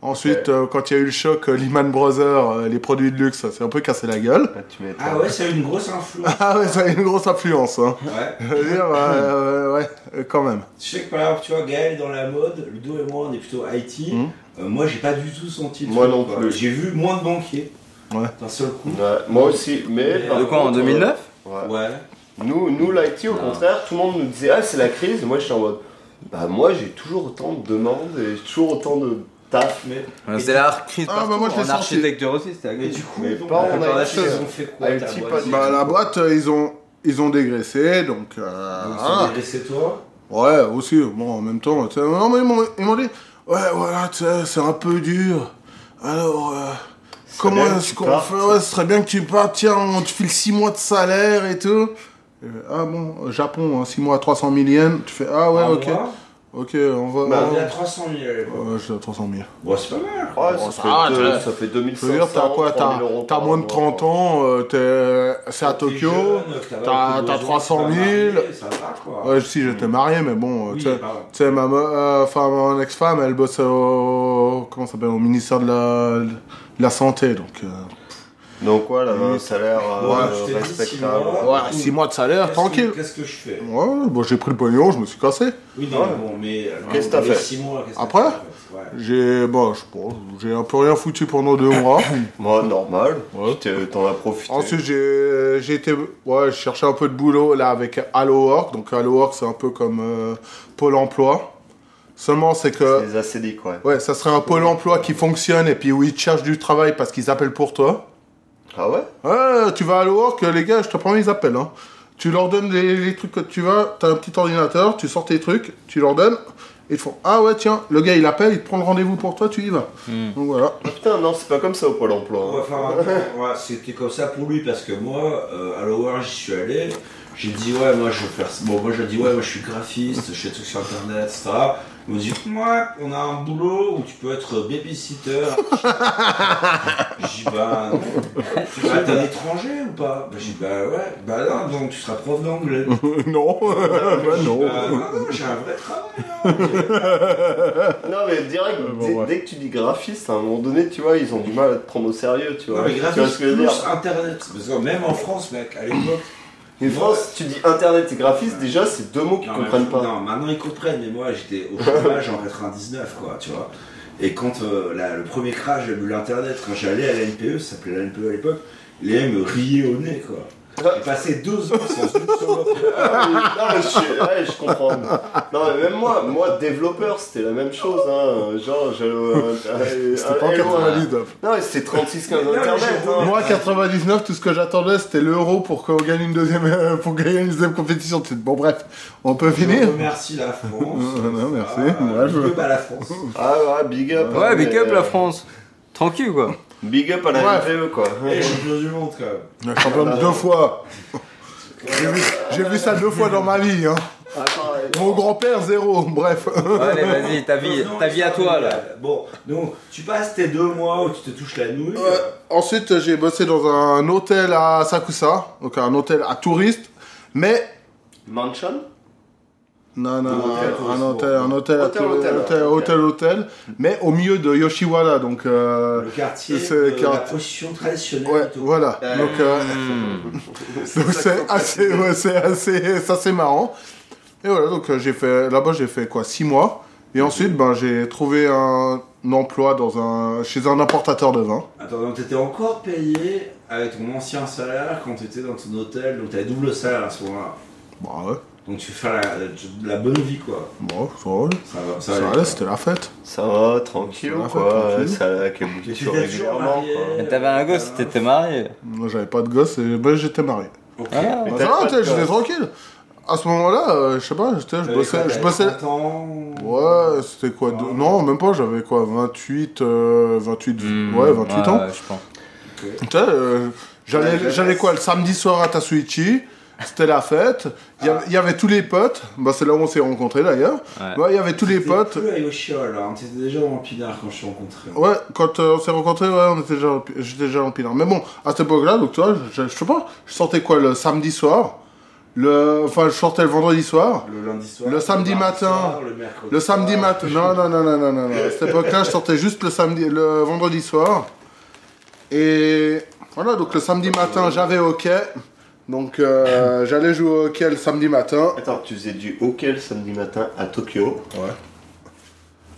[SPEAKER 3] Ensuite, euh, quand il y a eu le choc, euh, Lehman Brothers, euh, les produits de luxe, ça s'est un peu cassé la gueule. (laughs)
[SPEAKER 1] Ah ouais, ça a eu une grosse influence.
[SPEAKER 3] Ah ouais, ça a eu une grosse influence, hein.
[SPEAKER 1] Ouais.
[SPEAKER 3] Je veux dire, euh, ouais, euh, quand même.
[SPEAKER 1] Je sais que par exemple, tu vois, Gaël est dans la mode, Ludo et moi on est plutôt IT. Euh, moi j'ai pas du tout senti le
[SPEAKER 2] Moi
[SPEAKER 1] truc,
[SPEAKER 2] non
[SPEAKER 1] quoi.
[SPEAKER 2] plus.
[SPEAKER 1] J'ai vu moins de banquiers
[SPEAKER 3] Ouais.
[SPEAKER 1] d'un seul coup.
[SPEAKER 2] Ouais, moi aussi, mais.
[SPEAKER 1] De
[SPEAKER 2] par
[SPEAKER 12] quoi, en
[SPEAKER 2] contre,
[SPEAKER 12] 2009?
[SPEAKER 2] euh,
[SPEAKER 1] Ouais.
[SPEAKER 2] Nous, nous l'IT, au contraire, tout le monde nous disait Ah, c'est la crise. Et moi, je suis en mode Bah, moi, j'ai toujours autant de demandes et j'ai toujours autant de taf.
[SPEAKER 1] Mais,
[SPEAKER 12] Ouais, C'est la crise
[SPEAKER 3] Ah,
[SPEAKER 12] partout,
[SPEAKER 3] bah, moi, je l'ai
[SPEAKER 12] en
[SPEAKER 3] senti.
[SPEAKER 12] architecture aussi, c'était
[SPEAKER 1] Mais du coup,
[SPEAKER 2] Mais
[SPEAKER 1] donc,
[SPEAKER 2] pas en
[SPEAKER 1] la
[SPEAKER 2] IT,
[SPEAKER 1] chose,
[SPEAKER 2] euh,
[SPEAKER 1] ils ont fait quoi
[SPEAKER 2] IT,
[SPEAKER 1] ta boîte
[SPEAKER 2] pas du
[SPEAKER 3] Bah, la boîte, euh, ils ont, ils ont dégraissé, donc. euh,
[SPEAKER 1] Donc,
[SPEAKER 3] voilà.
[SPEAKER 1] ça intéressait toi
[SPEAKER 3] Ouais, aussi, bon, en même temps, tu sais, non, mais ils m'ont- ils m'ont dit, ouais, voilà, tu sais, c'est un peu dur. Alors, euh, comment
[SPEAKER 2] bien que
[SPEAKER 3] est-ce
[SPEAKER 2] tu
[SPEAKER 3] qu'on
[SPEAKER 2] partes.
[SPEAKER 3] fait Ouais, ce serait bien que tu partes, tiens, on te file 6 mois de salaire et tout. Et, ah bon, euh, Japon, 6 mois à 300 000 yens, tu fais, ah ouais,
[SPEAKER 1] Un
[SPEAKER 3] ok.
[SPEAKER 1] mois
[SPEAKER 3] Ok, on va.
[SPEAKER 1] Bah,
[SPEAKER 3] on-
[SPEAKER 1] on est à 300 000. ouais.
[SPEAKER 3] Ouais, je suis à 300 000.
[SPEAKER 1] Bon, c'est pas mal.
[SPEAKER 2] Ouais,
[SPEAKER 3] Bon,
[SPEAKER 2] ça,
[SPEAKER 3] ça va,
[SPEAKER 2] fait deux-
[SPEAKER 3] t'as-
[SPEAKER 2] ça fait
[SPEAKER 3] Je veux dire,
[SPEAKER 2] 2500
[SPEAKER 3] t'as quoi T'as
[SPEAKER 2] 3000 euros
[SPEAKER 3] t'as
[SPEAKER 2] par
[SPEAKER 3] moins de
[SPEAKER 2] mois,
[SPEAKER 3] 30
[SPEAKER 2] quoi.
[SPEAKER 3] ans, euh, t'es- c'est à
[SPEAKER 1] T'es
[SPEAKER 3] Tokyo,
[SPEAKER 1] jeune, t'as pas
[SPEAKER 3] t'as
[SPEAKER 1] beaucoup de
[SPEAKER 3] t'as
[SPEAKER 1] besoins,
[SPEAKER 3] 300
[SPEAKER 1] t'es
[SPEAKER 3] 000.
[SPEAKER 1] pas marié, Ça va quoi.
[SPEAKER 3] Ouais, Ah, si j'étais marié, mais bon, euh,
[SPEAKER 1] Oui,
[SPEAKER 3] tu sais-
[SPEAKER 1] pardon.
[SPEAKER 3] tu sais, ma, me- euh, enfin, mon ex-femme, elle bosse au, comment ça s'appelle, au ministère de la, de la Santé, donc. euh,
[SPEAKER 2] Donc, voilà, un salaire euh,
[SPEAKER 1] je t'ai dit,
[SPEAKER 2] respectable.
[SPEAKER 1] six mois.
[SPEAKER 3] ouais, 6 mois de salaire,
[SPEAKER 1] Qu'est-ce que-
[SPEAKER 3] tranquille.
[SPEAKER 1] Qu'est-ce que je fais
[SPEAKER 3] Ouais, bon, j'ai pris le pognon, je me suis cassé.
[SPEAKER 1] Oui, non, mais bon, mais. alors,
[SPEAKER 2] Qu'est-ce que t'as
[SPEAKER 1] les
[SPEAKER 2] fait
[SPEAKER 1] six mois, qu'est-ce que
[SPEAKER 3] Après
[SPEAKER 1] t'as fait Ouais.
[SPEAKER 3] J'ai, bon, je pense, j'ai un peu rien foutu pendant deux mois.
[SPEAKER 2] Moi, normal. Tu t'es- T'en as profité.
[SPEAKER 3] Ensuite, j'ai j'ai été. Ouais, je cherchais un peu de boulot là avec Allo Work. Donc, Allo Work, c'est un peu comme euh, Pôle emploi. Seulement, c'est que.
[SPEAKER 1] euh,
[SPEAKER 2] les ACD, quoi.
[SPEAKER 3] Ouais, ça serait un Pôle emploi qui fonctionne et puis où ils te cherchent du travail parce qu'ils appellent pour toi.
[SPEAKER 2] Ah ouais
[SPEAKER 3] Ouais, tu vas à Allo Work, les gars, je te promets, ils appellent. hein. Tu leur donnes les, les trucs que tu vas, t'as un petit ordinateur, tu sors tes trucs, tu leur donnes, ils te font Ah ouais, tiens, le gars il appelle, il te prend le rendez-vous pour toi, tu y vas. Donc voilà.
[SPEAKER 2] Ah, Putain, non, c'est pas comme ça au Pôle emploi. hein.
[SPEAKER 1] Ouais, enfin, ouais, c'était comme ça pour lui parce que moi, euh, à Lower, j'y suis allé. J'ai dit ouais moi je veux faire ça. bon moi je dis ouais moi je suis graphiste, je fais des trucs sur internet, etc. Ils m'ont dit ouais on a un boulot où tu peux être babysitter. (laughs) J'ai dit
[SPEAKER 3] (laughs)
[SPEAKER 1] bah non. J'ai dit, bah, t'es un étranger ou pas Bah j'ai dit bah ouais, bah non, donc tu seras prof d'anglais.
[SPEAKER 3] (laughs) non, bah
[SPEAKER 1] J'ai dit,
[SPEAKER 3] non.
[SPEAKER 1] Bah, non, non, j'ai un vrai travail.
[SPEAKER 2] Non mais direct,
[SPEAKER 1] bon,
[SPEAKER 2] dès,
[SPEAKER 1] ouais.
[SPEAKER 2] dès que tu dis graphiste, à un moment donné, tu vois, ils ont du mal à te prendre au sérieux, tu vois.
[SPEAKER 1] Non mais
[SPEAKER 2] Tu vois
[SPEAKER 1] graphiste
[SPEAKER 2] ce que je veux
[SPEAKER 1] plus
[SPEAKER 2] dire
[SPEAKER 1] internet. Parce que même en France mec, à l'époque.
[SPEAKER 2] Mais France, tu dis internet et graphiste, déjà, c'est deux mots qu'ils
[SPEAKER 1] Non,
[SPEAKER 2] comprennent
[SPEAKER 1] mais-
[SPEAKER 2] pas.
[SPEAKER 1] Non, maintenant ils comprennent, mais moi j'étais au chômage en 99, quoi, tu vois. Et quand euh, la- le premier crash de l'internet, quand j'allais à l'ANPE, E, ça s'appelait l'ANPE à l'époque, les gens me riaient au nez, quoi. J'ai passé deux ans sans une seule offre.
[SPEAKER 2] Ah, mais- non, mais je, suis- ouais, je comprends. Non, mais même moi, moi, développeur, c'était la même chose. Hein. Genre, euh, j'allais au- à- à-
[SPEAKER 3] C'était pas en
[SPEAKER 2] à-
[SPEAKER 3] 99.
[SPEAKER 2] Non, mais c'était 36-15
[SPEAKER 3] Non, mais
[SPEAKER 2] internet.
[SPEAKER 3] je-
[SPEAKER 2] hein.
[SPEAKER 3] Moi, 99, tout ce que j'attendais, c'était l'euro pour qu'on gagne une deuxième, euh, pour gagner une deuxième compétition. C'est- Bon, bref, on peut
[SPEAKER 1] Je
[SPEAKER 3] finir.
[SPEAKER 1] remercie la
[SPEAKER 3] (laughs)
[SPEAKER 1] France.
[SPEAKER 3] Non, non, merci.
[SPEAKER 1] Ah,
[SPEAKER 3] Moi, je-
[SPEAKER 1] big up à la
[SPEAKER 3] (laughs)
[SPEAKER 1] France.
[SPEAKER 2] Ah ouais, big up.
[SPEAKER 12] Ouais,
[SPEAKER 2] hein,
[SPEAKER 12] big
[SPEAKER 2] mais,
[SPEAKER 12] up
[SPEAKER 2] euh,
[SPEAKER 12] la France. Tranquille quoi.
[SPEAKER 2] Big up à la
[SPEAKER 3] Bref.
[SPEAKER 2] NPE, quoi.
[SPEAKER 1] Et champion du monde, quand même.
[SPEAKER 3] La championne deux fois. J'ai vu, j'ai vu ça deux fois dans ma vie. hein. Mon grand-père, zéro. Bref.
[SPEAKER 12] Allez, vas-y, ta vie, ta vie à toi là.
[SPEAKER 1] Bon, donc tu passes tes deux mois où tu te touches la nouille.
[SPEAKER 3] Ensuite, j'ai bossé dans un hôtel à Sakusa, donc un hôtel à touristes, mais (laughs)
[SPEAKER 2] Mansion
[SPEAKER 3] Non, non,
[SPEAKER 2] Ou hôtel,
[SPEAKER 3] un,
[SPEAKER 2] tourisme.
[SPEAKER 3] hôtel, un hôtel,
[SPEAKER 2] Hôtel, hôtel,
[SPEAKER 3] un hôtel,
[SPEAKER 2] ok.
[SPEAKER 3] hôtel, hôtel, mais au milieu de Yoshiwara, donc euh,
[SPEAKER 1] Le quartier,
[SPEAKER 3] c'est
[SPEAKER 1] de
[SPEAKER 3] le
[SPEAKER 1] la
[SPEAKER 3] quartier.
[SPEAKER 1] position traditionnelle.
[SPEAKER 3] Ouais, voilà.
[SPEAKER 1] Euh,
[SPEAKER 3] Donc, euh,
[SPEAKER 12] Hmm.
[SPEAKER 3] (laughs) donc c'est assez, ouais, c'est assez, ça c'est marrant. Et voilà, donc euh, j'ai fait, là-bas j'ai fait quoi, six mois. Et ensuite, ben j'ai trouvé un emploi dans un, chez un importateur de vin.
[SPEAKER 1] Attends, donc t'étais encore payé avec ton ancien salaire quand t'étais dans ton hôtel, donc t'avais double salaire à ce moment-là.
[SPEAKER 3] Bah ouais.
[SPEAKER 1] Donc tu fais la, la bonne vie quoi.
[SPEAKER 3] Bon, ça va,
[SPEAKER 1] Ça va,
[SPEAKER 3] ça
[SPEAKER 1] ça va.
[SPEAKER 3] allait, c'était la fête.
[SPEAKER 2] Ça va, tranquille,
[SPEAKER 3] Ça va,
[SPEAKER 2] quoi.
[SPEAKER 3] tranquille.
[SPEAKER 2] Ça avec les boutiques régulièrement, quoi.
[SPEAKER 12] T'avais un gosse, t'étais marié.
[SPEAKER 3] Moi, j'avais pas de gosse, et ben, j'étais marié.
[SPEAKER 12] Ah,
[SPEAKER 3] Bah,
[SPEAKER 12] ouais.
[SPEAKER 3] ça va, tu sais, j'étais tranquille. À ce moment-là, euh, je sais pas, j'étais- je
[SPEAKER 1] T'avais
[SPEAKER 3] bossais.
[SPEAKER 1] quoi,
[SPEAKER 3] Je
[SPEAKER 1] t'avais
[SPEAKER 3] bossais...
[SPEAKER 1] 30 ans
[SPEAKER 3] Ouais, c'était quoi deux- Non, même pas, j'avais quoi 28, euh, 28, ouais, 28 ans.
[SPEAKER 12] Hmm. je pense.
[SPEAKER 3] Tu sais, euh,
[SPEAKER 2] Ouais,
[SPEAKER 3] j'allais
[SPEAKER 2] jeunesse.
[SPEAKER 3] j'allais quoi le samedi soir à Tatsuichi c'était la fête, il y, avait, il y avait tous les potes, bah c'est là où on s'est rencontrés d'ailleurs. Ouais, il y avait tous les
[SPEAKER 1] T'étais
[SPEAKER 3] potes.
[SPEAKER 1] plus à Yoshiol, hein. t'étais déjà dans Pinard quand je suis rencontré.
[SPEAKER 3] Ouais, quand euh, on s'est rencontrés, ouais, on était déjà, en- j'étais déjà en pinard. Mais bon, à cette époque-là, donc tu vois, je, je sais pas, je sortais quoi le samedi soir, le, enfin je sortais le vendredi soir,
[SPEAKER 1] Le lundi soir.
[SPEAKER 3] Le samedi
[SPEAKER 1] mardi
[SPEAKER 3] matin.
[SPEAKER 1] soir, le mercredi.
[SPEAKER 3] Le
[SPEAKER 12] Ah,
[SPEAKER 3] samedi
[SPEAKER 1] soir.
[SPEAKER 3] matin. Non, non, non, non, non, non. non. À cette époque-là, je sortais juste le samedi, le vendredi soir. Et voilà, donc le samedi matin, j'avais hockey. Donc euh, j'allais jouer au hockey le samedi matin.
[SPEAKER 2] Attends, tu faisais du hockey le samedi matin à Tokyo.
[SPEAKER 3] Ouais.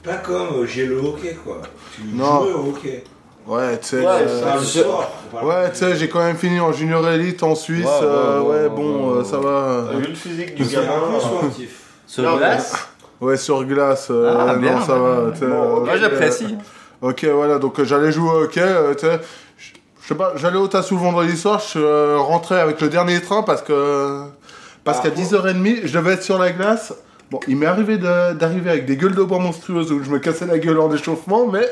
[SPEAKER 1] Pas comme euh, j'ai le hockey quoi. Tu
[SPEAKER 3] Non.
[SPEAKER 1] jouais au hockey.
[SPEAKER 3] Ouais, tu sais.
[SPEAKER 1] Ouais,
[SPEAKER 3] euh,
[SPEAKER 1] ça, le
[SPEAKER 3] je-
[SPEAKER 1] soir. on parle
[SPEAKER 3] Ouais, tu sais, j'ai quand même fini en junior élite en Suisse.
[SPEAKER 2] Ouais, ouais,
[SPEAKER 3] euh,
[SPEAKER 2] ouais,
[SPEAKER 3] Ouais,
[SPEAKER 2] ouais,
[SPEAKER 3] bon,
[SPEAKER 2] ouais,
[SPEAKER 3] euh,
[SPEAKER 2] ouais.
[SPEAKER 3] ça va.
[SPEAKER 2] T'as vu le physique du
[SPEAKER 1] de- C'est un
[SPEAKER 2] gamin
[SPEAKER 1] peu sportif.
[SPEAKER 12] Sur
[SPEAKER 2] Non,
[SPEAKER 12] glace
[SPEAKER 3] Ouais, sur glace. euh,
[SPEAKER 12] Ah, bien,
[SPEAKER 3] non, ça
[SPEAKER 12] ouais,
[SPEAKER 3] va.
[SPEAKER 12] ouais.
[SPEAKER 3] tu sais,
[SPEAKER 2] Bon,
[SPEAKER 3] euh,
[SPEAKER 12] Moi
[SPEAKER 3] ok,
[SPEAKER 12] j'apprécie.
[SPEAKER 3] Ok, voilà, donc euh, j'allais jouer au hockey, euh, tu sais, je- je sais pas, j'allais au Tassou le vendredi soir, je euh, rentrais avec le dernier train parce que. Parce
[SPEAKER 1] Ah,
[SPEAKER 3] qu'à
[SPEAKER 1] bon.
[SPEAKER 3] 10h30, je devais être sur la glace. Bon, il m'est arrivé de- d'arriver avec des gueules de bois monstrueuses où je me cassais la gueule en échauffement, mais.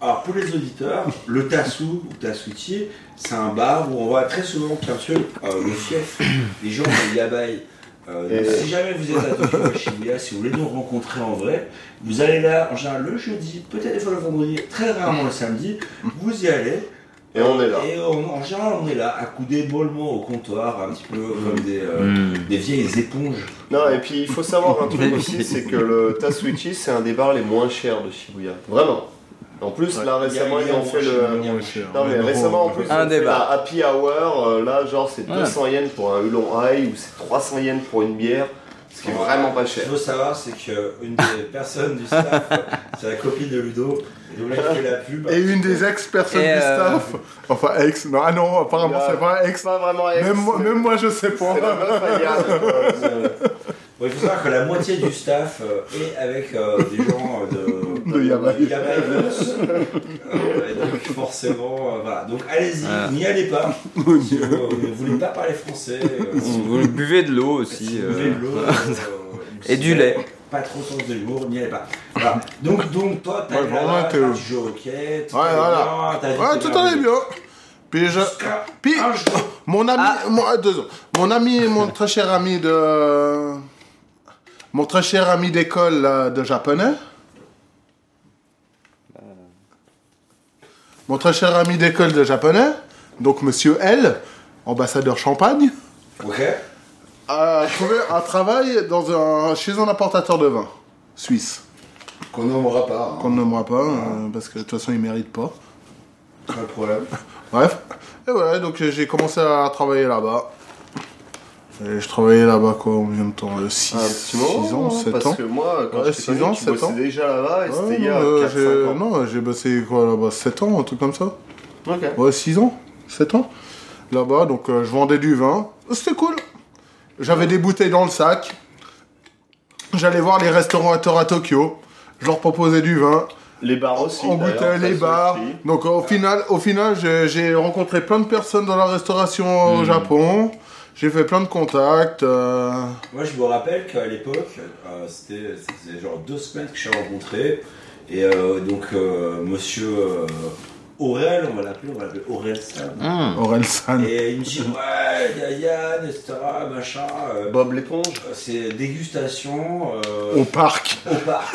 [SPEAKER 1] Alors pour les auditeurs, le tassou ou tassoutier, c'est un bar où on voit très souvent bien sûr euh, le fief, les gens qui yabaillent. Euh, donc,
[SPEAKER 2] Et-
[SPEAKER 1] Si jamais vous êtes à Tokyo à Shibuya, si vous voulez nous rencontrer en vrai, vous allez là en général le jeudi, peut-être des fois le vendredi, très rarement le samedi, vous y allez.
[SPEAKER 2] Et on est là.
[SPEAKER 1] Et on- en général, on est là, accoudés mollement au comptoir, un petit peu comme des, euh,
[SPEAKER 12] Hmm.
[SPEAKER 1] des vieilles éponges.
[SPEAKER 2] Non, et puis il faut savoir un truc aussi, c'est que le Tatsuichi, c'est un des bars les moins chers de Shibuya. Vraiment. En plus, là récemment, ils ont fait le. Non, mais récemment, en plus, ils
[SPEAKER 12] Un
[SPEAKER 2] ont
[SPEAKER 12] des
[SPEAKER 2] fait
[SPEAKER 12] bars.
[SPEAKER 2] la Happy Hour. euh, Là, genre, c'est
[SPEAKER 12] Ouais.
[SPEAKER 2] 200 yens pour un Oolong High ou c'est 300 yens pour une bière, ce qui est vraiment pas
[SPEAKER 1] Ce
[SPEAKER 2] cher.
[SPEAKER 1] qu'il faut savoir, c'est qu'une des personnes du staff, c'est la copine de Ludo, et donc là, il fait la pub.
[SPEAKER 3] Et une des ex-personnes
[SPEAKER 12] Et,
[SPEAKER 3] du
[SPEAKER 12] euh,
[SPEAKER 3] staff. Enfin, ex, non, ah non, apparemment, c'est pas ex.
[SPEAKER 2] Pas vraiment ex.
[SPEAKER 3] Même, moi,
[SPEAKER 2] mais
[SPEAKER 3] même moi, je sais pas. Ah,
[SPEAKER 2] C'est la meuf à Yann, quoi.
[SPEAKER 1] Bon, Euh, il faut savoir que la moitié du staff euh, est avec euh, des gens euh, de,
[SPEAKER 3] De Yabai.
[SPEAKER 1] Yabai Boss. Euh, et donc forcément, euh, voilà. Donc allez-y,
[SPEAKER 12] Ah.
[SPEAKER 1] n'y allez pas. Si vous, euh, ne voulez pas parler français, euh,
[SPEAKER 12] Si Vous buvez de l'eau
[SPEAKER 1] si
[SPEAKER 12] aussi.
[SPEAKER 1] vous
[SPEAKER 12] euh.
[SPEAKER 1] voulez de l'eau, euh,
[SPEAKER 12] Et
[SPEAKER 1] si
[SPEAKER 12] du
[SPEAKER 1] vous avez
[SPEAKER 12] lait.
[SPEAKER 1] Pas trop sens de l'humour, n'y allez pas. Voilà. Donc, donc toi, t'as là,
[SPEAKER 3] Ouais, vraiment, t'es-
[SPEAKER 1] tu joues au hockey, tout
[SPEAKER 3] Ouais,
[SPEAKER 1] allait
[SPEAKER 3] voilà.
[SPEAKER 1] bien, ta vie
[SPEAKER 3] Ouais,
[SPEAKER 1] t'est
[SPEAKER 3] tout allait bien. Puis, je- puis
[SPEAKER 1] Ah,
[SPEAKER 3] mon ami, mon, ah, deux secondes. mon ami, mon très cher ami de, mon très cher ami d'école là, de japonais. Mon très cher ami d'école de japonais, donc Monsieur L, ambassadeur Champagne,
[SPEAKER 1] Ok.
[SPEAKER 3] a trouvé un travail dans un, chez un importateur de vin suisse.
[SPEAKER 1] Qu'on nommera pas.
[SPEAKER 3] Qu'on nommera pas, hein. euh, parce que de toute façon il mérite pas.
[SPEAKER 1] Pas de problème.
[SPEAKER 3] Bref. Et voilà, donc euh, j'ai commencé à travailler là-bas. Et je travaillais là-bas quoi, combien de temps 6
[SPEAKER 2] Un petit moment,
[SPEAKER 3] ans,
[SPEAKER 2] hein,
[SPEAKER 3] 7
[SPEAKER 2] parce
[SPEAKER 3] ans
[SPEAKER 2] que moi, quand
[SPEAKER 3] Ouais,
[SPEAKER 2] j'étais
[SPEAKER 3] six
[SPEAKER 2] connu,
[SPEAKER 3] ans,
[SPEAKER 2] tu
[SPEAKER 3] sept
[SPEAKER 2] bossais
[SPEAKER 3] ans.
[SPEAKER 2] déjà là-bas, et c'était
[SPEAKER 3] Ouais,
[SPEAKER 2] il y a
[SPEAKER 3] non, euh,
[SPEAKER 2] 4-5
[SPEAKER 3] j'ai-
[SPEAKER 2] ans.
[SPEAKER 3] Non, j'ai bossé quoi là-bas 7 ans, un truc comme ça.
[SPEAKER 2] Ok.
[SPEAKER 3] Ouais, 6 ans 7 ans Là-bas, donc euh, je vendais du vin. C'était cool. J'avais des bouteilles dans le sac. J'allais voir les restaurateurs à Tokyo. Je leur proposais du vin.
[SPEAKER 2] Les bars aussi.
[SPEAKER 3] On
[SPEAKER 2] d'ailleurs,
[SPEAKER 3] goûtait les
[SPEAKER 2] ça, c'est
[SPEAKER 3] bars.
[SPEAKER 2] aussi.
[SPEAKER 3] Donc au final, au final, j'ai- j'ai rencontré plein de personnes dans la restauration
[SPEAKER 1] Hmm.
[SPEAKER 3] au Japon. J'ai fait plein de contacts. euh,
[SPEAKER 1] Moi, je me rappelle qu'à l'époque, euh, c'était ça faisait genre deux semaines que je suis rencontré. Et euh, donc, euh, monsieur euh, Aurel, on va l'appeler, on va l'appeler Aurel San.
[SPEAKER 3] Aurel San.
[SPEAKER 1] Et il me dit, ouais, il y a Yann, etc., machin. euh,
[SPEAKER 2] Bob l'éponge.
[SPEAKER 1] C'est dégustation. euh,
[SPEAKER 3] Au parc.
[SPEAKER 1] Au
[SPEAKER 3] (laughs)
[SPEAKER 1] parc.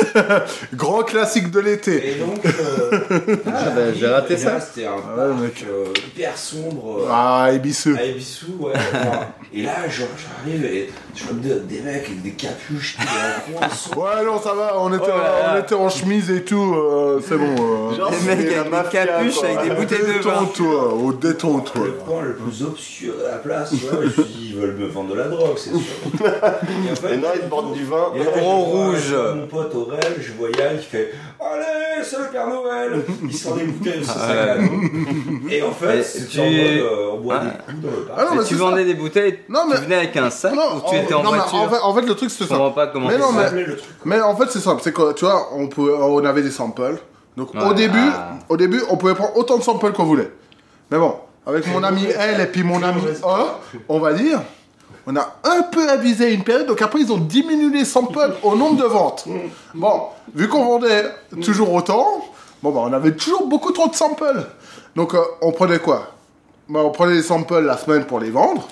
[SPEAKER 3] Grand classique de l'été.
[SPEAKER 1] Et donc, euh,
[SPEAKER 3] Ah, bah, j'ai raté
[SPEAKER 1] et là,
[SPEAKER 3] ça.
[SPEAKER 1] C'était un
[SPEAKER 3] Ah
[SPEAKER 1] parc
[SPEAKER 3] ouais,
[SPEAKER 1] euh, hyper sombre. euh,
[SPEAKER 3] Ah, Ebisu.
[SPEAKER 1] à Ebisu, ouais. enfin, (laughs) et là, genre, j'arrive et je vois des, des mecs avec des capuches qui ont un coin
[SPEAKER 3] (laughs)
[SPEAKER 1] sombre.
[SPEAKER 3] Ouais, non, ça va,
[SPEAKER 1] Oh
[SPEAKER 3] on était, on était en chemise et tout, euh, c'est bon. euh.
[SPEAKER 1] Genre, Des mecs c'était la avec des mafia, capuches, quoi. avec des bouteilles de vin.
[SPEAKER 3] Détends-toi, oh, détends-toi.
[SPEAKER 1] Le coin le plus obscur de la place, tu vois, je me suis dit, ils veulent me vendre de la drogue, c'est sûr.
[SPEAKER 3] (laughs)
[SPEAKER 1] Et, en fait,
[SPEAKER 2] Et non, ils te vendent du vin
[SPEAKER 1] et là, je
[SPEAKER 2] en
[SPEAKER 1] vois-
[SPEAKER 2] rouge.
[SPEAKER 1] je vois Mon pote Aurel, je vois Yann qui fait Allez, c'est le Père Noël Il sort des bouteilles de ce sac à dos. Et en fait,
[SPEAKER 12] Et
[SPEAKER 1] c'était
[SPEAKER 12] tu-
[SPEAKER 1] en mode, euh, on boit
[SPEAKER 12] Ah.
[SPEAKER 1] des coups dans le parc.
[SPEAKER 3] Ah non,
[SPEAKER 12] Mais
[SPEAKER 3] mais
[SPEAKER 12] tu
[SPEAKER 3] c'est
[SPEAKER 12] vendais des bouteilles,
[SPEAKER 3] mais-
[SPEAKER 12] tu venais avec un sac
[SPEAKER 3] Non,
[SPEAKER 12] ou tu
[SPEAKER 3] en-
[SPEAKER 12] étais en
[SPEAKER 3] non, mais
[SPEAKER 12] voiture
[SPEAKER 3] en fait, en fait, le truc, c'est
[SPEAKER 12] Je
[SPEAKER 3] ça.
[SPEAKER 12] comprends pas comment
[SPEAKER 3] mais
[SPEAKER 12] c'est
[SPEAKER 3] non,
[SPEAKER 12] ça.
[SPEAKER 3] mais, mais en fait, c'est simple, c'est que tu vois, on, pouvait- on avait des samples. Donc au,
[SPEAKER 12] Ouais,
[SPEAKER 3] début,
[SPEAKER 12] ah.
[SPEAKER 3] au début, on pouvait prendre autant de samples qu'on voulait. Mais bon, avec mon (laughs) ami L et puis mon ami A, on va dire, on a un peu abusé une période, donc après ils ont diminué les samples au nombre de ventes. Bon, vu qu'on vendait toujours autant, bon bah on avait toujours beaucoup trop de samples. Donc euh, on prenait quoi bah, On prenait les samples la semaine pour les vendre,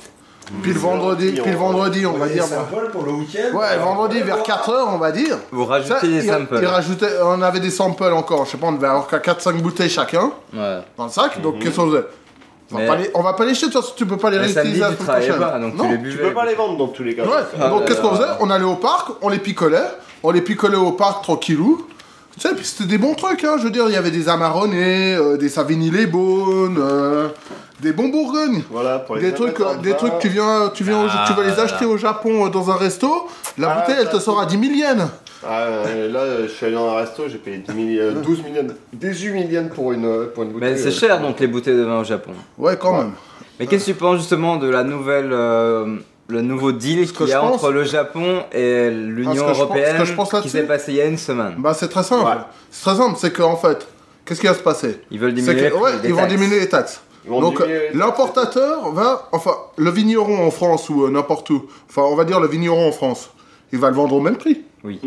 [SPEAKER 3] puis le vendredi, Mmh. puis le vendredi on va dire... bah,
[SPEAKER 1] Saint-Paul pour le week-end.
[SPEAKER 3] Ouais, vendredi vers 4h, on va dire.
[SPEAKER 12] Vous rajoutez des
[SPEAKER 3] il-
[SPEAKER 12] samples.
[SPEAKER 3] il rajoutait- on avait des samples encore, je sais pas, on devait avoir qu'à 4-5 bouteilles chacun
[SPEAKER 12] Ouais.
[SPEAKER 3] dans le sac, donc
[SPEAKER 12] Mhm.
[SPEAKER 3] qu'est-ce qu'on faisait on va,
[SPEAKER 12] Mais-
[SPEAKER 3] pas les, on va pas les jeter, de toute façon, tu peux pas les
[SPEAKER 12] Mais
[SPEAKER 3] réutiliser
[SPEAKER 12] samedi,
[SPEAKER 3] la
[SPEAKER 12] tu
[SPEAKER 3] semaine
[SPEAKER 12] travaillais
[SPEAKER 3] prochaine.
[SPEAKER 12] pas, donc tu
[SPEAKER 3] Non.
[SPEAKER 12] les
[SPEAKER 2] Tu peux pas les vendre dans tous les cas.
[SPEAKER 3] Ouais,
[SPEAKER 2] Ah,
[SPEAKER 3] donc
[SPEAKER 2] là,
[SPEAKER 3] qu'est-ce
[SPEAKER 2] là,
[SPEAKER 3] qu'on faisait
[SPEAKER 2] là.
[SPEAKER 3] On allait au parc, on les picolait, on les picolait au parc tranquillou. Tu sais, puis c'était des bons trucs, hein. Je veux dire, il y avait des amaronnés, euh, des savigny les bones, des bons bourgognes.
[SPEAKER 2] Voilà, pour les
[SPEAKER 3] des trucs, euh, des trucs, tu viens, tu viens, au-
[SPEAKER 2] Ah,
[SPEAKER 3] tu vas les
[SPEAKER 2] là,
[SPEAKER 3] acheter
[SPEAKER 2] là.
[SPEAKER 3] au Japon euh, dans un resto, la
[SPEAKER 2] Ah,
[SPEAKER 3] bouteille, elle
[SPEAKER 2] ça,
[SPEAKER 3] te sort à 10 000 yens.
[SPEAKER 2] Ah, euh, là, euh, je suis allé dans un resto, j'ai payé 10 000, euh, 12 000 yens- 18 000 yens pour une, euh, pour une bouteille.
[SPEAKER 12] Mais c'est cher donc les bouteilles de vin au Japon.
[SPEAKER 3] Ouais, quand même.
[SPEAKER 12] Mais qu'est-ce que tu penses justement de la nouvelle, euh, le nouveau deal qu'il y
[SPEAKER 3] je
[SPEAKER 12] a
[SPEAKER 3] pense-
[SPEAKER 12] entre le Japon
[SPEAKER 3] Ah,
[SPEAKER 12] et
[SPEAKER 3] ce
[SPEAKER 12] l'Union
[SPEAKER 3] que je pense- ce
[SPEAKER 12] européenne
[SPEAKER 3] que je pense
[SPEAKER 12] qui
[SPEAKER 3] là-dessus-
[SPEAKER 12] s'est passé il y a une semaine
[SPEAKER 3] Bah c'est très simple. C'est très simple, c'est qu'en fait, qu'est-ce qui va se passer
[SPEAKER 12] Ils veulent
[SPEAKER 3] C'est
[SPEAKER 12] diminuer
[SPEAKER 3] que-
[SPEAKER 12] les prix,
[SPEAKER 3] ouais,
[SPEAKER 12] les
[SPEAKER 3] ils vont
[SPEAKER 12] taxes.
[SPEAKER 3] diminuer les taxes.
[SPEAKER 12] Ils vont
[SPEAKER 3] Donc
[SPEAKER 12] diminuer
[SPEAKER 3] euh,
[SPEAKER 12] les
[SPEAKER 3] l'importateur va, enfin le vigneron en France ou euh, n'importe où, enfin on va dire le vigneron en France, il va le vendre au même prix.
[SPEAKER 12] Oui.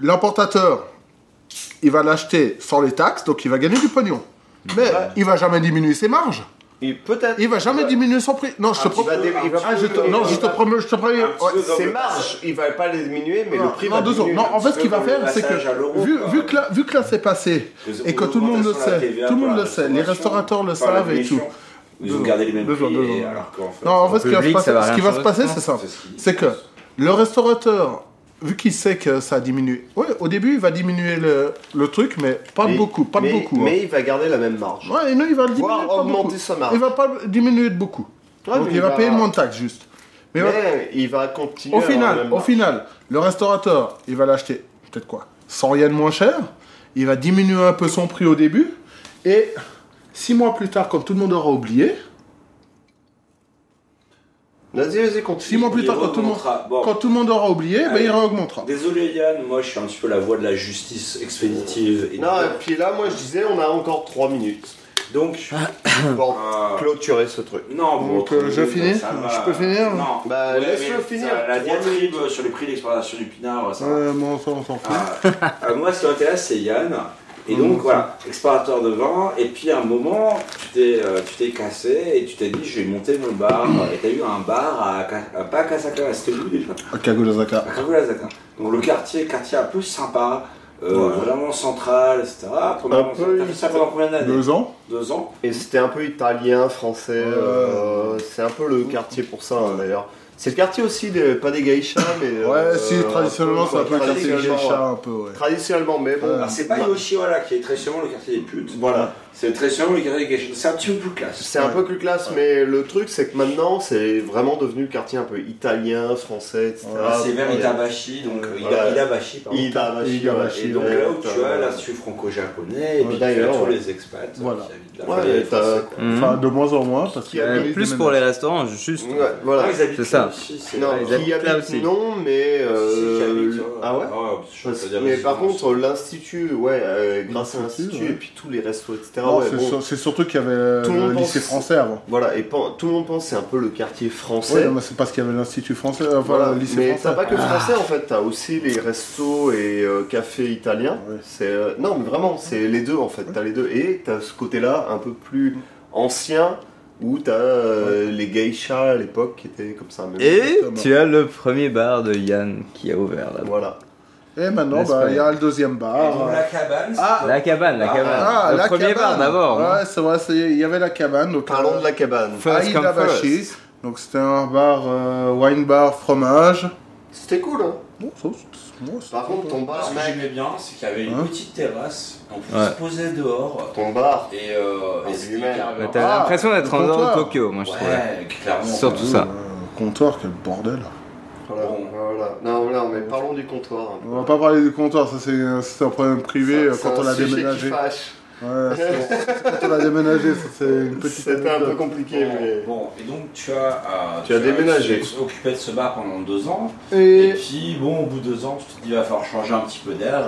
[SPEAKER 3] L'importateur, il va l'acheter sans les taxes, donc il va gagner du pognon. Mais il va jamais diminuer ses marges.
[SPEAKER 2] peut-être.
[SPEAKER 3] Il va jamais diminuer son prix. Non, je te promets. Ah, je te- Non, je te promets, je te promets. ouais.
[SPEAKER 2] Ses marges, il va pas les diminuer, mais
[SPEAKER 3] Non,
[SPEAKER 2] le prix
[SPEAKER 3] non,
[SPEAKER 2] va
[SPEAKER 3] deux secondes.
[SPEAKER 2] diminuer.
[SPEAKER 3] Non, en fait, ce qu'il va
[SPEAKER 2] Comme le
[SPEAKER 3] faire, c'est
[SPEAKER 2] passage à euh,
[SPEAKER 3] que
[SPEAKER 2] l'euro,
[SPEAKER 3] vu,
[SPEAKER 2] quoi.
[SPEAKER 3] vu que là, vu que là c'est passé et que tout le monde le
[SPEAKER 1] augmentation de la
[SPEAKER 3] sait,
[SPEAKER 1] TVA
[SPEAKER 3] tout le
[SPEAKER 1] pour
[SPEAKER 3] monde
[SPEAKER 1] la
[SPEAKER 3] le sait, les
[SPEAKER 1] restauration,
[SPEAKER 3] restaurateurs le
[SPEAKER 1] par la
[SPEAKER 3] savent et tout.
[SPEAKER 1] diminution. Ils ont gardé les mêmes
[SPEAKER 3] Deux
[SPEAKER 1] prix,
[SPEAKER 3] jours, deux
[SPEAKER 1] et
[SPEAKER 3] jours.
[SPEAKER 1] alors qu'en fait,
[SPEAKER 3] Non, en fait,
[SPEAKER 1] en
[SPEAKER 3] ce qui va se
[SPEAKER 1] public,
[SPEAKER 3] passer,
[SPEAKER 1] ça va
[SPEAKER 3] ce qui
[SPEAKER 1] rien
[SPEAKER 3] va
[SPEAKER 1] changer,
[SPEAKER 3] se passer,
[SPEAKER 1] non
[SPEAKER 3] c'est simple.
[SPEAKER 1] C'est ce qui-
[SPEAKER 3] C'est que le restaurateur, vu qu'il sait que ça diminue, ouais, au début, il va diminuer le, le truc, mais pas
[SPEAKER 2] Mais-
[SPEAKER 3] beaucoup, pas de
[SPEAKER 2] mais-
[SPEAKER 3] beaucoup.
[SPEAKER 2] Mais
[SPEAKER 3] hein.
[SPEAKER 2] il va garder la même marge.
[SPEAKER 3] Ouais, et non, il va le diminuer.
[SPEAKER 2] Voire
[SPEAKER 3] pas
[SPEAKER 2] augmenter
[SPEAKER 3] beaucoup.
[SPEAKER 2] sa marge.
[SPEAKER 3] Il va pas diminuer de beaucoup.
[SPEAKER 2] Ouais,
[SPEAKER 3] Donc,
[SPEAKER 2] mais
[SPEAKER 3] il va payer moins de taxes, juste. Mais
[SPEAKER 2] Mais,
[SPEAKER 3] voilà.
[SPEAKER 2] il va continuer.
[SPEAKER 3] Au
[SPEAKER 2] à avoir la
[SPEAKER 3] final,
[SPEAKER 2] même
[SPEAKER 3] au
[SPEAKER 2] marge.
[SPEAKER 3] final, le restaurateur, il va l'acheter peut-être quoi 100 yens moins cher, il va diminuer un peu son prix au début, et 6 mois plus tard, quand tout le monde aura oublié,
[SPEAKER 2] Vas-y, vas-y, continue.
[SPEAKER 3] 6 mois plus
[SPEAKER 1] Il
[SPEAKER 3] tard, quand tout, le monde,
[SPEAKER 1] remontera. Bon.
[SPEAKER 3] quand tout le monde aura oublié, ben,
[SPEAKER 1] Allez.
[SPEAKER 3] il réaugmentera.
[SPEAKER 1] Désolé Yann, moi je suis un petit peu la voix de la justice expéditive. Et
[SPEAKER 2] Non, euh, et puis là, moi, je disais, on a encore 3 minutes.
[SPEAKER 1] Donc,
[SPEAKER 3] Ah.
[SPEAKER 2] (coughs) pour clôturer ce truc.
[SPEAKER 1] Ah. Non, bon,
[SPEAKER 2] Donc, euh, je finis
[SPEAKER 1] ça va.
[SPEAKER 2] Je peux finir
[SPEAKER 1] Non.
[SPEAKER 2] Bah,
[SPEAKER 1] Ouais,
[SPEAKER 2] laisse-le
[SPEAKER 1] mais
[SPEAKER 2] finir.
[SPEAKER 1] ça, La
[SPEAKER 2] Trois
[SPEAKER 1] diatribe sur les prix d'exploitation du pinard, ça va. Ah,
[SPEAKER 3] Ouais, bon, ça, on s'en fout.
[SPEAKER 1] Euh, moi, ce qui m'intéresse, c'est Yann. Et donc voilà, explorateur de vin, et puis à un moment, tu t'es, euh, tu t'es cassé et tu t'es dit, je vais monter mon bar. Et t'as eu un bar à, Ka- à- pas à Kasaka, c'était où déjà
[SPEAKER 3] À Kagurazaka.
[SPEAKER 1] À Kagurazaka. Donc le quartier, quartier un peu sympa, euh,
[SPEAKER 3] Ouais.
[SPEAKER 1] vraiment central, etc. Pendant-
[SPEAKER 2] Un peu
[SPEAKER 1] t'as fait ça pendant combien d'années
[SPEAKER 3] Deux ans
[SPEAKER 1] Deux ans.
[SPEAKER 2] Et c'était un peu italien, français. euh, c'est un peu le quartier pour ça hein, d'ailleurs. C'est le quartier aussi, des- pas des geishas, mais.
[SPEAKER 3] Ouais,
[SPEAKER 2] euh,
[SPEAKER 3] si,
[SPEAKER 2] un
[SPEAKER 3] traditionnellement,
[SPEAKER 2] peu, quoi,
[SPEAKER 3] ça s'appelle un quartier
[SPEAKER 2] traditionnellement,
[SPEAKER 3] geisha,
[SPEAKER 2] ouais.
[SPEAKER 3] un peu, ouais.
[SPEAKER 2] Traditionnellement, mais bon. Bah,
[SPEAKER 1] Alors, Ah, c'est pas Yoshiwara qui est très sûrement le quartier des putes.
[SPEAKER 2] Voilà.
[SPEAKER 1] C'est très sûrement le quartier des geishas. C'est un petit peu plus classe.
[SPEAKER 2] C'est un peu plus classe, mais le truc, c'est que maintenant, c'est vraiment devenu le quartier un peu italien, français, etc.
[SPEAKER 1] Ah, c'est vers
[SPEAKER 2] Ouais.
[SPEAKER 1] Itabashi, donc euh, Ida-
[SPEAKER 2] Voilà.
[SPEAKER 1] Idabashi, pardon.
[SPEAKER 2] Idabashi,
[SPEAKER 1] Et donc
[SPEAKER 2] ouais,
[SPEAKER 1] là où tu
[SPEAKER 2] t'as-
[SPEAKER 1] as l'institut franco-japonais, et
[SPEAKER 2] Ouais,
[SPEAKER 1] puis tu as
[SPEAKER 2] Euh, d'ailleurs,
[SPEAKER 1] tous
[SPEAKER 2] ouais.
[SPEAKER 1] les expats.
[SPEAKER 3] Voilà.
[SPEAKER 1] Ouais,
[SPEAKER 2] t'as-
[SPEAKER 3] Enfin, de moins en moins, parce qu'il y a
[SPEAKER 12] Euh,
[SPEAKER 3] des-
[SPEAKER 12] hmm. Mmh. plus
[SPEAKER 3] des
[SPEAKER 12] pour les restaurants, juste.
[SPEAKER 2] Ouais,
[SPEAKER 1] Ah,
[SPEAKER 2] voilà.
[SPEAKER 12] C'est ça.
[SPEAKER 2] Non,
[SPEAKER 12] Ouais, ils
[SPEAKER 2] qui y
[SPEAKER 12] habitent là
[SPEAKER 2] habite,
[SPEAKER 12] aussi.
[SPEAKER 2] non, mais. euh,
[SPEAKER 1] Ah, Si, qui habite,
[SPEAKER 2] le-
[SPEAKER 1] ouais.
[SPEAKER 2] Ah ouais
[SPEAKER 1] je peux
[SPEAKER 2] Parce-
[SPEAKER 1] pas dire
[SPEAKER 2] Mais
[SPEAKER 1] les
[SPEAKER 2] par
[SPEAKER 1] références.
[SPEAKER 2] contre, l'institut, ouais, euh, grâce à l'institut,
[SPEAKER 3] ouais.
[SPEAKER 2] et puis tous les restos, etc.
[SPEAKER 3] Non,
[SPEAKER 2] ouais,
[SPEAKER 3] c'est
[SPEAKER 2] bon,
[SPEAKER 3] sur- c'est surtout qu'il y avait euh,
[SPEAKER 2] Tout le
[SPEAKER 3] le
[SPEAKER 2] monde
[SPEAKER 3] lycée
[SPEAKER 2] pense-
[SPEAKER 3] français avant.
[SPEAKER 2] Voilà, et pen- tout le monde pense que c'est un peu le quartier français.
[SPEAKER 3] Ouais, non, mais c'est parce qu'il y avait l'Institut français, euh, enfin,
[SPEAKER 2] Voilà,
[SPEAKER 3] le lycée
[SPEAKER 2] mais
[SPEAKER 3] français.
[SPEAKER 2] t'as pas que
[SPEAKER 3] Ah.
[SPEAKER 2] français en fait, t'as aussi les restos et euh, cafés italiens. C'est euh, non mais vraiment, c'est les deux en fait, t'as les deux et t'as ce côté-là un peu plus ancien où t'as euh, les geishas à l'époque qui étaient comme ça. mais-
[SPEAKER 12] Et tu as le premier bar de Yann qui a ouvert là.
[SPEAKER 2] Voilà.
[SPEAKER 3] Et maintenant,
[SPEAKER 12] N'est-ce
[SPEAKER 3] bah,
[SPEAKER 12] pas
[SPEAKER 3] il y a le deuxième bar.
[SPEAKER 1] La cabane,
[SPEAKER 3] Ah,
[SPEAKER 12] La cabane, la cabane.
[SPEAKER 3] Ah,
[SPEAKER 12] le
[SPEAKER 3] la
[SPEAKER 12] premier
[SPEAKER 3] cabane.
[SPEAKER 12] bar d'abord. non
[SPEAKER 3] Ouais, c'est vrai, c'est- il y avait la cabane. Donc, euh,
[SPEAKER 2] Parlons de la cabane.
[SPEAKER 12] First come
[SPEAKER 3] Aidabashi.
[SPEAKER 12] first.
[SPEAKER 3] Donc c'était un bar, euh, wine bar, fromage.
[SPEAKER 2] C'était cool hein.
[SPEAKER 3] Bon, ça, c'est- bon, c'est-
[SPEAKER 2] Par contre ton
[SPEAKER 17] Ce
[SPEAKER 2] bar,
[SPEAKER 17] que
[SPEAKER 2] mec,
[SPEAKER 17] j'aimais bien, c'est qu'il y avait une
[SPEAKER 3] Hein
[SPEAKER 17] petite terrasse, on pouvait
[SPEAKER 12] Ouais.
[SPEAKER 17] se poser dehors
[SPEAKER 2] ton bar.
[SPEAKER 17] et, euh, et c'était
[SPEAKER 2] lui-même.
[SPEAKER 17] carrément-
[SPEAKER 12] Bah, T'as
[SPEAKER 3] Ah,
[SPEAKER 12] l'impression
[SPEAKER 3] le
[SPEAKER 12] d'être en dehors de
[SPEAKER 3] comptoir.
[SPEAKER 12] Tokyo, moi je trouvais.
[SPEAKER 17] Ouais, clairement.
[SPEAKER 12] Surtout ça.
[SPEAKER 3] Le Euh, comptoir, quel bordel.
[SPEAKER 2] Voilà, voilà. Non, là, mais parlons du comptoir.
[SPEAKER 3] On va pas parler du comptoir, ça c'est c'est un problème privé euh,
[SPEAKER 2] C'est
[SPEAKER 3] quand
[SPEAKER 2] un
[SPEAKER 3] on l'a
[SPEAKER 2] sujet qui
[SPEAKER 3] déménagé.
[SPEAKER 2] fâche.
[SPEAKER 3] Ouais, c'est- c'est quand on l'a déménagé, ça c'est une petite.
[SPEAKER 2] C'était un peu
[SPEAKER 3] anecdote.
[SPEAKER 2] compliqué,
[SPEAKER 17] Bon,
[SPEAKER 2] mais.
[SPEAKER 17] bon, et donc tu as, euh,
[SPEAKER 2] Tu as déménagé.
[SPEAKER 17] Tu t'es occupé de ce bar pendant deux ans. Et,
[SPEAKER 3] Et
[SPEAKER 17] puis, bon, au bout de deux ans, tu te dis, il va falloir changer un petit peu d'air.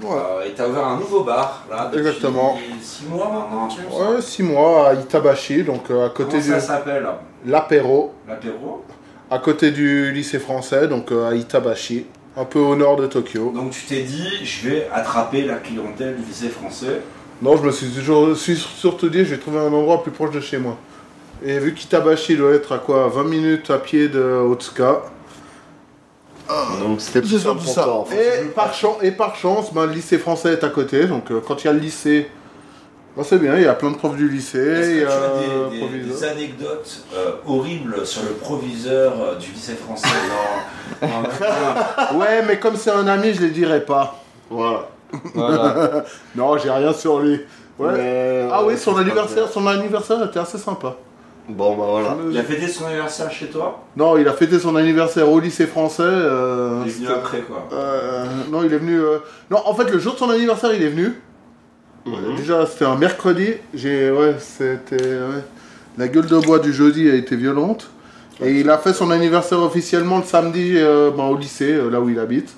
[SPEAKER 3] Ouais.
[SPEAKER 17] Euh, et t'as ouvert un nouveau bar, là, depuis
[SPEAKER 3] Exactement.
[SPEAKER 17] six mois maintenant, tu vois.
[SPEAKER 3] ouais, six mois à Itabashi, donc euh, à côté
[SPEAKER 17] Comment
[SPEAKER 3] du
[SPEAKER 17] ça s'appelle
[SPEAKER 3] l'apéro,
[SPEAKER 17] L'apéro
[SPEAKER 3] à côté du lycée français, donc euh, à Itabashi, un peu au nord de Tokyo.
[SPEAKER 17] Donc tu t'es dit, je vais attraper la clientèle du lycée français.
[SPEAKER 3] Non, je me suis toujours, je suis surtout dit, je vais trouver un endroit plus proche de chez moi. Et vu qu'Itabashi doit être à quoi 20 minutes à pied de Otsuka.
[SPEAKER 2] Donc c'était
[SPEAKER 3] C'est
[SPEAKER 2] plus simple
[SPEAKER 3] surtout
[SPEAKER 2] pour
[SPEAKER 3] ça.
[SPEAKER 2] toi, en fait.
[SPEAKER 3] Et par, chan- et par chance, ben, le lycée français est à côté. Donc euh, quand il y a le lycée, ben, c'est bien, il y a plein de profs du
[SPEAKER 17] Est-ce
[SPEAKER 3] lycée.
[SPEAKER 17] que
[SPEAKER 3] Il y
[SPEAKER 17] tu
[SPEAKER 3] a
[SPEAKER 17] as
[SPEAKER 3] un
[SPEAKER 17] des, des-
[SPEAKER 3] euh, proviseur.
[SPEAKER 17] des anecdotes euh, horribles sur le proviseur euh, du lycée
[SPEAKER 3] (laughs)
[SPEAKER 17] français dans, dans- dans-
[SPEAKER 3] Ouais, mais comme c'est un ami, je les dirai pas.
[SPEAKER 2] Voilà.
[SPEAKER 12] Voilà.
[SPEAKER 3] Non, j'ai rien sur lui. Ouais.
[SPEAKER 2] Mais,
[SPEAKER 3] Ah
[SPEAKER 2] ouais,
[SPEAKER 3] oui, son
[SPEAKER 2] c'est pas
[SPEAKER 3] anniversaire, son anniversaire était assez sympa.
[SPEAKER 2] bien. Bon, bah voilà.
[SPEAKER 17] Il a fêté son anniversaire chez toi
[SPEAKER 3] Non, il a fêté son anniversaire au lycée français. euh,
[SPEAKER 17] Il est venu
[SPEAKER 3] c'était-
[SPEAKER 17] après, quoi.
[SPEAKER 3] Euh, non, il est venu. euh, Non, en fait, le jour de son anniversaire, il est venu. Euh,
[SPEAKER 17] Mhm.
[SPEAKER 3] Déjà, c'était un mercredi. J'ai, ouais, c'était ouais. la gueule de bois du jeudi a été violente. Et il a fait son anniversaire officiellement le samedi euh, ben, au lycée, euh, là où il habite.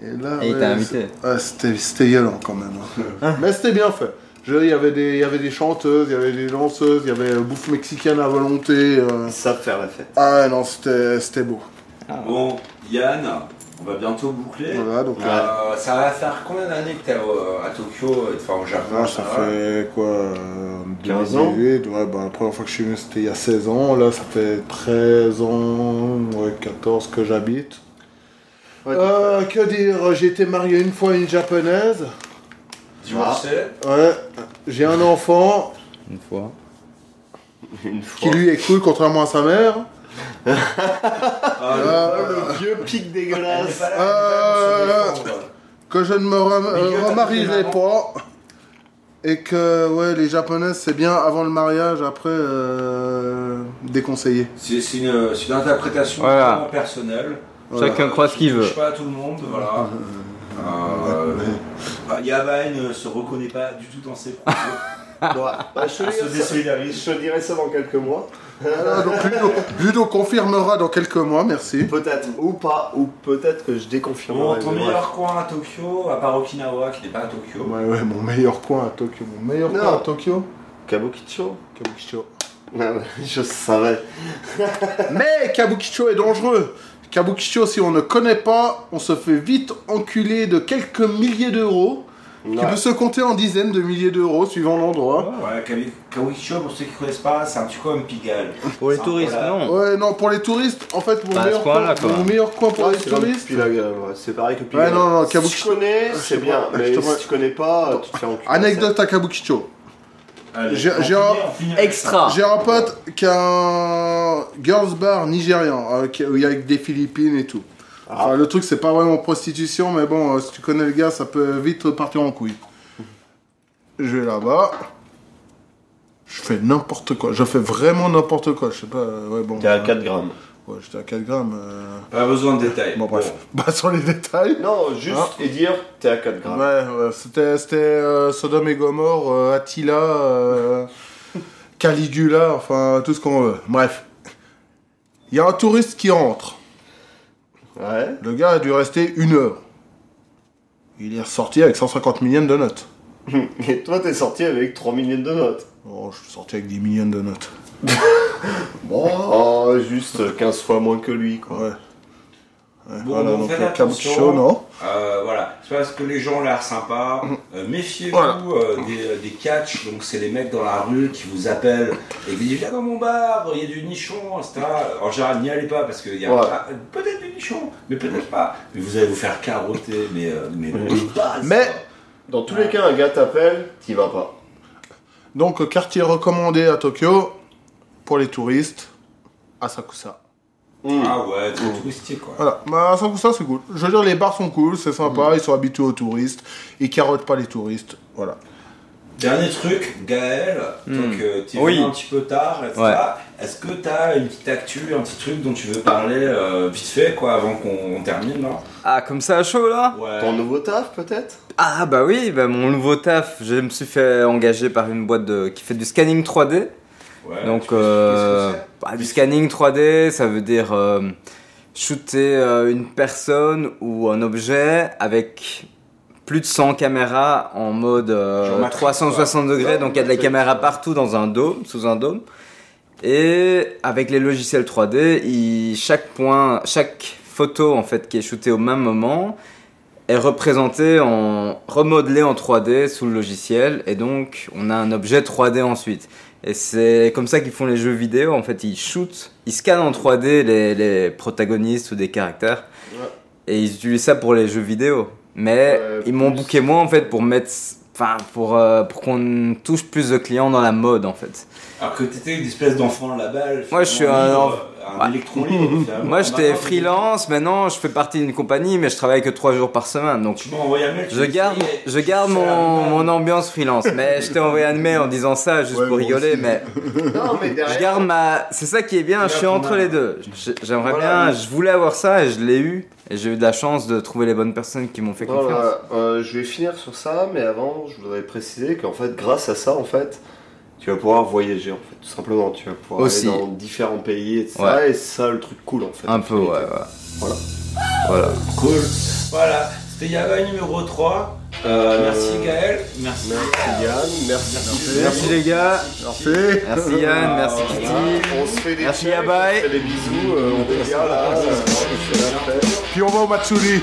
[SPEAKER 3] Et là,
[SPEAKER 12] Et il
[SPEAKER 3] ouais,
[SPEAKER 12] t'a invité. Ah.
[SPEAKER 3] c'est- ouais, c'était, c'était violent quand même.
[SPEAKER 17] (laughs)
[SPEAKER 3] hein. Mais c'était bien fait. Je- Il y, avait des, il y avait des chanteuses, il y avait des danseuses, il y avait euh, bouffe mexicaine à volonté. euh.
[SPEAKER 2] Ils savent faire la fête.
[SPEAKER 3] Ah non, c'était, c'était beau. Ah.
[SPEAKER 17] Bon, Yann, on va bientôt boucler.
[SPEAKER 3] Voilà, donc là,
[SPEAKER 17] Euh, ça va faire combien d'années que t'es euh, à Tokyo, et- enfin au Japon
[SPEAKER 3] Ah,
[SPEAKER 17] en
[SPEAKER 3] ça
[SPEAKER 17] général
[SPEAKER 3] fait quoi euh,
[SPEAKER 2] 15 ans
[SPEAKER 3] 2018, ouais, bah, La première fois que je suis venu, c'était il y a 16 ans. Là, ça fait 13 ans, ouais, 14 que j'habite.
[SPEAKER 2] Ouais,
[SPEAKER 3] Euh, que dire J'ai été marié une fois à une japonaise.
[SPEAKER 17] Divorcé
[SPEAKER 3] Ouais. J'ai un enfant
[SPEAKER 12] Une fois.
[SPEAKER 2] Une
[SPEAKER 3] qui,
[SPEAKER 2] fois.
[SPEAKER 3] lui, est cool, contrairement à sa mère. Euh,
[SPEAKER 2] Le vieux pic
[SPEAKER 17] Elle n'est
[SPEAKER 2] dégueulasse.
[SPEAKER 17] pas là, elle n'est pas là pour se
[SPEAKER 3] Euh,
[SPEAKER 17] défendre.
[SPEAKER 3] que je ne me rem-
[SPEAKER 17] Mais
[SPEAKER 3] euh,
[SPEAKER 17] que
[SPEAKER 3] remarierai
[SPEAKER 17] t'as fait
[SPEAKER 3] pas. Et que, ouais, les japonaises, c'est bien avant le mariage, après, euh, déconseillé.
[SPEAKER 17] C'est c'est une, c'est une interprétation
[SPEAKER 12] Voilà.
[SPEAKER 17] vraiment personnelle.
[SPEAKER 12] Chacun croit ce qu'il
[SPEAKER 17] Je ne
[SPEAKER 12] veut.
[SPEAKER 17] pas à tout le monde, voilà. Euh, bah, Yavain ne se reconnaît pas du tout dans ses propos.
[SPEAKER 2] Bah, bah, je, te
[SPEAKER 17] Elle se
[SPEAKER 2] dirai ça,
[SPEAKER 17] désolidarise.
[SPEAKER 2] je te dirai ça dans quelques mois.
[SPEAKER 3] Voilà, donc Ludo, Ludo confirmera dans quelques mois, merci.
[SPEAKER 2] Peut-être. Ou pas. Ou peut-être que je déconfirmerai.
[SPEAKER 17] Bon, ton
[SPEAKER 2] mais bref.
[SPEAKER 17] meilleur coin à Tokyo, à part Okinawa, qui n'est pas à Tokyo.
[SPEAKER 3] Ouais, ouais, mon meilleur coin à Tokyo. Mon meilleur
[SPEAKER 2] Non.
[SPEAKER 3] coin à Tokyo
[SPEAKER 2] Kabukicho
[SPEAKER 3] Kabukicho.
[SPEAKER 2] Ah ouais, Je savais.
[SPEAKER 3] (laughs) Mais Kabukicho est dangereux Kabukicho, si on ne connaît pas, on se fait vite enculer de quelques milliers d'euros. qui peut se compter en dizaines de milliers d'euros suivant l'endroit.
[SPEAKER 1] Ouais, Kawi- Kawicho, pour ceux qui ne connaissent pas, c'est un petit coin comme Pigalle.
[SPEAKER 3] Pour les
[SPEAKER 1] C'est un
[SPEAKER 3] touristes,
[SPEAKER 1] peu la-
[SPEAKER 3] Ouais, non, pour les touristes, en fait, mon,
[SPEAKER 1] Pas Bah, à ce
[SPEAKER 3] meilleur,
[SPEAKER 1] point-là,
[SPEAKER 3] coin,
[SPEAKER 1] quoi.
[SPEAKER 3] mon meilleur coin pour
[SPEAKER 2] Ouais,
[SPEAKER 3] les
[SPEAKER 2] c'est comme
[SPEAKER 3] touristes.
[SPEAKER 2] Pigalle, ouais, c'est pareil que
[SPEAKER 3] Ouais,
[SPEAKER 2] Pigalle.
[SPEAKER 3] non, non,
[SPEAKER 2] Si
[SPEAKER 3] Kabukicho.
[SPEAKER 2] tu connais, c'est bien,
[SPEAKER 3] je
[SPEAKER 2] mais
[SPEAKER 3] te-
[SPEAKER 2] si tu connais pas, tu te fais enculer.
[SPEAKER 3] Anecdote à Kabukicho. J'ai j'ai un...
[SPEAKER 2] Ah.
[SPEAKER 12] Extra.
[SPEAKER 3] J'ai un pote qui a un girls bar nigérian, euh, qui- où il y a avec des Philippines et tout.
[SPEAKER 2] Ah.
[SPEAKER 3] Enfin, le truc, c'est pas vraiment prostitution, mais bon, euh, si tu connais le gars, ça peut vite partir en couille. Je vais là-bas. Je fais n'importe quoi. Je fais vraiment n'importe quoi. Je sais pas. euh, Ouais, bon.
[SPEAKER 2] T'es à 4 grammes.
[SPEAKER 3] Ouais, j'étais à 4 grammes. euh,
[SPEAKER 1] Pas besoin de détails.
[SPEAKER 3] Bon, bref. (laughs) Bah, sans les détails.
[SPEAKER 2] Non, juste et dire, t'es à 4 grammes.
[SPEAKER 3] Ouais, ouais, c'était, c'était euh, Sodome et Gomorre, euh, Attila, euh, (laughs) Caligula, enfin tout ce qu'on veut. Bref. Il y a un touriste qui rentre.
[SPEAKER 2] Ouais.
[SPEAKER 3] Le gars a dû rester une heure. Il est ressorti avec 150 millions de notes.
[SPEAKER 2] Et toi, t'es sorti avec 3 millions de notes.
[SPEAKER 3] Oh, je suis sorti avec 10 millions de notes.
[SPEAKER 2] Bon, oh, juste 15 fois moins que lui, quoi.
[SPEAKER 3] Ouais.
[SPEAKER 1] Bon,
[SPEAKER 3] voilà,
[SPEAKER 1] donc
[SPEAKER 3] donc
[SPEAKER 1] faites
[SPEAKER 3] le
[SPEAKER 1] attention.
[SPEAKER 3] Kabukicho, non
[SPEAKER 1] Euh, voilà, c'est parce que les gens ont l'air sympas. Euh, Méfiez-vous euh, des, euh, des catchs, donc c'est les mecs dans la rue qui vous appellent et qui vous disent Viens dans mon bar, il y a du nichon, etc. En général, n'y allez pas parce qu'il y a
[SPEAKER 2] Ouais.
[SPEAKER 1] ah, peut-être du nichon, mais peut-être pas. Mais vous allez vous faire carotter, mais, euh, mais
[SPEAKER 3] Mais
[SPEAKER 2] dans tous les cas, un gars t'appelle, t'y vas pas.
[SPEAKER 3] Donc, euh, quartier recommandé à Tokyo pour les touristes, Asakusa.
[SPEAKER 1] Ah ouais, trop touristique quoi.
[SPEAKER 3] Voilà, bah, Asakusa c'est cool. Je veux dire, les bars sont cool, c'est sympa, ils sont habitués aux touristes, ils carottent pas les touristes. Voilà.
[SPEAKER 1] Dernier truc, Gaël, donc tu es
[SPEAKER 3] Oui.
[SPEAKER 1] un petit peu tard, etc.
[SPEAKER 3] Ouais.
[SPEAKER 1] Est-ce que tu as une petite actu, un petit truc dont tu veux parler euh, vite fait quoi avant qu'on termine là
[SPEAKER 12] Ah, comme ça à chaud là
[SPEAKER 2] Ton nouveau taf, peut-être
[SPEAKER 12] Ah bah oui, bah mon nouveau taf, je me suis fait engager par une boîte de- qui fait du scanning 3D. Donc euh, bah, du scanning 3D, ça veut dire euh, shooter euh, une personne ou un objet avec plus de 100 caméras en mode euh,
[SPEAKER 1] Genre Matrix,
[SPEAKER 12] 360
[SPEAKER 1] quoi.
[SPEAKER 12] degrés, donc il y a de la
[SPEAKER 1] Matrix,
[SPEAKER 12] caméra partout dans un dôme, sous un dôme. Et avec les logiciels 3D, il- chaque point, chaque photo en fait qui est shootée au même moment est représentée en remodelée en 3D sous le logiciel et donc on a un objet 3D ensuite. Et c'est comme ça qu'ils font les jeux vidéo. En fait, ils shootent, ils scannent en 3D les, les protagonistes ou des caractères et ils utilisent ça pour les jeux vidéo. Mais ils m'ont booké moi en fait pour mettre, enfin pour euh, pour qu'on touche plus de clients dans la mode en fait.
[SPEAKER 1] Alors que t'étais une espèce d'enfant de la balle.
[SPEAKER 12] Moi, je suis
[SPEAKER 1] finalement,
[SPEAKER 12] un
[SPEAKER 1] libre,
[SPEAKER 12] enf-
[SPEAKER 1] un électron libre. finalement.
[SPEAKER 12] Moi j'étais
[SPEAKER 1] Maintenant,
[SPEAKER 12] freelance, maintenant je fais partie d'une compagnie, mais je travaille que 3 jours par semaine. Donc
[SPEAKER 1] Tu m'as envoyé un mail. tu
[SPEAKER 12] je
[SPEAKER 1] m'as dit,
[SPEAKER 12] garde, je garde mon, mon ambiance freelance. Mais je t'ai envoyé un mail en disant ça juste pour rigoler, mais.
[SPEAKER 2] Non, mais
[SPEAKER 12] Je garde ma. C'est ça qui est bien, je suis entre les deux. Je- J'aimerais bien, je voulais avoir ça et je l'ai eu. Et j'ai eu de la chance de trouver les bonnes personnes qui m'ont fait confiance.
[SPEAKER 2] Voilà, euh, je vais finir sur ça, mais avant, je voudrais préciser qu'en fait, grâce à ça, en fait, tu vas pouvoir voyager, en fait, tout simplement. Tu vas pouvoir
[SPEAKER 12] Aussi.
[SPEAKER 2] aller dans différents pays, etc.
[SPEAKER 12] Ouais.
[SPEAKER 2] Et c'est ça, le truc cool, en fait.
[SPEAKER 12] Un peu, ouais, ouais.
[SPEAKER 2] Voilà.
[SPEAKER 12] Voilà.
[SPEAKER 1] Cool. Voilà, c'était Yaba numéro 3.
[SPEAKER 2] Euh,
[SPEAKER 1] merci Gaël. Merci.
[SPEAKER 2] Merci Yann. Merci.
[SPEAKER 12] Merci les gars.
[SPEAKER 2] Merci.
[SPEAKER 12] Merci Yann, merci
[SPEAKER 2] Voilà.
[SPEAKER 12] Kitty.
[SPEAKER 2] On se fait des
[SPEAKER 12] Merci
[SPEAKER 2] checks,
[SPEAKER 12] Yabai.
[SPEAKER 2] on se fait des bisous. euh, on est bien là. euh, on se fait la fête.
[SPEAKER 3] Puis on va au Matsuri.